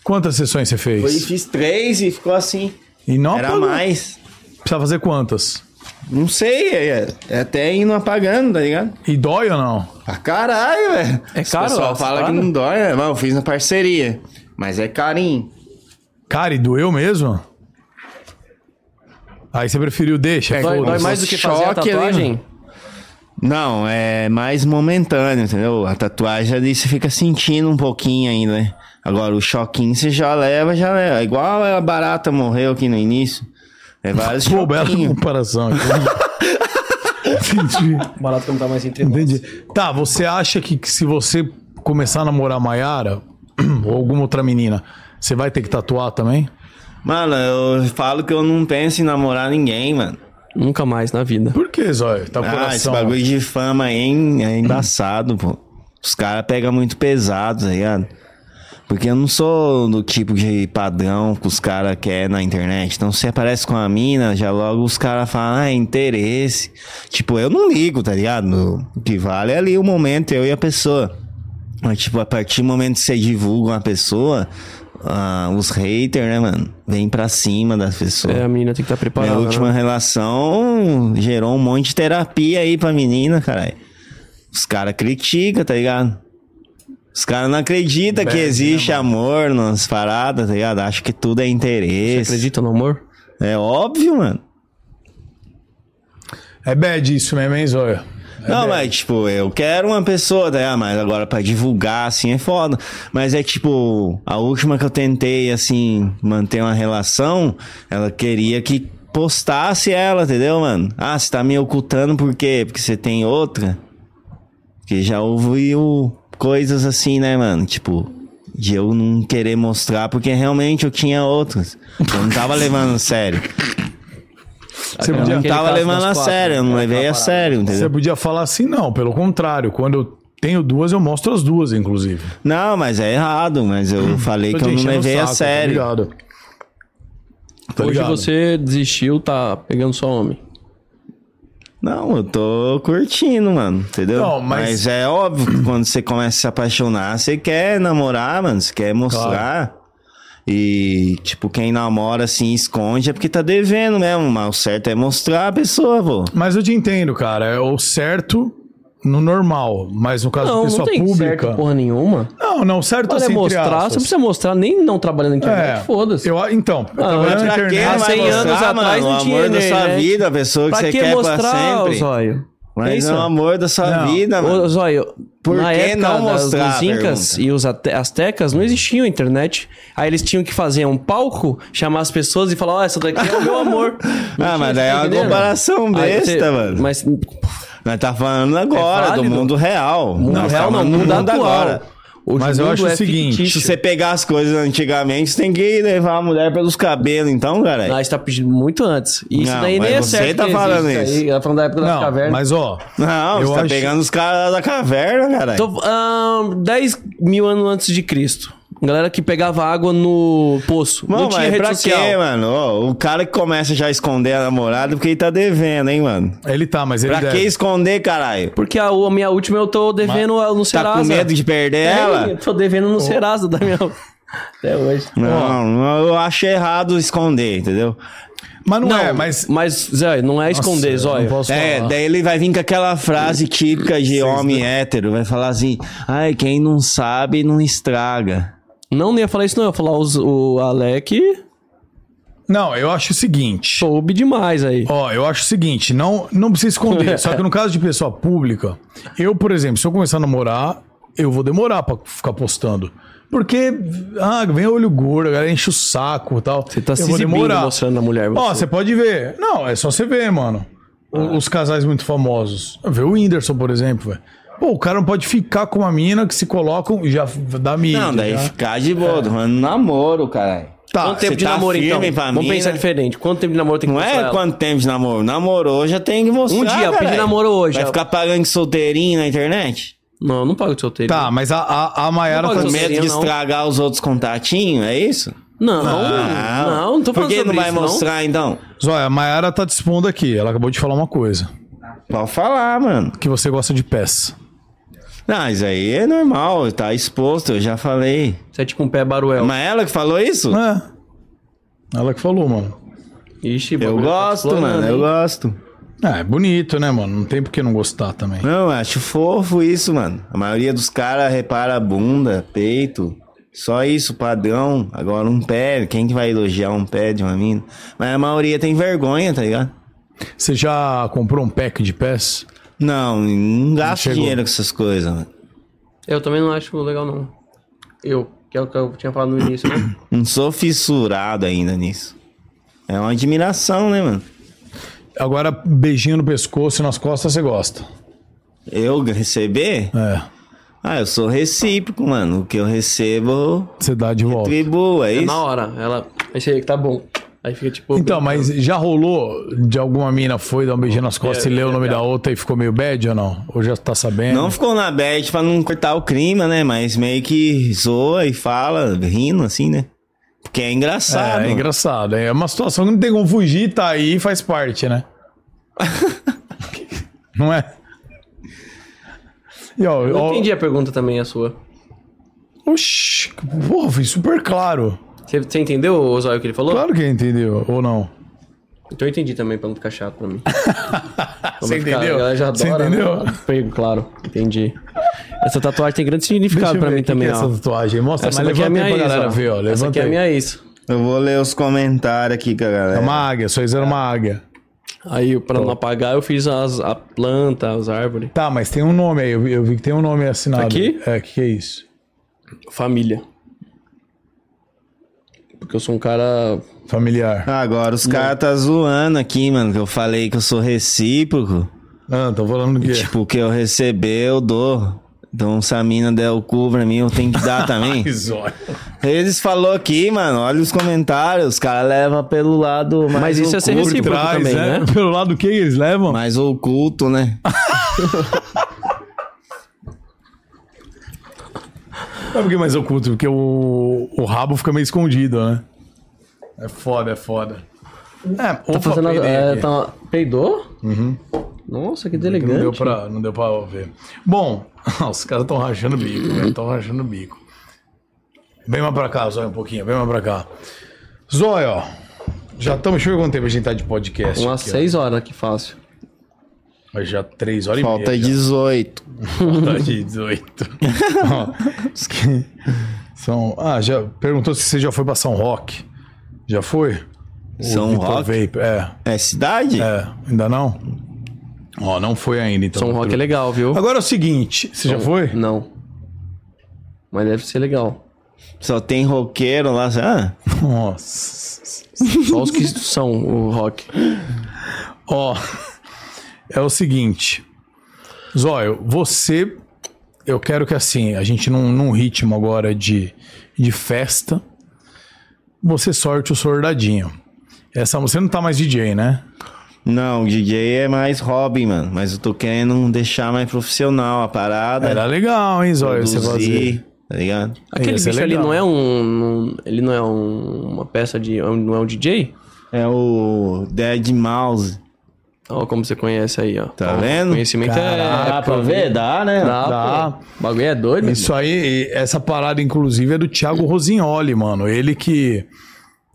Quantas sessões você fez?
Foi, fiz três e ficou assim.
E não
era
apagou.
mais.
Precisa fazer quantas?
Não sei, é, é até indo apagando, tá ligado?
E dói ou não?
Ah, caralho, velho.
É
Os
caro,
pessoal
as
fala que
paradas?
não dói, né? Mas eu fiz na parceria. Mas é carinho.
Cara, e doeu mesmo? Aí você preferiu
É,
deixa.
Dói,
foda-se.
dói mais do que fazer a
choque ali,
tatuagem?
Não, é mais momentâneo, entendeu? A tatuagem ali você fica sentindo um pouquinho ainda, né? Agora o choquinho você já leva, já leva. Igual a barata morreu aqui no início. É vários
um
Pô, bela
choquinhos.
comparação. Entendi.
Barato que não tá mais entre
Entendi. Tá, você acha que, que se você começar a namorar a Mayara ou alguma outra menina, você vai ter que tatuar também?
Mano, eu falo que eu não penso em namorar ninguém, mano.
Nunca mais na vida.
Por que, Zóio? Tá com
Ah, esse
coração.
bagulho de fama aí é embaçado, pô. Os caras pegam muito pesado, tá ligado? Porque eu não sou do tipo de padrão que os caras querem na internet. Então, se aparece com a mina, já logo os caras falam, ah, é interesse. Tipo, eu não ligo, tá ligado? O que vale é ali o momento, eu e a pessoa. Mas, tipo, a partir do momento que você divulga uma pessoa, ah, os haters, né, mano? Vem pra cima das pessoas.
É, a menina tem que estar preparada.
Minha
né?
última relação gerou um monte de terapia aí pra menina, caralho. Os caras criticam, tá ligado? Os caras não acreditam
né,
que existe amor nas paradas, tá ligado? Acho que tudo é
Você
interesse.
acredita no amor?
É óbvio, mano.
É bad isso mesmo, hein, Zóio?
É
não, mas tipo, eu quero uma pessoa, tá ligado? Mas agora pra divulgar, assim, é foda. Mas é tipo, a última que eu tentei, assim, manter uma relação, ela queria que postasse ela, entendeu, mano? Ah, você tá me ocultando por quê? Porque você tem outra? Porque já ouviu coisas assim, né, mano? Tipo, de eu não querer mostrar porque realmente eu tinha outras. Eu não tava levando a sério.
Você
Eu
podia,
não
Aquele
tava
caso
levando
das
a
quatro,
sério, eu não
né?
levei a
Aquela
sério, entendeu?
você podia falar assim, não. Pelo contrário, quando eu tenho duas, eu mostro as duas, inclusive.
Não, mas é errado, mas eu falei
Hum. Tô
que eu
te
não
enchendo o
levei a
saco,
sério.
Tá ligado? Tá
Hoje
ligado?
você desistiu, tá pegando só homem.
não, eu tô curtindo, mano, entendeu?
Não, mas-
é óbvio que quando você começa a se apaixonar, você quer namorar, mano, você quer mostrar. E, tipo, quem namora assim, esconde é porque tá devendo mesmo, mas o certo é mostrar a pessoa, pô.
Mas eu te entendo, cara. É o certo no normal. Mas
Tá
no caso
Não,
de
não
pessoa
tem
pública.
certo porra nenhuma.
Não, não, certo
Olha,
assim,
é
entre
mostrar,
aspas. É.
você precisa mostrar, nem não trabalhando na internet, foda-se.
Eu, então, eu
Ah,
trabalhava na
pra
internet.
quê? Há
É. vai
100
mostrar,
anos atrás
o
não tinha
amor da sua
internet.
vida, a pessoa que
Pra
você
que
quer pra
mostrar, ô
sempre.
Zóio?
Mas é
Pensa.
o amor da sua
Não.
vida, mano.
Ô, Zóio,
Por
na
que
época
não
das-
mostrar,
dos incas
pergunta?
e os ate- astecas não existia a internet. Aí eles tinham que fazer um palco, chamar as pessoas e falar, ó, essa daqui é o meu amor. Não
Ah,
tinha
mas
isso,
daí é
tá
uma
entendendo?
comparação
Aí
besta,
você-
mano.
Mas hum,
Nós tá
É
falando agora, do
válido.
mundo real.
mundo
Nós
real
tá
não,
falando do
mundo atual. Hoje
Mas
o
eu
mundo
acho o
é
seguinte,
fictício.
Se você pegar as coisas antigamente, você tem que levar a mulher pelos cabelos, então, cara.
Nós tá pedindo muito antes. E Isso
Não,
daí nem
mas
é
você
certo.
tá
que
falando
existe
isso.
Aí, ela falando da época das
Não,
cavernas.
mas ó.
Não,
eu
você tá
acho-
pegando os caras da caverna, cara.
Então, ahn, 10 mil anos antes de Cristo. Galera que pegava água no poço.
Mano,
não tinha
mas
rede
pra
social.
quê, mano? Ó, o cara que começa já a esconder a namorada porque ele tá devendo, hein, mano?
Ele tá, mas ele
Pra
deve.
que esconder, caralho?
Porque a, a minha última eu tô devendo no Serasa.
Tá com medo de perder
É,
ela?
eu tô devendo no Serasa da minha... Até hoje.
Não, não, eu acho errado esconder, entendeu?
Mas não,
Não,
é,
mas...
mas.
Zé, não é esconder,
Nossa, eu
Zóio.
não posso
É,
falar.
daí ele vai vir com aquela frase típica de homem hétero, vai falar assim, ai, quem não sabe não estraga.
Não, não ia falar isso não. Eu ia falar os- o Alec...
Não, eu acho o seguinte.
Soube demais aí.
Ó, eu acho o seguinte, não, não precisa esconder. só que no caso de pessoa pública, eu, por exemplo, se eu começar a namorar, eu vou demorar pra ficar postando. Porque, ah, vem olho gordo, a galera enche o saco e tal.
Você tá
eu
se
vou
exibindo mostrando a mulher.
Ó,
você. Ah.
você pode ver. Não, é só você ver, mano. O- Os casais muito famosos. Vê o Whindersson, por exemplo, velho. Pô, o cara não pode ficar com uma mina que se colocam e já f- dá mídia. né?
Não, daí
já.
ficar de boa, tô falando namoro, caralho.
Tá,
Quanto tempo
você
de
tá
namoro, então?
firme pra
Vamos
mina?
pensar diferente. Quanto tempo de namoro tem que
Não
mostrar
é
ela?
quanto tempo de namoro. Namorou, já tem que mostrar.
Um dia, eu pedi
caralho.
namoro hoje,
Vai
ó.
ficar pagando de solteirinho na internet?
Não, eu não pago de solteiro.
Tá, mas a, a, a Mayara
Não
tá
pode
Com
Solteirinho,
medo de
não.
estragar os outros contatinhos, é isso? Ah,
Não, não, não, tô
Por
falando
que
sobre
não vai
isso,
mostrar, então?
Zóia, a Mayara tá dispondo aqui. Ela acabou de falar uma coisa.
Pode falar, mano.
Que você gosta de pés.
Não, isso aí é normal, tá exposto, eu já falei.
Você é tipo um pé baruel.
Mas ela que falou isso?
É. Ela que falou, mano.
Ixi,
Eu
bagulho tá
gosto,
explorando,
mano,
hein?
eu gosto.
Ah, é bonito, né, mano? Não tem por que não gostar também.
Não, eu acho fofo isso, mano. A maioria dos caras repara a bunda, peito. Só isso, padrão. Agora um pé, quem que vai elogiar um pé de uma mina? Mas a maioria tem vergonha, tá ligado?
Você já comprou um pack de pés?
Não, não gasta
chegou.
dinheiro com essas coisas, mano.
Eu também não acho legal, não. Eu, que é o que eu tinha falado no início, né?
Não sou fissurado ainda nisso. É uma admiração, né, mano?
Agora, beijinho no pescoço e nas costas, você gosta.
Eu receber?
É.
Ah, eu sou recíproco, mano. O que eu recebo,
Você dá de volta.
tribuo, é
Na
isso?
hora, ela. Esse aí que tá bom. Aí fica tipo.
Então, mas já rolou de alguma mina foi dar um beijinho nas costas e leu o nome da outra e ficou meio bad ou não? Ou já tá
É.
sabendo?
Não ficou na bad pra não cortar o clima, né? Mas meio que zoa e fala, rindo assim, né? Porque é engraçado.
É, é engraçado. É uma situação que não tem como fugir, tá aí e faz parte, né? não é? E ó,
Eu
ó
entendi a pergunta também, a sua.
Oxi, porra, foi super claro.
Você, você entendeu, Osório, o que ele falou?
Claro que entendeu, ou não?
Então eu entendi também, pra não ficar chato pra mim.
Você entendeu?
Ela já
Você
adora.
entendeu?
né? Pego, claro. Entendi. Essa tatuagem tem grande significado
eu
pra
ver
mim
aqui
também,
que é
ó.
essa tatuagem. Mostra,
Essa
mas
daqui é a
levanta
minha
aí pra
ex,
galera
ó.
ver, ó.
Essa
Levanta
aqui é a
aí.
minha ex.
Eu vou ler os comentários aqui com a
É
galera.
uma águia, só fizeram uma águia.
Aí, pra não apagar, eu fiz as, a planta, as árvores.
Tá, mas tem um nome aí. Eu vi, eu vi que tem um nome assinado.
Aqui?
É, que que é isso?
Família. Porque eu sou um cara.
Familiar.
Agora os caras tá zoando aqui, mano. Que eu falei que eu sou recíproco.
Ah, tô falando
É.
que.
Tipo, o que eu receber, eu dou. Então, se a mina der o cu pra mim, eu tenho que dar também.
Zóio.
Eles falou aqui, mano. Olha os comentários. Os caras levam pelo lado. Mais
Mas isso é ser
oculto.
Por
recíproco
trás,
também,
né?
né?
Pelo lado que eles levam.
Mais oculto, né?
Sabe por que é mais oculto? Porque o, o rabo fica meio escondido, né? É foda, é foda. É,
Tá
opa,
fazendo.
peidei
é,
aqui. Uhum.
tá- Peidou? Nossa, que delegante.
Não deu, pra, não deu pra ver. Bom, os caras estão rachando o bico, velho. Estão rachando o bico. Vem mais pra cá, Zóia, um pouquinho. Vem mais pra cá. Zóia, ó. Já estamos. Deixa eu ver quanto tempo a gente tá de podcast.
Umas
aqui, ó.
Um seis horas, que fácil.
Mas já três horas e
Falta
meia.
18.
Falta de 18. Ó, diz que São. Ah, já perguntou se você já foi pra São Roque. Já foi? O
São
Vitor
Roque?
Vape, É,
É cidade?
é. Ainda não? Ó, não foi ainda, então.
São Rock é legal, viu?
Agora é o seguinte, você já foi?
Não. Mas deve ser legal.
Só tem roqueiro lá. sabe? Ah,
Nossa.
Só os que são o rock.
Ó, é o seguinte. Zóio, você. Eu quero que assim, a gente num, num ritmo agora de, de festa, você sorte o sordadinho. Essa, você não tá mais DJ, né?
não, DJ é mais hobby, mano. Mas eu tô querendo deixar mais profissional a
É.
parada.
Era legal, hein, Zóio, você fazer.
tá ligado?
Aquele
Esse é
bicho ali
legal.
não é um. um- ele não é um- uma peça de. Não é um DJ?
É o Dead Mouse.
Ó, como você conhece aí, ó.
Tá
Ó,
vendo?
Conhecimento é.
Caraca,
é pra ver,
Ah, Dá, né?
Dá,
Dá.
pô. O bagulho é doido.
Isso aí, e essa parada, inclusive, é do Thiago Rosignoli, mano. Ele que.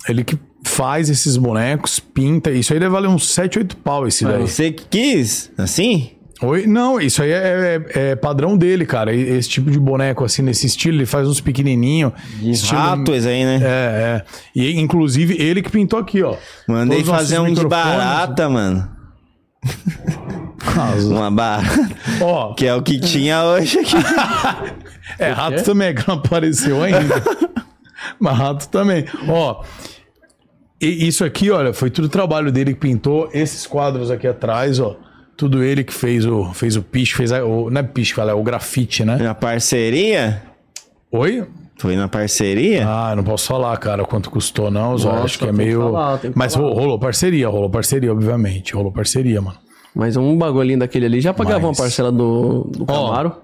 Ele que faz
É,
esses bonecos, pinta. Isso aí deve valer uns 7, 8 pau esse daí.
Você que quis? Assim?
Oi? Não, isso aí é, é- é padrão dele, cara. E- Esse tipo de boneco, assim, nesse estilo, ele faz uns pequenininho. estilo-
Ratos aí, né?
É, é. E inclusive ele que pintou aqui, ó.
Mandei
Todos os
fazer um
nossos
de
microfones.
barata, mano.
Ah,
Uma barata.
Ó,
Que é o que tinha hoje aqui.
é rato também, que não apareceu ainda. Mas rato também. Ó, e- isso aqui, olha, foi tudo trabalho dele que pintou. Esses quadros aqui atrás, ó. Tudo ele que fez o, fez o piche, fez a, o, não é piche, fala, é o grafite, né?
Na parceria?
Oi?
Foi na parceria?
Ah, não posso falar, cara, quanto custou, não. Só acho que é meio.
falar, tem que
Mas ro- rolou parceria, rolou parceria, obviamente. Rolou parceria, mano.
Mas um bagulhinho daquele ali já pagava
Mas-
uma parcela do, do Camaro.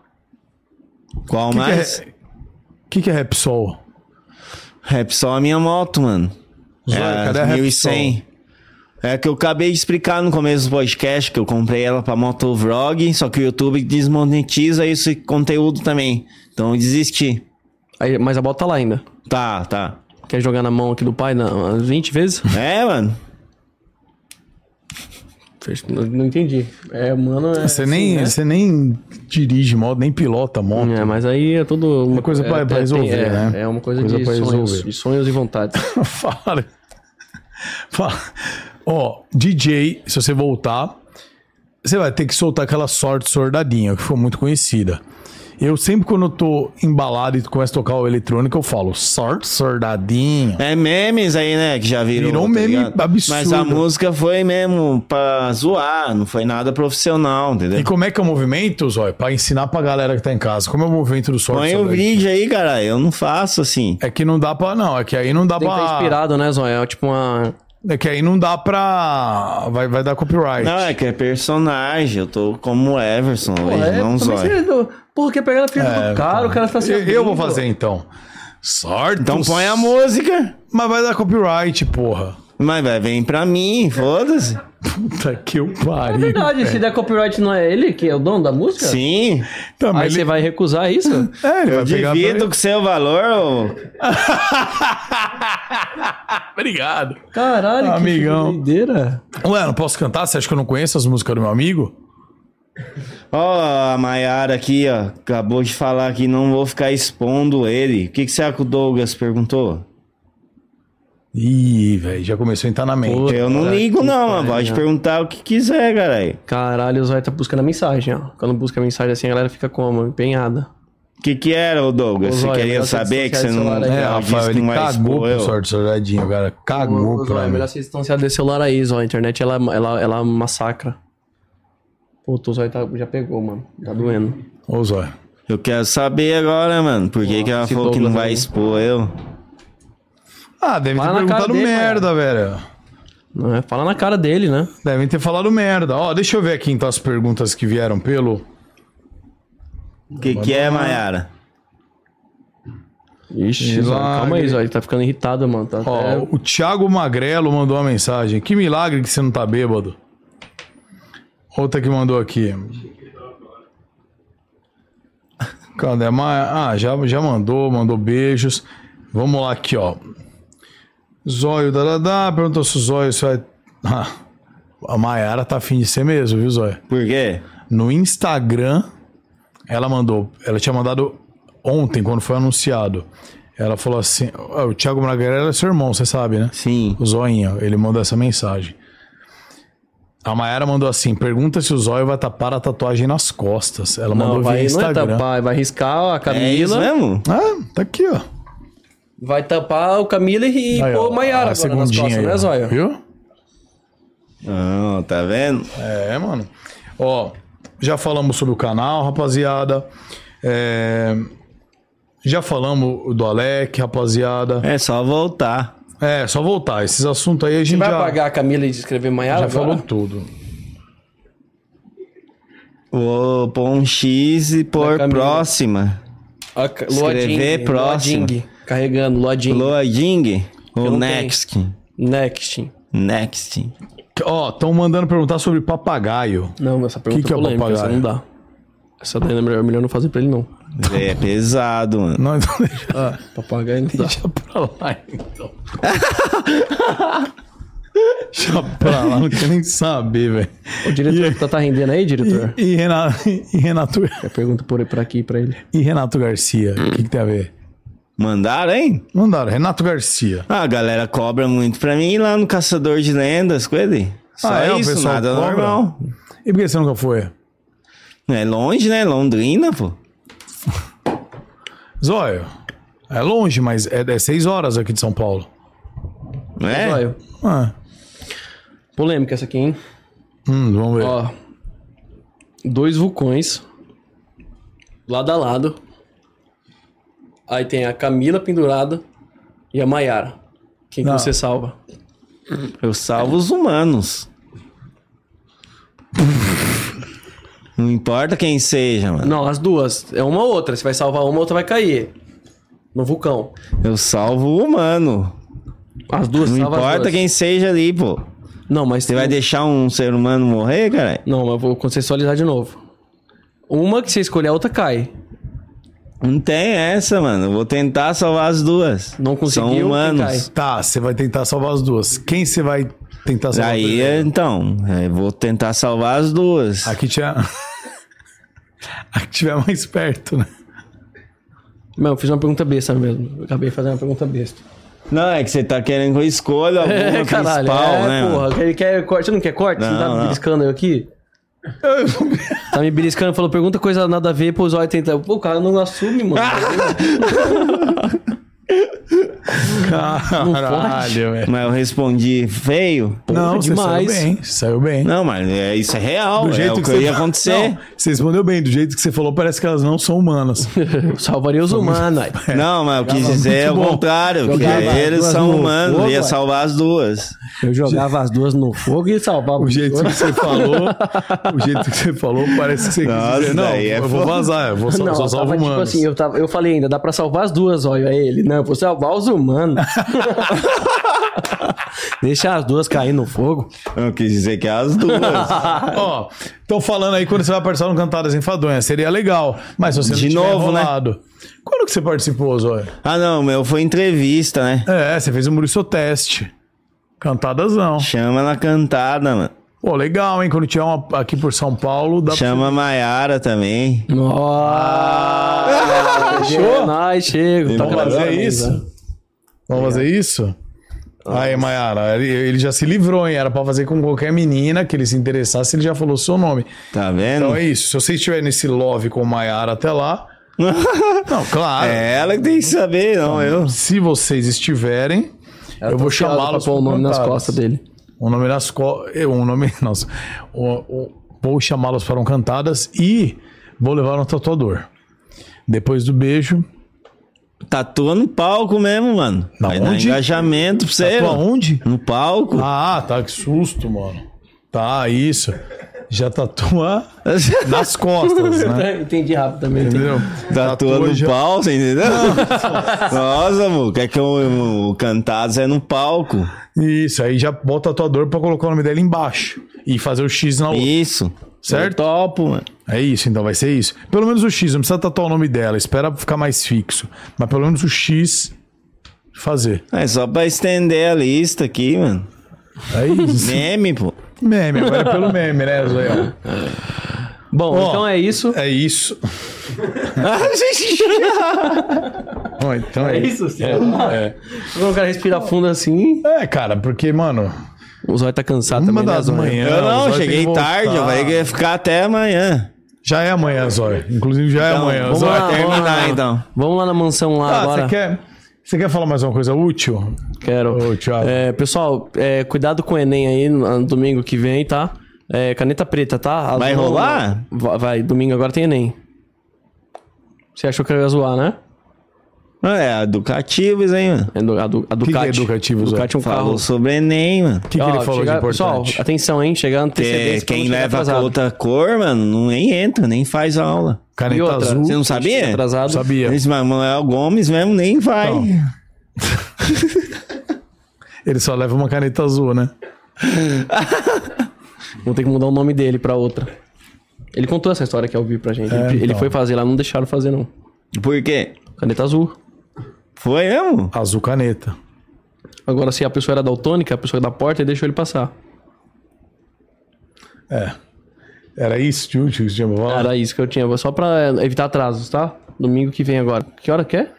Qual
O Ah. que,
mais?
que é, que, que é Repsol?
Repsol é a minha moto, mano.
Zóio, cadê a
É,
Repsol?
1100. É que eu acabei de explicar no começo do podcast que eu comprei ela pra motovlog, só que o YouTube desmonetiza esse conteúdo também. Então eu desisti.
Aí, mas a bola tá lá ainda.
Tá, tá.
Quer jogar na mão aqui do pai na, umas 20 vezes?
É, mano.
Fez- não- Não entendi. É, mano, é.
Você nem,
assim, né?
você nem dirige moto, nem pilota moto.
É, mas aí é tudo. Uma
coisa pra-
é,
pra
é-
resolver,
é,
né?
É uma coisa,
Coisa
de,
pra
sonhos,
resolver.
de sonhos e vontades.
Fala. Fala. Ó, DJ, se você voltar, você vai ter que soltar aquela sorte sordadinha, que foi muito conhecida. Eu sempre, quando eu tô embalado e começo a tocar o eletrônico, eu falo sorte sordadinho.
É memes aí, né? Que já virou.
Virou um meme
ligado?
absurdo.
Mas a música foi mesmo pra zoar, não foi nada profissional, entendeu?
E como é que é o movimento, Zóio? Pra ensinar pra galera que tá em casa. Como é o movimento do sorte
Põe o
sordadinho?
vídeo aí, cara. Eu não faço assim.
É que não dá pra. Não, é que aí não dá
Tem que
pra.
estar inspirado, né, Zóia? É tipo uma.
É que aí não dá pra. Vai, vai dar copyright.
Não, é que é personagem. Eu tô como Everson
é,
é,
hoje, não zóio.
Porra, quer pegar na filha do cara, o cara tá se.
Eu, eu vou fazer então. Sorte.
Então põe a música.
Mas vai dar copyright, porra.
Mas vai, vem pra mim, foda-se.
Puta que eu pariu.
Verdade, se der copyright não é ele, que é o dono da música?
Sim.
Também
Aí
Tá, ele-
você vai recusar isso?
É, ele
Eu
vai pegar. pra
divido
ele.
com seu valor. ô.
Obrigado.
Caralho,
Amigão.
que doideira.
Ué, não posso cantar? Você acha que eu não conheço as músicas do meu amigo?
Ó, a Maiara aqui, ó. Acabou de falar que não vou ficar expondo ele. O que, que será que o Douglas perguntou?
Ih, velho, já começou a entrar na mente.
Eu não ligo, não, mano. Pode perguntar o que quiser, caralho.
Caralho, o Zóia tá buscando a mensagem, ó. Quando busca a mensagem assim, a galera fica como? Empenhada.
O que, que era, o Douglas?
Ô,
Você
Zóio,
queria
melhor você
saber que você
dissociar
não.
esse celular aí.
É,
ela
Rafael,
disse que
ele
não vai
cagou
expor
pro
eu.
sorte soldadinho, cara. Cagou
Ô, Zóia,
pra mim.
é melhor vocês distanciar desse celular aí, Zóia. A internet, ela, ela, ela massacra. Puta, o Zóia tá- já pegou, mano. Tá
Uhum.
doendo.
Ô, Zóio.
Eu quero saber agora, mano. Por que, que ela
esse
falou que não
Douglas
vai
aí.
expor eu?
Ah, devem ter
Fala na cara
perguntado
dele,
merda, velho.
Não é? Fala na cara dele, né?
Devem ter falado merda. Ó, deixa eu ver aqui então as perguntas que vieram pelo.
O que, que é, Maiara?
Ixi, Zóia, calma
Milagre.
aí, Zóia. Tá ficando irritado, mano. Tá
Ó,
até-
o Thiago Magrelo mandou uma mensagem. Que milagre que você não tá bêbado. Outra que mandou aqui. Cadê? Ma- Ah, já, já mandou, mandou beijos. Vamos lá aqui, ó. Zóio Dadadá perguntou se o Zóio se vai. Ah, a Mayara tá afim de ser mesmo, viu, Zóio?
Por quê?
No Instagram, ela mandou. Ela tinha mandado ontem, quando foi anunciado. Ela falou assim: "Ah, o Thiago Magrela é seu irmão, você sabe, né?
Sim.
O Zoinha, ele mandou essa mensagem. A Mayara mandou assim: pergunta se o Zóio vai tapar a tatuagem nas costas. Ela
Não,
mandou via
vai, não é
Instagram.
tapar, vai riscar a Camila.
É isso mesmo?
Ah, tá aqui, ó.
Vai tapar o Camila e
Aí,
pôr
ó,
o Maiara agora
a
nas
segundinha
costas,
aí, ó.
né, Zóia?
Viu?
Não, tá vendo?
É, mano. Ó, já falamos sobre o canal, rapaziada. É, Já falamos do Alec, rapaziada.
É só voltar.
É, só voltar. Esses assuntos aí a gente
Vai
já,
apagar a Camila e escrever Maiara
já
agora?
falou tudo.
Vou pôr um X e pôr
Camila.
próxima.
A ca-
Escrever
Luading,
próximo.
Luading, Carregando, Luading.
Loading ou
não
Next?
Next.
Next.
Ó, estão mandando perguntar sobre papagaio.
Não, essa pergunta
Que que
é
é
polêmica, essa
papagaio?
não dá. Essa daí é melhor, melhor não fazer pra ele, não.
É pesado, mano.
Não, então deixa,
Tá.
Papagaio não dá.
deixa pra lá, então. Já pra lá, não quer nem saber, velho.
O diretor tá, tá rendendo aí, diretor?
E, Renato, e, Renato,
Eu pergunto por, por aqui pra ele.
e Renato Garcia, o que, que tem a ver?
Mandaram, hein?
Mandaram, Renato Garcia.
Ah, a galera cobra muito pra mim lá no Caçador de Lendas, coisa aí. Só
Ah, é? O
isso,
pessoal
nada
cobra?
normal.
E por que você nunca foi?
É longe, né? Londrina, pô.
Zóio, é longe, mas é, é seis horas aqui de São Paulo.
Não é?
Olha,
Ah,
polêmica essa aqui, hein?
hum, vamos ver.
Ó. Dois vulcões. Lado a lado. Aí tem a Camila pendurada e a Maiara. Quem que
Não.
você salva?
Eu salvo os humanos. Não importa quem seja, mano.
Não, as duas. É uma ou outra. Você vai salvar uma, a outra vai cair. No vulcão.
Eu salvo o humano.
As duas
Não
salva as
importa
duas.
quem seja ali, pô.
Não, mas
Você vai
tem-
deixar um ser humano morrer, cara?
Não, mas eu vou consensualizar de novo. Uma que você escolher, a outra cai.
Não tem essa, mano. Eu vou tentar salvar as duas.
Não conseguiu, quem
São humanos.
Tá, você vai tentar salvar as duas. Quem você vai tentar salvar?
Aí,
primeiro?
então, eu vou tentar salvar as duas.
Aqui tinha. Aqui tiver mais perto, né?
Não, eu fiz uma pergunta besta mesmo. Eu acabei fazendo uma pergunta besta.
Não, é que você tá querendo que eu escolha alguma
É, caralho.
principal,
é,
né? mano?
porra. Ele quer corte. Você não quer corte? você não tá
Não,
me
não.
beliscando eu aqui? tá me beliscando, falou, pergunta coisa nada a ver, pô, o Zóio tenta. Pô, o cara não assume, mano.
Caralho, velho.
Mas eu respondi feio.
Não, você
demais.
saiu bem. Saiu bem.
Não, mas é, isso é real.
Do
é
jeito
o que,
você-
tá-
ia acontecer.
Não, você respondeu bem. Do jeito que você falou, parece que elas não são humanas.
Eu Salvaria os humanos. aí.
Não, mas eu quis dizer é o
bom.
contrário. Que
é. Jogava
eles
duas
são
no
humanos.
fogo,
ia
vai.
salvar as duas.
Eu jogava as duas no fogo e salvava
O jeito que você falou, o jeito que você falou, parece que você quis
Nossa,
dizer, não,
daí é
eu vou
foda.
vazar, eu vou só,
Não,
só
eu
salvo
tava tipo
humanos.
assim, eu, tava, eu falei ainda, dá pra salvar as duas, olha ele. Não, eu vou salvar os humanos. Deixar as duas cair no fogo.
Eu quis dizer que é as duas.
Ó, estão falando aí quando você vai participar no Cantadas Enfadonhas, seria legal, mas se você
De
não
novo, né?
né? Quando que você participou, Zóia?
ah, não, meu, foi entrevista, né?
É, você fez o Muriço Teste. Cantadas não.
Chama na cantada, mano.
Pô, legal, hein? Quando tiver uma aqui por São Paulo, dá pra...
Chama a Maiara também.
Ah,
Nossa! Fechou? Nós chego.
Vamos
Vamos fazer
gravando,
isso?
né?
Vamos fazer isso? Aí, Mayara, ele, ele já se livrou, hein? Era pra fazer com qualquer menina que ele se interessasse, ele já falou o seu nome.
Tá vendo?
Então é isso. Se você estiver nesse love com Maiara até lá. não, claro.
É ela que tem que saber,
Então,
não eu.
Se vocês estiverem,
Ela
eu
tá
vou
ansiosa
chamá-los.
pra pôr o
pro
nome nas
um Cantadas.
costas dele.
O nome nas costas. Um nome. Nossa. O- o- vou chamá-los para um cantadas e vou levar um tatuador. Depois do beijo.
Tatua Tá no palco mesmo, mano.
Na
Vai dar
onde?
engajamento pra você.
Tatua
mano.
onde?
No palco.
um? Ah, tá. Que susto, mano. Tá, isso. Já tatua
Tá
nas costas, né?
Entendi rápido também. entendi.
Entendeu?
Tatua no
Tá já-
palco, você entendeu? Nossa, amor, quer que o, o Cantados é no palco.
Isso, aí já bota o tatuador pra colocar o nome dela embaixo. E fazer o X na outra,
Isso.
certo?
Eu topo, mano.
É isso, então vai ser isso. Pelo menos o X, não precisa tatuar o nome dela, espera ficar mais fixo. Mas pelo menos o X fazer.
É só pra estender a lista aqui, mano.
É isso.
Meme, pô.
meme, agora é pelo meme, né, Zoel?
Bom,
Ó.
então é isso.
É isso. Bom, então é, isso. É.
Agora o cara respira fundo assim.
É, cara, porque, mano,
O Zóio tá cansado
uma
também. né,
das
Zóio?
manhãs.
eu
o
não,
Zóio tem
cheguei
que voltar.
tarde, eu vai ficar até amanhã.
Já é amanhã, Zóio. Inclusive já
Então,
é amanhã,
vamos
Zóio.
lá,
Tem-
vamos lá.
terminar, então.
Vamos lá na mansão lá
Ah,
agora.
você quer, você quer falar mais uma coisa útil?
Quero.
Ô, Thiago.
É, pessoal, é, cuidado com o Enem aí no, no domingo que vem, tá? É, caneta preta, tá?
Vai
Aluno-
rolar?
Va- Vai, domingo agora tem Enem. Você achou que eu ia zoar, né?
Ah, É, educativos, hein, mano.
É do- A, du, a
que
Ducati.
é educativo, Zé?
Ducati é um carro.
Falou sobre Enem, mano.
O que, que
Ó,
ele falou
chegar-
de importante?
Pessoal, atenção, hein? Chegar
Que
é
antecedência. pra não
quem
chegar
leva
atrasado.
com outra cor, mano, não, nem entra, nem faz aula.
Caneta
outra,
azul.
Você não sabia?
Atrasado.
Sabia.
Esse Manuel Gomes mesmo nem vai.
Ele só leva uma caneta azul, né?
Vou ter que mudar o nome dele pra outra. Ele contou essa história que ao vivo pra gente. ele, ele
então.
foi fazer lá, não deixaram fazer, não.
Por quê?
Caneta azul.
Foi mesmo?
Azul caneta.
Agora, se a pessoa era daltônica, a pessoa da porta e deixou ele passar.
É. Era isso, tio, que você tinha pra falar?
Era isso que eu tinha, só pra evitar atrasos, tá? Domingo que vem agora. Que hora que é?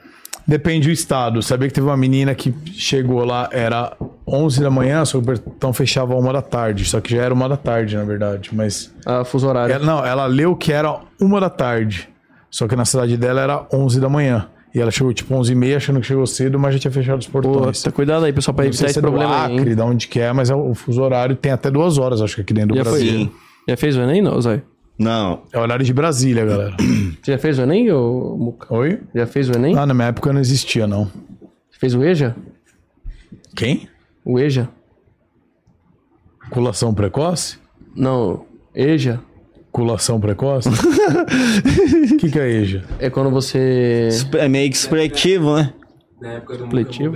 Depende do estado. Sabia que teve uma menina que chegou lá, era 11 da manhã, só que o Bertão fechava uma da tarde. Só que já era uma da tarde, na verdade. Mas.
Ah, fuso horário.
Ela- não, ela leu que era uma da tarde. Só que na cidade dela era 11 da manhã. E ela chegou tipo 11 e meia, achando que chegou cedo, mas já tinha fechado os
Pô,
portões.
tá cuidado aí, pessoal, pra
Não
evitar
sei se
esse
é do
problema aí, hein?
Acre, da onde que é, mas é o fuso horário tem até duas horas, acho que aqui dentro do
Já, foi,
Brasil.
Sim.
já fez o Enem, não, Zóio?
Não,
É o horário de Brasília, galera.
Você já fez o Enem, ô Muca?
Oi?
Já fez o Enem?
Ah, na minha época não existia, não.
Fez o EJA?
Quem?
O EJA?
Culação precoce?
Não, EJA
Culação precoce? O que, que é EJA?
é quando você...
Sup- É meio que supletivo, né?
Na época do
Supletivo?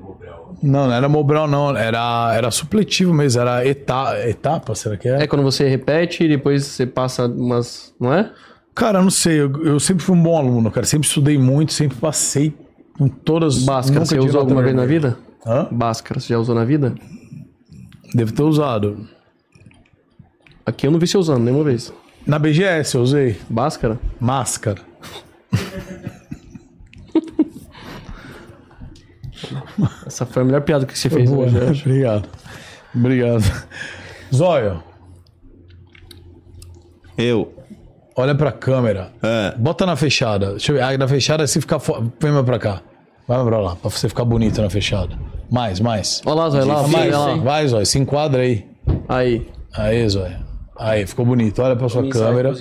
Mobral.
Não, não era Mobral, não. Era, era supletivo mesmo. Era eta, etapa, será que é?
É quando você repete e depois você passa umas... Não é?
Cara, eu não sei. Eu, eu sempre fui um bom aluno, cara. Sempre estudei muito, sempre passei com todas...
Báscara,
nunca
você
tive
usou
nota
alguma vez na
vermelha.
vida?
Hã?
Báscara, você já usou na vida?
Devo ter usado.
Aqui eu não vi você usando nenhuma vez.
Na BGS eu usei.
Báscara?
Máscara.
Essa foi a melhor piada que você fez
Boa,
hoje.
né? Obrigado. Obrigado. Zóio,
Eu.
olha pra câmera.
É.
Bota na fechada. Deixa eu ver. Ah, na fechada, se ficar. fo- Vem mais pra cá. Vai mais pra lá, pra você ficar bonito na fechada. Mais, mais.
Olha lá, Zóio, lá, vai,
mais,
lá.
vai, Zóio. Se enquadra aí.
Aí.
Aí, Zóio. Aí, ficou bonito. Olha pra sua câmera.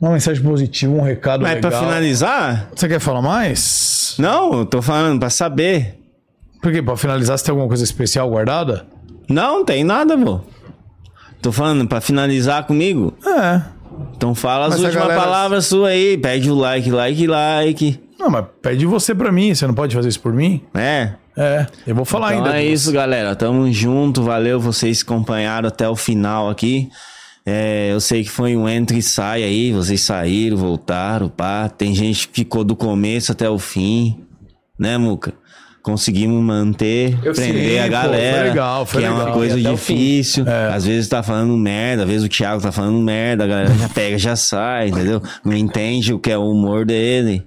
Uma mensagem positiva, um recado
Mas
legal.
pra finalizar?
Você quer falar mais?
Não, eu tô falando pra saber.
Por quê? Pra finalizar, você tem alguma coisa especial guardada?
Não, tem nada, pô. Tô falando pra finalizar comigo.
É.
Então fala as
Mas a
últimas
galera-
palavras suas aí. Pede o like, like, like.
Não, mas pede você pra mim. Você não pode fazer isso por mim?
É.
É. Eu vou falar
Então
ainda.
é isso, galera. Tamo junto. Valeu vocês que acompanharam até o final aqui. É, eu sei que foi um entra e sai aí. Vocês saíram, voltaram, pá. Tem gente que ficou do começo até o fim. Né, Muca? Conseguimos manter, prender
sim,
a
pô,
galera.
foi legal, foi
que é uma
legal.
coisa difícil.
É.
Às vezes tá falando merda, às vezes o Thiago tá falando merda, a galera já pega, já sai, entendeu? Não entende o que é o humor dele.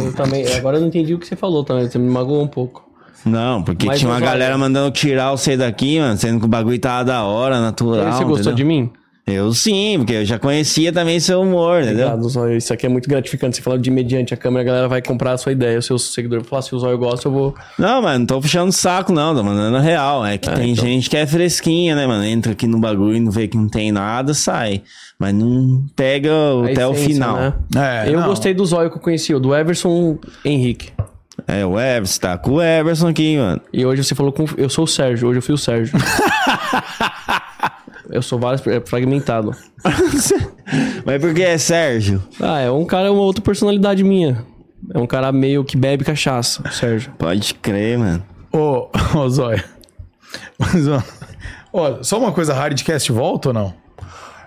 Eu também, agora eu não entendi o que você falou também, você me magoou um pouco.
Não, porque
Mas, é.
tinha uma
mas, olha-
galera mandando tirar você daqui, mano, sendo que o bagulho tava da hora, natural.
você gostou
entendeu?
de mim?
Eu sim, porque eu já conhecia também seu humor, entendeu?
Obrigado, Zóio. Isso aqui é muito gratificante. Você falando de mediante a câmera, a galera vai comprar a sua ideia. O seu seguidor vai falar, se o Zóio gosta, eu vou.
Não, mano, não tô puxando o saco, não, tô mandando a real. É que tem
então.
gente que é fresquinha, né, mano? Entra aqui no bagulho e não vê que não tem nada, sai. Mas não pega o-
a
até o
essência,
final.
né?
É,
eu
não.
gostei do Zóio que eu conheci, o do Everson Henrique.
É, o Everson, tá com o Everson aqui, mano.
E hoje você falou com. Eu sou o Sérgio, hoje eu fui o Sérgio. eu sou vários é, fragmentado.
Mas por que é Sérgio?
Ah, é um cara, é uma outra personalidade minha. É um cara meio que bebe cachaça, o Sérgio.
Pode crer, mano.
Ô, ô Zóia. Mas, ó, ó, só uma coisa, Hardcast volta ou não?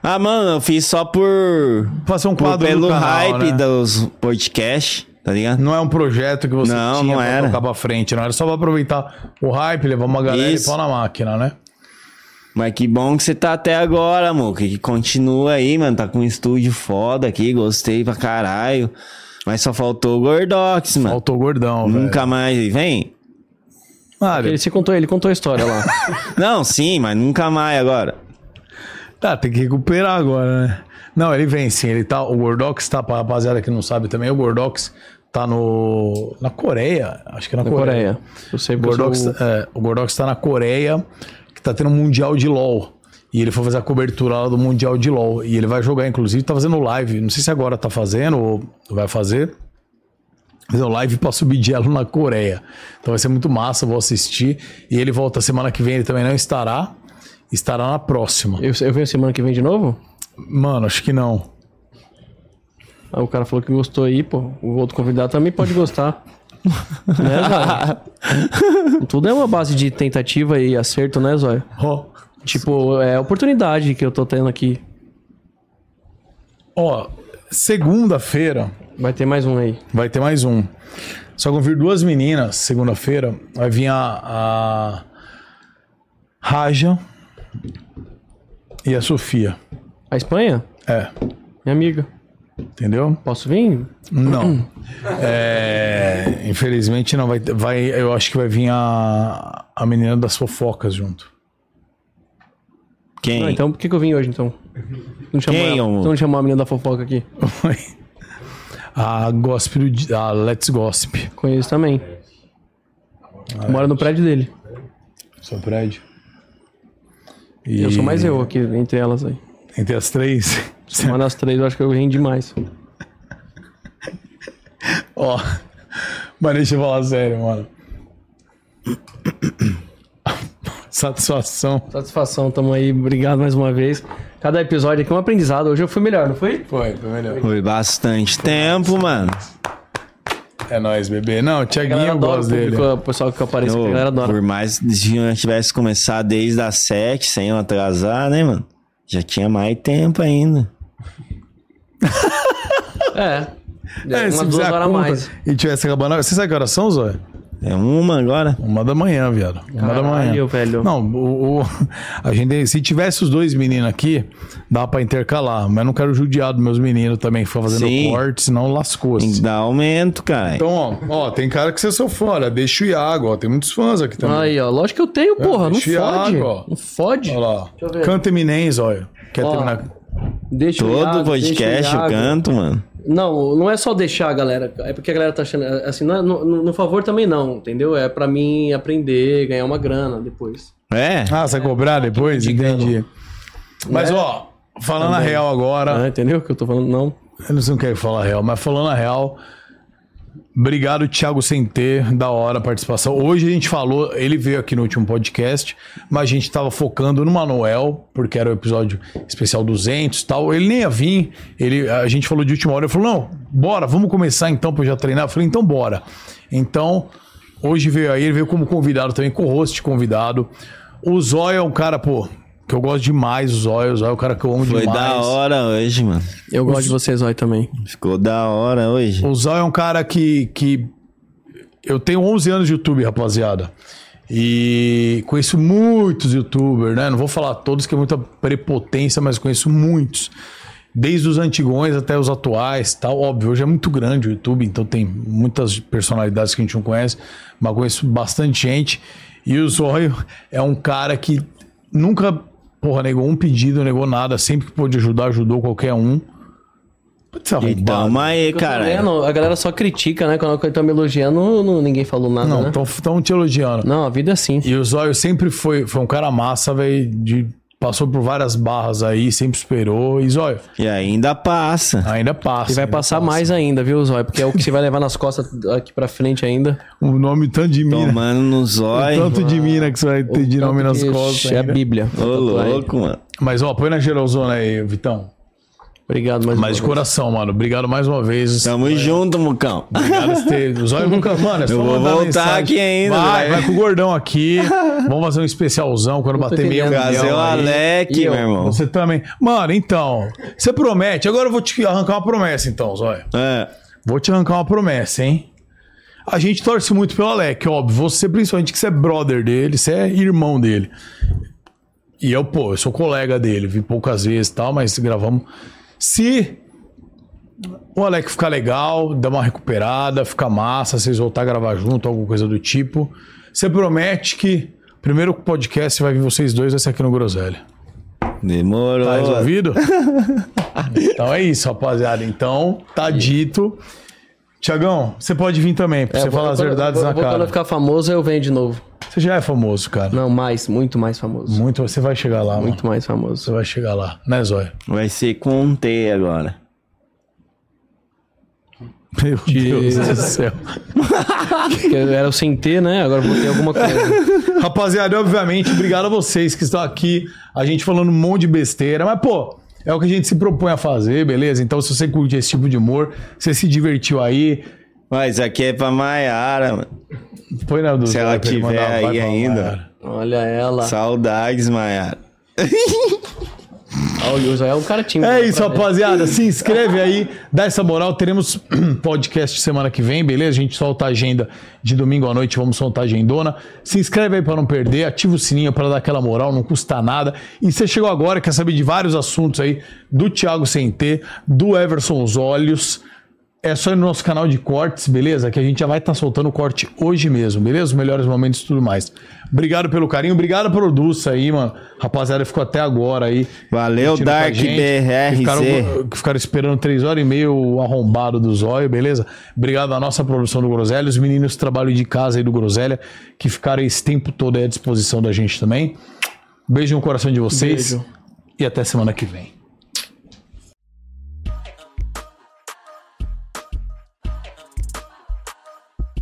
Ah, mano, eu fiz só por.
Fazer um
por-
quadro
pelo
do canal, né?
hype dos podcasts, tá ligado?
Não é um projeto que você
Não,
tinha
não
pra
era.
tocar pra frente, não era só pra aproveitar o hype, levar uma galera
Isso.
e pôr na máquina, né?
Mas que bom que você tá até agora, amor. Que, que continua aí, mano. Tá com um estúdio foda aqui. Gostei pra caralho. Mas só faltou o Gordox, mano.
Faltou é. o gordão,
Nunca mais. Vem?
Velho.
Ele, você contou, ele contou a história lá.
Não, sim, mas nunca mais agora.
Tá, tem que recuperar agora, né? Não, ele vem sim, ele tá, o Gordox tá, pra rapaziada que não sabe também, o Gordox tá no, na Coreia, acho que é na,
Na Coreia. Eu sei
O
porque eu sou
Gordox,
o-
é, o Gordox tá na Coreia, que tá tendo um Mundial de LoL. E ele foi fazer a cobertura lá do Mundial de LoL. E ele vai jogar, inclusive, tá fazendo live. Não sei se agora tá fazendo ou vai fazer. Fazer um live pra subir de elo na Coreia. Então vai ser muito massa, vou assistir. E ele volta semana que vem, ele também não estará. Estará na próxima.
Eu, eu venho semana que vem de novo?
Mano, acho que não.
Aí o cara falou que gostou aí, pô. O outro convidado também pode gostar. né, Zóio? Tudo é uma base de tentativa e acerto, né, Zóio?
Ó,
Tipo, é a oportunidade que eu tô tendo aqui.
ó segunda-feira
Vai ter mais um aí.
vai ter mais um. Só que vão vir duas meninas segunda-feira. Vai vir a, a Raja e a Sofia.
A Espanha?
É,
Minha amiga.
entendeu?
Posso vir?
Não. É, infelizmente não vai, ter- vai. Eu acho que vai vir a, a menina das fofocas junto.
Quem?
Não, então por que, que eu vim hoje, então? Não chamou
Quem,
ela.
ô?
Então não chamou a menina da fofoca aqui.
a gospel, a Let's Gossip.
Conheço também. Mora no prédio dele.
Seu prédio. E
Eu sou mais eu aqui entre elas aí.
Entre as três.
Uma das três eu acho que eu rendi mais.
Ó, mas deixa eu falar sério, mano. Satisfação.
Satisfação, tamo aí. Obrigado mais uma vez. Cada episódio aqui é um aprendizado. Hoje eu fui melhor, não foi?
Foi, foi melhor.
Foi bastante tempo, mano.
É nóis, bebê. Não, o
A galera
Thiaguinho eu
adora
gosto
o público,
dele.
o pessoal que aparece,
Ô,
a galera adora.
por mais que se eu tivesse começado desde as sete, sem eu atrasar, né, mano? Já tinha mais tempo ainda.
É.
É,
Umas
se
duas
fizer
horas
a
a
conta
mais.
e tivesse acabando... agora- Você sabe que horas são, Zóia?
É uma agora?
Uma da manhã, viado. Uma da manhã.
Caralho, velho.
Não, o, o- a gente, se tivesse os dois meninos aqui, dá pra intercalar. Mas não quero judiar dos meus meninos também, que foi fazendo
Sim.
corte, senão
Tem que
lascou-se.
dar aumento, cara.
Então, ó, ó, tem cara que você é sou fora. Deixa o Iago, ó. Tem muitos fãs aqui também.
Aí, ó. Lógico que eu tenho, porra. Não
É, deixa o
fode.
Iago, ó.
Não fode.
Olha lá.
eu ver.
Canta Eminens, olha. Quer
Ó.
terminar?
Deixa o
Todo
Iago,
podcast
deixa o
eu
Iago.
canto, mano.
Não, não é só deixar a galera. É porque a galera tá achando. Assim, não é- no, no- no favor também não, entendeu? É pra mim aprender, ganhar uma grana depois.
É?
Ah, você vai cobrar depois? Entendi.
É.
Mas, ó, falando a real agora.
Ah, entendeu o que eu tô falando? Não.
Eles não querem falar é a real, mas falando a real. Obrigado, Thiago Sentê, da hora a participação. Hoje a gente falou, ele veio aqui no último podcast, mas a gente tava focando no Manuel, porque era o episódio especial 200 e tal. Ele nem ia vir, ele, a gente falou de última hora, ele falou, não, bora, vamos começar então pra eu já treinar. Eu falei, então bora. Então, hoje veio aí, ele veio como convidado também, com host convidado. O Zóio é um cara, pô, que eu gosto demais, o Zóio, o Zóio é um cara que eu amo
Foi
demais.
da hora hoje, mano.
Eu gosto de vocês, Zói, também.
Ficou da hora hoje.
O Zóio é um cara que, que. Eu tenho 11 anos de YouTube, rapaziada. E conheço muitos YouTubers, né? Não vou falar todos, que é muita prepotência, mas conheço muitos. Desde os antigões até os atuais, tal. Óbvio, hoje é muito grande o YouTube, então tem muitas personalidades que a gente não conhece, mas conheço bastante gente. E o Zóio é um cara que nunca, porra, negou um pedido, negou nada. Sempre que pôde ajudar, ajudou qualquer um. Putz,
E
arrombado.
tamo Então, aí,
Tá
cara.
vendo? a galera só critica, né? Quando eu tô me elogiando, não- ninguém falou nada,
Não,
né?
estão te elogiando.
Não, a vida é assim.
E o Zóio sempre foi, foi um cara massa, velho. de- Passou por várias barras aí, sempre superou. E Zóio,
E ainda passa.
ainda passa.
E vai
ainda
passar
passa.
mais ainda, viu, Zói? Porque é o que você vai levar nas costas aqui pra frente ainda.
O nome tanto de mina.
Tomando no zóio.
Tanto de mina que você vai ter de nome nas
Tanto que-
costas.
É a
ainda.
Bíblia.
Ô, louco, mano.
Mas ó, põe na geralzona aí, Vitão.
Obrigado mais uma
Mas de
vez.
coração, mano. Obrigado mais uma vez.
Tamo junto, Mucão.
Obrigado por ter. O Zóio nunca, mano. É só
Então- Eu vou
mandar
voltar
mensagem.
aqui ainda,
Vai,
velho.
vai com o gordão aqui. Vamos fazer um especialzão quando
tô
bater meio
entendendo.
milhão.
Trazer o
aí.
Alec, meu irmão.
Você também. Mano, então. Você promete. Agora eu vou te arrancar uma promessa, então, Zóia.
É.
Vou te arrancar uma promessa, hein? A gente torce muito pelo Alec, óbvio. Você, principalmente, que você é brother dele, você é irmão dele. E eu, pô, eu sou colega dele, vi poucas vezes e tal, mas gravamos. Se o Alec ficar legal, dar uma recuperada, ficar massa, vocês voltar a gravar junto, alguma coisa do tipo, você promete que o primeiro podcast vai vir vocês dois, vai ser aqui no Groselha.
Demorou.
Tá resolvido? então é isso, rapaziada. Então, tá dito. Tiagão, você pode vir também, pra
É,
você
eu vou-
falar as
quando-
verdades
eu
na
vou- Quando
cara.
eu ficar famoso, eu venho de novo.
Você já é famoso, cara.
Não, mais, muito mais famoso.
Muito, você vai chegar lá, mano.
Muito mais
Você
famoso.
vai chegar lá, né, Zóia?
Vai ser com um T agora.
Meu Deus do céu.
Porque eu era o sem ter, né? Agora eu vou ter alguma coisa.
Rapaziada, obviamente, obrigado a vocês que estão aqui. A gente falando um monte de besteira, mas, pô, é o que a gente se propõe a fazer, beleza? Então, se você curte esse tipo de humor, você se divertiu aí,
Mas aqui é pra Maiara, mano.
põe na do
Se
Zóia
ela
pra ele
tiver
mandar, um vai
aí
pra lá, Tá.
ainda.
cara.
Olha ela.
Saudades, Maiara.
Ah, O Yuri é um cara tímido.
É
né,
isso,
pra ver.
rapaziada. Se inscreve aí, dá essa moral. Teremos podcast semana que vem, beleza? A gente solta a agenda de domingo à noite, vamos soltar a agendona. Se inscreve aí pra não perder, ativa o sininho pra dar aquela moral, não custa nada. E você chegou agora, quer saber de vários assuntos aí do Thiago CNT, do Everson Os Olhos. É só ir no nosso canal de cortes, beleza? Que a gente já vai estar soltando o corte hoje mesmo, beleza? Os melhores momentos e tudo mais. Obrigado pelo carinho, obrigado, produça aí, mano. Rapaziada, ficou até agora aí.
Valeu,
Curtindo com a
Dark
gente,
BRZ.
que Ficaram, que ficaram esperando três horas e meia o arrombado do zóio, beleza? Obrigado à nossa produção do Groselha, os meninos do trabalho de casa aí do Groselha, que ficaram esse tempo todo aí à disposição da gente também. Beijo no coração de vocês e até semana que vem.